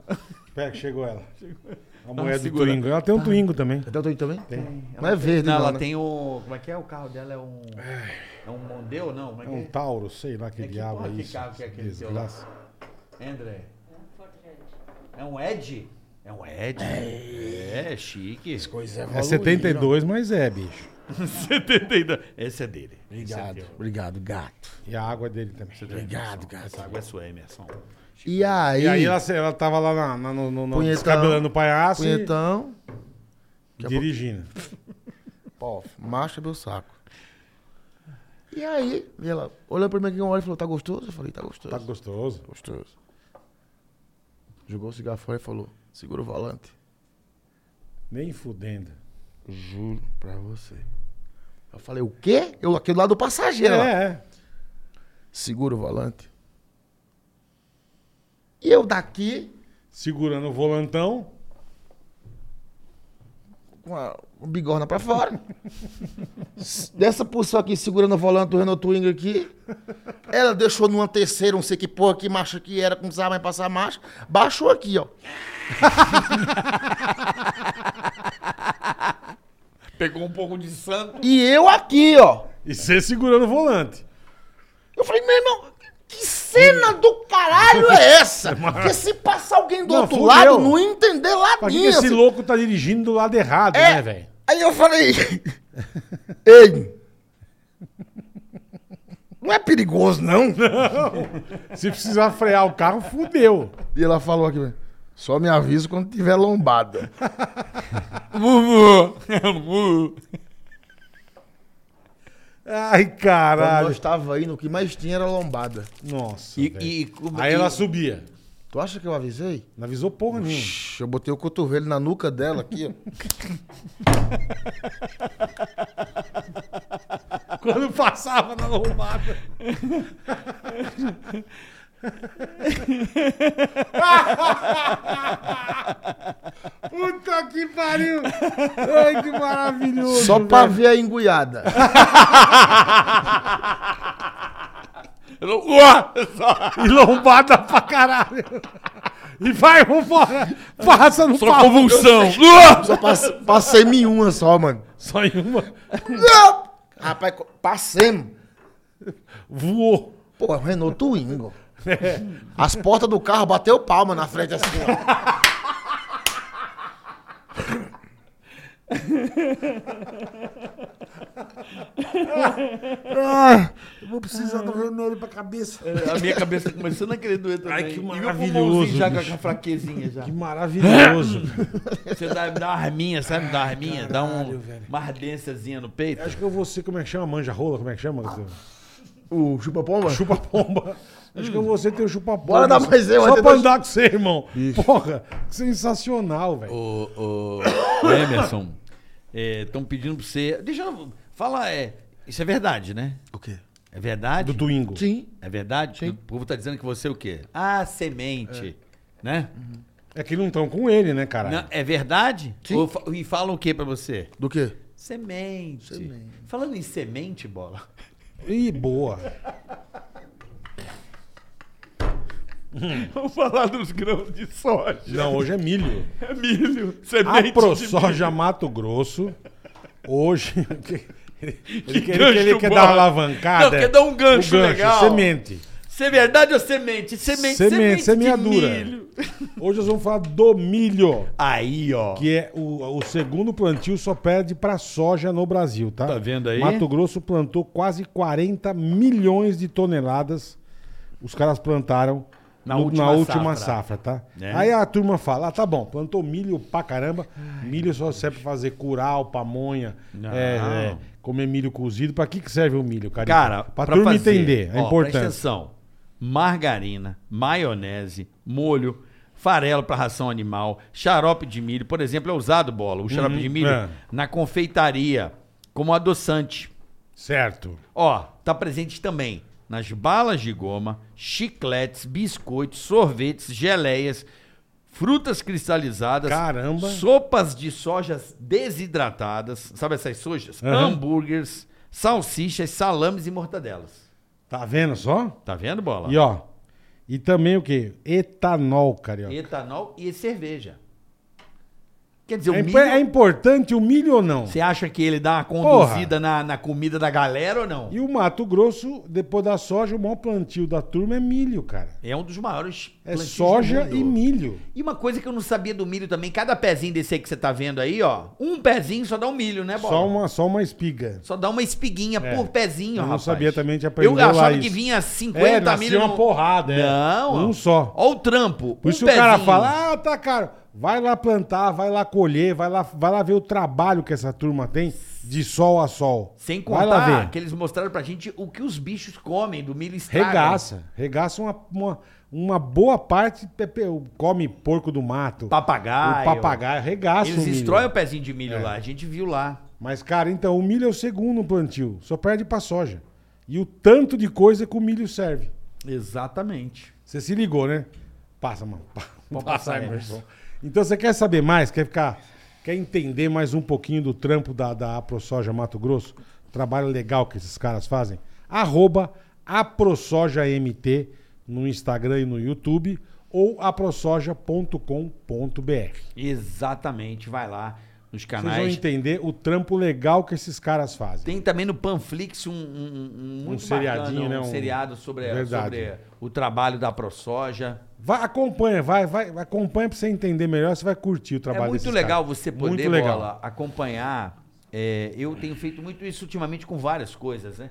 Speaker 2: Pera que chegou ela. A
Speaker 3: Dá uma
Speaker 2: moeda do
Speaker 3: segura.
Speaker 2: Twingo. Ela tem um Twingo também.
Speaker 5: Então tô indo também? Tem. Não é verde,
Speaker 3: Não,
Speaker 5: não.
Speaker 3: ela
Speaker 5: né?
Speaker 3: tem o. Como é que é? O carro dela é um. É um Mondeu, não? Como é
Speaker 2: É
Speaker 3: que
Speaker 2: um
Speaker 3: é?
Speaker 2: Tauro, sei lá que
Speaker 3: É que
Speaker 2: diabo
Speaker 3: porra
Speaker 2: é
Speaker 3: que
Speaker 2: isso.
Speaker 3: carro que é aquele teu lá?
Speaker 2: Desgraça.
Speaker 3: André. É um Ed? É um Ed? É, é chique.
Speaker 2: É 72, mas é, bicho.
Speaker 3: 72. Esse é dele.
Speaker 5: Obrigado, obrigado, gato.
Speaker 2: E a água é dele também.
Speaker 5: Obrigado, gato.
Speaker 3: Essa água é sua, Emerson.
Speaker 5: E aí,
Speaker 2: E aí ela, ela tava lá na, na, no, no, no
Speaker 5: Punhetão.
Speaker 2: descabelando o palhaço e
Speaker 5: punhetão,
Speaker 2: dirigindo.
Speaker 5: pó, macho é meu saco. E aí, ela olhou pra mim aqui uma hora e falou, tá gostoso? Eu falei, tá
Speaker 2: Tá
Speaker 5: gostoso.
Speaker 2: gostoso.
Speaker 5: gostoso. Jogou o cigarro fora e falou, segura o volante.
Speaker 2: Nem fudendo.
Speaker 5: Juro pra você. Eu falei, o quê? Eu aqui do lado do passageiro. lá.
Speaker 2: É, é.
Speaker 5: Segura o volante. E eu daqui,
Speaker 2: Segurando o volantão.
Speaker 5: com a bigorna pra fora. Dessa posição aqui, segurando o volante do Renault Twingo aqui. Ela deixou numa terceira, não sei que porra, que marcha que era, com precisava mais passar marcha. Baixou aqui, ó.
Speaker 3: Pegou um pouco de santo.
Speaker 5: E eu aqui, ó.
Speaker 2: E você segurando o volante.
Speaker 5: Eu falei, meu irmão, que cena do caralho é essa? Porque se passar alguém do
Speaker 2: Não,
Speaker 5: outro
Speaker 2: fudeu.
Speaker 5: lado, não ia entender
Speaker 2: Pra
Speaker 5: lá assim,
Speaker 2: que, que esse louco tá dirigindo do lado errado,
Speaker 5: É.
Speaker 2: né, velho?
Speaker 5: Aí eu falei, ei, não é perigoso, não?
Speaker 2: Se precisar frear o carro, fudeu.
Speaker 5: E ela falou aqui, só me avisa quando tiver lombada. É um
Speaker 2: Ai,
Speaker 5: Quando
Speaker 2: caralho.
Speaker 5: nós estava indo, o que mais tinha era lombada.
Speaker 2: Nossa.
Speaker 3: E,
Speaker 2: velho.
Speaker 3: e, como-
Speaker 2: Aí ela
Speaker 3: e-
Speaker 2: subia.
Speaker 5: Tu acha que eu avisei?
Speaker 2: Não avisou porra nenhuma.
Speaker 5: Shhh, Eu botei o cotovelo na nuca dela aqui, ó.
Speaker 2: Quando passava na lombada. Puta que pariu! Ai, que maravilhoso!
Speaker 5: Só pra ver a enguiada.
Speaker 2: E lombada pra caralho! E vai, vambora! Passa no pau!
Speaker 3: Convulsão.
Speaker 5: Só pass- passei em uma só, mano.
Speaker 2: Só em uma.
Speaker 5: Rapaz, co- passemos.
Speaker 2: Voou.
Speaker 5: Pô, é um Renault Twingo. As portas do carro bateu palma na frente assim, ó.
Speaker 2: Ah, Vou precisar do remédio pra cabeça.
Speaker 3: A minha cabeça tá começando a querer doer também.
Speaker 2: Ai, que
Speaker 3: E o
Speaker 2: maravilhoso,
Speaker 3: pulmãozinho já com
Speaker 2: bicho.
Speaker 3: a fraquezinha já.
Speaker 2: Que maravilhoso!
Speaker 3: Você dá, dá uma arminha, sabe? Dá uma arminha, dá um, uma ardênciazinha no peito.
Speaker 2: Acho que eu vou ser, como é que chama? Manja rola? Como é que chama?
Speaker 5: O chupa-pomba?
Speaker 2: Chupa-pomba. Acho que eu vou ser teu chupa-pomba.
Speaker 5: Bora dar mais eu,
Speaker 2: Só
Speaker 5: antes
Speaker 2: pra
Speaker 5: de-
Speaker 2: andar com você, irmão. Porra, que sensacional, velho.
Speaker 3: Ô, ô, Emerson, estão pedindo pra você. Deixa eu. Fala, é, isso é verdade, né?
Speaker 5: O quê?
Speaker 3: É verdade?
Speaker 2: Do Twingo.
Speaker 5: Sim.
Speaker 3: É verdade? O povo tá dizendo que você é o quê? Ah, semente. Né?
Speaker 2: É que não estão com ele, né, caralho?
Speaker 3: Não, é verdade?
Speaker 5: Sim.
Speaker 3: Ou fa- e fala o quê pra você?
Speaker 5: Do quê?
Speaker 3: Semente.
Speaker 5: Semente.
Speaker 3: Falando em semente, bola.
Speaker 2: Ih, boa.
Speaker 3: Vamos falar dos grãos de soja.
Speaker 2: Não, hoje é milho.
Speaker 3: É milho.
Speaker 2: A
Speaker 3: Semente.
Speaker 2: ProSoja Mato Grosso, hoje... Ele, ele quer, ele
Speaker 3: gancho
Speaker 2: quer
Speaker 3: bom.
Speaker 2: dar uma alavancada.
Speaker 3: Não, quer dar um gancho
Speaker 2: O
Speaker 3: legal.
Speaker 2: Semente.
Speaker 3: Ser é verdade ou semente? Semente,
Speaker 2: Semente,
Speaker 3: semente,
Speaker 2: semeadura.
Speaker 3: de milho.
Speaker 2: Hoje nós vamos falar do milho,
Speaker 3: Aí, ó.
Speaker 2: que é o, o segundo plantio só perde para soja no Brasil, tá?
Speaker 3: Tá vendo aí?
Speaker 2: Mato Grosso plantou quase 40 milhões de toneladas. Os caras plantaram
Speaker 3: Na
Speaker 2: no-
Speaker 3: última
Speaker 2: última
Speaker 3: safra.
Speaker 2: safra, tá?
Speaker 3: É.
Speaker 2: Aí a turma fala, ah, tá bom, plantou milho pra caramba. milho só serve pra fazer curau, pamonha,
Speaker 3: Não.
Speaker 2: é, é, comer milho cozido. Pra que que serve o milho, cara?
Speaker 3: Cara,
Speaker 2: pra,
Speaker 3: pra,
Speaker 2: turma
Speaker 3: fazer,
Speaker 2: entender
Speaker 3: ó,
Speaker 2: a
Speaker 3: Presta
Speaker 2: importância.
Speaker 3: atenção. Margarina, maionese, molho, farelo para ração animal, xarope de milho, por exemplo, é usado bola, o xarope
Speaker 2: Uhum,
Speaker 3: de milho
Speaker 2: é.
Speaker 3: na confeitaria como adoçante.
Speaker 2: Certo.
Speaker 3: Ó, tá presente também nas balas de goma, chicletes, biscoitos, sorvetes, geleias, frutas cristalizadas,
Speaker 2: Caramba.
Speaker 3: sopas de sojas desidratadas, sabe essas sojas?
Speaker 2: Aham.
Speaker 3: Hambúrgueres, salsichas, salames e mortadelas.
Speaker 2: Tá vendo só?
Speaker 3: Tá vendo, bola?
Speaker 2: E ó, e também o quê? Etanol, carioca.
Speaker 3: Etanol e cerveja. Quer dizer,
Speaker 2: É,
Speaker 3: o
Speaker 2: impo- é
Speaker 3: um milho,
Speaker 2: importante o milho ou não?
Speaker 3: você acha que ele dá uma conduzida na, na comida da galera ou não?
Speaker 2: E o Mato Grosso, depois da soja, o maior plantio da turma é milho, cara.
Speaker 3: É um dos maiores
Speaker 2: É
Speaker 3: plantios do
Speaker 2: soja
Speaker 3: mundo.
Speaker 2: e milho.
Speaker 3: E uma coisa que eu não sabia do milho também, cada pezinho desse aí que você tá vendo aí, ó, um pezinho só dá um milho, né, Bola?
Speaker 2: Só uma, só uma espiga.
Speaker 3: Só dá uma espiguinha
Speaker 2: É.
Speaker 3: por pezinho,
Speaker 2: Eu não
Speaker 3: rapaz.
Speaker 2: sabia também, a gente
Speaker 3: Eu
Speaker 2: aprendeu lá
Speaker 3: achava que
Speaker 2: isso.
Speaker 3: vinha
Speaker 2: É,
Speaker 3: 50
Speaker 2: nasceu
Speaker 3: milho.
Speaker 2: uma
Speaker 3: no-
Speaker 2: porrada, é.
Speaker 3: Não.
Speaker 2: Um só.
Speaker 3: Ó o trampo.
Speaker 2: Por
Speaker 3: um
Speaker 2: isso que o cara
Speaker 3: pezinho.
Speaker 2: fala, ah, tá caro. Vai lá plantar, vai lá colher, vai lá, vai lá ver o trabalho que essa turma tem de sol a sol.
Speaker 3: Sem
Speaker 2: Vai lá ver.
Speaker 3: contar que eles mostraram pra gente o que os bichos comem do milho estragam.
Speaker 2: Regaça. Regaça uma, uma, uma boa parte. pe- pe- Come porco do mato.
Speaker 3: Papagaio.
Speaker 2: O papagaio. Regaça
Speaker 3: Eles
Speaker 2: o milho.
Speaker 3: destroem o pezinho de milho
Speaker 2: É.
Speaker 3: lá, a gente viu lá.
Speaker 2: Mas, cara, então, o milho é o segundo plantio. Só perde pra soja. E o tanto de coisa que o milho serve.
Speaker 3: Exatamente.
Speaker 2: Você se ligou, né? Passa, mano. Pa-
Speaker 3: Pode
Speaker 2: Passa,
Speaker 3: passar,
Speaker 2: Emerson. Então, você quer saber mais? Quer ficar... Quer entender mais um pouquinho do trampo da, da AproSoja Mato Grosso? Trabalho legal que esses caras fazem? Arroba AproSojaMT no Instagram e no YouTube ou aprosoja.com.br.
Speaker 3: Exatamente, vai lá nos
Speaker 2: Vocês vão
Speaker 3: canais.
Speaker 2: entender o trampo legal que esses caras fazem.
Speaker 3: Tem também no Panflix um, um, um, muito
Speaker 2: seriadinho,
Speaker 3: bacana,
Speaker 2: né?
Speaker 3: um,
Speaker 2: Um-
Speaker 3: seriado sobre, a-
Speaker 2: Verdade.
Speaker 3: sobre o trabalho da ProSoja.
Speaker 2: Vai, acompanha, vai, vai, acompanha pra você entender melhor, você vai curtir o
Speaker 3: É
Speaker 2: trabalho
Speaker 3: muito
Speaker 2: desses
Speaker 3: legal
Speaker 2: caras.
Speaker 3: você poder
Speaker 2: Muito legal.
Speaker 3: Bola, acompanhar. É, eu tenho feito muito isso ultimamente com várias coisas, né?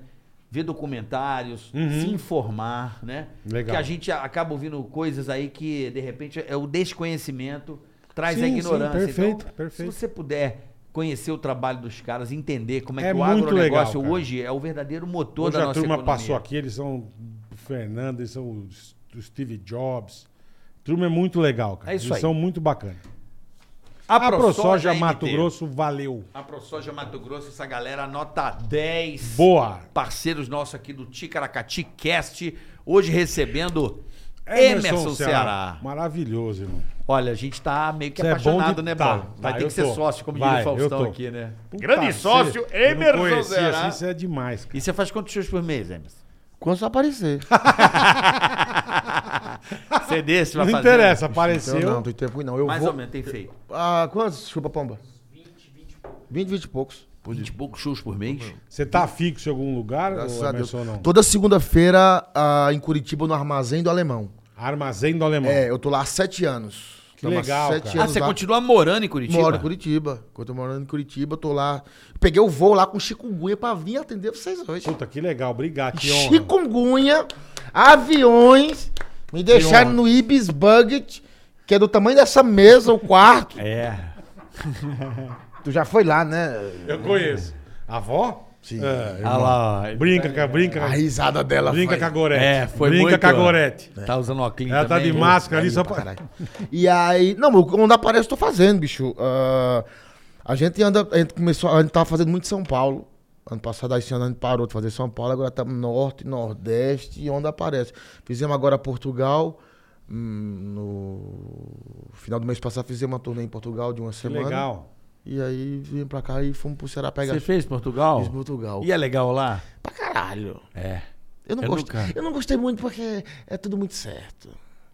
Speaker 3: Ver documentários, se informar, né?
Speaker 2: Uhum.
Speaker 3: Porque
Speaker 2: Legal.
Speaker 3: a gente a- acaba ouvindo coisas aí que, de repente, é o desconhecimento, traz
Speaker 2: Sim,
Speaker 3: a
Speaker 2: sim,
Speaker 3: ignorância.
Speaker 2: perfeito,
Speaker 3: então,
Speaker 2: perfeito.
Speaker 3: se você puder conhecer o trabalho dos caras, entender como é,
Speaker 2: É
Speaker 3: que o
Speaker 2: muito
Speaker 3: agronegócio
Speaker 2: legal, cara.
Speaker 3: hoje é o verdadeiro motor
Speaker 2: Hoje
Speaker 3: da
Speaker 2: a
Speaker 3: nossa
Speaker 2: turma
Speaker 3: economia.
Speaker 2: passou aqui, eles são o Fernando, eles são o S- o Steve Jobs. A turma é muito legal, cara.
Speaker 3: É isso
Speaker 2: eles
Speaker 3: aí.
Speaker 2: são muito bacana.
Speaker 3: A é
Speaker 2: A ProSoja
Speaker 3: ProSoja
Speaker 2: Mato
Speaker 3: MT.
Speaker 2: Grosso, valeu.
Speaker 3: A ProSoja Mato Grosso, essa galera nota 10.
Speaker 2: Boa.
Speaker 3: Parceiros nossos aqui do Ticaracati Cast, hoje recebendo Emerson,
Speaker 2: É, Emerson
Speaker 3: Ceará.
Speaker 2: Maravilhoso, irmão.
Speaker 3: Olha, a gente tá meio que
Speaker 2: Você é bom
Speaker 3: apaixonado,
Speaker 2: de-
Speaker 3: né,
Speaker 2: tá,
Speaker 3: Paulo?
Speaker 2: tá,
Speaker 3: Vai ter
Speaker 2: eu
Speaker 3: que ser
Speaker 2: tô.
Speaker 3: sócio, como diz
Speaker 2: Vai,
Speaker 3: o
Speaker 2: eu
Speaker 3: Faustão
Speaker 2: tô.
Speaker 3: aqui, né?
Speaker 2: Puta,
Speaker 7: Grande
Speaker 2: você-
Speaker 7: sócio,
Speaker 2: eu não
Speaker 7: Emerson
Speaker 2: conhecia,
Speaker 7: Ceará.
Speaker 2: assim, Isso é demais, cara.
Speaker 3: E você faz quantos shows por mês, Emerson?
Speaker 5: Quando só aparecer.
Speaker 2: Ah,
Speaker 3: Você é desse, vai
Speaker 2: Não
Speaker 3: fazer. um-
Speaker 2: interessa,
Speaker 5: Então,
Speaker 2: apareceu.
Speaker 5: não, não tem tempo não. Eu
Speaker 3: Mais
Speaker 5: vou...
Speaker 3: ou menos, tem feito.
Speaker 5: Ah, quantos? Chupa pomba. 20, 20 e poucos.
Speaker 3: 20 e poucos shows por mês.
Speaker 2: Você tá fixo em algum lugar,
Speaker 5: Graças
Speaker 2: ou
Speaker 5: a Deus.
Speaker 2: Emerson, ou não?
Speaker 5: Toda segunda-feira ah, em Curitiba, no Armazém do Alemão.
Speaker 2: Armazém do Alemão.
Speaker 5: É, eu tô lá há sete anos.
Speaker 2: Que
Speaker 5: Tamo há
Speaker 2: legal,
Speaker 5: sete
Speaker 2: cara.
Speaker 3: Ah,
Speaker 5: anos
Speaker 3: você
Speaker 5: lá.
Speaker 3: continua morando em Curitiba?
Speaker 5: Moro em Curitiba. Quando eu tô morando em Curitiba, eu tô lá. Peguei o voo lá com chikungunya pra vir atender vocês hoje.
Speaker 2: Puta, que legal. Obrigado, que honra.
Speaker 5: Chikungunya, aviões, me deixaram
Speaker 2: honra.
Speaker 5: no Ibis Bucket, que é do tamanho dessa mesa, o quarto.
Speaker 3: É.
Speaker 5: Tu já foi lá, né?
Speaker 2: Eu conheço. A avó?
Speaker 5: Sim.
Speaker 2: É,
Speaker 3: Ah lá, ó.
Speaker 2: brinca, com a- brinca, com
Speaker 5: A
Speaker 2: a-
Speaker 5: risada dela
Speaker 2: brinca
Speaker 5: foi-
Speaker 2: com a Gorete.
Speaker 3: É, foi
Speaker 2: brinca
Speaker 3: muito.
Speaker 2: com a Gorete.
Speaker 3: Tá usando óculos
Speaker 2: Ela tá de
Speaker 3: também?
Speaker 2: máscara ali
Speaker 5: Aí,
Speaker 2: só
Speaker 5: pra
Speaker 2: pra...
Speaker 5: caralho. E aí, não, o- onde aparece eu tô fazendo, bicho. Ah, a gente anda, a gente começou, a gente tava fazendo muito São Paulo. Ano passado, aí esse ano a gente parou de fazer São Paulo, agora estamos norte, nordeste e onde aparece. Fizemos agora Portugal. hum, no final do mês passado fizemos uma turnê em Portugal de uma
Speaker 2: Que
Speaker 5: semana.
Speaker 2: legal.
Speaker 5: E aí vim pra cá e fomos pro Ceará pegar
Speaker 3: Você fez Portugal?
Speaker 5: fiz Portugal.
Speaker 3: E é legal lá?
Speaker 5: pra caralho.
Speaker 3: É.
Speaker 5: Eu não,
Speaker 3: Eu
Speaker 5: gosto,
Speaker 3: nunca-
Speaker 5: eu não gostei muito porque é tudo muito certo.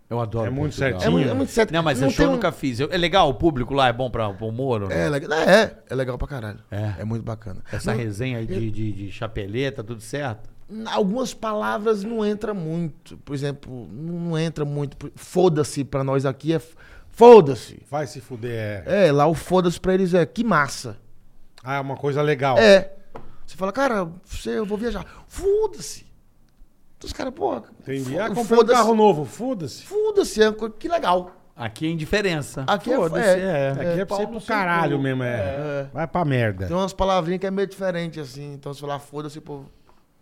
Speaker 3: Eu adoro.
Speaker 2: É muito
Speaker 3: Portugal.
Speaker 5: É,
Speaker 2: certinho.
Speaker 5: muito- é muito certo.
Speaker 3: Não, mas é
Speaker 5: tem
Speaker 3: show eu
Speaker 5: um-
Speaker 3: nunca fiz. Eu- É legal o público lá, é bom pra, pro Moro? né?
Speaker 5: É, legal, é, é legal pra caralho.
Speaker 3: É.
Speaker 5: É, muito bacana.
Speaker 3: Essa
Speaker 5: Não,
Speaker 3: resenha aí de, de, de chapeleta, tudo certo?
Speaker 5: n- algumas palavras não entra muito. Por exemplo, não entra muito. por- Foda-se pra nós aqui é f- foda-se.
Speaker 2: Vai se fuder. É.
Speaker 5: É, lá o foda-se pra eles é que massa.
Speaker 2: Ah, é uma coisa legal.
Speaker 5: É. Você fala, cara, você, eu vou viajar. Foda-se. Então Os caras, porra.
Speaker 2: Entendi.
Speaker 5: fo-
Speaker 2: Ah, comprei um carro novo, foda-se.
Speaker 5: Foda-se, é uma coisa- que legal.
Speaker 3: Aqui é indiferença.
Speaker 5: Aqui é-
Speaker 3: Foda-se,
Speaker 5: é.
Speaker 2: É, aqui é pra
Speaker 5: pau
Speaker 2: você ir pro
Speaker 5: no seu
Speaker 2: caralho
Speaker 5: cu.
Speaker 2: mesmo, é. Vai pra merda.
Speaker 5: Tem umas palavrinhas que é meio diferente, assim. Então você fala, foda-se, pô.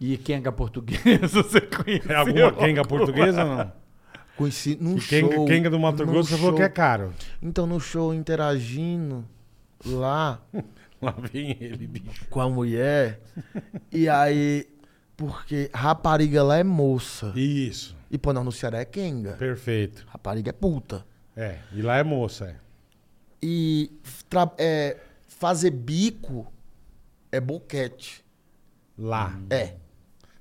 Speaker 3: E quenga portuguesa, você conhece?
Speaker 2: É alguma quenga portuguesa ou não?
Speaker 5: Conheci num
Speaker 2: E quenga,
Speaker 5: Um show.
Speaker 2: quenga do Mato
Speaker 5: num
Speaker 2: Grosso você falou
Speaker 5: show.
Speaker 2: que é caro.
Speaker 5: Então, no show, interagindo lá
Speaker 2: Lá vem ele, bicho.
Speaker 5: com a mulher. e aí, porque rapariga lá é moça.
Speaker 2: Isso,
Speaker 5: E, pô, não, no Ceará é quenga.
Speaker 2: perfeito.
Speaker 5: Rapariga é puta.
Speaker 2: É, e lá é moça, é.
Speaker 5: E tra- é, fazer bico é boquete.
Speaker 2: Lá.
Speaker 5: É.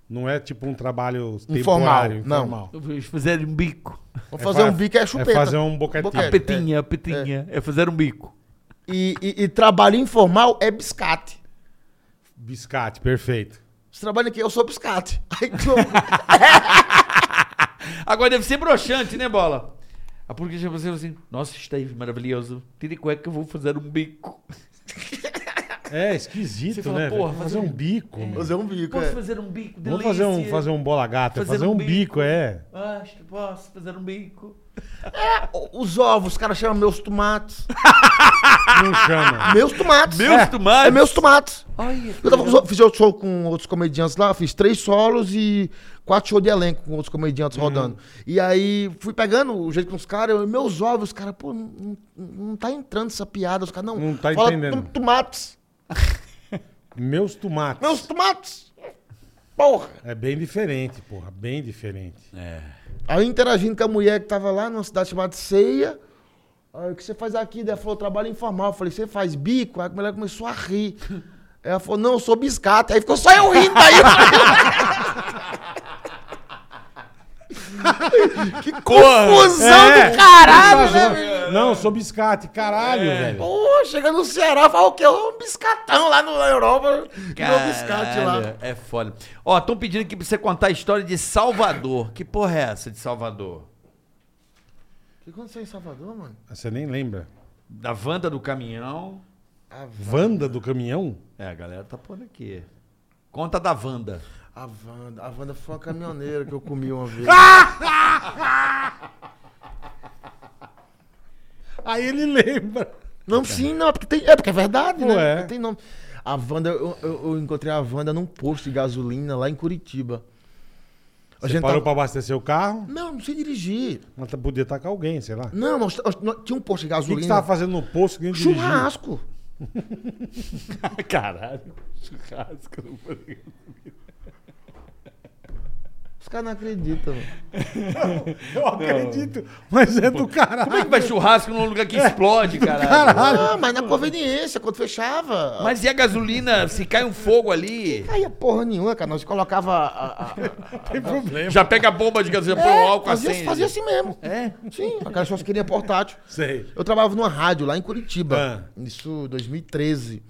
Speaker 2: Não é tipo um trabalho
Speaker 5: Informal,
Speaker 2: temporário,
Speaker 5: não.
Speaker 2: informal.
Speaker 3: Eles fizeram um bico.
Speaker 5: Vamos fazer
Speaker 2: fa-
Speaker 5: um bico é chupeta.
Speaker 2: É fazer um boquetinho.
Speaker 5: Boquete.
Speaker 3: Petinha, petinha. É fazer um bico.
Speaker 5: E, e- e trabalho informal é biscate.
Speaker 2: Biscate, perfeito.
Speaker 5: Você trabalha aqui, eu sou biscate. Aí, tu-
Speaker 3: Agora deve ser broxante, né, bola? A porque já você assim, nossa, Steve, maravilhoso. Tire cueca que eu vou fazer um bico.
Speaker 2: É esquisito,
Speaker 3: Você fala,
Speaker 2: né?
Speaker 3: porra,
Speaker 2: velho?
Speaker 3: fazer
Speaker 2: fazer um
Speaker 3: um-
Speaker 2: bico, mano.
Speaker 5: fazer um bico.
Speaker 3: Posso
Speaker 5: É.
Speaker 3: fazer um bico?
Speaker 2: Vamos
Speaker 3: Delícia.
Speaker 2: fazer um, fazer um bola gata, fazer, um, bico, é.
Speaker 3: Acho que posso fazer um bico.
Speaker 5: O- Os ovos, os caras chamam meus tomates.
Speaker 2: Não chama.
Speaker 5: Meus tomates.
Speaker 3: Meus
Speaker 5: é.
Speaker 3: tomates?
Speaker 5: É meus tomates.
Speaker 3: Olha,
Speaker 5: Eu tava com, os- fiz outro show com outros comediantes lá, fiz três solos e quatro shows de elenco com outros
Speaker 2: Hum.
Speaker 5: comediantes rodando. E aí fui pegando o jeito com os caras, eu- meus ovos, os caras, pô, não, não- não tá entrando essa piada, os caras, não.
Speaker 2: Não tá
Speaker 5: fala
Speaker 2: entendendo.
Speaker 5: tom- Tomates.
Speaker 2: Meus tomates.
Speaker 5: Meus tomates. Porra.
Speaker 2: É bem diferente, porra. Bem diferente.
Speaker 5: Aí interagindo com a mulher que tava lá numa cidade chamada Ceia. Aí, o que você faz aqui? Daí Ela falou, trabalho informal. Eu falei, você faz bico? Aí a mulher começou a rir. Ela falou, não, eu sou biscate. Aí ficou só eu rindo aí. que confusão
Speaker 2: É.
Speaker 5: do caralho, né, velho? É.
Speaker 2: Não, sou biscate, caralho, velho.
Speaker 5: Pô, chega no Ceará, fala o quê? Eu um biscatão lá no- na Europa. Virou biscate lá.
Speaker 3: É foda. Ó, estão pedindo aqui pra você contar a história de Salvador. Que porra é essa de Salvador?
Speaker 5: O que aconteceu em Salvador, mano?
Speaker 2: Você nem lembra.
Speaker 3: Da Wanda do caminhão.
Speaker 2: Vanda do caminhão?
Speaker 3: É, a galera tá pondo aqui. Conta da Wanda.
Speaker 5: A Wanda. A Wanda foi uma caminhoneira que eu comi uma vez.
Speaker 2: Aí ele lembra.
Speaker 5: Não, sim, não, é porque tem, é porque é verdade, né?
Speaker 2: Ué.
Speaker 5: Porque Tem nome. A Wanda, eu, eu- eu encontrei a Wanda num posto de gasolina lá em Curitiba. A tá-
Speaker 2: Você parou pra
Speaker 5: tava-
Speaker 2: abastecer o carro,
Speaker 5: Não, não sei dirigir.
Speaker 2: mas tá- podia estar com alguém, sei lá.
Speaker 5: Não, nós, nós- nós- tinha um posto de
Speaker 2: O que, que
Speaker 5: gasolina.
Speaker 2: você tava fazendo no posto que nem dirigiu?
Speaker 5: Churrasco.
Speaker 3: Caralho. Churrasco. não foi.
Speaker 5: Os caras não acreditam, mano.
Speaker 2: Eu acredito, mas é do caralho.
Speaker 3: Como é que vai churrasco num lugar que
Speaker 5: É.
Speaker 3: explode, caralho?
Speaker 5: Ah, mas na conveniência, quando fechava.
Speaker 3: Mas e a gasolina? Se cai um fogo ali,
Speaker 5: Aí é porra nenhuma, cara. Nós colocava. a- a-
Speaker 2: Tem problema.
Speaker 3: já pega a bomba de gasolina, põe
Speaker 5: É,
Speaker 3: o álcool
Speaker 5: fazia,
Speaker 3: assim.
Speaker 5: fazia assim mesmo.
Speaker 3: É?
Speaker 5: Sim, aquelas pessoas que queriam portátil.
Speaker 2: Sei.
Speaker 5: Eu trabalhava numa rádio lá em
Speaker 2: Ah.
Speaker 5: Curitiba. Isso em 2013.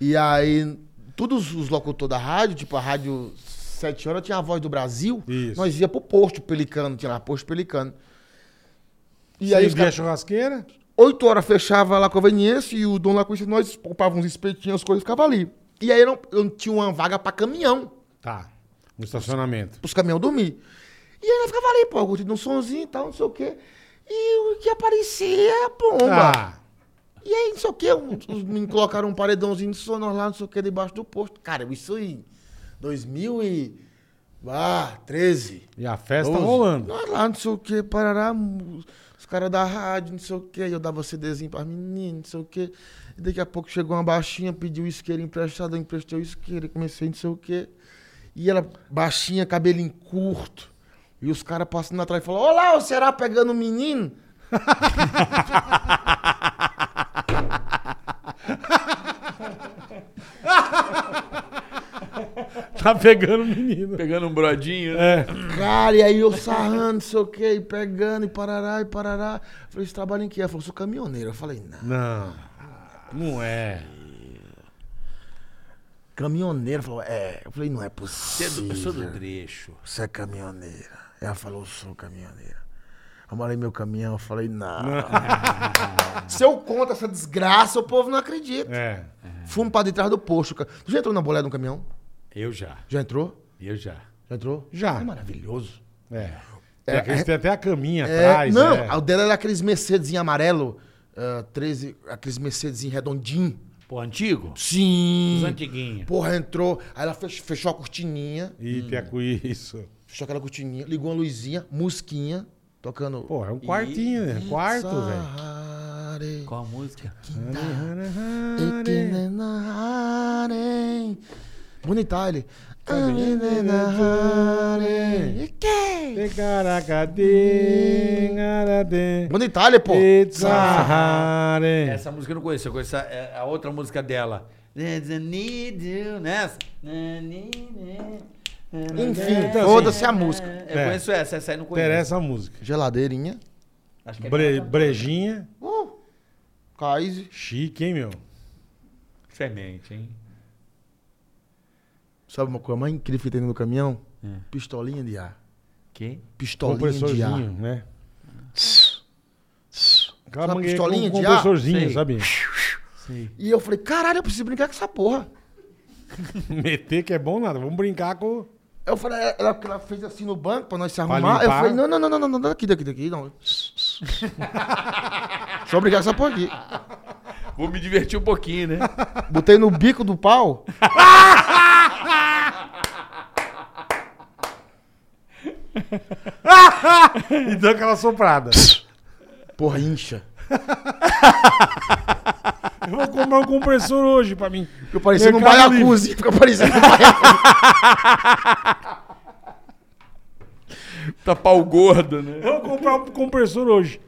Speaker 5: E aí, todos os locutores da rádio, tipo a rádio 7 horas, tinha a voz do Brasil.
Speaker 2: Isso.
Speaker 5: Nós ia pro posto pelicano, tinha lá posto pelicano. E
Speaker 2: E
Speaker 5: aí,
Speaker 2: aí
Speaker 5: os
Speaker 2: via a
Speaker 5: caras,
Speaker 2: churrasqueira?
Speaker 5: 8 horas fechava lá a conveniência e o dono lá conhecia nós, poupava uns espetinhos, as coisas ficava ali. E aí, eu não, eu não tinha uma vaga pra caminhão
Speaker 2: Tá. No estacionamento.
Speaker 5: os caminhões dormir. E aí ela ficava ali, pô, curtindo um sonzinho e tal, não sei o quê. E o que aparecia é a bomba.
Speaker 2: Ah,
Speaker 5: E aí, não sei o quê, um- os meninos colocaram um paredãozinho de sono lá, não sei o quê, debaixo do posto. Cara, isso em 2013.
Speaker 2: e a festa rolando.
Speaker 5: Nós lá, não sei o quê, parará, mu- os caras da rádio, não sei o quê, eu dava CDzinho pras meninas, não sei o quê. E daqui a pouco chegou uma baixinha, pediu o isqueiro emprestado, eu emprestei o isqueiro e comecei, não sei o quê. E ela, baixinha, cabelinho curto. E os caras passando atrás e falaram, olá, o Ceará pegando o menino?
Speaker 2: Tá pegando o menino.
Speaker 3: Pegando um brodinho, né?
Speaker 2: É.
Speaker 5: Cara, e aí eu sarrando, não sei o quê, e pegando, e parará, e parará. Falei, esse trabalho em que? é?" Ela falou, sou caminhoneiro. Eu falei, não.
Speaker 2: Não. Não é.
Speaker 5: Caminhoneira. Falou, é. Eu falei, não é possível.
Speaker 3: Pessoa do trecho.
Speaker 5: Você é caminhoneira. Ela falou, sou caminhoneira. Amarei meu caminhão. Eu falei, não. Se eu conto essa desgraça, o povo não acredita.
Speaker 2: É.
Speaker 5: Fumo pra detrás do posto. cara. Tu já entrou na boleia de um caminhão?
Speaker 3: Eu já.
Speaker 5: Já entrou?
Speaker 3: Eu já.
Speaker 5: Já entrou?
Speaker 2: Já.
Speaker 5: É maravilhoso.
Speaker 2: É. Tem, aqueles que tem até a caminha
Speaker 5: É,
Speaker 2: atrás.
Speaker 5: não,
Speaker 2: né?
Speaker 5: o dela era aqueles Mercedes em amarelo, ah, 13, aqueles Mercedes em redondinho.
Speaker 3: Pô, antigo?
Speaker 5: Sim.
Speaker 3: Os antiguinhos.
Speaker 5: Porra, entrou. Aí ela fech- fechou a cortininha,
Speaker 2: E tem a cu- isso.
Speaker 5: fechou aquela cortininha, ligou uma luzinha, musquinha, tocando.
Speaker 2: Pô, é um quartinho, né? Quarto, velho.
Speaker 5: Sahare,
Speaker 3: Qual a música?
Speaker 5: Ekinenare. Bonita ele. Ekinenare.
Speaker 2: Tem caracadê, caracadê.
Speaker 5: Bonita ele, pô.
Speaker 2: Itzahare.
Speaker 3: Essa música eu não conheço, eu conheço a, é, a outra música dela. There's a need you, nessa.
Speaker 5: Enfim,
Speaker 2: Então,
Speaker 5: foda-se a música.
Speaker 3: Eu
Speaker 2: É.
Speaker 3: conheço essa, essa aí eu não conheço.
Speaker 2: Interessa a música.
Speaker 5: Geladeirinha.
Speaker 3: Acho que é
Speaker 2: Bre-
Speaker 3: aquela-
Speaker 2: brejinha.
Speaker 5: Uh, Kaiser.
Speaker 2: Chique, hein, meu?
Speaker 3: Semente, hein?
Speaker 5: Sabe uma coisa mais incrível que tem no caminhão?
Speaker 2: É.
Speaker 5: Pistolinha de ar.
Speaker 3: Que?
Speaker 5: Pistolinha de ar.
Speaker 2: Compressorzinho, né? Aquela
Speaker 5: Sabe,
Speaker 2: mangueira
Speaker 5: pistolinha
Speaker 2: com um
Speaker 5: de ar?
Speaker 2: compressorzinho,
Speaker 3: Sei.
Speaker 2: sabe?
Speaker 5: E eu falei, caralho, eu preciso brincar com essa porra.
Speaker 2: Meter que é bom nada. Vamos brincar com...
Speaker 5: Eu falei, ela, ela- ela fez assim no banco pra nós se
Speaker 2: Pra
Speaker 5: arrumar. Eu
Speaker 2: limpar?
Speaker 5: falei, não, não, não, não, não, não, daqui, daqui, daqui, não. Só brincar com essa porra aqui.
Speaker 3: Vou me divertir um pouquinho, né?
Speaker 5: Botei no bico do pau.
Speaker 2: E dá Então, aquela soprada.
Speaker 5: Porra, incha.
Speaker 2: Eu vou comprar um compressor hoje pra mim.
Speaker 5: Fica parecendo um
Speaker 2: Mercado Livre.
Speaker 5: baiacuzi. Fica parecendo um baiacuzi.
Speaker 3: tá pau gordo, né?
Speaker 2: Eu vou comprar um compressor hoje.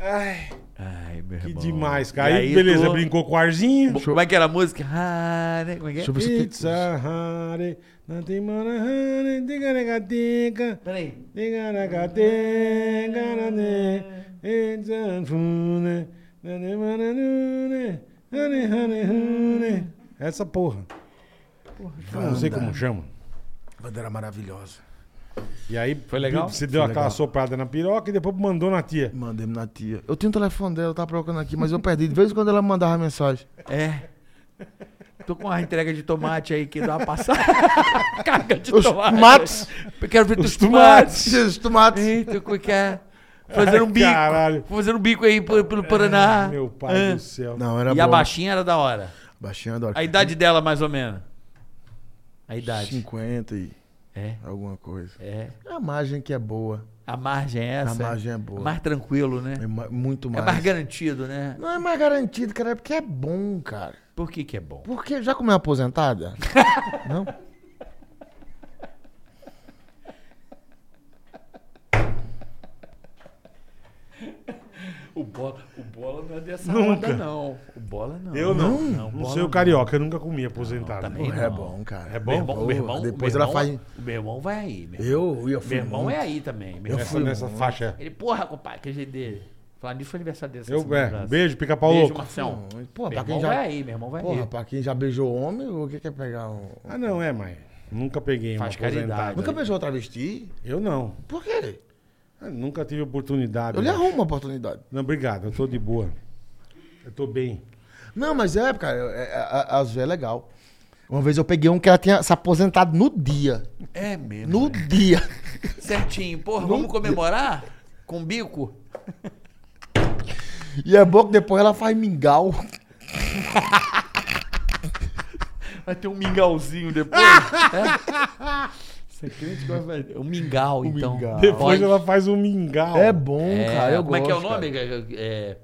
Speaker 3: Ai, meu
Speaker 2: Que
Speaker 3: irmão.
Speaker 2: demais,
Speaker 3: É E
Speaker 2: cara. Aí,
Speaker 3: aí,
Speaker 2: beleza,
Speaker 3: tô-
Speaker 2: brincou com o arzinho.
Speaker 3: Como é que era a música? Ah, né? Como é que é?
Speaker 5: Deixa eu ver se
Speaker 2: It's
Speaker 5: tem...
Speaker 2: a honey, nothing but a honey, digga-digga-digga,
Speaker 3: Peraí.
Speaker 2: digga-digga-digga-digga, it's a honey, nothing but a honey, honey, honey, honey. Essa porra. Eu não sei como chama.
Speaker 5: Bandeira maravilhosa.
Speaker 2: E aí,
Speaker 3: Foi legal?
Speaker 2: Você deu aquela soprada na piroca e depois mandou na tia.
Speaker 5: Mandei na tia. Eu tenho o telefone dela, eu tava procurando aqui, mas eu perdi. De vez em quando ela me mandava mensagem.
Speaker 3: É. Tô com a entrega de tomate aí que dá uma passada. Carga de
Speaker 5: Os
Speaker 3: tomate.
Speaker 5: tomates.
Speaker 3: Eu Quero ver os
Speaker 2: tomates.
Speaker 3: tomates.
Speaker 5: Jesus, tomates.
Speaker 3: Eita, como é que é? Fazendo um bico.
Speaker 2: Caralho.
Speaker 3: Fazendo um bico aí por- pelo Paraná.
Speaker 2: Meu pai
Speaker 3: Ah.
Speaker 2: do céu.
Speaker 5: Não, era
Speaker 3: E
Speaker 5: É, tá bom.
Speaker 3: a baixinha era da hora.
Speaker 5: Baixinha adora.
Speaker 3: A idade dela, mais ou menos. A idade.
Speaker 5: 50 e
Speaker 3: É,
Speaker 5: alguma coisa.
Speaker 3: é.
Speaker 5: A margem que é boa.
Speaker 3: A margem é essa.
Speaker 5: A margem é boa.
Speaker 3: Mais tranquilo, né?
Speaker 5: É ma- muito
Speaker 3: É
Speaker 5: mais.
Speaker 3: mais garantido, né?
Speaker 5: Não é mais garantido, cara, é porque é bom, cara.
Speaker 3: Por que que é bom?
Speaker 5: Porque já comeu aposentada? Não?
Speaker 3: O bola, o bola não é dessa
Speaker 2: Nunca.
Speaker 3: onda, não. O bola não.
Speaker 2: Eu não. Não,
Speaker 3: bola
Speaker 2: sei o carioca, eu nunca comi aposentado.
Speaker 3: também.
Speaker 5: É bom, cara.
Speaker 2: É
Speaker 3: Meu
Speaker 2: bom?
Speaker 3: irmão, meu irmão,
Speaker 5: Depois
Speaker 3: meu
Speaker 5: ela
Speaker 3: irmão-
Speaker 5: faz-
Speaker 3: O meu irmão vai aí. Meu,
Speaker 5: Eu, eu fui.
Speaker 3: meu irmão
Speaker 5: muito-
Speaker 3: é aí também. Meu
Speaker 2: Nessa,
Speaker 3: irmão.
Speaker 2: nessa faixa.
Speaker 3: Ele, porra, compadre, que jeito dele. Falar nisso foi aniversário desse.
Speaker 2: Eu,
Speaker 3: essa
Speaker 2: é,
Speaker 3: lembrança.
Speaker 2: beijo, pica-pau
Speaker 3: Beijo,
Speaker 2: louco.
Speaker 3: Marcião.
Speaker 5: Pô,
Speaker 3: Meu
Speaker 5: pra quem
Speaker 3: irmão
Speaker 5: já.
Speaker 3: vai aí, meu irmão vai
Speaker 5: Porra,
Speaker 3: aí.
Speaker 5: pra quem já beijou homem, o que que é pegar um.
Speaker 2: Ah, não, é, mãe. Nunca peguei
Speaker 3: Faz
Speaker 2: uma aposentada.
Speaker 3: caridade.
Speaker 5: Nunca beijou travesti?
Speaker 2: Eu não.
Speaker 5: Por quê?
Speaker 2: Ah, Nunca tive oportunidade.
Speaker 5: Eu lhe
Speaker 2: né?
Speaker 5: arrumo uma oportunidade.
Speaker 2: Não, obrigado. Eu tô de boa. Eu tô bem.
Speaker 5: Não, mas é, cara, é, é, a- às vezes é legal. Uma vez eu peguei um que ela tinha se aposentado no dia.
Speaker 3: É mesmo.
Speaker 5: No dia.
Speaker 3: Certinho. Porra, vamos comemorar? Com bico?
Speaker 5: E é bom que depois ela faz mingau.
Speaker 3: Vai ter um mingauzinho depois. É? Você acredita que vai fazer? Um mingau, então.
Speaker 5: mingau.
Speaker 2: Depois
Speaker 3: Pode-
Speaker 2: ela faz um mingau.
Speaker 5: É bom,
Speaker 3: É,
Speaker 5: cara. Eu
Speaker 3: como é que é o
Speaker 5: gosto,
Speaker 3: nome? É,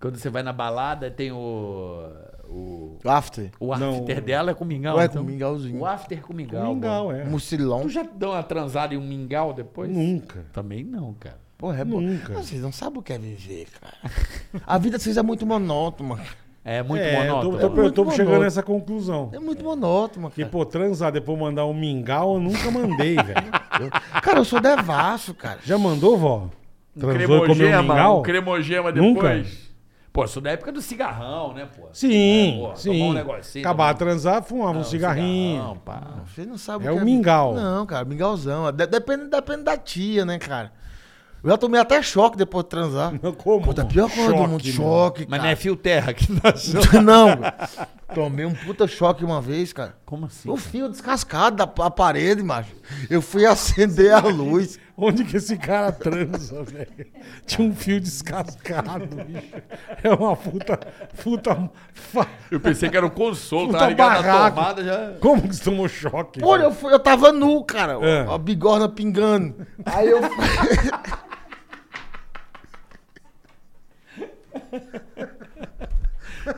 Speaker 3: quando você vai na balada, tem o. O,
Speaker 5: cara. After.
Speaker 3: o
Speaker 2: Não,
Speaker 3: after dela é com mingau.
Speaker 5: Ué, com mingauzinho.
Speaker 3: O after com mingau.
Speaker 2: Mingau,
Speaker 3: bom.
Speaker 2: é.
Speaker 5: Mucilão.
Speaker 3: Tu já deu uma transada e um mingau depois?
Speaker 2: Nunca.
Speaker 3: Também não, cara.
Speaker 5: Porra, é bom.
Speaker 2: Nunca.
Speaker 5: Mas Vocês não sabem o que é viver, cara. A vida de vocês é muito monótona.
Speaker 3: É muito
Speaker 2: é, eu tô,
Speaker 3: monótono.
Speaker 2: tô-
Speaker 5: É muito
Speaker 2: eu tô chegando
Speaker 5: monótono.
Speaker 2: nessa conclusão.
Speaker 5: É muito monótona,
Speaker 2: Que,
Speaker 5: cara.
Speaker 2: pô, transar depois mandar um mingau, eu nunca mandei, velho.
Speaker 5: Eu- Cara, eu sou devasso, cara.
Speaker 2: Já mandou, vó?
Speaker 3: Um
Speaker 2: Transou e comeu um mingau?
Speaker 3: cremogema
Speaker 2: Nunca?
Speaker 3: Pô, isso da época do cigarrão, né, pô?
Speaker 2: Sim,
Speaker 3: É, pô,
Speaker 2: sim.
Speaker 3: Tomar um negocinho.
Speaker 2: Acabar de
Speaker 3: tomar
Speaker 2: transar, fumava um
Speaker 3: um
Speaker 2: cigarrinho.
Speaker 3: cigarrão, pá.
Speaker 5: Você não sabe
Speaker 2: É o mingau.
Speaker 5: Não, cara, mingauzão. De- depende, depende da tia, né, cara? Eu já tomei até choque depois de transar.
Speaker 2: Como?
Speaker 5: Puta, a pior coisa do mundo,
Speaker 2: meu.
Speaker 5: choque,
Speaker 3: Mas não é
Speaker 5: cara.
Speaker 3: fio terra que nasceu.
Speaker 5: não, tomei um puta choque uma vez, cara.
Speaker 3: Como assim?
Speaker 5: O fio descascado da pa- parede, macho. Eu fui acender a luz.
Speaker 2: Onde que esse cara transa, velho? Tinha um fio descascado, bicho. É uma puta. Puta. fa-
Speaker 3: Eu pensei que era um consolo,
Speaker 2: Puta
Speaker 3: tava ligado na
Speaker 2: barraco.
Speaker 3: tomada já.
Speaker 2: Como que você tomou choque?
Speaker 5: Pô,
Speaker 2: velho?
Speaker 5: eu, fui- eu tava nu, cara. ó,
Speaker 2: É.
Speaker 5: A bigorna pingando. Aí eu fui.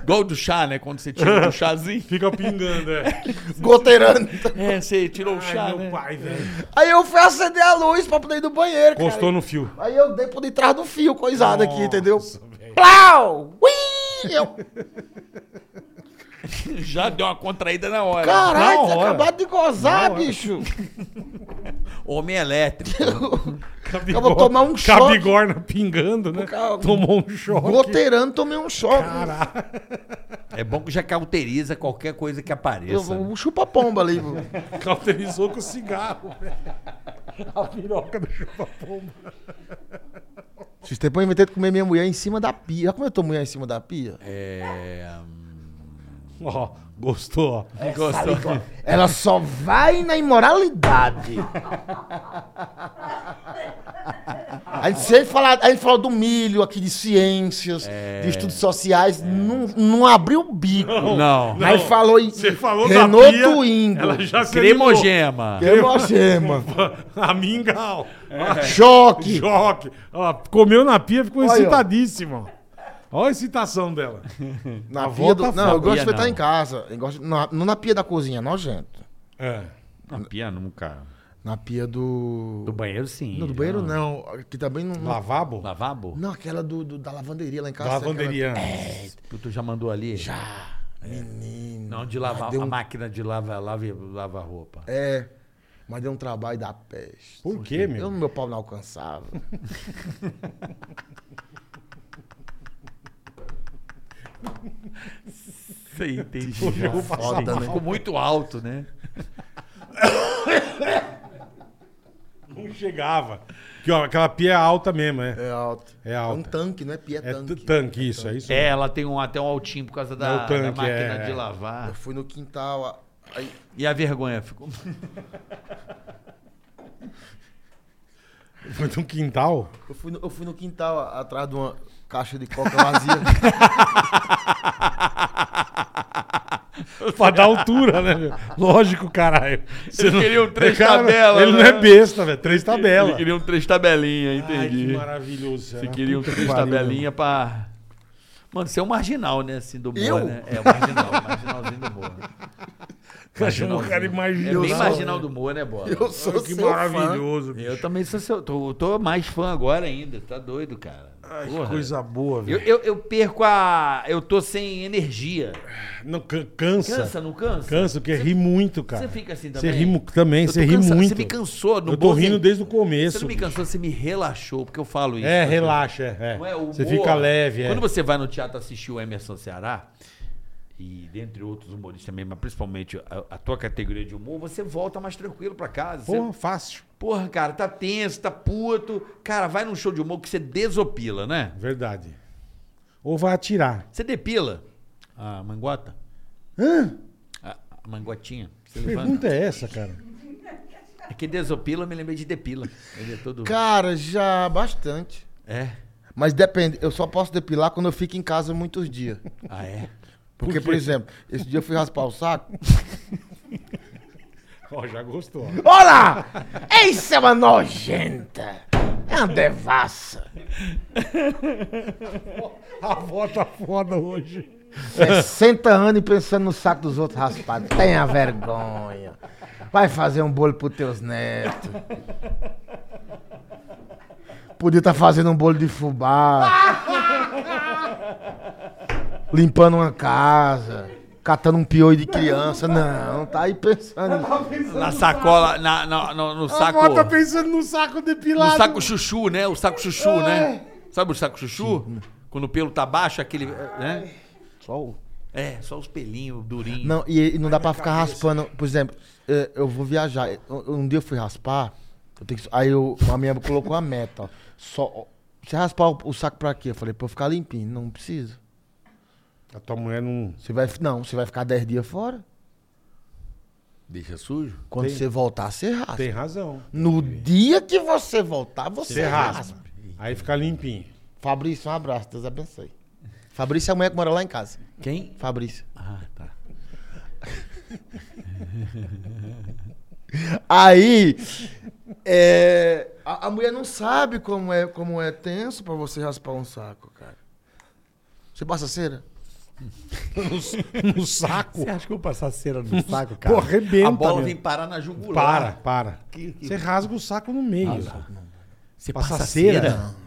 Speaker 3: Igual do chá, né? Quando você tira o chazinho.
Speaker 2: Fica pingando, é.
Speaker 5: goteirando.
Speaker 3: É, você tirou o chá,
Speaker 2: Ai, meu
Speaker 3: né?
Speaker 2: pai, velho.
Speaker 5: Aí eu fui acender a luz pra poder ir do banheiro, cara.
Speaker 2: Encostou no fio.
Speaker 5: Aí eu dei por detrás do fio, coisado aqui, entendeu?
Speaker 2: Nossa, velho.
Speaker 5: Plau! Ui! Eu,
Speaker 3: Já deu uma contraída na hora.
Speaker 5: caralho, você
Speaker 2: hora.
Speaker 5: acabado de gozar,
Speaker 2: Na hora.
Speaker 5: bicho.
Speaker 3: Homem elétrico.
Speaker 5: Eu vou tomar um choque.
Speaker 2: Cabigorna pingando, né?
Speaker 5: Ca-
Speaker 2: Tomou um choque.
Speaker 5: Goteirando, tomei um choque.
Speaker 3: É bom que já cauteriza qualquer coisa que
Speaker 5: Eu,
Speaker 3: apareça. né?
Speaker 5: um chupa-pomba ali. viu?
Speaker 2: Cauterizou com cigarro, velho. A piroca do chupa-pomba.
Speaker 5: Esses tempos eu inventei de comer minha mulher em cima da pia. Já comeu tua mulher em cima da pia?
Speaker 3: É.
Speaker 2: Ó, gostou, ó.
Speaker 3: Gostou?
Speaker 5: Ela só vai na imoralidade. A gente sempre fala, a gente fala do milho aqui, de ciências, de estudos sociais, não, não abriu o bico.
Speaker 3: Não.
Speaker 5: Aí
Speaker 2: É. Não,
Speaker 5: falou em
Speaker 2: Você falou
Speaker 5: Renault
Speaker 2: da pia,
Speaker 5: Twingo.
Speaker 2: ela já se
Speaker 3: Cremogema.
Speaker 5: Cremogema.
Speaker 2: animou. A mingau.
Speaker 5: é,
Speaker 2: É.
Speaker 5: Choque.
Speaker 2: Joque. Ó, comeu na pia, ficou
Speaker 5: Olha, ó.
Speaker 2: excitadíssima. Olha a excitação dela.
Speaker 5: Na pia
Speaker 2: volta
Speaker 5: do,
Speaker 2: fora.
Speaker 5: tá não, eu gosto de
Speaker 3: Pia,
Speaker 5: espetar
Speaker 3: não.
Speaker 5: em casa. Eu gosto, na- não na pia da cozinha, nojento.
Speaker 2: É.
Speaker 3: Na pia nunca.
Speaker 5: Na pia do...
Speaker 3: Do banheiro sim.
Speaker 5: Não, do banheiro não. Que também não... não
Speaker 2: Lavabo?
Speaker 3: Lavabo?
Speaker 5: não, aquela do, do- da lavanderia lá em casa.
Speaker 2: Lavanderia.
Speaker 3: Tu já mandou ali? Já.
Speaker 5: aquela- Menino.
Speaker 3: É. Não, de lavar.
Speaker 5: Deu
Speaker 3: A
Speaker 5: um-
Speaker 3: máquina de lava, lava, lava roupa.
Speaker 5: É, mas deu um trabalho da peste.
Speaker 2: Por quê, meu?
Speaker 5: Eu, meu pau não alcançava.
Speaker 3: Sei, entendi.
Speaker 2: já.
Speaker 5: Foda, né?
Speaker 3: Ficou muito alto, né?
Speaker 2: Não chegava. Que, ó, aquela pia é alta mesmo, é.
Speaker 5: É alto.
Speaker 2: É alta.
Speaker 5: um tanque, não é pia, é
Speaker 2: É t-
Speaker 5: tanque.
Speaker 2: tanque, isso, é isso?
Speaker 3: É, ela tem um, até um altinho por causa da,
Speaker 2: É o tanque,
Speaker 3: da máquina
Speaker 2: é.
Speaker 3: de
Speaker 5: Eu
Speaker 3: lavar.
Speaker 5: fui no quintal, a- aí
Speaker 3: E a vergonha ficou.
Speaker 2: Foi de um quintal?
Speaker 5: eu fui no, eu fui no quintal a- atrás de uma caixa de coca vazia.
Speaker 2: pra dar altura, né, meu? Lógico, caralho. Você
Speaker 3: Eles queriam três
Speaker 2: Cara,
Speaker 3: tabelas,
Speaker 2: Ele não
Speaker 3: né?
Speaker 2: é besta, velho. Três tabelas.
Speaker 3: queriam três tabelinhas,
Speaker 2: Ai, que maravilhoso. será?
Speaker 3: Você queria um
Speaker 2: Puta que
Speaker 3: três
Speaker 2: pariu,
Speaker 3: tabelinha pra. Mano, você é um marginal, né? Assim, do humor,
Speaker 5: Eu?
Speaker 3: né? É, o marginal, o marginalzinho do humor.
Speaker 2: meu. Achou o um cara
Speaker 3: É
Speaker 2: imaginou.
Speaker 3: bem marginal do humor, né, Bola?
Speaker 5: Eu sou
Speaker 2: Que
Speaker 5: seu fã.
Speaker 2: maravilhoso. bicho.
Speaker 3: Eu também sou seu. Tô, tô mais fã agora ainda, tá doido, cara.
Speaker 2: Ai, que
Speaker 3: Porra.
Speaker 2: coisa boa,
Speaker 3: Eu,
Speaker 2: velho.
Speaker 3: eu, eu perco a. Eu tô sem energia.
Speaker 2: Não, can- cansa.
Speaker 3: Cansa, não cansa?
Speaker 2: Cansa, porque ri muito, cara.
Speaker 3: Você fica assim
Speaker 2: Você
Speaker 3: também?
Speaker 2: ri mu- também,
Speaker 3: Eu tô
Speaker 2: você ri
Speaker 3: cansa-
Speaker 2: muito.
Speaker 3: Você me cansou no
Speaker 2: Eu tô
Speaker 3: bom
Speaker 2: rindo
Speaker 3: sen-
Speaker 2: desde o começo.
Speaker 3: Você não me
Speaker 2: bicho.
Speaker 3: cansou, você me relaxou, porque eu falo isso.
Speaker 2: É,
Speaker 3: né?
Speaker 2: relaxa, é. é.
Speaker 3: Não é o
Speaker 2: você
Speaker 3: humor.
Speaker 2: fica leve, é.
Speaker 3: Quando você vai no teatro assistir o Emerson Ceará, e dentre outros humoristas também, mas principalmente a, a tua categoria de humor, você volta mais tranquilo pra casa. Você-
Speaker 2: Porra, fácil.
Speaker 3: porra, cara, tá tenso, tá puto. Cara, vai num show de humor que você desopila, né?
Speaker 2: Verdade. Ou vai atirar.
Speaker 3: Você depila a mangota? A, a mangotinha. Você
Speaker 2: Que
Speaker 3: levanta.
Speaker 2: pergunta é essa, cara?
Speaker 3: É que desopila, eu me lembrei de depila. Ele é todo...
Speaker 5: Cara, já bastante.
Speaker 3: É?
Speaker 5: Mas depende, eu só posso depilar quando eu fico em casa muitos dias.
Speaker 3: Ah, é?
Speaker 5: Porque, por, exemplo, esse dia eu fui raspar o saco.
Speaker 2: Ó, já gostou.
Speaker 5: Olá! Isso é uma nojenta! É uma devassa!
Speaker 2: A avó tá foda hoje.
Speaker 5: 60 anos e pensando no saco dos outros raspados. Tenha vergonha. Vai fazer um bolo pros teus netos. Podia estar fazendo um bolo de fubá. limpando uma casa. Catando um piolho de criança. Não, tá aí pensando.
Speaker 3: Na sacola, na, na- no, no
Speaker 2: A
Speaker 3: saco...
Speaker 2: avó tá pensando no saco
Speaker 3: No
Speaker 2: depilado. É.
Speaker 3: saco chuchu, né? O saco chuchu, né? Sabe o saco chuchu? Quando o pelo tá baixo, aquele. Né?
Speaker 5: Só o...
Speaker 3: É, só os pelinhos durinhos.
Speaker 5: Não, e, e não dá pra ficar raspando. Por exemplo, eh, eu vou viajar. Eu- Um dia eu fui raspar, eu tenho que- aí eu, a minha colocou a meta. ó. Só, ó, você raspar o, o saco pra quê? Eu falei, pra eu ficar limpinho. Não precisa.
Speaker 2: A tua mulher não.
Speaker 5: Você vai, não, você vai ficar 10 dias fora.
Speaker 3: Deixa sujo?
Speaker 5: Quando
Speaker 2: Tem-
Speaker 5: você voltar, você raspa.
Speaker 2: Tem razão.
Speaker 5: No dia que você voltar, você,
Speaker 2: Você
Speaker 5: raspa.
Speaker 2: raspa. Aí fica limpinho.
Speaker 5: Fabrício, um abraço. Deus abençoe. Fabrício é a mulher que mora lá em casa.
Speaker 3: Quem?
Speaker 5: Fabrício.
Speaker 3: Ah, tá.
Speaker 5: Aí, é, a, a mulher não sabe como é, como é tenso pra você raspar um saco, cara. Você passa cera?
Speaker 2: No saco.
Speaker 7: Você acha que eu vou passar cera no saco, cara?
Speaker 2: Pô, arrebenta.
Speaker 3: a bola
Speaker 2: meu.
Speaker 3: vem parar na jugular.
Speaker 2: Para, para. Você rasga o saco no meio.
Speaker 3: Ah, Você
Speaker 2: Passa
Speaker 3: passa,
Speaker 2: cera?
Speaker 3: cera?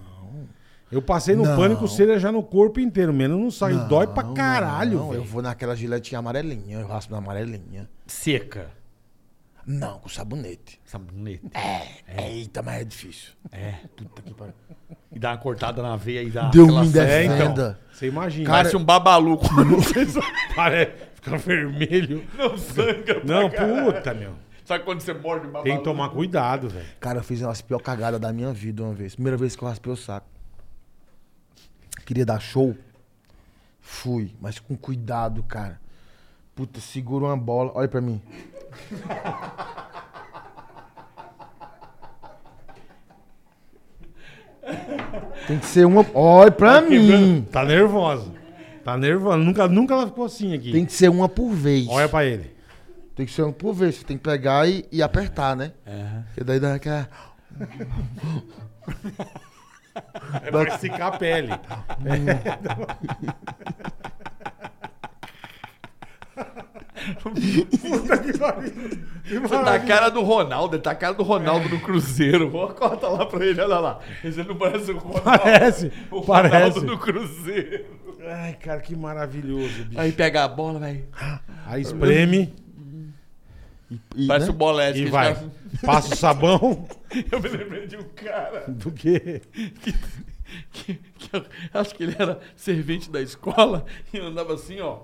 Speaker 2: Eu passei no pânico cera já no corpo inteiro, menos no saco. E dói pra caralho,
Speaker 5: Não, eu
Speaker 2: velho.
Speaker 5: vou naquela giletinha amarelinha, eu raspo na amarelinha.
Speaker 3: Seca.
Speaker 5: Não, com sabonete.
Speaker 3: Sabonete.
Speaker 5: É. Eita, mas é difícil. É. Puta que pariu.
Speaker 3: E dá uma cortada na veia e dá.
Speaker 5: Deus
Speaker 3: aquela-
Speaker 5: me
Speaker 2: É, então.
Speaker 5: defenda.
Speaker 2: Você imagina.
Speaker 3: Parece um babaluco.
Speaker 2: Parece, fica vermelho.
Speaker 3: Não sangra.
Speaker 2: Não, puta, meu.
Speaker 3: Sabe quando você morde um o babaluco?
Speaker 2: Tem que tomar cuidado, velho.
Speaker 5: Cara, eu fiz uma das piores cagadas da minha vida uma vez. Primeira vez que eu raspei o saco. Queria dar show. Fui, mas com cuidado, cara. Puta, segura uma bola. Olha pra mim. Tem que ser uma. Olha pra
Speaker 3: Hum.
Speaker 5: mim.
Speaker 2: Tá nervosa. Tá nervosa. Nunca, nunca ela ficou assim aqui.
Speaker 5: Tem que ser uma por vez.
Speaker 2: Olha pra ele.
Speaker 5: Tem que ser uma por vez. Você tem que pegar e, e apertar, né? É. Porque daí dá aquela.
Speaker 2: É pra secar a pele.
Speaker 3: Você tá a cara do Ronaldo, ele tá a cara do Ronaldo no Cruzeiro. Vou corta lá pra ele, olha lá. Esse não parece o Ronaldo.
Speaker 2: Parece,
Speaker 3: O Ronaldo
Speaker 2: parece.
Speaker 3: do Cruzeiro.
Speaker 2: Ai, cara, que maravilhoso, bicho.
Speaker 3: Aí pega a bola, vai.
Speaker 2: Aí espreme
Speaker 5: E,
Speaker 3: Parece
Speaker 5: né?
Speaker 3: o Bolete.
Speaker 2: e
Speaker 3: que
Speaker 2: vai.
Speaker 3: os caras-
Speaker 2: Passa o sabão.
Speaker 3: Eu me lembrei de um cara
Speaker 2: Do quê?
Speaker 3: que, que- que eu acho que ele era servente da escola e andava assim, ó.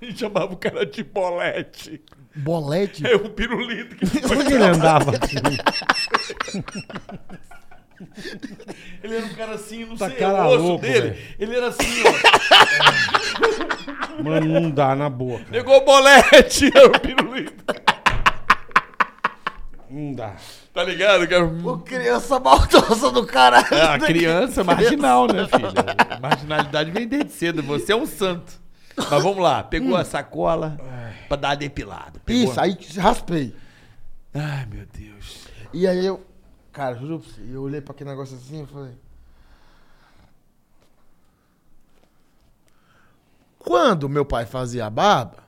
Speaker 3: E chamava o cara de Bolete.
Speaker 5: Bolete.
Speaker 3: É um pirulito que ele
Speaker 2: Por que ele andava assim?
Speaker 3: Ele era um cara assim, não
Speaker 2: Tá
Speaker 3: sei,
Speaker 2: cara
Speaker 3: o osso
Speaker 2: louco,
Speaker 3: dele.
Speaker 2: velho.
Speaker 3: Ele era assim, ó.
Speaker 2: Mano, não dá na boa, cara.
Speaker 3: Pegou o bolete, era o pirulito.
Speaker 2: Não dá.
Speaker 3: Tá ligado? Que era
Speaker 5: Ô,
Speaker 3: um-
Speaker 5: criança maldosa do caralho.
Speaker 3: É, a criança marginal, né, filho? Marginalidade vem desde cedo. Você é um santo. Mas vamos lá. Pegou a sacola pra dar depilado. Pegou...
Speaker 5: Isso, aí raspei.
Speaker 3: Ai, meu Deus.
Speaker 5: E aí eu, cara, juro pra você, eu olhei pra aquele negócio assim e falei. Quando meu pai fazia a barba,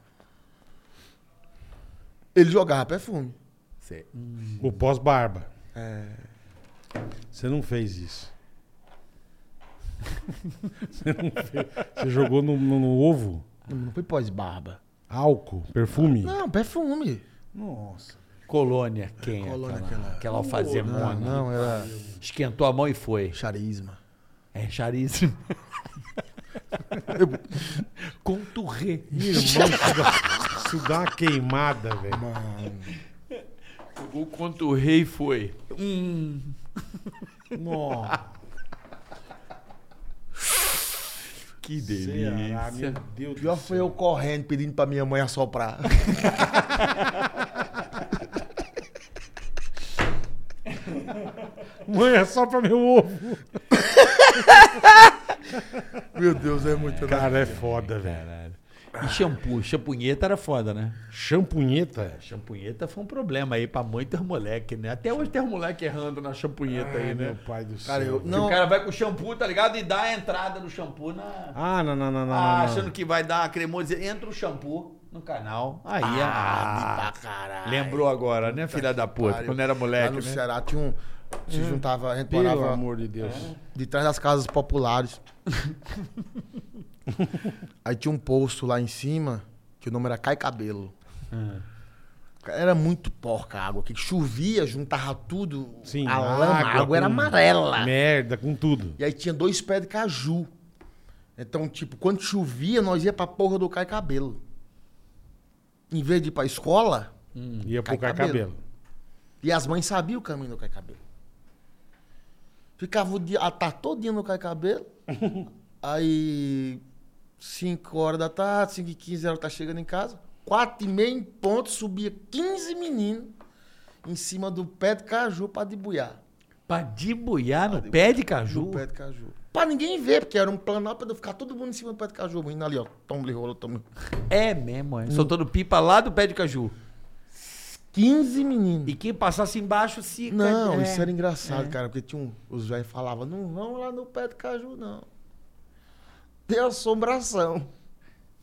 Speaker 5: ele jogava perfume.
Speaker 2: O pós-barba. Você não fez isso. Você, não fez. Você jogou no, no- no ovo?
Speaker 5: Não, não foi pós-barba.
Speaker 2: Álcool? Perfume?
Speaker 5: Não, perfume.
Speaker 2: Nossa.
Speaker 3: Colônia quem? é
Speaker 5: Colônia,
Speaker 3: aquela,
Speaker 5: aquela-
Speaker 3: aquela alfazemona.
Speaker 5: Não, Ah, não, era
Speaker 3: Esquentou a mão e foi.
Speaker 5: charisma.
Speaker 3: É charíssimo. Conturré.
Speaker 2: Ih, Irmão, isso dá, isso dá uma queimada, velho.
Speaker 3: O conturré e foi. Hum.
Speaker 2: Nossa.
Speaker 3: Que delícia.
Speaker 2: Ceará, meu Deus do
Speaker 5: Pior foi eu correndo pedindo pra minha mãe assoprar.
Speaker 2: Mãe, é só pra meu ovo.
Speaker 5: Meu Deus, é muito.
Speaker 2: Cara, é foda, velho.
Speaker 3: E shampoo? Champunheta era foda, né?
Speaker 2: Champunheta?
Speaker 3: Champunheta foi um problema aí pra muitos moleques, né? Até hoje tem um moleque errando na champunheta aí,
Speaker 2: Ai,
Speaker 3: né?
Speaker 2: meu pai do céu.
Speaker 5: Cara, eu.
Speaker 3: Que
Speaker 5: Não,
Speaker 3: O cara vai com shampoo, tá ligado? E dá a entrada do shampoo na.
Speaker 2: Ah, não, não, não, não.
Speaker 3: Ah,
Speaker 2: não,
Speaker 3: achando que vai dar a cremosa. Entra o shampoo no canal. Aí ah,
Speaker 5: pra caralho.
Speaker 3: Lembrou agora, né, filha da puta?
Speaker 5: pariu.
Speaker 3: Quando era
Speaker 5: Lá
Speaker 3: moleque,
Speaker 5: no
Speaker 3: né?
Speaker 5: Ceará tinha um. Se juntava, a gente
Speaker 2: Pelo
Speaker 5: morava É.
Speaker 2: amor de Deus.
Speaker 5: de trás das casas populares. Aí tinha um posto lá em cima, que o nome era Cai Cabelo.
Speaker 2: Ah.
Speaker 5: Era muito porca a água, que chovia, juntava tudo.
Speaker 2: Sim,
Speaker 5: a lama,
Speaker 2: água
Speaker 5: a água era
Speaker 2: com-
Speaker 5: amarela.
Speaker 2: Merda, com tudo.
Speaker 5: E aí tinha dois pés de caju. Então, tipo, quando chovia, nós ia pra porra do cai cabelo. Em vez de ir pra escola,
Speaker 3: Hum,
Speaker 2: Ia pro
Speaker 5: Cai
Speaker 2: cai
Speaker 5: cabelo.
Speaker 2: cabelo.
Speaker 5: e as mães sabiam o caminho do cai cabelo. Ficava o dia, a tarde todinha no cai cabelo. aí, 5 horas da tarde, 5 e 15 horas tá chegando em casa. 4 e meia em ponto, subia 15 meninos em cima do pé de caju pra debuiar.
Speaker 3: Pra dibuiar no pé de caju?
Speaker 5: Tá No pé de caju. Pra ninguém ver, porque era um plano pra ficar todo mundo em cima do pé de caju, rindo ali, ó. Toma, lhe rolou, toma.
Speaker 3: É mesmo, é. Soltando pipa lá do pé de caju.
Speaker 5: 15 meninos.
Speaker 3: E quem passasse embaixo se...
Speaker 5: Não,
Speaker 3: é.
Speaker 5: isso era engraçado, cara, porque tinha um, os velhos falavam, não vão lá no pé de caju, não. Tem assombração.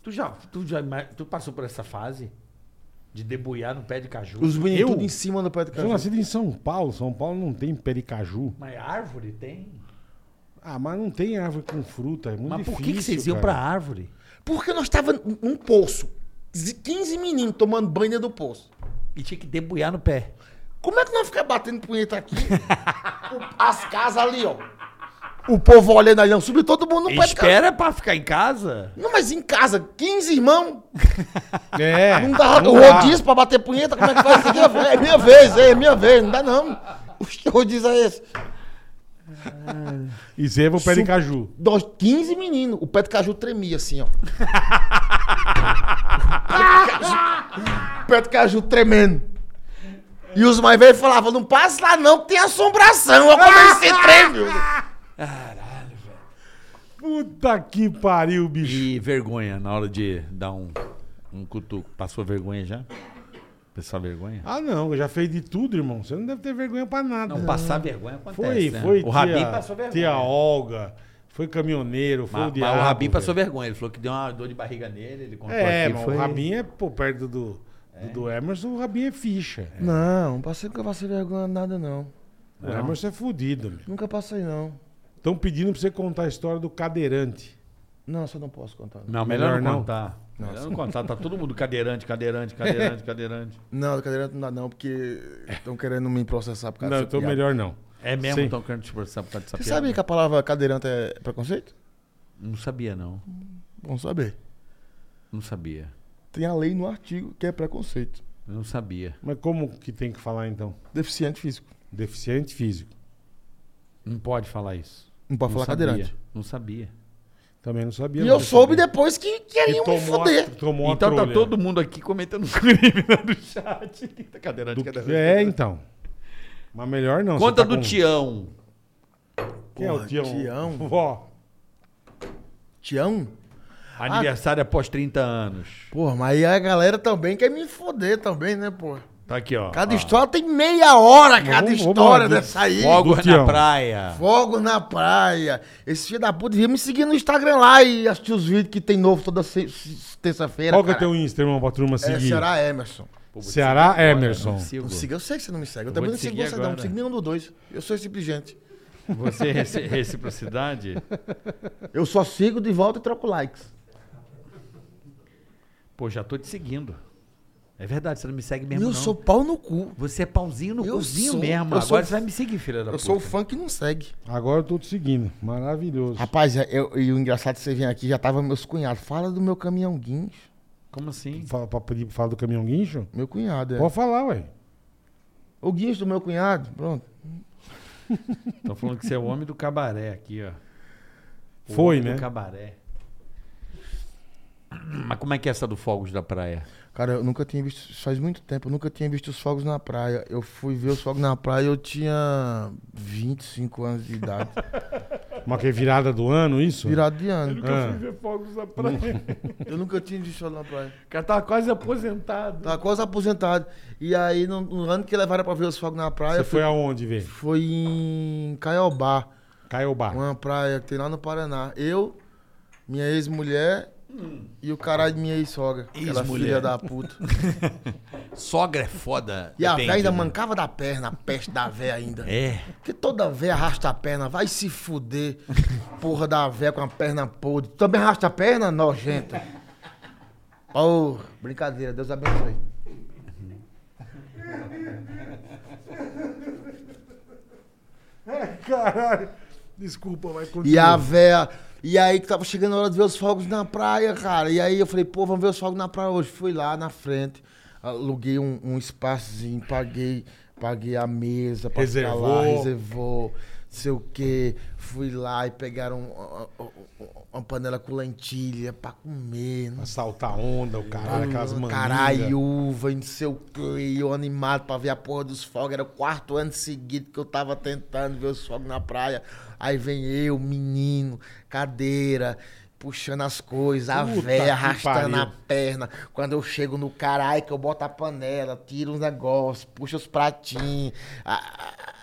Speaker 3: Tu já, tu já ima- tu passou por essa fase de debuiar no pé de caju?
Speaker 5: Os meninos
Speaker 2: Eu?
Speaker 5: tudo em cima do pé de
Speaker 2: Eu sou
Speaker 5: caju.
Speaker 2: nascido em São Paulo. São Paulo não tem pericaju.
Speaker 3: Mas árvore tem.
Speaker 2: Ah, mas não tem árvore com fruta. É muito
Speaker 3: Mas
Speaker 2: difícil.
Speaker 3: por que, que vocês iam
Speaker 2: cara.
Speaker 3: pra árvore?
Speaker 2: assim?
Speaker 5: Porque nós tava num poço. 15 meninos tomando banho dentro do poço.
Speaker 3: E tinha que debuiar no pé.
Speaker 5: Como é que nós fica batendo punheta aqui? O- As casas ali, ó. O povo olhando ali, ó. Subiu todo mundo no pé de caju.
Speaker 3: Espera pra ficar em casa?
Speaker 5: Não, mas em casa, 15 irmãos,
Speaker 2: É.
Speaker 5: não dá
Speaker 2: não dá.
Speaker 5: rodízio pra bater punheta, como é que faz isso aqui? É minha vez, é minha vez, não dá não. O que rodízio é esse?
Speaker 2: E zeva o pericaju.
Speaker 5: Nós, 15 meninos, o pé de caju tremia assim, ó. O pé de caju- o pé de caju tremendo. E os mais velhos falavam, não passa lá não, que tem assombração, ó, como esse trem, viu?
Speaker 2: Puta que pariu, bicho.
Speaker 3: E vergonha na hora de dar um, um cutuco. Passou vergonha já? Passar vergonha?
Speaker 2: Ah, não. Eu já fez de tudo, irmão. Você não deve ter vergonha pra nada.
Speaker 3: Não, passar vergonha acontece,
Speaker 2: Foi,
Speaker 3: né?
Speaker 2: foi.
Speaker 3: O Rabin
Speaker 2: tia-
Speaker 3: passou vergonha.
Speaker 2: Tia Olga. Foi caminhoneiro, foi
Speaker 3: Mas,
Speaker 2: o
Speaker 3: mas
Speaker 2: diabo.
Speaker 3: o Rabin
Speaker 2: velho.
Speaker 3: passou vergonha. Ele falou que deu uma dor de barriga nele, ele contou
Speaker 2: É,
Speaker 3: aqui.
Speaker 2: mano,
Speaker 3: foi-
Speaker 2: o Rabin é, pô, perto do, do, do Emerson, o Rabin é ficha.
Speaker 5: Não, não passei, nunca passei vergonha nada não.
Speaker 2: O Emerson é fudido, meu.
Speaker 5: Nunca passei não.
Speaker 2: Estão pedindo pra você contar a história do cadeirante.
Speaker 5: Não, só não posso contar.
Speaker 3: Não, melhor,
Speaker 2: Melhor
Speaker 3: não
Speaker 2: não.
Speaker 3: contar. Melhor não contar. Tá todo mundo cadeirante, cadeirante, cadeirante, cadeirante.
Speaker 5: Não, do cadeirante não dá não, porque estão querendo me processar por causa
Speaker 2: não,
Speaker 5: dessa
Speaker 2: então
Speaker 5: piada.
Speaker 2: melhor não.
Speaker 3: É mesmo
Speaker 2: Sim.
Speaker 3: estão querendo te processar por causa dessa
Speaker 5: Você
Speaker 3: piada?
Speaker 5: sabia que a palavra cadeirante é preconceito?
Speaker 3: Não sabia, não.
Speaker 5: Bom saber.
Speaker 3: Não sabia.
Speaker 5: Tem a lei no artigo que é preconceito.
Speaker 3: Eu Não sabia.
Speaker 2: Mas como que tem que falar então?
Speaker 5: Deficiente físico.
Speaker 2: Deficiente físico.
Speaker 3: Não pode falar isso.
Speaker 5: Não pode
Speaker 3: não
Speaker 5: falar
Speaker 3: sabia.
Speaker 5: cadeirante.
Speaker 3: Não sabia.
Speaker 2: Também não sabia.
Speaker 5: E
Speaker 2: não,
Speaker 5: eu soube
Speaker 2: sabia.
Speaker 5: depois que queriam
Speaker 2: E
Speaker 5: me
Speaker 2: tomou a,
Speaker 5: foder.
Speaker 2: tomou
Speaker 3: então
Speaker 2: a
Speaker 3: tá
Speaker 2: trolha.
Speaker 3: todo mundo aqui comentando os crimes lá né, do chat. Cadeirante,
Speaker 2: do...
Speaker 3: cadeirante.
Speaker 2: É, então. Mas melhor não.
Speaker 3: Conta
Speaker 2: você
Speaker 3: do
Speaker 2: tá com-
Speaker 3: Tião.
Speaker 2: Quem é o
Speaker 5: Porra,
Speaker 2: Tião?
Speaker 5: Tião.
Speaker 2: Vó.
Speaker 5: Tião?
Speaker 3: Aniversário após 30 anos.
Speaker 5: Porra, mas aí a galera também quer me foder também, né, porra?
Speaker 3: Tá aqui, ó.
Speaker 5: Cada
Speaker 3: Ó.
Speaker 5: história tem meia hora, cada
Speaker 2: vamos
Speaker 5: história
Speaker 2: lá,
Speaker 5: dessa aí.
Speaker 3: Fogos
Speaker 2: do
Speaker 3: na
Speaker 2: Tião.
Speaker 3: praia.
Speaker 5: Fogo na praia. Esse filho da puta devia me seguir no Instagram lá e assistir os vídeos que tem novo toda se- se- terça-feira.
Speaker 2: Qual que é o
Speaker 5: cara.
Speaker 2: teu Insta, irmão, pra turma
Speaker 5: É,
Speaker 2: seguir? Ceará,
Speaker 5: será Emerson.
Speaker 2: é, Emerson.
Speaker 3: Não sigo.
Speaker 5: Não siga, eu sei que você não me segue. Eu,
Speaker 3: Eu
Speaker 5: também
Speaker 3: vou
Speaker 5: não
Speaker 3: te
Speaker 5: sigo
Speaker 3: seguir
Speaker 5: você, não.
Speaker 3: agora.
Speaker 5: Não sigo nenhum dos dois. Eu sou simples gente.
Speaker 3: Você é reci- reciprocidade?
Speaker 5: Eu só sigo de volta e troco likes.
Speaker 3: Pô, já tô te seguindo. É verdade, você não me segue
Speaker 5: Eu
Speaker 3: mesmo, não.
Speaker 5: sou pau no cu.
Speaker 3: Você é pauzinho no
Speaker 5: Eu
Speaker 3: cozinho
Speaker 5: sou-
Speaker 3: mesmo.
Speaker 5: eu
Speaker 3: Agora
Speaker 5: sou-
Speaker 3: você vai me seguir, filha da
Speaker 5: Eu
Speaker 3: puta.
Speaker 5: sou o fã que não segue.
Speaker 2: Agora eu tô te seguindo. Maravilhoso.
Speaker 5: Rapaz, é, eu- e o engraçado que você vem aqui, já tava meus cunhados. Fala do meu caminhão guincho.
Speaker 3: Como assim?
Speaker 2: Fala, pra pedir pra falar do caminhão guincho?
Speaker 5: Meu cunhado, é.
Speaker 2: Pode falar, ué.
Speaker 5: O guincho do meu cunhado, pronto.
Speaker 3: Estão falando que você é o homem do cabaré aqui, ó. O
Speaker 2: Foi,
Speaker 3: homem
Speaker 2: né?
Speaker 3: do cabaré. Mas como é que é essa do Fogos da Praia?
Speaker 5: Cara, eu nunca tinha visto, faz muito tempo, eu nunca tinha visto os fogos na praia. Eu fui ver os fogos na praia, eu tinha 25 anos de idade.
Speaker 2: Mas que é virada do ano, isso?
Speaker 5: Virado de ano. Ah.
Speaker 2: Ah.
Speaker 5: Eu nunca tinha visto fogos na praia.
Speaker 3: O cara tava quase aposentado.
Speaker 5: Tava quase aposentado. E aí, no, no ano que levaram pra ver os fogos na praia,
Speaker 2: Você
Speaker 5: eu fui,
Speaker 2: foi aonde, vê?
Speaker 5: foi em Caiobá.
Speaker 2: Caiobá.
Speaker 5: Uma praia que tem lá no Paraná. Eu, minha ex-mulher e o caralho de minha ex-sogra. Aquela
Speaker 3: Ex-mulher.
Speaker 5: filha da puta.
Speaker 3: Sogra é foda.
Speaker 5: E a
Speaker 3: depende,
Speaker 5: véia ainda
Speaker 3: né?
Speaker 5: mancava da perna, a peste da véia ainda.
Speaker 3: É.
Speaker 5: Porque toda véia arrasta a perna, vai se fuder. Porra da véia com a perna podre. Também arrasta a perna, nojenta. Oh, brincadeira, Deus abençoe. É,
Speaker 2: Caralho. Desculpa, vai
Speaker 5: E a véia E aí que tava chegando a hora de ver os fogos na praia, cara. E aí eu falei, pô, vamos ver os fogos na praia hoje. Fui lá na frente, aluguei um, um espaçozinho, paguei, paguei a mesa pra ficar lá,
Speaker 2: Reservou.
Speaker 5: reservou, não sei o quê. Fui lá e pegaram uh, uh, uh, uma panela com lentilha pra comer. Não
Speaker 2: Saltar onda, o caralho, aquelas mangas.
Speaker 5: Hum, Caralho, uva, não sei o que, eu animado pra ver a porra dos fogos. Era o quarto ano seguido que eu tava tentando ver os fogos na praia. Aí vem eu, menino, cadeira, puxando as coisas, a
Speaker 2: Puta que
Speaker 5: véia arrastando a
Speaker 2: pariu.
Speaker 5: perna. Quando eu chego no caralho, que eu boto a panela, tiro os negócios, puxo os pratinhos. a- a-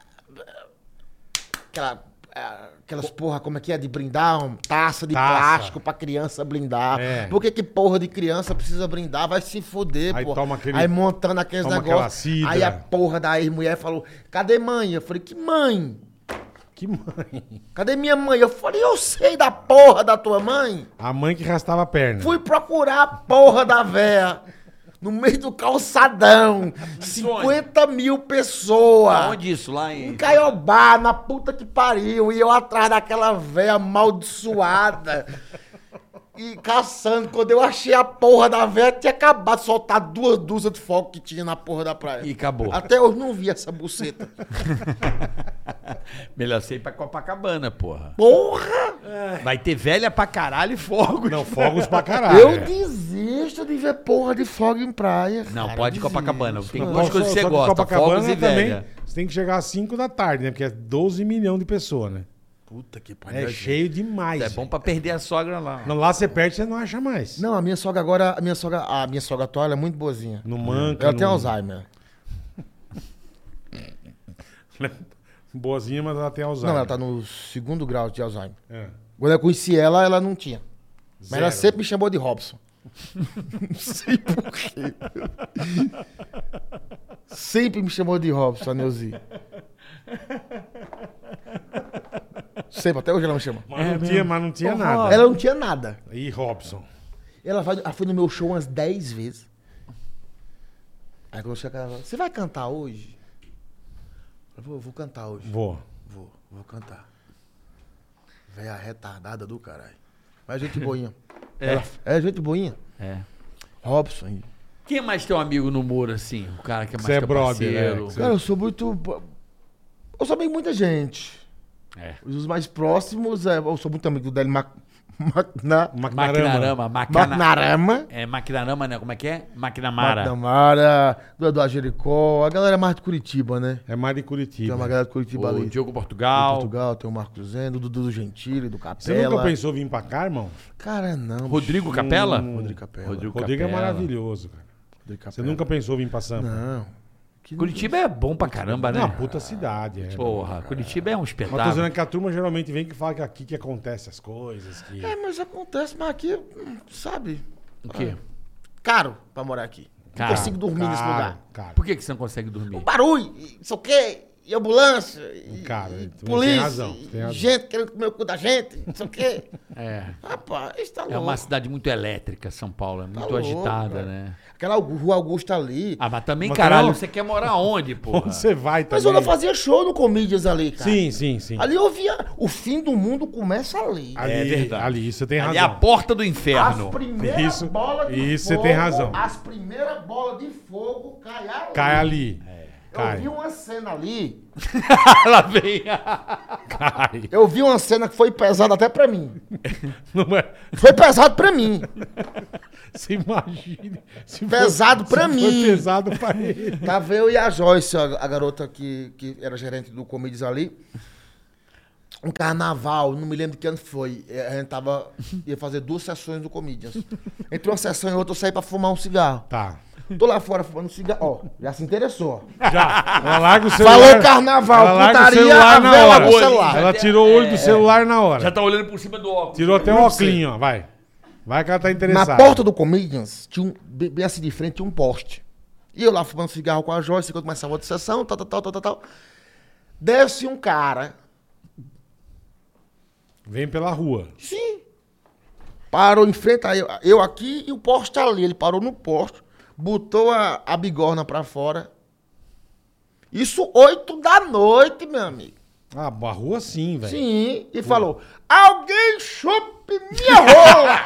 Speaker 5: aquela- a- Aquelas porra, como é que é? De brindar, um, taça de
Speaker 2: Taça.
Speaker 5: plástico pra criança brindar.
Speaker 2: É.
Speaker 5: Por que que porra de criança precisa brindar? Vai se foder,
Speaker 2: Aí
Speaker 5: pô.
Speaker 2: toma aquele-
Speaker 5: Aí montando aqueles
Speaker 2: toma aquela
Speaker 5: negócios.
Speaker 2: cidra.
Speaker 5: Aí a porra da ex-mulher falou, cadê mãe? Eu falei, que mãe?
Speaker 2: Que mãe.
Speaker 5: Cadê minha mãe? Eu falei, eu sei da porra da tua mãe.
Speaker 2: A mãe que rastava a perna.
Speaker 5: Fui procurar a porra da véia. No meio do calçadão. 50 mil pessoas.
Speaker 3: Onde isso? Lá em.
Speaker 5: Em Um Caiobá, na puta que pariu, e eu atrás daquela véia amaldiçoada. E caçando, quando eu achei a porra da véia, tinha acabado de soltar duas dúzias de fogo que tinha na porra da praia.
Speaker 3: E acabou.
Speaker 5: Até hoje não vi essa buceta.
Speaker 3: Melhor ser ir pra Copacabana, porra.
Speaker 5: Porra!
Speaker 3: Vai ter velha pra caralho e fogos.
Speaker 2: Não, fogos pra caralho.
Speaker 5: eu
Speaker 2: é.
Speaker 5: desisto de ver porra de fogo em praia.
Speaker 3: Não,
Speaker 5: cara,
Speaker 3: pode ir
Speaker 5: desisto.
Speaker 3: Copacabana. Tem
Speaker 2: É. Não,
Speaker 3: duas
Speaker 2: só-
Speaker 3: coisas que
Speaker 2: só
Speaker 3: você gosta,
Speaker 2: Copacabana
Speaker 3: fogos e
Speaker 2: também,
Speaker 3: velha.
Speaker 2: Você tem que chegar às 5 da tarde, né? Porque é 12 milhões de pessoas, né?
Speaker 5: Puta que pariu.
Speaker 2: É cheio demais.
Speaker 3: É bom pra perder a sogra lá.
Speaker 2: Não, lá você perde, você não acha mais.
Speaker 5: Não, a minha sogra agora, a minha sogra, a minha sogra atual, ela é muito boazinha.
Speaker 2: Não manca.
Speaker 5: Ela tem
Speaker 2: não-
Speaker 5: Alzheimer.
Speaker 2: Boazinha, mas ela tem
Speaker 5: Não,
Speaker 2: Alzheimer.
Speaker 5: ela tá no segundo grau de Alzheimer.
Speaker 2: É.
Speaker 5: Quando eu conheci ela, ela não tinha. Mas ela
Speaker 2: Zero.
Speaker 5: sempre me chamou de Robson. não sei porquê. sempre me chamou de Robson, a Neuzi. Sempre, até hoje ela me chama.
Speaker 2: Mas não tinha, mas não tinha nada.
Speaker 5: É Ela não tinha nada.
Speaker 2: E Robson.
Speaker 5: Ela, vai, ela foi no meu show umas 10 vezes. Aí quando eu cheguei, ela falou, você vai cantar hoje? Eu falei, vou, vou cantar hoje.
Speaker 2: Vou.
Speaker 5: Vou, vou cantar. Véia retardada do caralho. Mas gente boinha.
Speaker 3: É.
Speaker 5: Ela- é gente boinha.
Speaker 3: É.
Speaker 5: Robson. e-
Speaker 3: Quem é mais teu amigo no muro, assim? O cara que é mais
Speaker 2: Você é
Speaker 3: teu
Speaker 2: brother,
Speaker 3: parceiro.
Speaker 2: né?
Speaker 5: Cara, eu sou muito. Eu sou amigo de muita gente.
Speaker 3: É.
Speaker 5: Os mais próximos, é, eu sou muito amigo do Délio Mac... Macna...
Speaker 2: é Macarama.
Speaker 3: Maquinarama. Macana...
Speaker 5: Macnarama.
Speaker 3: É Maquinarama, né? Como é que é? Maquinamara.
Speaker 5: Macnamara, do Eduardo Jericó, a galera é mais de Curitiba, né?
Speaker 2: É mais de
Speaker 5: Tem
Speaker 2: Curitiba.
Speaker 5: uma galera de Curitiba
Speaker 3: O
Speaker 5: ali.
Speaker 3: Diogo
Speaker 5: Tem
Speaker 3: Portugal.
Speaker 5: Portugal, tem o Marcos Zeno, o Dudu do Gentili, do Capela.
Speaker 2: Você nunca pensou vir pra cá, irmão?
Speaker 5: Cara, não. bicho.
Speaker 3: Rodrigo Capela?
Speaker 5: Rodrigo Capela. É.
Speaker 3: Rodrigo,
Speaker 2: Rodrigo é
Speaker 3: Capela.
Speaker 2: maravilhoso, cara.
Speaker 5: Rodrigo
Speaker 2: Você
Speaker 5: Capela.
Speaker 2: nunca pensou vir pra Sampa?
Speaker 5: Não. Que
Speaker 3: Curitiba é bom pra caramba, né?
Speaker 2: Não, puta cidade, é.
Speaker 5: Tipo,
Speaker 3: Porra, Curitiba é um
Speaker 5: tá.
Speaker 2: Mas tô dizendo
Speaker 3: espetáculo.
Speaker 2: que a turma geralmente vem que fala que aqui que acontece as coisas, que...
Speaker 5: É, mas acontece, mas aqui, hum, sabe?
Speaker 3: O quê?
Speaker 5: Caro pra morar aqui.
Speaker 3: Caro,
Speaker 5: não consigo dormir nesse
Speaker 2: Caro,
Speaker 5: lugar.
Speaker 2: Caro.
Speaker 3: Por que, que você não consegue dormir?
Speaker 5: Barulho, e não sei o quê, e ambulância, e,
Speaker 2: Caro,
Speaker 5: e
Speaker 2: tu tem
Speaker 5: polícia,
Speaker 2: razão,
Speaker 5: e
Speaker 2: tem razão.
Speaker 5: gente querendo comer o cu da gente, não sei o quê.
Speaker 3: É.
Speaker 5: Rapaz, isso tá louco.
Speaker 3: É uma cidade muito elétrica, São Paulo.
Speaker 2: Tá
Speaker 3: É muito
Speaker 5: louco,
Speaker 3: agitada,
Speaker 5: velho.
Speaker 3: né?
Speaker 5: Aquela Augu- rua Augusta ali.
Speaker 3: Ah, mas também,
Speaker 2: Mas
Speaker 3: caralho,
Speaker 2: não-
Speaker 3: você quer morar onde, porra?
Speaker 2: Onde você vai também?
Speaker 5: mas eu não fazia show no Comedians ali, cara.
Speaker 2: Sim, sim, sim.
Speaker 5: Ali eu via, o fim do mundo começa ali.
Speaker 2: Ali,
Speaker 3: É verdade.
Speaker 2: ali, você tem
Speaker 3: Ali é
Speaker 2: razão.
Speaker 3: a porta do
Speaker 5: As
Speaker 3: inferno.
Speaker 5: primeiras
Speaker 2: Isso-
Speaker 5: bolas de
Speaker 2: isso você
Speaker 5: fogo,
Speaker 2: tem razão.
Speaker 5: As primeiras bolas de fogo caem ali.
Speaker 2: Cai ali.
Speaker 5: É. Eu
Speaker 2: Cai.
Speaker 5: vi uma cena ali
Speaker 3: Ela vem.
Speaker 2: Cai.
Speaker 5: Eu vi uma cena que foi pesada até pra mim.
Speaker 2: Não é...
Speaker 5: Foi pesado pra mim.
Speaker 2: Você imagina. se for-
Speaker 5: Pesado pra
Speaker 2: se
Speaker 5: mim.
Speaker 2: for pesado pra ele.
Speaker 5: Tava eu Tá e a Joyce, a, a garota que, que era gerente do Comedies ali. Um carnaval, não me lembro de que ano foi. Eh, A gente tava. ia fazer duas sessões do Comedians. Entre uma sessão e outra, eu saí pra fumar um cigarro.
Speaker 2: Tá.
Speaker 5: Tô lá fora fumando cigarro. Ó, já se interessou.
Speaker 2: Já. Ela larga o celular.
Speaker 5: Falou carnaval,
Speaker 2: ela larga
Speaker 5: putaria,
Speaker 2: o celular
Speaker 5: a
Speaker 2: na
Speaker 5: vela
Speaker 2: hora.
Speaker 5: do celular.
Speaker 2: Ela tirou o olho
Speaker 5: É.
Speaker 2: do celular na
Speaker 3: Já
Speaker 2: hora.
Speaker 3: tá olhando por cima do óculos.
Speaker 2: Tirou até um o óculinho, ó. Vai. Vai que ela tá interessada.
Speaker 5: Na porta do Comedians, tinha um, bem bem assim de frente, tinha um poste. E eu lá fumando cigarro com a Joyce, enquanto começava outra sessão, tal, tal, tal, tal, tal, tal. Desce um cara,
Speaker 2: Vem pela rua.
Speaker 5: sim, parou em frente a eu, eu aqui e o poste ali. Ele parou no poste, botou a, a bigorna pra fora. Isso oito da noite, meu amigo.
Speaker 2: Ah, barrua sim, velho.
Speaker 5: Sim, e falou: Alguém chupe minha rola!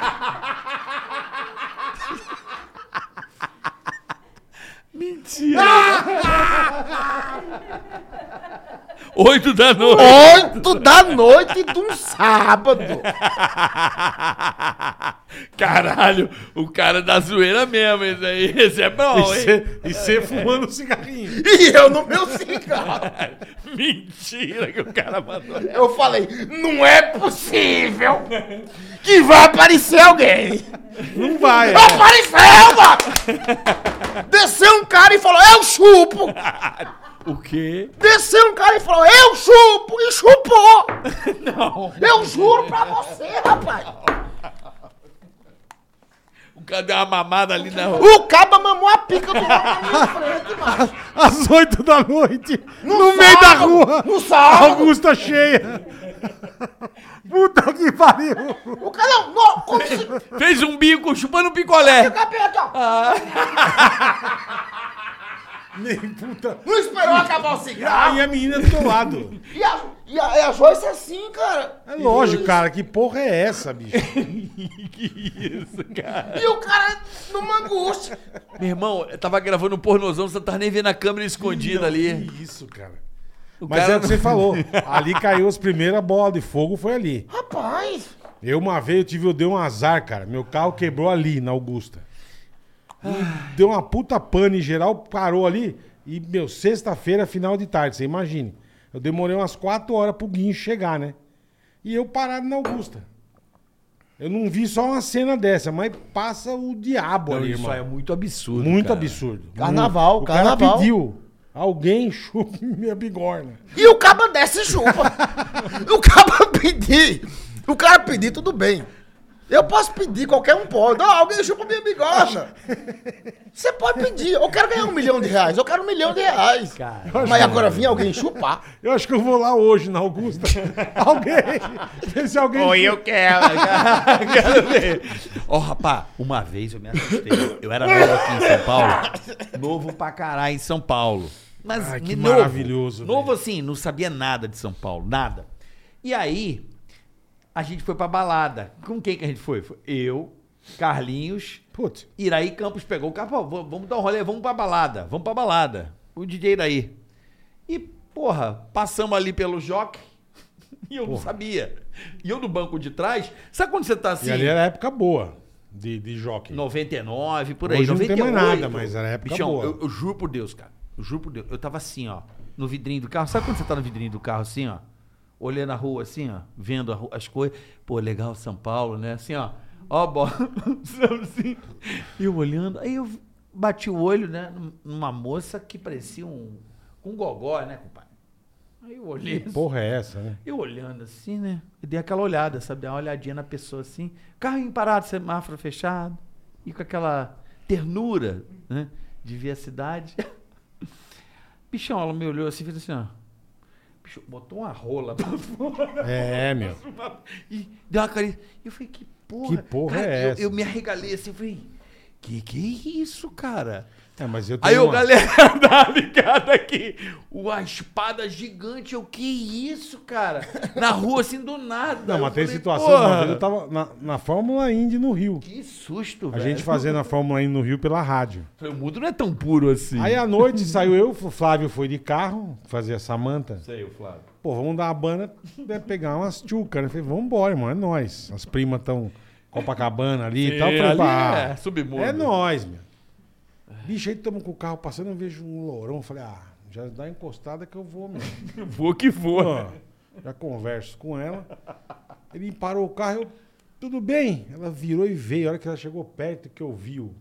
Speaker 3: Oito da noite.
Speaker 5: Oito da noite de um sábado!
Speaker 3: Caralho, o cara da zoeira mesmo, esse aí. Esse é bom, hein?
Speaker 2: E você fumando um cigarrinho.
Speaker 5: E eu no meu cigarro!
Speaker 3: Mentira que o cara mandou.
Speaker 5: Eu falei: Não é possível que vai aparecer alguém!
Speaker 2: Não vai. é.
Speaker 5: Apareceu, mano! Desceu um cara e falou: Eu chupo!
Speaker 3: O quê?
Speaker 5: Desceu um cara e falou: Eu chupo! E chupou!
Speaker 3: Não.
Speaker 5: Eu juro pra você, rapaz!
Speaker 3: O cara deu uma mamada ali na rua.
Speaker 5: O caba mamou a pica do na minha frente, mano!
Speaker 2: Às oito da noite. No, meio da
Speaker 5: sábado,
Speaker 2: rua.
Speaker 5: no sábado.
Speaker 2: A Augusta cheia. Puta que pariu.
Speaker 5: O cara não, não como se.
Speaker 3: Fez um bico chupando um picolé.
Speaker 5: Capeta!
Speaker 2: Nem puta.
Speaker 5: Não esperou acabar o cigarro!
Speaker 2: Aí a menina do teu lado.
Speaker 5: E a, e a, e a Joyce é assim, cara!
Speaker 2: É lógico, cara. Que porra é essa, bicho?
Speaker 5: E o cara numa angústia!
Speaker 3: Meu irmão, eu tava gravando um pornozão, você não tava nem vendo a câmera escondida ali.
Speaker 2: Que isso, cara.
Speaker 3: O
Speaker 2: Mas
Speaker 3: cara
Speaker 2: é o que você falou. Ali caiu as primeiras bolas de fogo, foi ali.
Speaker 5: Rapaz!
Speaker 2: Eu uma vez eu tive, eu dei um azar, cara. Meu carro quebrou ali na Augusta. E Deu uma puta pane geral, parou ali. E, meu, sexta-feira, final de tarde, você imagine. Eu demorei umas quatro horas pro guincho chegar, né? E eu parado na Augusta. Eu não vi só uma cena dessa, mas passa o diabo
Speaker 3: Não,
Speaker 2: ali,
Speaker 3: isso
Speaker 2: irmão.
Speaker 3: aí é muito absurdo.
Speaker 2: Muito
Speaker 3: cara.
Speaker 2: absurdo.
Speaker 5: Carnaval,
Speaker 2: Muito. o cara
Speaker 5: carnaval.
Speaker 2: pediu. Alguém chupe minha bigorna.
Speaker 5: E o caba desce e chupa! o caba pedir! O cara pedir, tudo bem! Eu posso pedir, qualquer um pode. Ó, alguém chupa minha bigorna. Você pode pedir. Eu quero ganhar um milhão de reais. Eu quero um milhão de reais. Mas agora vinha alguém chupar.
Speaker 2: Eu acho que eu vou lá hoje na Augusta. alguém. Vê se alguém.
Speaker 1: Ou eu quero.
Speaker 3: Quero ver. Ó, rapá, uma vez eu me assustei. Eu era novo aqui em São Paulo. Novo pra caralho em São Paulo. Mas
Speaker 2: Ai,
Speaker 3: me-
Speaker 2: que
Speaker 3: novo,
Speaker 2: maravilhoso,
Speaker 3: Novo assim, não sabia nada de São Paulo, nada. E aí, a gente foi pra balada. Com quem que a gente foi? Foi Eu, Carlinhos,
Speaker 2: Putz.
Speaker 3: Iraí Campos pegou o carro, pô, v- vamos dar um rolê, vamos pra balada, vamos pra balada. O DJ Iraí. E, porra, passamos ali pelo joque e eu não sabia. E eu no banco de trás, sabe quando você tá assim?
Speaker 2: E ali era época boa de, de jockey.
Speaker 3: 99, por aí.
Speaker 2: Hoje não tem
Speaker 3: 98.
Speaker 2: mais nada, mas era época
Speaker 3: Bichão,
Speaker 2: boa.
Speaker 3: Eu, eu juro por Deus, cara. Eu juro por Deus. Eu tava assim, ó, no vidrinho do carro. Sabe quando você tá no vidrinho do carro assim, ó? Olhando a rua assim, ó, vendo a ru- as coisas. Pô, legal São Paulo, né? Assim, ó. Ó, bola. Sabe assim? E eu olhando. Aí eu bati o olho, né, num- numa moça que parecia um. com um gogó, né, compadre? Aí eu olhei. assim,
Speaker 2: Porra é essa, né?
Speaker 3: eu olhando assim, né? Eu dei aquela olhada, sabe? Dei uma olhadinha na pessoa assim. Carrinho parado, semáforo fechado. E com aquela ternura, né? De ver a cidade. Bichão, ela me olhou assim e fez assim, ó. Bicho, botou uma rola pra fora.
Speaker 2: É, meu.
Speaker 3: E deu uma carinha. E eu falei, que porra.
Speaker 2: Que porra é
Speaker 3: eu,
Speaker 2: essa?
Speaker 3: Eu me arregalei assim, eu falei, que que é isso, cara?
Speaker 2: É, mas eu
Speaker 3: Aí
Speaker 2: tenho
Speaker 3: o
Speaker 2: uma-
Speaker 3: galera da ligada aqui, uma espada gigante, eu, que isso, cara? Na rua, assim, do nada.
Speaker 2: Não,
Speaker 3: Eu
Speaker 2: mas tem
Speaker 3: falei,
Speaker 2: situação.
Speaker 3: "Porra,
Speaker 2: Uma vez eu tava na, na Fórmula Indy no Rio.
Speaker 3: Que susto,
Speaker 2: A
Speaker 3: velho.
Speaker 2: gente fazendo a Fórmula Indy no Rio pela rádio.
Speaker 3: Eu falei, O mundo não é tão puro assim.
Speaker 2: Aí à noite saiu eu, o Flávio foi de carro, fazer a Samanta.
Speaker 3: Sei, o Flávio.
Speaker 2: Pô, vamos dar a banda, né, pegar umas tchucas. Né? Falei, vamos embora, irmão, é nóis. As primas estão Copacabana ali e tal. Eu Falei,
Speaker 3: ali
Speaker 2: pá,
Speaker 3: é submundo.
Speaker 2: É nóis, meu. Bicho, aí estamos com o carro passando, eu vejo um lourão. eu Falei, ah, já dá encostada que eu vou, meu.
Speaker 3: Vou que vou.
Speaker 2: Ó, Ah. já converso com ela. Ele parou o carro, eu, tudo bem. Ela virou e veio. A hora que ela chegou perto, que eu vi. o-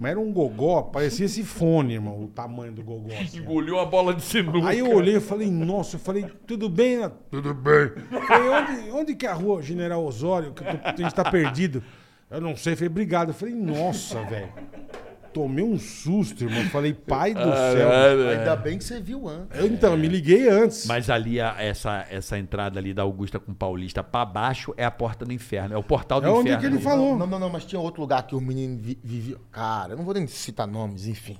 Speaker 2: Mas era um gogó, parecia esse fone, irmão, o tamanho do gogó. assim, ó.
Speaker 3: Engoliu a bola de sinuca.
Speaker 2: Aí eu olhei e falei, nossa, eu falei, tudo bem? Ela, tudo bem. Falei, onde, onde que é a rua General Osório? Que eu tô- a gente tá perdido. Eu não sei, falei, obrigado. Eu falei, nossa, velho. Tomei um susto, irmão. Falei, pai do céu.
Speaker 3: Caralho, é.
Speaker 5: Ainda bem que você viu antes.
Speaker 2: Eu, então, eu me liguei antes.
Speaker 3: Mas ali, a- essa, essa entrada ali da Augusta com Paulista pra baixo é a porta do inferno. É o portal do
Speaker 2: É onde
Speaker 3: inferno.
Speaker 2: que ele falou.
Speaker 5: Não, não, não, mas tinha outro lugar que o menino vi- vivia. Cara, eu não vou nem citar nomes, enfim.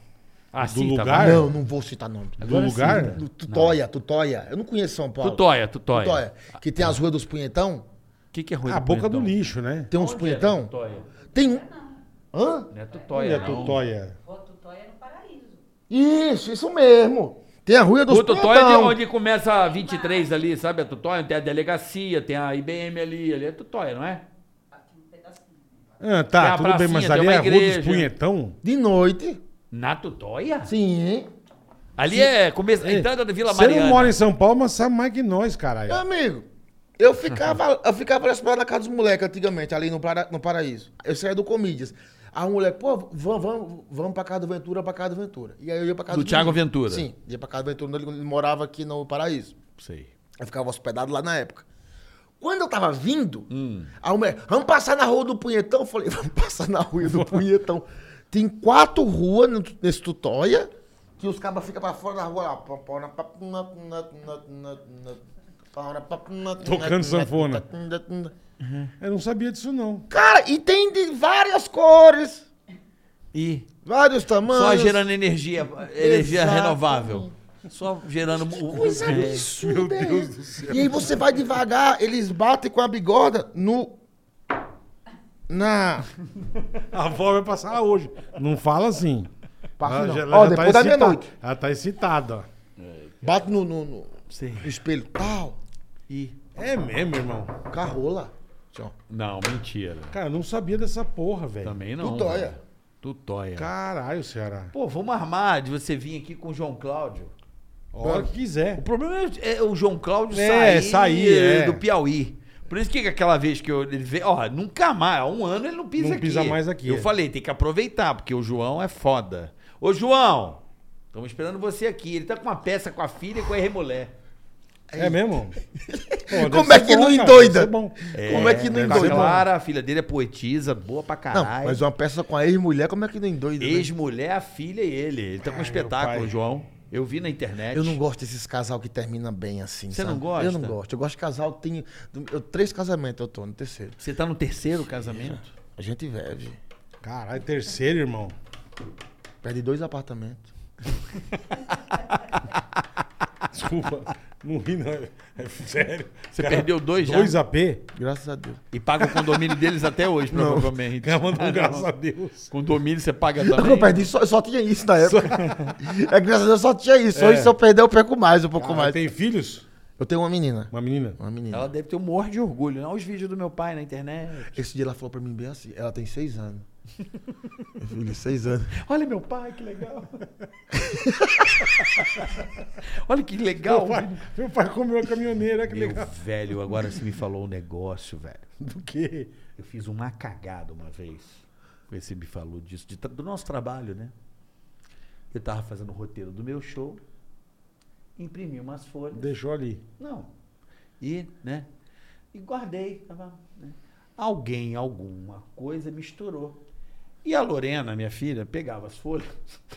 Speaker 3: Assim,
Speaker 2: Do
Speaker 3: tá
Speaker 2: lugar?
Speaker 3: bom.
Speaker 5: Não, não vou citar nome.
Speaker 2: Do lugar? né?
Speaker 5: Tu- Tutóia, Tutóia. Eu não conheço São Paulo.
Speaker 3: Tutóia, Tutóia.
Speaker 5: Tutóia. Que tem as ruas dos punhetão.
Speaker 3: O que, que é ruim
Speaker 2: Ah, A
Speaker 3: do
Speaker 2: boca do
Speaker 3: punhetão?
Speaker 2: lixo, né?
Speaker 5: Tem uns
Speaker 3: Onde é,
Speaker 5: punhetão.
Speaker 3: era Tutóia?
Speaker 5: Tem um. Hã?
Speaker 3: Não é
Speaker 2: Olha
Speaker 3: tutóia,
Speaker 2: a
Speaker 3: não.
Speaker 2: tutóia.
Speaker 5: Isso, isso mesmo. Tem a rua dos
Speaker 3: O tutóia é de
Speaker 5: punhetão.
Speaker 3: onde começa a 23 ali, sabe? A tutóia tem a delegacia, tem a IBM ali, ali é tutóia, não é?
Speaker 2: Ah,
Speaker 3: Tem
Speaker 2: tá,
Speaker 3: a
Speaker 2: tudo
Speaker 3: pracinha,
Speaker 2: bem, mas
Speaker 3: tem
Speaker 2: ali
Speaker 3: uma
Speaker 2: é a rua dos
Speaker 3: igreja.
Speaker 2: punhetão?
Speaker 5: De noite.
Speaker 3: Na tutóia?
Speaker 5: Sim.
Speaker 3: Ali é começo, a entrada da Vila
Speaker 2: Você
Speaker 3: Mariana.
Speaker 2: não mora em São Paulo, mas sabe mais que nós,
Speaker 3: É.
Speaker 2: caralho.
Speaker 5: Meu amigo, eu ficava, eu ficava explorando na casa dos moleques antigamente, ali no, para, no Paraíso. Eu saía do Comídias. Aí o moleque, pô, vamos, vamos, vamos pra casa do Ventura, pra casa do Ventura. E aí eu ia pra casa
Speaker 3: Do Thiago
Speaker 5: menino.
Speaker 3: Ventura.
Speaker 5: Sim, ia pra casa do Ventura, ele ele morava aqui no Paraíso.
Speaker 3: Sei.
Speaker 5: Eu ficava hospedado lá na época. Quando eu tava vindo, a mulher, vamos passar na rua do punhetão? Eu falei, vamos passar na rua do punhetão. Tem quatro ruas no- nesse tutóia que os cabas ficam pra fora da rua lá.
Speaker 2: Tocando sanfona. Eu não sabia disso, não.
Speaker 5: Cara, e tem de várias cores,
Speaker 3: E
Speaker 5: vários tamanhos.
Speaker 3: só gerando energia, energia
Speaker 5: Exatamente.
Speaker 3: renovável. Só gerando... o- o-
Speaker 5: Coisa
Speaker 3: é.
Speaker 5: absurda. Meu Deus do céu. E aí você vai devagar, eles batem com a bigorda no. Na.
Speaker 2: A avó vai passar lá hoje. Não fala assim.
Speaker 5: Passa não.
Speaker 2: já-
Speaker 5: Ó,
Speaker 2: já tá
Speaker 5: depois da
Speaker 2: excita-
Speaker 5: meia-noite.
Speaker 2: Ela tá excitada. ó.
Speaker 5: Bate no, no, no-
Speaker 3: Sim.
Speaker 5: no espelho. Tal.
Speaker 3: E...
Speaker 2: É mesmo, irmão.
Speaker 5: Carrola. Tchau.
Speaker 3: Não, mentira.
Speaker 2: Cara, eu não sabia dessa porra, velho.
Speaker 3: Também é. não.
Speaker 5: Tutóia.
Speaker 3: Tutóia.
Speaker 2: Caralho, Ceará.
Speaker 3: Pô, vamos armar de você vir aqui com o João Cláudio.
Speaker 2: A hora que quiser.
Speaker 3: O problema é, é o João Cláudio
Speaker 2: É,
Speaker 3: sair, eh,
Speaker 2: sair, é.
Speaker 3: do Piauí. Por isso que aquela vez que eu, ele veio, ó, nunca mais, há um ano ele não pisa
Speaker 2: Não
Speaker 3: aqui.
Speaker 2: pisa mais aqui,
Speaker 3: Eu
Speaker 2: é.
Speaker 3: falei, tem que aproveitar, porque o João é foda. Ô, João, estamos esperando você aqui. Ele tá com uma peça com a filha e com a irmulé.
Speaker 2: É mesmo? Pô, deve
Speaker 5: Como
Speaker 2: ser
Speaker 5: é que
Speaker 2: bom,
Speaker 5: não
Speaker 2: cara,
Speaker 5: endoida?
Speaker 2: deve ser bom.
Speaker 5: Como é que não
Speaker 2: deve ser
Speaker 5: endoida?
Speaker 2: bom.
Speaker 3: Clara, Tá a filha dele é poetisa, boa pra
Speaker 5: Não,
Speaker 3: caralho.
Speaker 5: mas uma peça com a ex-mulher, como é que não endoida? né?
Speaker 3: Ex-mulher, a filha e ele. Ele tá com um espetáculo,
Speaker 2: pai.
Speaker 3: João. Eu vi na internet.
Speaker 5: Eu não gosto desses casal que termina bem assim.
Speaker 3: Você
Speaker 5: sabe?
Speaker 3: não gosta?
Speaker 5: Eu não gosto. Eu gosto de casal. Tenho, eu, três casamentos eu tô no terceiro.
Speaker 3: Você tá no terceiro casamento?
Speaker 5: A gente vive.
Speaker 2: Caralho, terceiro, irmão.
Speaker 5: Perde dois apartamentos.
Speaker 2: Desculpa. Não ri, não. É sério.
Speaker 3: Você perdeu dois já?
Speaker 2: Dois AP?
Speaker 5: Graças a Deus.
Speaker 3: E paga o condomínio deles até hoje, provavelmente.
Speaker 2: Cara, mandou
Speaker 3: Ah, não.
Speaker 2: graças a Deus.
Speaker 3: Condomínio você paga
Speaker 5: Quando eu
Speaker 3: também?
Speaker 5: perdi, só, só tinha isso na época. é que graças a Deus só tinha isso. Hoje,
Speaker 2: É.
Speaker 5: se eu perder, eu perco mais, um pouco
Speaker 2: Ah,
Speaker 5: mais.
Speaker 2: tem filhos?
Speaker 5: Eu tenho uma menina.
Speaker 2: Uma menina?
Speaker 5: Uma menina.
Speaker 3: Ela deve ter um morro de orgulho. né? Olha os vídeos do meu pai na internet.
Speaker 5: Esse dia ela falou pra mim bem assim. Ela tem seis anos. Meu filho, seis anos.
Speaker 3: Olha meu pai, que legal. Olha que legal.
Speaker 2: Meu pai, meu pai comeu a caminhoneira, que
Speaker 3: um Meu
Speaker 2: legal.
Speaker 3: velho, agora você me falou um negócio, velho.
Speaker 2: Do quê?
Speaker 3: Eu fiz uma cagada uma vez. Você me falou disso, de tra- do nosso trabalho, né? Eu tava fazendo o roteiro do meu show, imprimi umas folhas.
Speaker 2: Deixou ali.
Speaker 3: Não. E, né? E guardei. Tava, né? Alguém, alguma coisa misturou. E a Lorena, minha filha, pegava as folhas,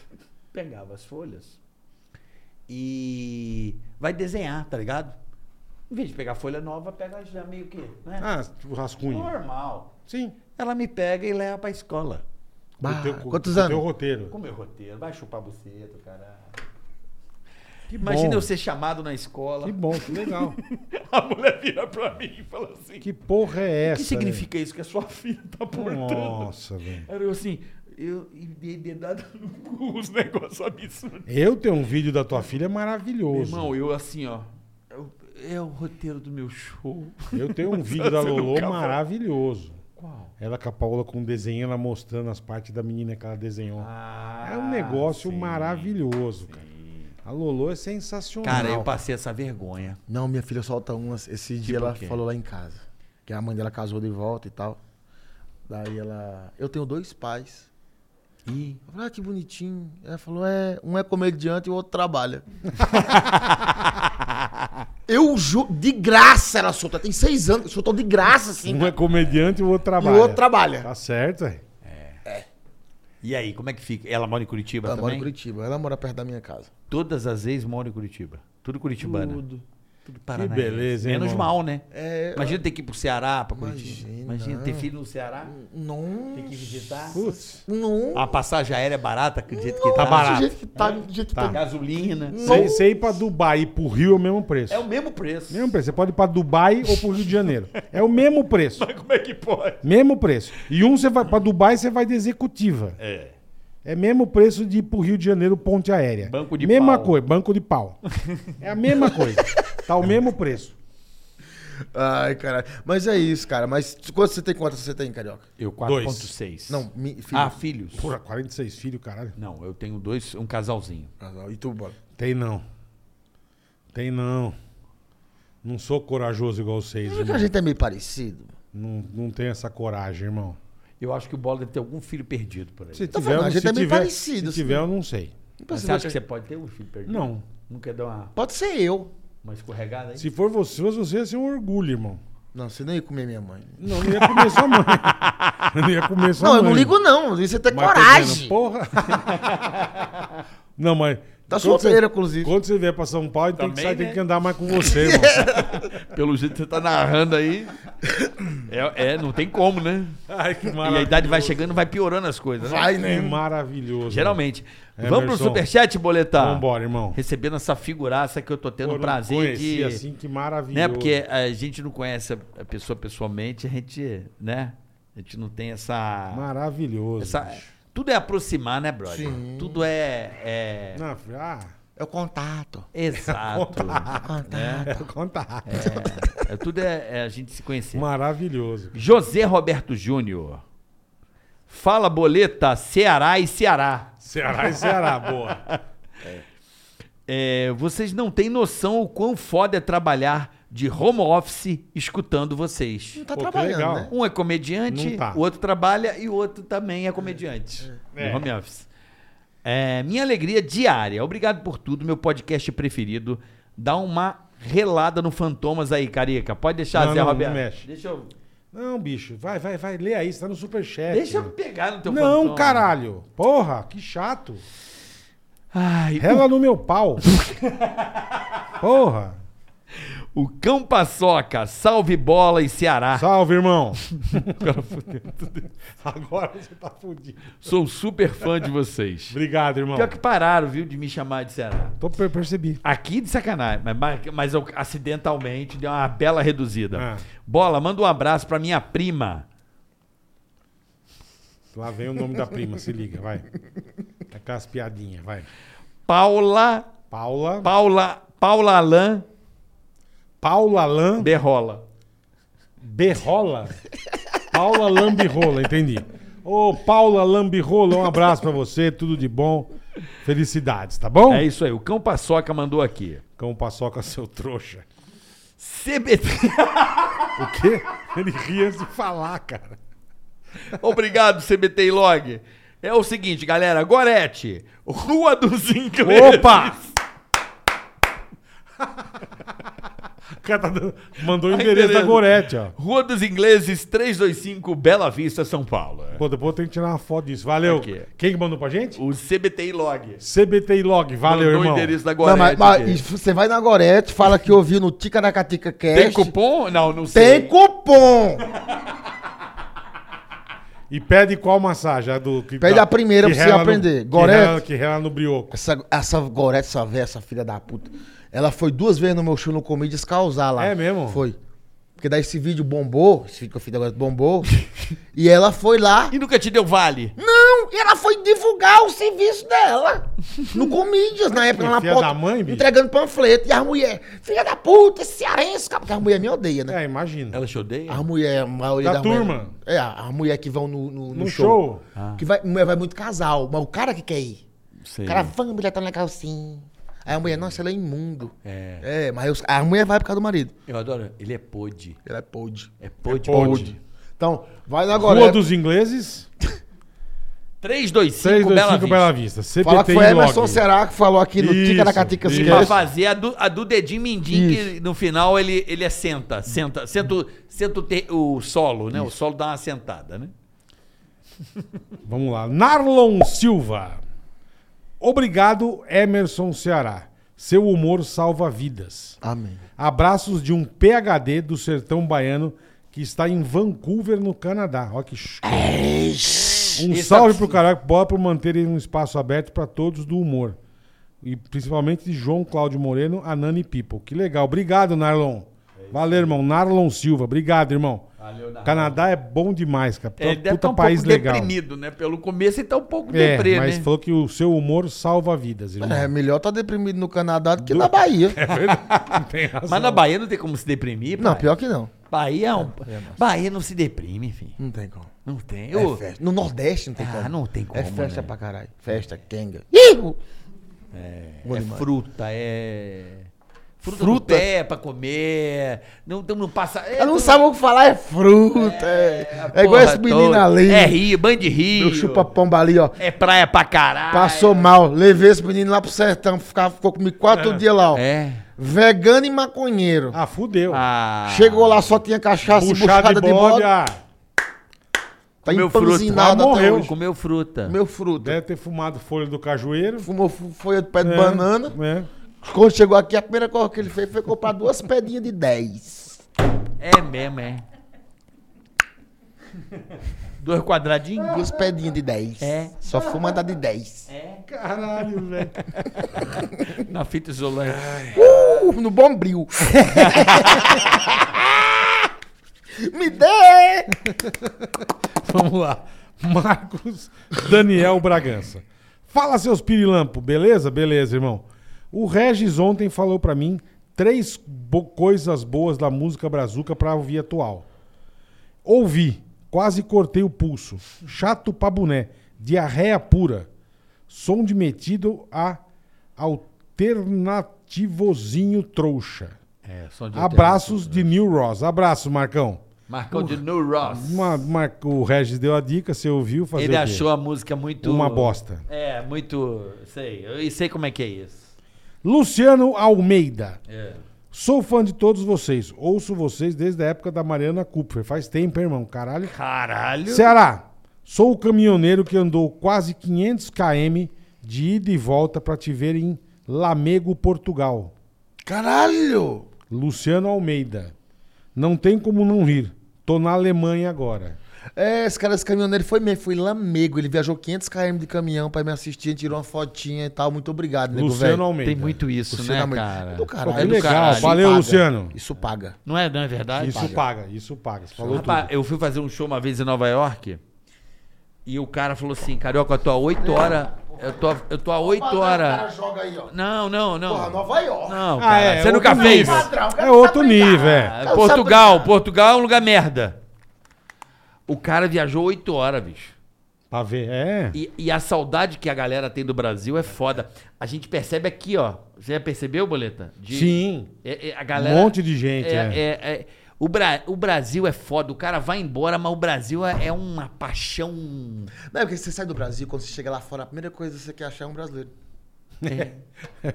Speaker 3: pegava as folhas e vai desenhar, tá ligado? Em vez de pegar folha nova, pega já meio que, né?
Speaker 2: Ah, tipo rascunho.
Speaker 3: Normal.
Speaker 2: Sim.
Speaker 3: Ela me pega e leva pra escola.
Speaker 5: Bah,
Speaker 2: O teu- o-
Speaker 5: quantos
Speaker 2: o
Speaker 5: anos?
Speaker 2: Teu roteiro.
Speaker 3: Com meu roteiro, vai chupar buceta, caralho.
Speaker 2: Que
Speaker 3: Imagina
Speaker 2: bom.
Speaker 3: eu ser chamado na escola.
Speaker 2: Que bom, que legal.
Speaker 3: A mulher vira pra mim e fala assim:
Speaker 2: que porra
Speaker 3: O
Speaker 2: é essa?
Speaker 3: que significa isso que a sua filha tá
Speaker 2: velho?
Speaker 3: portando?
Speaker 2: Nossa, velho.
Speaker 3: Era eu assim, eu e dei dedada no cu, os negócios absurdos.
Speaker 2: Eu ter um vídeo da tua filha é
Speaker 3: Meu
Speaker 2: maravilhoso.
Speaker 3: irmão, eu assim, ó. eu- é o roteiro do meu show.
Speaker 2: eu tenho um vídeo da
Speaker 3: Você
Speaker 2: Lolo
Speaker 3: nunca vai.
Speaker 2: maravilhoso.
Speaker 3: Qual?
Speaker 2: Ela com a Paola com um desenho, ela mostrando as partes da menina que ela desenhou.
Speaker 3: Ah,
Speaker 2: é um negócio
Speaker 3: sim.
Speaker 2: maravilhoso, cara. A Lolo é sensacional.
Speaker 3: Cara, eu passei essa vergonha.
Speaker 5: Não, minha filha solta umas. Esse dia
Speaker 3: Tipo
Speaker 5: ela
Speaker 3: o quê?
Speaker 5: falou lá em casa. Que a mãe dela casou de volta e tal. Daí ela. Eu tenho dois pais.
Speaker 3: Ih.
Speaker 5: Eu falei, ah, que bonitinho. Ela falou, é, um é comediante e o outro trabalha. eu juro, de graça ela soltou. Tem seis anos, soltou de graça, assim.
Speaker 2: Um é comediante e o outro
Speaker 5: e
Speaker 2: trabalha.
Speaker 5: o outro trabalha.
Speaker 2: Tá certo, é.
Speaker 3: E aí, como é que fica? Ela mora em Curitiba
Speaker 5: Ela
Speaker 3: também?
Speaker 5: mora em Curitiba, ela mora perto da minha casa.
Speaker 3: Todas as vezes mora em Curitiba. Tudo curitibana.
Speaker 5: Tudo.
Speaker 3: Tudo
Speaker 2: Que
Speaker 3: paranaense.
Speaker 2: beleza, hein,
Speaker 3: Menos
Speaker 2: irmão?
Speaker 3: mal, né?
Speaker 5: É, eu-
Speaker 3: Imagina ter que ir pro Ceará, pra Curitiba.
Speaker 5: Imagina.
Speaker 3: Imagina ter filho no Ceará,
Speaker 5: Não.
Speaker 3: ter que visitar.
Speaker 2: Putz.
Speaker 5: Não.
Speaker 3: A passagem aérea é barata, do jeito que tá.
Speaker 2: Tá barato.
Speaker 5: Do jeito que tá, do jeito que
Speaker 2: Tá.
Speaker 5: tá.
Speaker 3: Gasolina.
Speaker 2: Você você ir pra Dubai e pro Rio é o mesmo preço.
Speaker 3: É o mesmo preço.
Speaker 2: Mesmo preço. Você pode ir pra Dubai ou pro Rio de Janeiro. É o mesmo preço.
Speaker 3: Mas como é que pode?
Speaker 2: Mesmo preço. E um você vai pra Dubai, você vai de executiva. É. É mesmo preço de ir pro Rio de Janeiro ponte aérea.
Speaker 3: Banco de
Speaker 2: mesma
Speaker 3: pau.
Speaker 2: coisa, banco de pau. É a mesma coisa. tá o mesmo preço.
Speaker 5: Ai, caralho. Mas é isso, cara. Mas quanto você tem quantas você tem, carioca?
Speaker 3: Eu
Speaker 2: Dois.
Speaker 3: 4.6.
Speaker 5: Não, mi- filho.
Speaker 3: Ah, filhos?
Speaker 2: Porra, 46 filhos, caralho.
Speaker 3: Não, eu tenho dois, um casalzinho.
Speaker 5: Casal. Ah, E tu, bora.
Speaker 2: Tem não. Tem não. Não sou corajoso igual vocês,
Speaker 5: Por que a
Speaker 2: irmão.
Speaker 5: gente é meio parecido?
Speaker 2: Não, não tenho essa coragem, irmão.
Speaker 3: Eu acho que o Bola deve ter algum filho perdido por aí.
Speaker 2: Se
Speaker 5: Tô
Speaker 2: tiver,
Speaker 5: falando, a
Speaker 2: eu-
Speaker 5: gente
Speaker 2: se
Speaker 5: é meio
Speaker 2: tiver,
Speaker 5: parecido,
Speaker 2: se
Speaker 5: assim.
Speaker 2: tiver eu não sei.
Speaker 3: Mas você acha que você pode ter um filho perdido?
Speaker 2: Não.
Speaker 3: Não quer dar uma,
Speaker 5: Pode ser eu.
Speaker 3: uma escorregada aí?
Speaker 2: Se for você, se fosse você ia ser um orgulho, irmão.
Speaker 5: Não, você nem ia comer minha mãe.
Speaker 2: Não, não ia comer sua mãe. não ia comer sua
Speaker 5: Não,
Speaker 2: mãe.
Speaker 5: eu não ligo, não. Você tem
Speaker 2: Mas tô
Speaker 5: coragem.
Speaker 2: dizendo, porra. não, mas...
Speaker 5: Tá
Speaker 2: quando
Speaker 5: solteira,
Speaker 2: você-
Speaker 5: inclusive.
Speaker 2: Quando você vier pra São Paulo, tem que
Speaker 3: Também,
Speaker 2: sair,
Speaker 3: né?
Speaker 2: tem que andar mais com você, irmão.
Speaker 3: Pelo jeito que você tá narrando aí. É, é, não tem como, né?
Speaker 2: Ai, que
Speaker 3: E a idade vai chegando, vai piorando as coisas. né?
Speaker 5: Vai,
Speaker 2: Que
Speaker 5: né?
Speaker 2: maravilhoso.
Speaker 3: Geralmente. tá.
Speaker 2: É,
Speaker 3: Vamos pro
Speaker 2: Emerson.
Speaker 3: superchat, boletar?
Speaker 2: Vambora, irmão.
Speaker 3: Recebendo essa figuraça que eu tô tendo
Speaker 2: Pô,
Speaker 3: o
Speaker 2: não
Speaker 3: prazer
Speaker 2: conheci,
Speaker 3: de.
Speaker 2: assim, que maravilhoso.
Speaker 3: né? Porque a gente não conhece a a pessoa pessoalmente, a gente, né? A gente não tem essa.
Speaker 2: Maravilhoso.
Speaker 3: é essa
Speaker 2: bicho.
Speaker 3: tudo é aproximar, né, brother? Tudo é. é-
Speaker 2: Não, é ah,
Speaker 5: É o contato.
Speaker 3: Exato.
Speaker 5: Contato.
Speaker 2: é o contato.
Speaker 3: É, é, tudo é, é a gente se conhecer.
Speaker 2: Maravilhoso.
Speaker 3: José Roberto Júnior. Fala boleta, Ceará e Ceará.
Speaker 2: Ceará e Ceará, boa.
Speaker 3: É, vocês não têm noção o quão foda é trabalhar de home office escutando vocês.
Speaker 5: Não tá
Speaker 2: Pô, que
Speaker 5: trabalhando,
Speaker 2: legal.
Speaker 5: né?
Speaker 3: Um é comediante,
Speaker 2: Não tá.
Speaker 3: o outro trabalha e o outro também é comediante.
Speaker 2: É.
Speaker 3: No home office. É, minha alegria diária. Obrigado por tudo, meu podcast preferido. Dá uma relada no Fantomas aí, Carica. Pode deixar,
Speaker 2: Não,
Speaker 3: Zé
Speaker 2: não, não
Speaker 3: Roberto.
Speaker 2: mexe.
Speaker 3: Deixa eu,
Speaker 2: Não, bicho, vai, vai, vai, lê aí, você tá no superchat.
Speaker 3: deixa eu um
Speaker 2: né?
Speaker 3: pegar no teu
Speaker 2: Não,
Speaker 3: Fantoma.
Speaker 2: caralho. Porra, que chato.
Speaker 3: Ai,
Speaker 2: Rela no meu pau. Porra.
Speaker 3: o Cão Paçoca, salve bola e Ceará.
Speaker 2: Salve, irmão. Agora você tá fudido.
Speaker 3: Sou super fã de vocês.
Speaker 2: Obrigado, irmão.
Speaker 3: Pior que pararam, viu, de me chamar de Ceará.
Speaker 2: Tô per percebi.
Speaker 3: Aqui de sacanagem, mas- mas, mas eu acidentalmente deu uma bela reduzida.
Speaker 2: Ah.
Speaker 3: Bola, manda um abraço pra minha prima.
Speaker 2: Lá vem o nome da prima, se liga, vai. Aquelas piadinhas, vai.
Speaker 3: Paula,
Speaker 2: Paula.
Speaker 3: Paula, Paula Alain
Speaker 2: Paula Lan
Speaker 3: Berrola.
Speaker 2: Berrola. Paula Lambirrola, entendi. Ô, Paula Lambirrola, um abraço pra você, tudo de bom. Felicidades, tá bom?
Speaker 3: É isso aí, o Cão Paçoca mandou aqui.
Speaker 2: Cão paçoca, seu trouxa.
Speaker 3: CBT.
Speaker 2: O quê? Ele ria antes de falar, cara.
Speaker 3: Obrigado, CBT e Log. É o seguinte, galera, Gorete, Rua dos Ingleses.
Speaker 2: Opa! O cara tá dando- mandou o endereço da Gorete, ó.
Speaker 3: Rua dos Ingleses, 325, Bela Vista, São Paulo.
Speaker 2: Pô, depois eu tenho que tirar uma foto disso. Valeu.
Speaker 3: Aqui.
Speaker 2: Quem que mandou pra gente?
Speaker 3: O CBT e Log.
Speaker 2: CBT Log, valeu,
Speaker 3: Mandou
Speaker 2: irmão.
Speaker 3: o endereço da
Speaker 5: Não,
Speaker 3: Gorete.
Speaker 5: mas, mas
Speaker 3: aqui.
Speaker 5: isso, você vai na Gorete, fala que ouviu no Ticaracatica Cash.
Speaker 3: Tem cupom? Não, não sei.
Speaker 5: Tem cupom!
Speaker 2: E pede qual massagem? A do, que
Speaker 5: Pede
Speaker 2: da-
Speaker 5: a primeira
Speaker 2: que
Speaker 5: pra você
Speaker 2: rela no-
Speaker 5: aprender.
Speaker 2: que
Speaker 5: Gorete.
Speaker 2: rela- Que rela no brioco.
Speaker 5: Essa, essa Gorete, essa véia, essa filha da puta. Ela foi duas vezes no meu show no Comedians causar lá.
Speaker 2: É mesmo?
Speaker 5: Foi. Porque daí esse vídeo bombou, esse vídeo que eu fiz da Gorete bombou. e ela foi lá.
Speaker 3: E nunca te deu vale.
Speaker 5: Não! E ela foi divulgar o serviço dela no Comedians, na época,
Speaker 2: Que
Speaker 5: lá na
Speaker 2: filha
Speaker 5: porta,
Speaker 2: da mãe, bicho.
Speaker 5: entregando panfleto. E as mulheres, filha da puta, esse cearense, cara, porque as mulheres me odeiam, né?
Speaker 2: É, imagina.
Speaker 3: Ela te odeia?
Speaker 5: As mulheres, a maioria
Speaker 2: É. Da
Speaker 5: das mulheres-
Speaker 2: turma?
Speaker 5: É, as mulheres que vão no, no, no
Speaker 2: No show.
Speaker 5: show.
Speaker 3: Ah.
Speaker 5: Que vai, mulher vai muito casal, mas o cara que quer ir. O cara, vamos, mulher tá na calcinha. Aí a mulher, nossa, ela é imundo. É. mas os- a mulher vai por causa do marido.
Speaker 3: Eu adoro. Ele é pod.
Speaker 5: Ela é pode.
Speaker 3: É pod.
Speaker 2: É pod.
Speaker 3: pod.
Speaker 5: Então, vai na
Speaker 2: Rua
Speaker 5: Gorete.
Speaker 2: dos Ingleses,
Speaker 3: 325 Bela
Speaker 2: 325
Speaker 3: Vista.
Speaker 2: Bela Vista. CBT
Speaker 5: Fala que foi Emerson
Speaker 2: Log.
Speaker 5: Será que falou aqui no
Speaker 2: Isso,
Speaker 5: Ticaracatica
Speaker 2: isso.
Speaker 3: Pra
Speaker 5: Cash.
Speaker 3: fazer a do, a do dedinho mindinho, que no final ele, ele é senta. Senta, senta, o- senta o, te- o solo, né? O solo dá uma sentada, né?
Speaker 2: Vamos lá. Narlon Silva. Obrigado, Emerson Ceará. Seu humor salva vidas.
Speaker 5: Amém.
Speaker 2: Abraços de um PHD do sertão baiano que está em Vancouver, no Canadá. Ó que show. Um
Speaker 3: é
Speaker 2: salve pro Caraca Bola por manterem um espaço aberto para todos do humor. E principalmente de João Cláudio Moreno, a Nani People. Que legal. Obrigado, Narlon.
Speaker 3: É
Speaker 2: Valeu, irmão. Narlon Silva. Obrigado, irmão.
Speaker 5: né?
Speaker 2: Canadá é bom demais, cara.
Speaker 3: Ele Ah,
Speaker 2: Tá Puta
Speaker 3: tá. deve estar um
Speaker 2: país
Speaker 3: pouco
Speaker 2: legal.
Speaker 3: deprimido, né? Pelo começo ele tá um pouco
Speaker 2: É,
Speaker 3: deprê,
Speaker 2: mas
Speaker 3: né?
Speaker 2: falou que o seu humor salva vidas, irmão.
Speaker 5: É melhor tá deprimido no Canadá do É que na Bahia.
Speaker 3: Mas na Bahia não tem como se deprimir,
Speaker 5: Não,
Speaker 3: pai.
Speaker 5: pior que não.
Speaker 3: Bahia, é um... Bahia não se deprime, filho.
Speaker 5: Não tem como.
Speaker 3: Não tem.
Speaker 5: É
Speaker 3: Ô,
Speaker 5: festa. No Nordeste não tem
Speaker 3: Ah,
Speaker 5: como.
Speaker 3: não tem como,
Speaker 5: É festa
Speaker 3: né?
Speaker 5: pra caralho. Festa, kenga. Ih!
Speaker 3: É
Speaker 5: demais.
Speaker 3: fruta, é. Fruta,
Speaker 5: Fruta?
Speaker 3: do pé pra comer. Não, não, não passa. é,
Speaker 5: Ela não
Speaker 3: tudo-
Speaker 5: sabe o que falar, é fruta. É, é igual
Speaker 3: porra
Speaker 5: esse menino
Speaker 3: toda.
Speaker 5: ali.
Speaker 3: É rio, banho de
Speaker 5: O
Speaker 3: rio.
Speaker 5: chupa-pomba ali, ó.
Speaker 3: É praia pra caralho.
Speaker 5: Passou mal. Levei esse menino lá pro sertão. Ficava, ficou comigo quatro dias lá, ó.
Speaker 3: É.
Speaker 5: Vegano e maconheiro.
Speaker 2: Ah, fudeu.
Speaker 3: Ah,
Speaker 5: Chegou lá, só tinha cachaça e
Speaker 2: Puxada de bode, ah,
Speaker 5: Tá
Speaker 3: Comeu fruta.
Speaker 5: empanzinado
Speaker 2: Ah,
Speaker 5: até
Speaker 2: morreu.
Speaker 5: hoje.
Speaker 3: comeu fruta.
Speaker 5: Meu fruto.
Speaker 2: deve ter fumado folha do cajueiro.
Speaker 5: Fumou fu- folha de pé de
Speaker 2: É,
Speaker 5: banana.
Speaker 2: É.
Speaker 5: Quando chegou aqui, a primeira coisa que ele fez foi comprar duas pedinhas de 10.
Speaker 3: É mesmo, é. Dois quadradinhos?
Speaker 5: Duas pedinhas de 10.
Speaker 3: É.
Speaker 5: Só fuma da de 10.
Speaker 2: Caralho, velho.
Speaker 3: Na fita isolante.
Speaker 5: Uh, no bombril. Me dê!
Speaker 2: Vamos lá. Marcos Daniel Bragança. Fala, seus pirilampo. Beleza? Beleza, irmão. O Regis ontem falou pra mim três bo- coisas boas da música brazuca pra ouvir atual. Ouvi. Quase cortei o pulso. Chato pra boné. Diarreia pura. Som de metido a alternativozinho trouxa.
Speaker 3: É, som de
Speaker 2: Abraços
Speaker 3: né?
Speaker 2: de New Ross. Abraço, Marcão.
Speaker 3: Marcão de New Ross.
Speaker 2: Uma- uma- o Regis deu a dica, você ouviu fazer
Speaker 3: Ele
Speaker 2: o quê?
Speaker 3: achou a música muito.
Speaker 2: uma bosta.
Speaker 3: É, muito. Sei. Eu sei como é que é isso.
Speaker 2: Luciano Almeida.
Speaker 3: É.
Speaker 2: Sou fã de todos vocês. Ouço vocês desde a época da Mariana Cooper. Faz tempo, hein, irmão. Caralho.
Speaker 3: Caralho.
Speaker 2: Ceará. Sou o caminhoneiro que andou quase 500 km de ida e volta pra te ver em Lamego, Portugal.
Speaker 5: Caralho!
Speaker 2: Luciano Almeida. Não tem como não rir. Tô na Alemanha agora.
Speaker 5: É, esse cara, esse caminhoneiro foi mesmo, foi lamego. Ele viajou 500 km de caminhão pra me assistir, tirou uma fotinha e tal. Muito obrigado, nego
Speaker 2: Luciano
Speaker 5: velho.
Speaker 2: Almeida.
Speaker 3: Tem muito isso,
Speaker 5: Luciano
Speaker 3: né,
Speaker 5: Almeida.
Speaker 3: cara?
Speaker 5: Do caralho.
Speaker 2: Pô, que
Speaker 5: É do
Speaker 2: legal.
Speaker 5: caralho.
Speaker 2: Valeu,
Speaker 5: Isso
Speaker 2: Luciano.
Speaker 5: Isso paga.
Speaker 3: Não é, não é verdade?
Speaker 2: Isso paga, isso paga. Você falou tudo.
Speaker 3: Rapaz, eu fui fazer um show uma vez em Nova York e o cara falou assim, Carioca, eu tô há 8 horas... Eu tô, eu tô há 8 horas...
Speaker 5: joga aí, ó.
Speaker 3: Não, não, não.
Speaker 5: York.
Speaker 3: Não,
Speaker 2: Ah,
Speaker 3: cara,
Speaker 2: é,
Speaker 3: você
Speaker 2: outro
Speaker 3: nunca fez.
Speaker 2: nível.
Speaker 5: Tá
Speaker 2: É outro nível, é.
Speaker 3: Ah, Portugal, Portugal é um lugar merda. O cara viajou 8 horas, bicho.
Speaker 2: Pra ver, é.
Speaker 3: E, e a saudade que a galera tem do Brasil é foda. A gente percebe aqui, ó. Você já percebeu, Boleta? De-
Speaker 2: Sim.
Speaker 3: É, é, a galera,
Speaker 2: Um monte de gente,
Speaker 3: É,
Speaker 2: é.
Speaker 3: é, é. o, Bra- o Brasil é foda, o cara vai embora, mas o Brasil é, é uma paixão.
Speaker 5: Não, é porque você sai do Brasil, quando você chega lá fora, a primeira coisa que você quer achar é um brasileiro.
Speaker 2: É
Speaker 5: Né?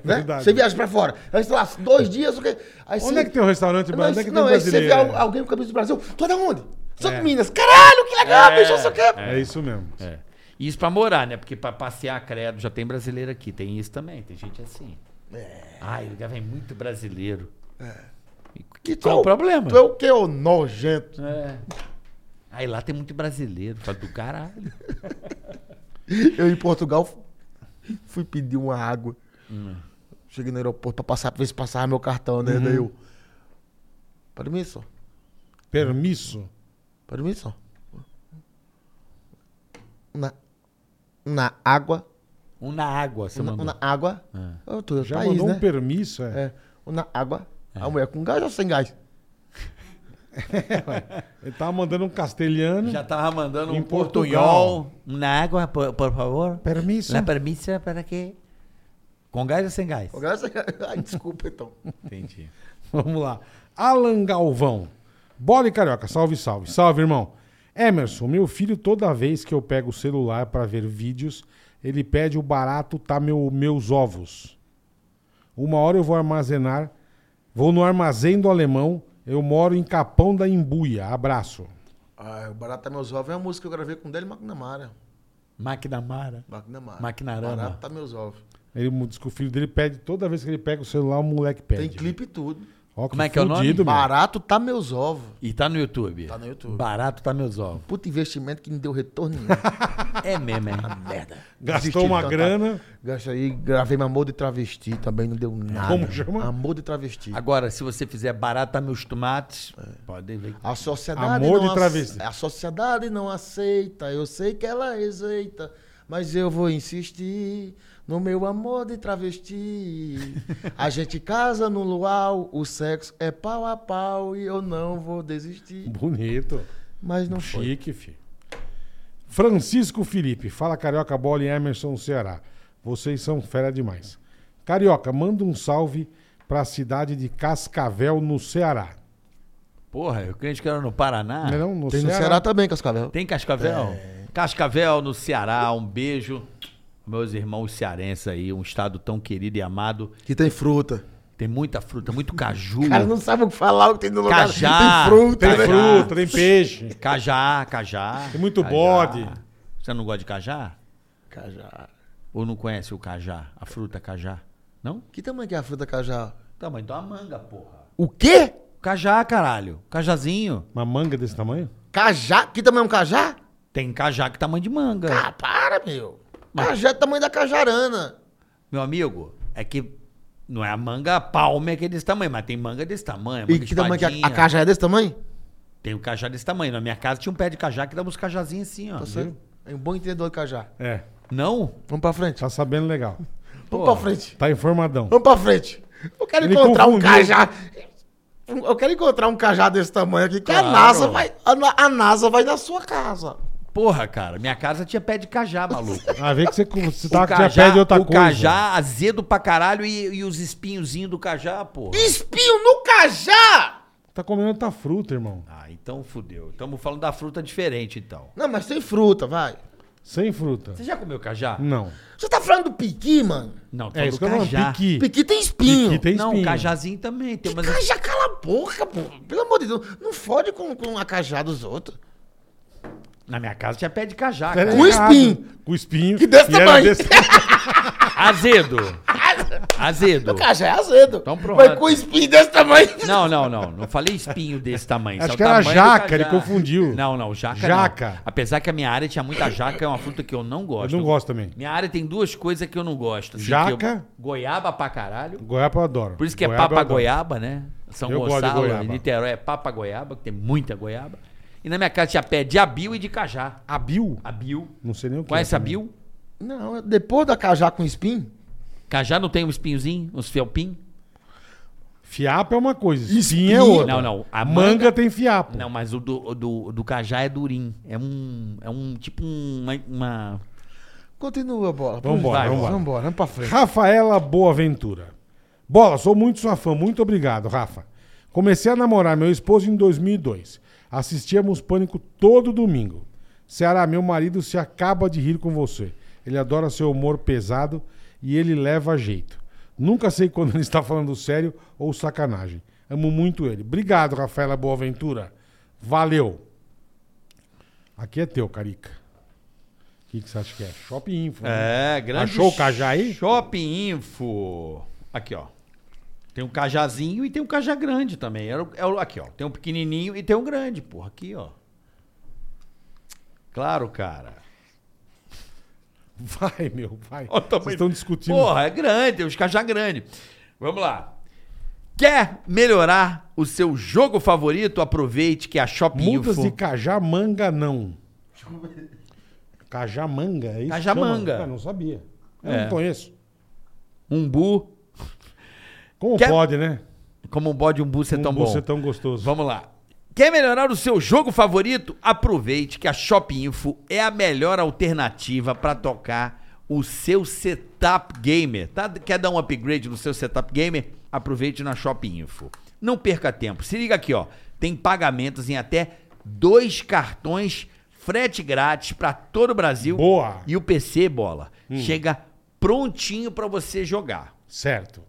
Speaker 2: verdade.
Speaker 5: Você viaja pra fora. Aí você tá lá, dois dias, o quê? Aí
Speaker 2: Onde
Speaker 5: você-
Speaker 2: é que tem um restaurante
Speaker 5: Não,
Speaker 2: brasileiro?
Speaker 5: aí-
Speaker 2: Onde é que tem
Speaker 5: não,
Speaker 2: um
Speaker 5: aí você vê
Speaker 2: brasileiro?
Speaker 5: al- alguém com camisa do Brasil. Tu é da onde? Sou de Minas. Caralho, que legal, bicho, eu sou que...
Speaker 2: É isso mesmo.
Speaker 3: E Isso pra morar, né? Porque pra passear, credo, já tem brasileiro aqui. Tem isso também, tem gente assim. Ai, o lugar vem muito brasileiro.
Speaker 5: Que tu
Speaker 3: Qual o problema?
Speaker 5: Tu é o que, ô nojento?
Speaker 3: É. Aí lá tem muito brasileiro. Fala do caralho.
Speaker 5: Eu em Portugal fu- fui pedir uma água.
Speaker 3: Hum.
Speaker 5: Cheguei no aeroporto pra passar, pra ver se passava meu cartão,
Speaker 3: Uhum.
Speaker 5: né? Daí eu. Permisso,
Speaker 2: Permisso.
Speaker 5: permisso. Na, na água.
Speaker 3: Um na água, você
Speaker 5: Uma,
Speaker 3: mandou.
Speaker 5: uma água. Eu tô em outro
Speaker 2: Já
Speaker 5: país,
Speaker 2: mandou
Speaker 5: né?
Speaker 2: um permisso, é.
Speaker 5: É, uma água. A mulher com gás ou sem gás?
Speaker 2: Ele tava mandando um castelhano.
Speaker 3: Já tava mandando
Speaker 2: Em
Speaker 3: um
Speaker 2: Portugal.
Speaker 3: portunhol. Um Na água, por, por favor.
Speaker 2: Permisso.
Speaker 3: Na permissa para quê? Com gás ou sem gás?
Speaker 5: Com gás ou sem gás? Ai, desculpa, então.
Speaker 3: Entendi.
Speaker 2: Vamos lá. Alan Galvão. Bola e carioca, salve, salve. Salve, irmão. Emerson, meu filho, toda vez que eu pego o celular pra ver vídeos, ele pede o barato tá meu, meus ovos. Uma hora eu vou armazenar. Vou no armazém do alemão. Eu moro em Capão da Embuia. Abraço.
Speaker 5: Ai, o Barata Meus Ovos é uma música que eu gravei com o Délio McNamara.
Speaker 3: Máquina Mara.
Speaker 5: McNamara.
Speaker 3: McNarama.
Speaker 5: Barata Meus Ovos.
Speaker 2: Ele diz que o filho dele pede, toda vez que ele pega o celular, o moleque pede.
Speaker 5: Tem clipe e tudo.
Speaker 2: Ó,
Speaker 3: Como é que é o nome?
Speaker 2: fudido, meu.
Speaker 5: Barato tá meus ovos.
Speaker 3: E tá no YouTube.
Speaker 5: Tá no YouTube.
Speaker 3: Barato tá meus ovos.
Speaker 5: Puta investimento que não deu retorno nenhum.
Speaker 3: É mesmo, é.
Speaker 5: Merda.
Speaker 2: Gastou uma
Speaker 3: Então tá.
Speaker 2: grana.
Speaker 5: Gasta aí, gravei meu amor de travesti, também não deu nada.
Speaker 2: É. Como chama?
Speaker 5: Amor de travesti.
Speaker 3: Agora, se você fizer barato tá meus tomates,
Speaker 5: É.
Speaker 3: podem ver.
Speaker 5: A sociedade
Speaker 2: Amor
Speaker 5: não
Speaker 2: de
Speaker 5: ace-
Speaker 2: travesti.
Speaker 5: A sociedade não aceita, eu sei que ela rejeita, mas eu vou insistir no meu amor de travesti. A gente casa no luau, o sexo é pau a pau e eu não vou desistir.
Speaker 2: Bonito.
Speaker 5: Mas não foi.
Speaker 2: Chique, filho. Francisco Felipe. Fala, Carioca Bola e Emerson Ceará. Vocês são fera demais. Carioca, manda um salve pra cidade de Cascavel, no Ceará.
Speaker 3: Porra, eu crente que era no Paraná.
Speaker 2: Não é não? No
Speaker 5: Tem no
Speaker 2: Ceará.
Speaker 5: Ceará também,
Speaker 2: um
Speaker 5: Cascavel.
Speaker 3: Tem Cascavel?
Speaker 5: É.
Speaker 3: Cascavel no Ceará, um beijo. Meus irmãos cearenses aí, um estado tão querido e amado.
Speaker 5: Que tem fruta.
Speaker 3: Tem muita fruta, muito caju.
Speaker 5: O cara não sabe o que falar, o que tem no lugar.
Speaker 3: Cajá.
Speaker 5: Tem fruta. né?
Speaker 2: Tem
Speaker 3: Cajá.
Speaker 2: fruta, tem peixe.
Speaker 3: Cajá, cajá.
Speaker 2: Tem muito
Speaker 3: cajá.
Speaker 2: bode.
Speaker 3: Você não gosta de cajá?
Speaker 5: Cajá.
Speaker 3: Ou não conhece o cajá, a fruta cajá? Não?
Speaker 5: Que tamanho que é a fruta cajá?
Speaker 3: Tamanho da manga, porra.
Speaker 5: O quê?
Speaker 3: Cajá, caralho. Cajazinho.
Speaker 2: Uma manga desse tamanho?
Speaker 5: Cajá? Que tamanho é um cajá?
Speaker 3: Tem cajá que tamanho de manga.
Speaker 2: É.
Speaker 5: Ah, para, meu. Cajá é do tamanho da cajarana.
Speaker 3: Meu amigo, é que não é a manga palma é que é desse tamanho, mas tem manga desse
Speaker 2: É
Speaker 3: tamanho.
Speaker 5: E
Speaker 3: Manga
Speaker 5: que tamanho que a, a
Speaker 3: espadinha.
Speaker 5: cajá é desse tamanho?
Speaker 2: Tá
Speaker 3: Tem um cajá desse tamanho. Na minha casa tinha um pé de cajá que dava uns cajazinhos assim, ó.
Speaker 5: Tá certo. É um bom entendedor de cajá.
Speaker 2: É.
Speaker 3: Não?
Speaker 5: Vamos pra frente.
Speaker 2: Tá sabendo legal.
Speaker 5: Vamos pra frente.
Speaker 2: Tá informadão.
Speaker 5: Vamos pra frente. Eu quero
Speaker 2: Ele
Speaker 5: encontrar
Speaker 2: confundiu.
Speaker 5: um cajá. Eu quero encontrar um cajá desse tamanho aqui que
Speaker 3: Claro.
Speaker 5: a NASA vai. A, na- a NASA vai na sua casa.
Speaker 3: Porra, cara, minha casa tinha pé de cajá, maluco.
Speaker 2: Ah, vê que você, você
Speaker 3: O
Speaker 2: tá já pede outra
Speaker 3: o
Speaker 2: coisa.
Speaker 3: cajá azedo pra caralho e, e os espinhozinhos do cajá, porra.
Speaker 5: Espinho no cajá!
Speaker 2: Tá comendo outra fruta, irmão.
Speaker 3: Ah, então fudeu. Estamos falando da fruta diferente, então.
Speaker 5: Não, mas tem fruta, vai.
Speaker 2: Sem fruta.
Speaker 3: Você já comeu cajá?
Speaker 2: Não.
Speaker 5: Você tá falando do piqui, mano?
Speaker 3: Não, tô
Speaker 2: É
Speaker 3: falando
Speaker 2: isso que eu não piqui.
Speaker 5: Piqui tem espinho.
Speaker 2: Piqui tem espinho.
Speaker 3: Não, cajazinho também. Tem umas...
Speaker 5: Cajá, cala a boca, pô. Pelo amor de Deus. Não fode com, com a cajá dos outros.
Speaker 3: Na minha casa tinha pé de cajá,
Speaker 2: Era
Speaker 3: cara.
Speaker 5: Com
Speaker 2: errado.
Speaker 5: espinho.
Speaker 2: Com espinho.
Speaker 5: Que desse
Speaker 2: E era
Speaker 5: tamanho.
Speaker 3: Azedo. Azedo.
Speaker 5: O cajá é azedo.
Speaker 3: Então pronto.
Speaker 5: Mas com espinho desse tamanho.
Speaker 3: Não, não, não. Não falei espinho desse tamanho. Isso
Speaker 2: Acho
Speaker 3: é o
Speaker 2: que era
Speaker 3: tamanho do
Speaker 2: jaca,
Speaker 3: cajá.
Speaker 2: ele confundiu.
Speaker 3: Não, não, jaca.
Speaker 2: Jaca.
Speaker 3: não. Apesar que a minha área tinha muita jaca, é uma fruta que eu não gosto.
Speaker 2: Eu não gosto também.
Speaker 3: Minha área tem duas coisas que eu não gosto. assim,
Speaker 2: Jaca.
Speaker 3: que eu- Goiaba pra caralho.
Speaker 2: Goiaba eu adoro.
Speaker 3: Por isso que é
Speaker 2: Goiaba eu
Speaker 3: papa
Speaker 2: adoro.
Speaker 3: goiaba, né? São
Speaker 2: Eu gosto de
Speaker 3: Gonçalo,
Speaker 2: goiaba.
Speaker 3: em Niterói é papa goiaba, que tem muita goiaba. E na minha casa tinha pé de abil e de cajá.
Speaker 2: Abil?
Speaker 3: Abil.
Speaker 2: Não sei nem o que.
Speaker 3: Conhece
Speaker 2: é também.
Speaker 3: abil?
Speaker 5: Não, é depois da cajá com espinho.
Speaker 3: Cajá não tem um espinhozinho, uns fielpinhos?
Speaker 2: Fiapo é uma coisa, espinho
Speaker 5: Espinho.
Speaker 2: é outra.
Speaker 3: Não, não, a
Speaker 2: manga,
Speaker 3: manga-
Speaker 2: tem fiapo.
Speaker 3: Não, mas o do, o do, o do cajá é durim. É um. É um tipo um- uma. uma-
Speaker 5: Continua, bola.
Speaker 2: Vambora,
Speaker 5: Vai,
Speaker 2: vambora.
Speaker 5: Vambora, vamos pra frente.
Speaker 2: Rafaela Boaventura. Bola, sou muito sua fã, muito obrigado, Rafa. Comecei a namorar meu esposo em 2002. Assistíamos Pânico todo domingo. Ceará, meu marido se acaba de rir com você. Ele adora seu humor pesado e ele leva jeito. Nunca sei quando ele está falando sério ou sacanagem. Amo muito ele. Obrigado, Rafaela Boaventura. Valeu. Aqui é teu, Carica. O que, que você acha que é? Shopping Info. né?
Speaker 3: É, grande.
Speaker 2: Achou o cajá aí?
Speaker 3: Shopping Info. Aqui, ó. Tem um cajazinho e tem um cajá grande também. Era o- é o- aqui, ó. Tem um pequenininho e tem um grande, porra. Aqui, ó. Claro, cara.
Speaker 2: Vai, meu, vai.
Speaker 3: Olha o tamanho.
Speaker 2: Vocês estão discutindo.
Speaker 3: Porra, é grande, tem uns cajá grande. Vamos lá. Quer melhorar o seu jogo favorito? Aproveite que a Shopping
Speaker 2: Mudas
Speaker 3: Info...
Speaker 2: de cajamanga, não. Cajamanga, é isso? que
Speaker 3: Cajamanga.
Speaker 2: chama? Ah, não sabia. Eu
Speaker 3: É.
Speaker 2: não conheço.
Speaker 3: Umbu.
Speaker 2: Como
Speaker 3: Quer-
Speaker 2: pode, né?
Speaker 3: Como um bode umbu ser tão
Speaker 2: um
Speaker 3: bom.
Speaker 2: você tão gostoso.
Speaker 3: Vamos lá. Quer melhorar o seu jogo favorito? Aproveite que a Shop Info é a melhor alternativa para tocar o seu setup gamer. tá? Quer dar um upgrade no seu setup gamer? Aproveite na Shop Info. Não perca tempo. Se liga aqui, ó. Tem pagamentos em até dois cartões, frete grátis para todo o Brasil.
Speaker 2: Boa. Hum.
Speaker 3: E o PC bola chega prontinho para você jogar.
Speaker 2: Certo.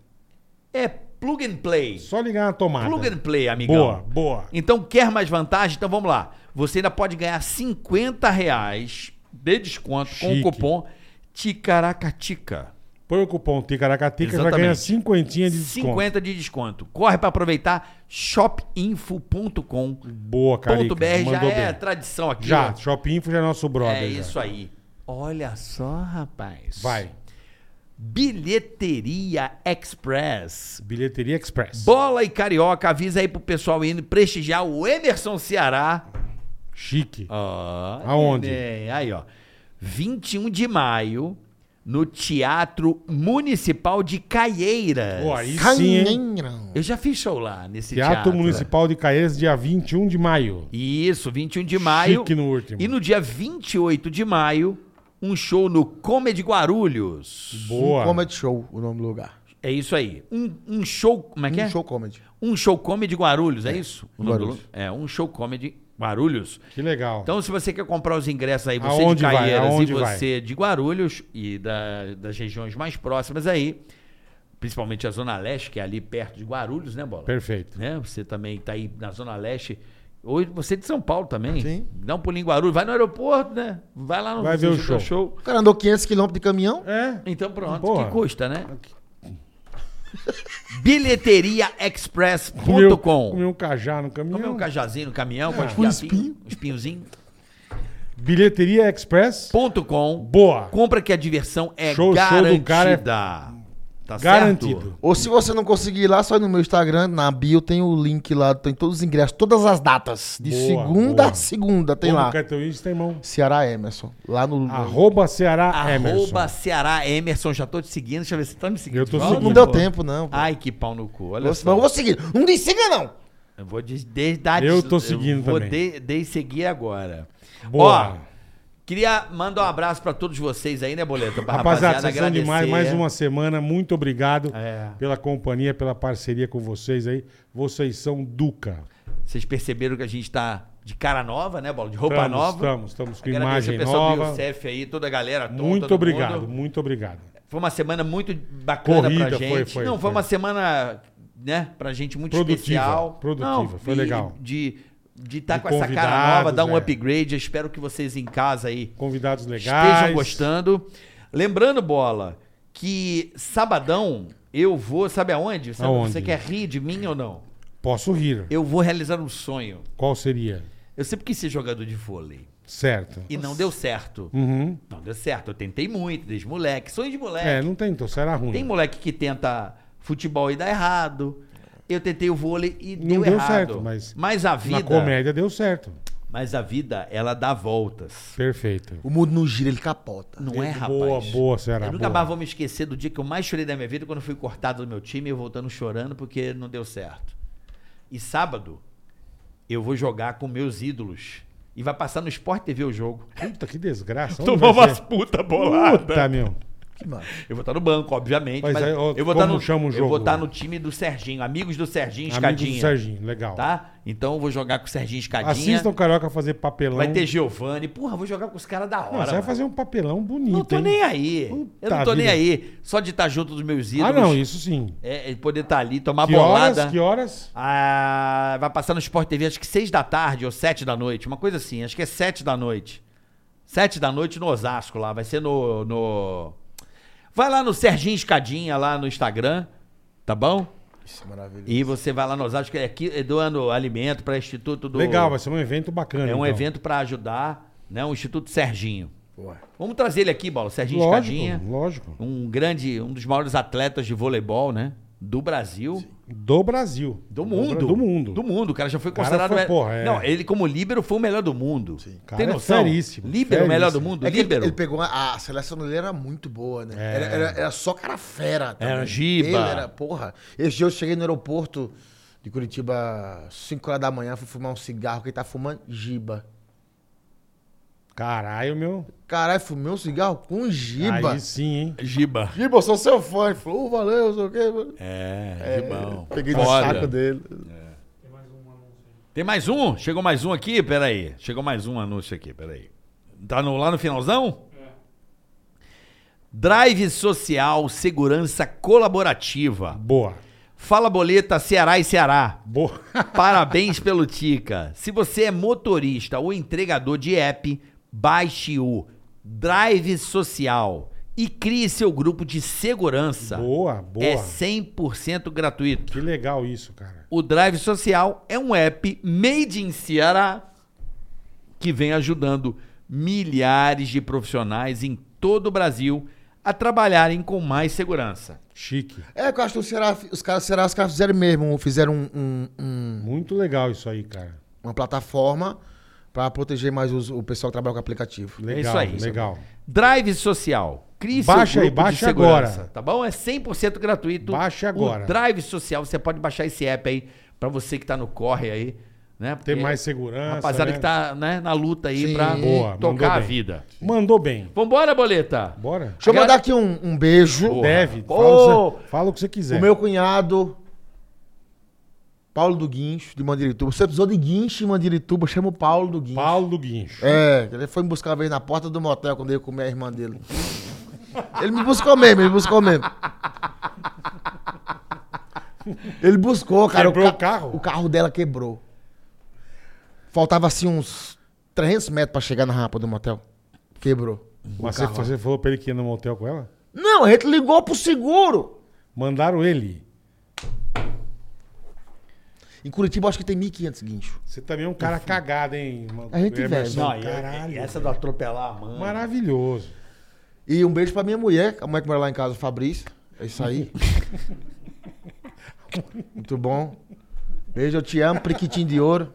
Speaker 3: É plug and play.
Speaker 2: Só ligar na tomada.
Speaker 3: Plug and play, amigão.
Speaker 2: Boa, boa.
Speaker 3: Então, quer mais vantagem? Então, vamos lá. Você ainda pode ganhar 50 reais de desconto com
Speaker 2: Chique.
Speaker 3: o cupom TICARACATICA.
Speaker 2: Põe o cupom Ticaracatica, já
Speaker 3: Exatamente.
Speaker 2: ganha cinquentinha de desconto.
Speaker 3: 50 de desconto. Corre para aproveitar shopinfo.com.br.
Speaker 2: Boa, Carica.
Speaker 3: Já
Speaker 2: mandou
Speaker 3: é
Speaker 2: bem.
Speaker 3: tradição aqui.
Speaker 2: Já,
Speaker 3: ó.
Speaker 2: Shopping Info já é nosso brother.
Speaker 3: É
Speaker 2: já.
Speaker 3: isso aí. Olha só, rapaz.
Speaker 2: Vai.
Speaker 3: Bilheteria Express.
Speaker 2: Bilheteria Express.
Speaker 3: Bola e Carioca, avisa aí pro pessoal indo prestigiar o Emerson Ceará.
Speaker 2: Chique.
Speaker 3: Ó,
Speaker 2: Aonde?
Speaker 3: é, aí, ó. 21 de maio, no Teatro Municipal de Caieiras.
Speaker 2: Pô, aí sim, hein?
Speaker 3: Eu já fiz show lá nesse
Speaker 2: Teatro
Speaker 3: teatro.
Speaker 2: Municipal de Caeiras, dia 21 de maio.
Speaker 3: Isso, 21 de maio.
Speaker 2: Chique no último.
Speaker 3: E no dia 28 de maio, um show no Comedy Guarulhos.
Speaker 2: Boa.
Speaker 5: Um comedy show, o nome do lugar.
Speaker 3: É isso aí. Um, um show. Como é que
Speaker 5: um
Speaker 3: é?
Speaker 5: show comedy.
Speaker 3: Um show comedy Guarulhos, é, isso? O nome do
Speaker 5: Guarulhos.
Speaker 3: lu- É, um show comedy Guarulhos.
Speaker 2: Que legal.
Speaker 3: Então, se você quer comprar os ingressos aí, você
Speaker 2: Aonde
Speaker 3: de
Speaker 2: vai?
Speaker 3: Caieiras e
Speaker 2: Aonde vai?
Speaker 3: você de Guarulhos e da- das regiões mais próximas aí, principalmente a Zona Leste, que é ali perto de Guarulhos, né, Bola?
Speaker 2: Perfeito.
Speaker 3: né? Você também está aí na Zona Leste. Ou você é de São Paulo também.
Speaker 5: Sim.
Speaker 3: Dá um pulinho em Guarulhos, vai no aeroporto, né? Vai lá no
Speaker 2: Vai ver o
Speaker 3: no
Speaker 2: show.
Speaker 5: O cara andou 500 quilômetros de caminhão.
Speaker 2: É?
Speaker 3: Então pronto,
Speaker 2: Porra.
Speaker 3: que custa, né? Bilheteriaexpress.com
Speaker 2: Comeu, comeu um cajá no caminhão.
Speaker 3: Comeu um cajazinho no caminhão,
Speaker 2: É.
Speaker 3: com
Speaker 5: Um
Speaker 3: um espinho,
Speaker 5: espinho.
Speaker 3: um espinhozinho.
Speaker 2: Bilheteria Express.
Speaker 3: Ponto .com.
Speaker 2: Boa.
Speaker 3: Compra que a diversão é
Speaker 2: Show, show do
Speaker 3: garantida.
Speaker 2: cara é
Speaker 3: Tá
Speaker 2: Garantido.
Speaker 3: certo?
Speaker 5: Ou se você não conseguir ir lá, só ir no meu Instagram, na bio tem o link lá, tem todos os ingressos, todas as datas. De
Speaker 2: Boa,
Speaker 5: segunda
Speaker 2: boa.
Speaker 5: a segunda tem
Speaker 2: Como é?
Speaker 5: lá.
Speaker 2: quer teu Insta, irmão?
Speaker 5: Ceará Emerson. Lá no.
Speaker 2: Arroba Ceará Ah, Emerson.
Speaker 3: Arroba Ceará Emerson. Já tô te seguindo. Deixa eu ver se você tá me seguindo.
Speaker 2: Eu tô
Speaker 3: de volta,
Speaker 2: seguindo.
Speaker 5: Não deu
Speaker 3: pô.
Speaker 5: tempo, não. pô.
Speaker 3: Ai, que pau no cu. Ah, Olha
Speaker 5: Vou-
Speaker 3: só.
Speaker 5: não vou seguir. Não me siga, não.
Speaker 3: Eu vou des, des, dar-
Speaker 2: Eu tô seguindo
Speaker 3: vou
Speaker 2: também.
Speaker 3: de- desseguir agora.
Speaker 2: Boa.
Speaker 3: Ó, queria mandar um abraço pra todos vocês aí, né, Boleto? Pra
Speaker 2: Rapaziada, vocês são
Speaker 3: agradecer.
Speaker 2: demais. Mais uma semana. Muito obrigado
Speaker 3: É.
Speaker 2: pela companhia, pela parceria com vocês aí. Vocês são Duca.
Speaker 3: Vocês perceberam que a gente tá de cara nova, né, Bola? De roupa
Speaker 2: estamos,
Speaker 3: nova.
Speaker 2: Estamos, estamos com
Speaker 3: Agradecer
Speaker 2: imagem
Speaker 3: o pessoal
Speaker 2: nova.
Speaker 3: do Youssef aí, toda a galera. todo-
Speaker 2: Muito
Speaker 3: todo
Speaker 2: obrigado,
Speaker 3: mundo.
Speaker 2: muito obrigado.
Speaker 3: Foi uma semana muito bacana
Speaker 2: Corrida,
Speaker 3: pra
Speaker 2: foi,
Speaker 3: gente.
Speaker 2: foi,
Speaker 3: Não, foi,
Speaker 2: foi.
Speaker 3: uma semana, né, pra gente muito
Speaker 2: Produtiva,
Speaker 3: especial.
Speaker 2: produtiva,
Speaker 3: Não,
Speaker 2: foi
Speaker 3: e
Speaker 2: legal.
Speaker 3: De de estar
Speaker 2: De
Speaker 3: com essa cara nova,
Speaker 2: convidados,
Speaker 3: dar um
Speaker 2: é.
Speaker 3: upgrade. Eu espero que vocês em casa aí
Speaker 2: Convidados legais.
Speaker 3: estejam gostando. Lembrando, Bola, que sabadão eu vou, sabe aonde? Sabe,
Speaker 2: Aonde?
Speaker 3: Você quer rir de mim ou não?
Speaker 2: Posso rir.
Speaker 3: Eu vou realizar um sonho.
Speaker 2: Qual seria?
Speaker 3: Eu sempre quis ser jogador de vôlei.
Speaker 2: Certo.
Speaker 3: E não deu certo.
Speaker 2: Uhum.
Speaker 3: Não deu certo. Eu tentei muito, desde moleque. Sonho de moleque.
Speaker 2: É, não tentou, será ruim.
Speaker 3: Tem moleque que tenta futebol e dá errado. Eu tentei o vôlei e
Speaker 2: Não
Speaker 3: deu,
Speaker 2: deu
Speaker 3: errado.
Speaker 2: certo, mas
Speaker 3: a
Speaker 2: Na
Speaker 3: vida,
Speaker 2: comédia deu certo.
Speaker 3: mas a vida, ela dá voltas.
Speaker 2: Perfeito.
Speaker 5: O mundo não gira, ele capota.
Speaker 3: Não é, rapaz?
Speaker 2: Boa, boa, Ceará.
Speaker 3: Eu nunca
Speaker 2: boa.
Speaker 3: mais vou me esquecer do dia que eu mais chorei da minha vida quando eu fui cortado do meu time e eu voltando chorando porque não deu certo. E sábado eu vou jogar com meus ídolos e vai passar no Sport TV o jogo.
Speaker 2: Puta, que desgraça. Onde
Speaker 3: Tomou
Speaker 2: Então vai
Speaker 3: umas
Speaker 2: ser?
Speaker 3: puta bolada.
Speaker 2: Puta, meu.
Speaker 5: Que massa.
Speaker 3: Eu vou estar no banco, obviamente.
Speaker 2: Mas
Speaker 3: Mas,
Speaker 2: aí, é, ó,
Speaker 3: eu vou estar
Speaker 2: como
Speaker 3: no,
Speaker 2: chama o
Speaker 3: Eu
Speaker 2: jogo?
Speaker 3: vou estar no time do Serginho, amigos do Serginho
Speaker 2: Amigo do
Speaker 3: Escadinha.
Speaker 2: Serginho, legal.
Speaker 3: Tá? Então eu vou jogar com o Serginho Escadinha.
Speaker 2: Assista o Carioca fazer papelão.
Speaker 3: Vai ter Giovanni. Porra, vou jogar com os caras da hora.
Speaker 2: Não, você vai
Speaker 3: mano.
Speaker 2: fazer um papelão bonito,
Speaker 3: Não tô
Speaker 2: hein?
Speaker 3: nem aí. eu
Speaker 2: Puta
Speaker 3: não tô nem
Speaker 2: vida.
Speaker 3: aí. Só de estar junto dos meus
Speaker 2: Ah,
Speaker 3: ídolos.
Speaker 2: não, isso sim.
Speaker 3: É, é poder estar ali, tomar
Speaker 2: que
Speaker 3: bolada.
Speaker 2: horas? Que horas?
Speaker 3: Ah, vai passar no Sport TV, acho que 6 da tarde ou 7 da noite, uma coisa assim, acho que é 7 da noite. 7 da noite no Osasco lá, vai ser no. no... Vai lá no Serginho Escadinha lá no Instagram, tá bom?
Speaker 5: Isso é maravilhoso.
Speaker 3: E você vai lá no Osasco, que é aqui é doando alimento para Instituto do.
Speaker 2: Legal, vai ser um evento bacana.
Speaker 3: É um
Speaker 2: então.
Speaker 3: evento para ajudar, né? O Instituto Serginho.
Speaker 5: Porra.
Speaker 3: Vamos trazer ele aqui, Bola, Serginho Escadinha.
Speaker 2: Lógico, lógico.
Speaker 3: Um grande, um dos maiores atletas de voleibol, né? Do Brasil.
Speaker 2: Do Brasil.
Speaker 3: Do mundo.
Speaker 2: Do mundo.
Speaker 3: Do mundo. O cara já foi
Speaker 2: cara
Speaker 3: considerado.
Speaker 2: foi, porra, é.
Speaker 3: Não, ele, como líbero, foi o melhor do mundo.
Speaker 2: Cara,
Speaker 3: Tem
Speaker 2: é
Speaker 3: noção?
Speaker 2: feríssimo,
Speaker 3: Líbero, o melhor do
Speaker 2: feríssimo.
Speaker 3: mundo.
Speaker 5: É que ele,
Speaker 3: líbero.
Speaker 5: ele pegou. uma- A seleção brasileira era muito boa, né? Era, era, era só cara fera. também.
Speaker 3: Era giba.
Speaker 5: Ele era, porra. Esse dia eu cheguei no aeroporto de Curitiba, 5 horas da manhã, fui fumar um cigarro. Quem tá fumando? Giba.
Speaker 2: Caralho, meu.
Speaker 5: Caralho, fumei um cigarro com giba.
Speaker 2: Aí sim, hein?
Speaker 3: Giba.
Speaker 5: Giba, eu sou seu fã. Ele falou, "Ô, valeu, não sei o quê.
Speaker 3: É, Gibão.
Speaker 5: Peguei no
Speaker 3: Foda.
Speaker 5: saco dele.
Speaker 3: Tem mais um? Chegou mais um aqui? Peraí. Chegou mais um anúncio aqui, peraí. Tá no, lá no finalzão? É. Drive Social Segurança Colaborativa.
Speaker 2: Boa.
Speaker 3: Fala Boleta, Ceará e Ceará.
Speaker 2: Boa.
Speaker 3: Parabéns pelo Tica. Se você é motorista ou entregador de app, baixe o Drive Social, e crie seu grupo de segurança.
Speaker 2: Boa, boa.
Speaker 3: É 100% gratuito.
Speaker 2: Que legal isso, cara.
Speaker 3: O Drive Social é um app made in Ceará que vem ajudando milhares de profissionais em todo o Brasil a trabalharem com mais segurança.
Speaker 2: Chique.
Speaker 5: É, que eu acho que o Ceará- os caras, será os caras fizeram mesmo, fizeram um- um- um-
Speaker 2: Muito legal isso aí, cara.
Speaker 5: uma plataforma pra proteger mais os- o pessoal que trabalha com aplicativo.
Speaker 2: Tipo, Legal,
Speaker 3: isso aí.
Speaker 2: legal.
Speaker 3: Drive Social. Crie
Speaker 2: Baixa
Speaker 3: seu
Speaker 2: aí,
Speaker 3: grupo de
Speaker 2: baixa
Speaker 3: segurança,
Speaker 2: agora.
Speaker 3: Tá bom? É 100% gratuito.
Speaker 2: Baixa agora.
Speaker 3: O Drive Social, você pode baixar esse app aí pra você que tá no corre aí, né?
Speaker 2: Ter
Speaker 3: Porque
Speaker 2: mais segurança.
Speaker 3: Rapaziada
Speaker 2: né?
Speaker 3: que tá né, na luta aí
Speaker 5: Sim.
Speaker 3: pra
Speaker 2: Boa, mandou
Speaker 3: tocar a
Speaker 2: bem.
Speaker 3: vida.
Speaker 2: Mandou bem.
Speaker 3: Vambora, boleta!
Speaker 2: Bora?
Speaker 5: Deixa eu
Speaker 3: Agora-
Speaker 5: mandar aqui um, um beijo.
Speaker 2: Deve.
Speaker 5: Pô,
Speaker 2: Fala, o que você- fala o que você quiser.
Speaker 5: o meu cunhado, Paulo do Guincho, de Mandirituba. Se você precisou de guincho em Mandirituba, chama o Paulo do Guincho.
Speaker 2: Paulo do Guincho.
Speaker 5: É, ele foi me buscar uma vez na porta do motel quando eu ia comer a irmã dele. Ele me buscou mesmo, ele buscou mesmo. Ele buscou, cara.
Speaker 2: Quebrou
Speaker 5: ca-
Speaker 2: o carro?
Speaker 5: O carro dela quebrou. Faltava assim uns 300 metros pra chegar na rampa do motel. Quebrou. o
Speaker 2: Mas você,
Speaker 5: carro.
Speaker 2: você falou pra ele que ia no motel com ela?
Speaker 5: Não, a gente ligou pro seguro.
Speaker 2: Mandaram ele.
Speaker 5: Em Curitiba acho que tem 1.500 guincho.
Speaker 2: Você também é um cara cagado, hein?
Speaker 5: A gente vê,
Speaker 2: Emerson? um
Speaker 5: não,
Speaker 2: Caralho.
Speaker 7: Essa do atropelar a mãe.
Speaker 2: Maravilhoso.
Speaker 5: E um beijo pra minha mulher, a mulher que mora lá em casa, Fabrício. É isso aí. Muito bom. Beijo, eu te amo, priquitinho de ouro.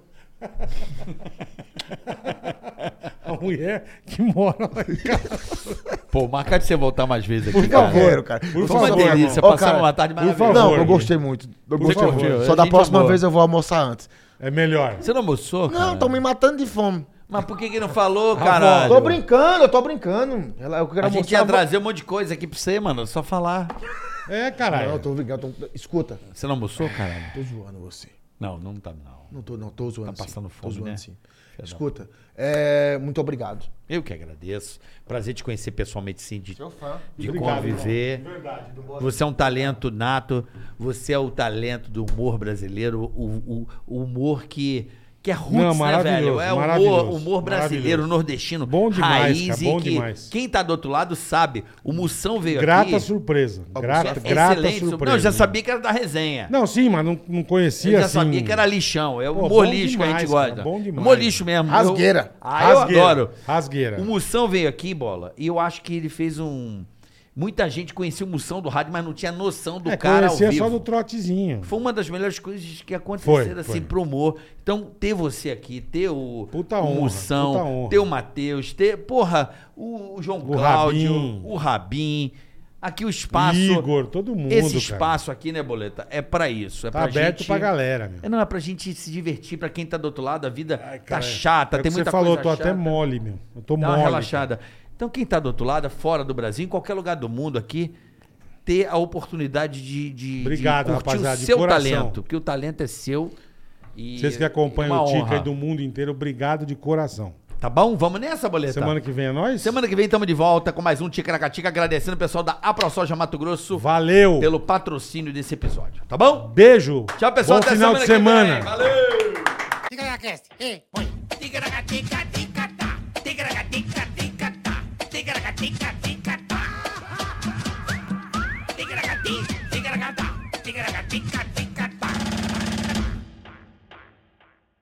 Speaker 2: A mulher que mora lá em casa.
Speaker 3: Pô, marca de você voltar mais vezes aqui.
Speaker 5: Por favor, cara.
Speaker 2: Por
Speaker 3: Foi uma
Speaker 2: favor,
Speaker 3: delícia,
Speaker 5: irmão. Ó,
Speaker 3: passamos
Speaker 5: cara,
Speaker 3: uma tarde
Speaker 2: por
Speaker 3: maravilhosa.
Speaker 2: favor.
Speaker 5: Não, eu
Speaker 2: Gui.
Speaker 5: gostei muito. Eu
Speaker 2: Você
Speaker 5: gostei
Speaker 2: curtiu?
Speaker 5: muito.
Speaker 3: É
Speaker 5: Só da
Speaker 3: gente
Speaker 5: próxima
Speaker 3: boa.
Speaker 5: vez eu vou almoçar antes.
Speaker 2: É melhor.
Speaker 3: Você não almoçou, cara?
Speaker 5: Não, estão me matando de fome.
Speaker 3: Mas por que que não falou, caralho?
Speaker 5: Tô brincando, eu tô brincando. Ela- Eu quero
Speaker 3: A gente ia
Speaker 5: almoçar, eu vou-
Speaker 3: trazer um monte de coisa aqui pra você, mano. Só falar.
Speaker 2: É,
Speaker 5: Não, eu
Speaker 2: caralho.
Speaker 5: tô brincando. eu tô- Escuta,
Speaker 3: Você não almoçou, caralho?
Speaker 5: tô zoando você.
Speaker 3: Não, não tá, não.
Speaker 5: Não tô, não, tô zoando.
Speaker 3: Tá passando
Speaker 5: sim.
Speaker 3: fome,
Speaker 5: tô zoando,
Speaker 3: né?
Speaker 5: sim. Escuta, é, muito obrigado.
Speaker 3: Eu que agradeço. Prazer te conhecer pessoalmente, sim, de,
Speaker 5: fã.
Speaker 3: de
Speaker 2: Obrigado,
Speaker 3: conviver. Você é um talento nato. Você é o talento do humor brasileiro. O, o- o humor que, que é roots,
Speaker 2: Não,
Speaker 3: né, velho?
Speaker 2: maravilhoso,
Speaker 3: É humor,
Speaker 2: maravilhoso,
Speaker 3: humor brasileiro,
Speaker 2: maravilhoso.
Speaker 3: nordestino.
Speaker 2: Bom demais,
Speaker 3: raiz
Speaker 2: cara,
Speaker 3: e
Speaker 2: bom
Speaker 3: que
Speaker 2: demais.
Speaker 3: Quem tá do outro lado sabe. O Moção veio aqui. É
Speaker 2: Grata surpresa. Grata, grata
Speaker 3: Excelente.
Speaker 2: surpresa.
Speaker 3: Não, eu já sabia que era da resenha.
Speaker 2: Não, sim, mas não, não
Speaker 3: Eu
Speaker 2: conhecia
Speaker 3: já
Speaker 2: assim.
Speaker 3: sabia que era lixão. É o
Speaker 2: Pô,
Speaker 3: humor
Speaker 2: bom
Speaker 3: lixo que a gente
Speaker 2: demais, cara,
Speaker 3: gosta.
Speaker 2: bom demais.
Speaker 3: Humor lixo mesmo.
Speaker 5: Rasgueira.
Speaker 3: Eu, ah, eu
Speaker 2: Rasgueira,
Speaker 3: adoro.
Speaker 2: rasgueira.
Speaker 3: O Moção veio aqui, bola, e eu acho que ele fez um. Muita gente conhecia o Moção do rádio, mas não tinha noção do
Speaker 2: É,
Speaker 3: cara ao
Speaker 2: conhecia
Speaker 3: vivo.
Speaker 2: só do trotezinho.
Speaker 3: Foi um uma das melhores coisas que aconteceram
Speaker 2: Foi,
Speaker 3: assim
Speaker 2: foi.
Speaker 3: pro humor. Então, ter você aqui, ter o,
Speaker 2: Puta
Speaker 3: o
Speaker 2: honra,
Speaker 3: Moção,
Speaker 2: puta honra.
Speaker 3: ter o Matheus, ter, porra, o, o João Cláudio,
Speaker 2: Rabin.
Speaker 3: o Rabin, aqui o espaço.
Speaker 2: Igor, todo mundo,
Speaker 3: Esse
Speaker 2: cara.
Speaker 3: espaço aqui, né, Boleta? É pra isso. É
Speaker 2: Tá
Speaker 3: pra
Speaker 2: aberto
Speaker 3: gente...
Speaker 2: pra galera, meu.
Speaker 3: É, Não, é pra gente se divertir, pra quem tá do outro lado, a vida tá
Speaker 2: Cara,
Speaker 3: chata,
Speaker 2: é o
Speaker 3: tem
Speaker 2: que
Speaker 3: muita
Speaker 2: Você falou,
Speaker 3: coisa
Speaker 2: eu tô
Speaker 3: chata.
Speaker 2: até mole, meu. Eu tô
Speaker 3: Dá
Speaker 2: mole.
Speaker 3: uma
Speaker 2: cara.
Speaker 3: relaxada. Então, quem tá do outro lado, fora do Brasil, em qualquer lugar do mundo aqui, ter a oportunidade de, de,
Speaker 2: Obrigado,
Speaker 3: de curtir
Speaker 2: rapaziada,
Speaker 3: o
Speaker 2: de
Speaker 3: seu
Speaker 2: coração.
Speaker 3: talento, porque o talento é seu. E
Speaker 2: Vocês que
Speaker 3: é
Speaker 2: acompanham
Speaker 3: uma
Speaker 2: o Tica
Speaker 3: honra.
Speaker 2: aí do mundo inteiro, obrigado de coração.
Speaker 3: Tá bom? Vamos nessa, Boleta?
Speaker 2: Semana que vem é nós?
Speaker 3: tá. Semana que vem estamos de volta com mais um Ticaracatica, agradecendo o pessoal da AproSoja Mato Grosso
Speaker 2: Valeu.
Speaker 3: pelo patrocínio desse episódio, tá bom?
Speaker 2: Beijo.
Speaker 3: Tchau, pessoal.
Speaker 2: Bom final de semana.
Speaker 3: Que vem. Valeu!
Speaker 1: Ticaracast, ei, põe. Ticaracatica, ticatá. Ticaracatica, ticatá. Ticaracatica, ticatá. Ticaracati, ticaracatá. Ticaracatica,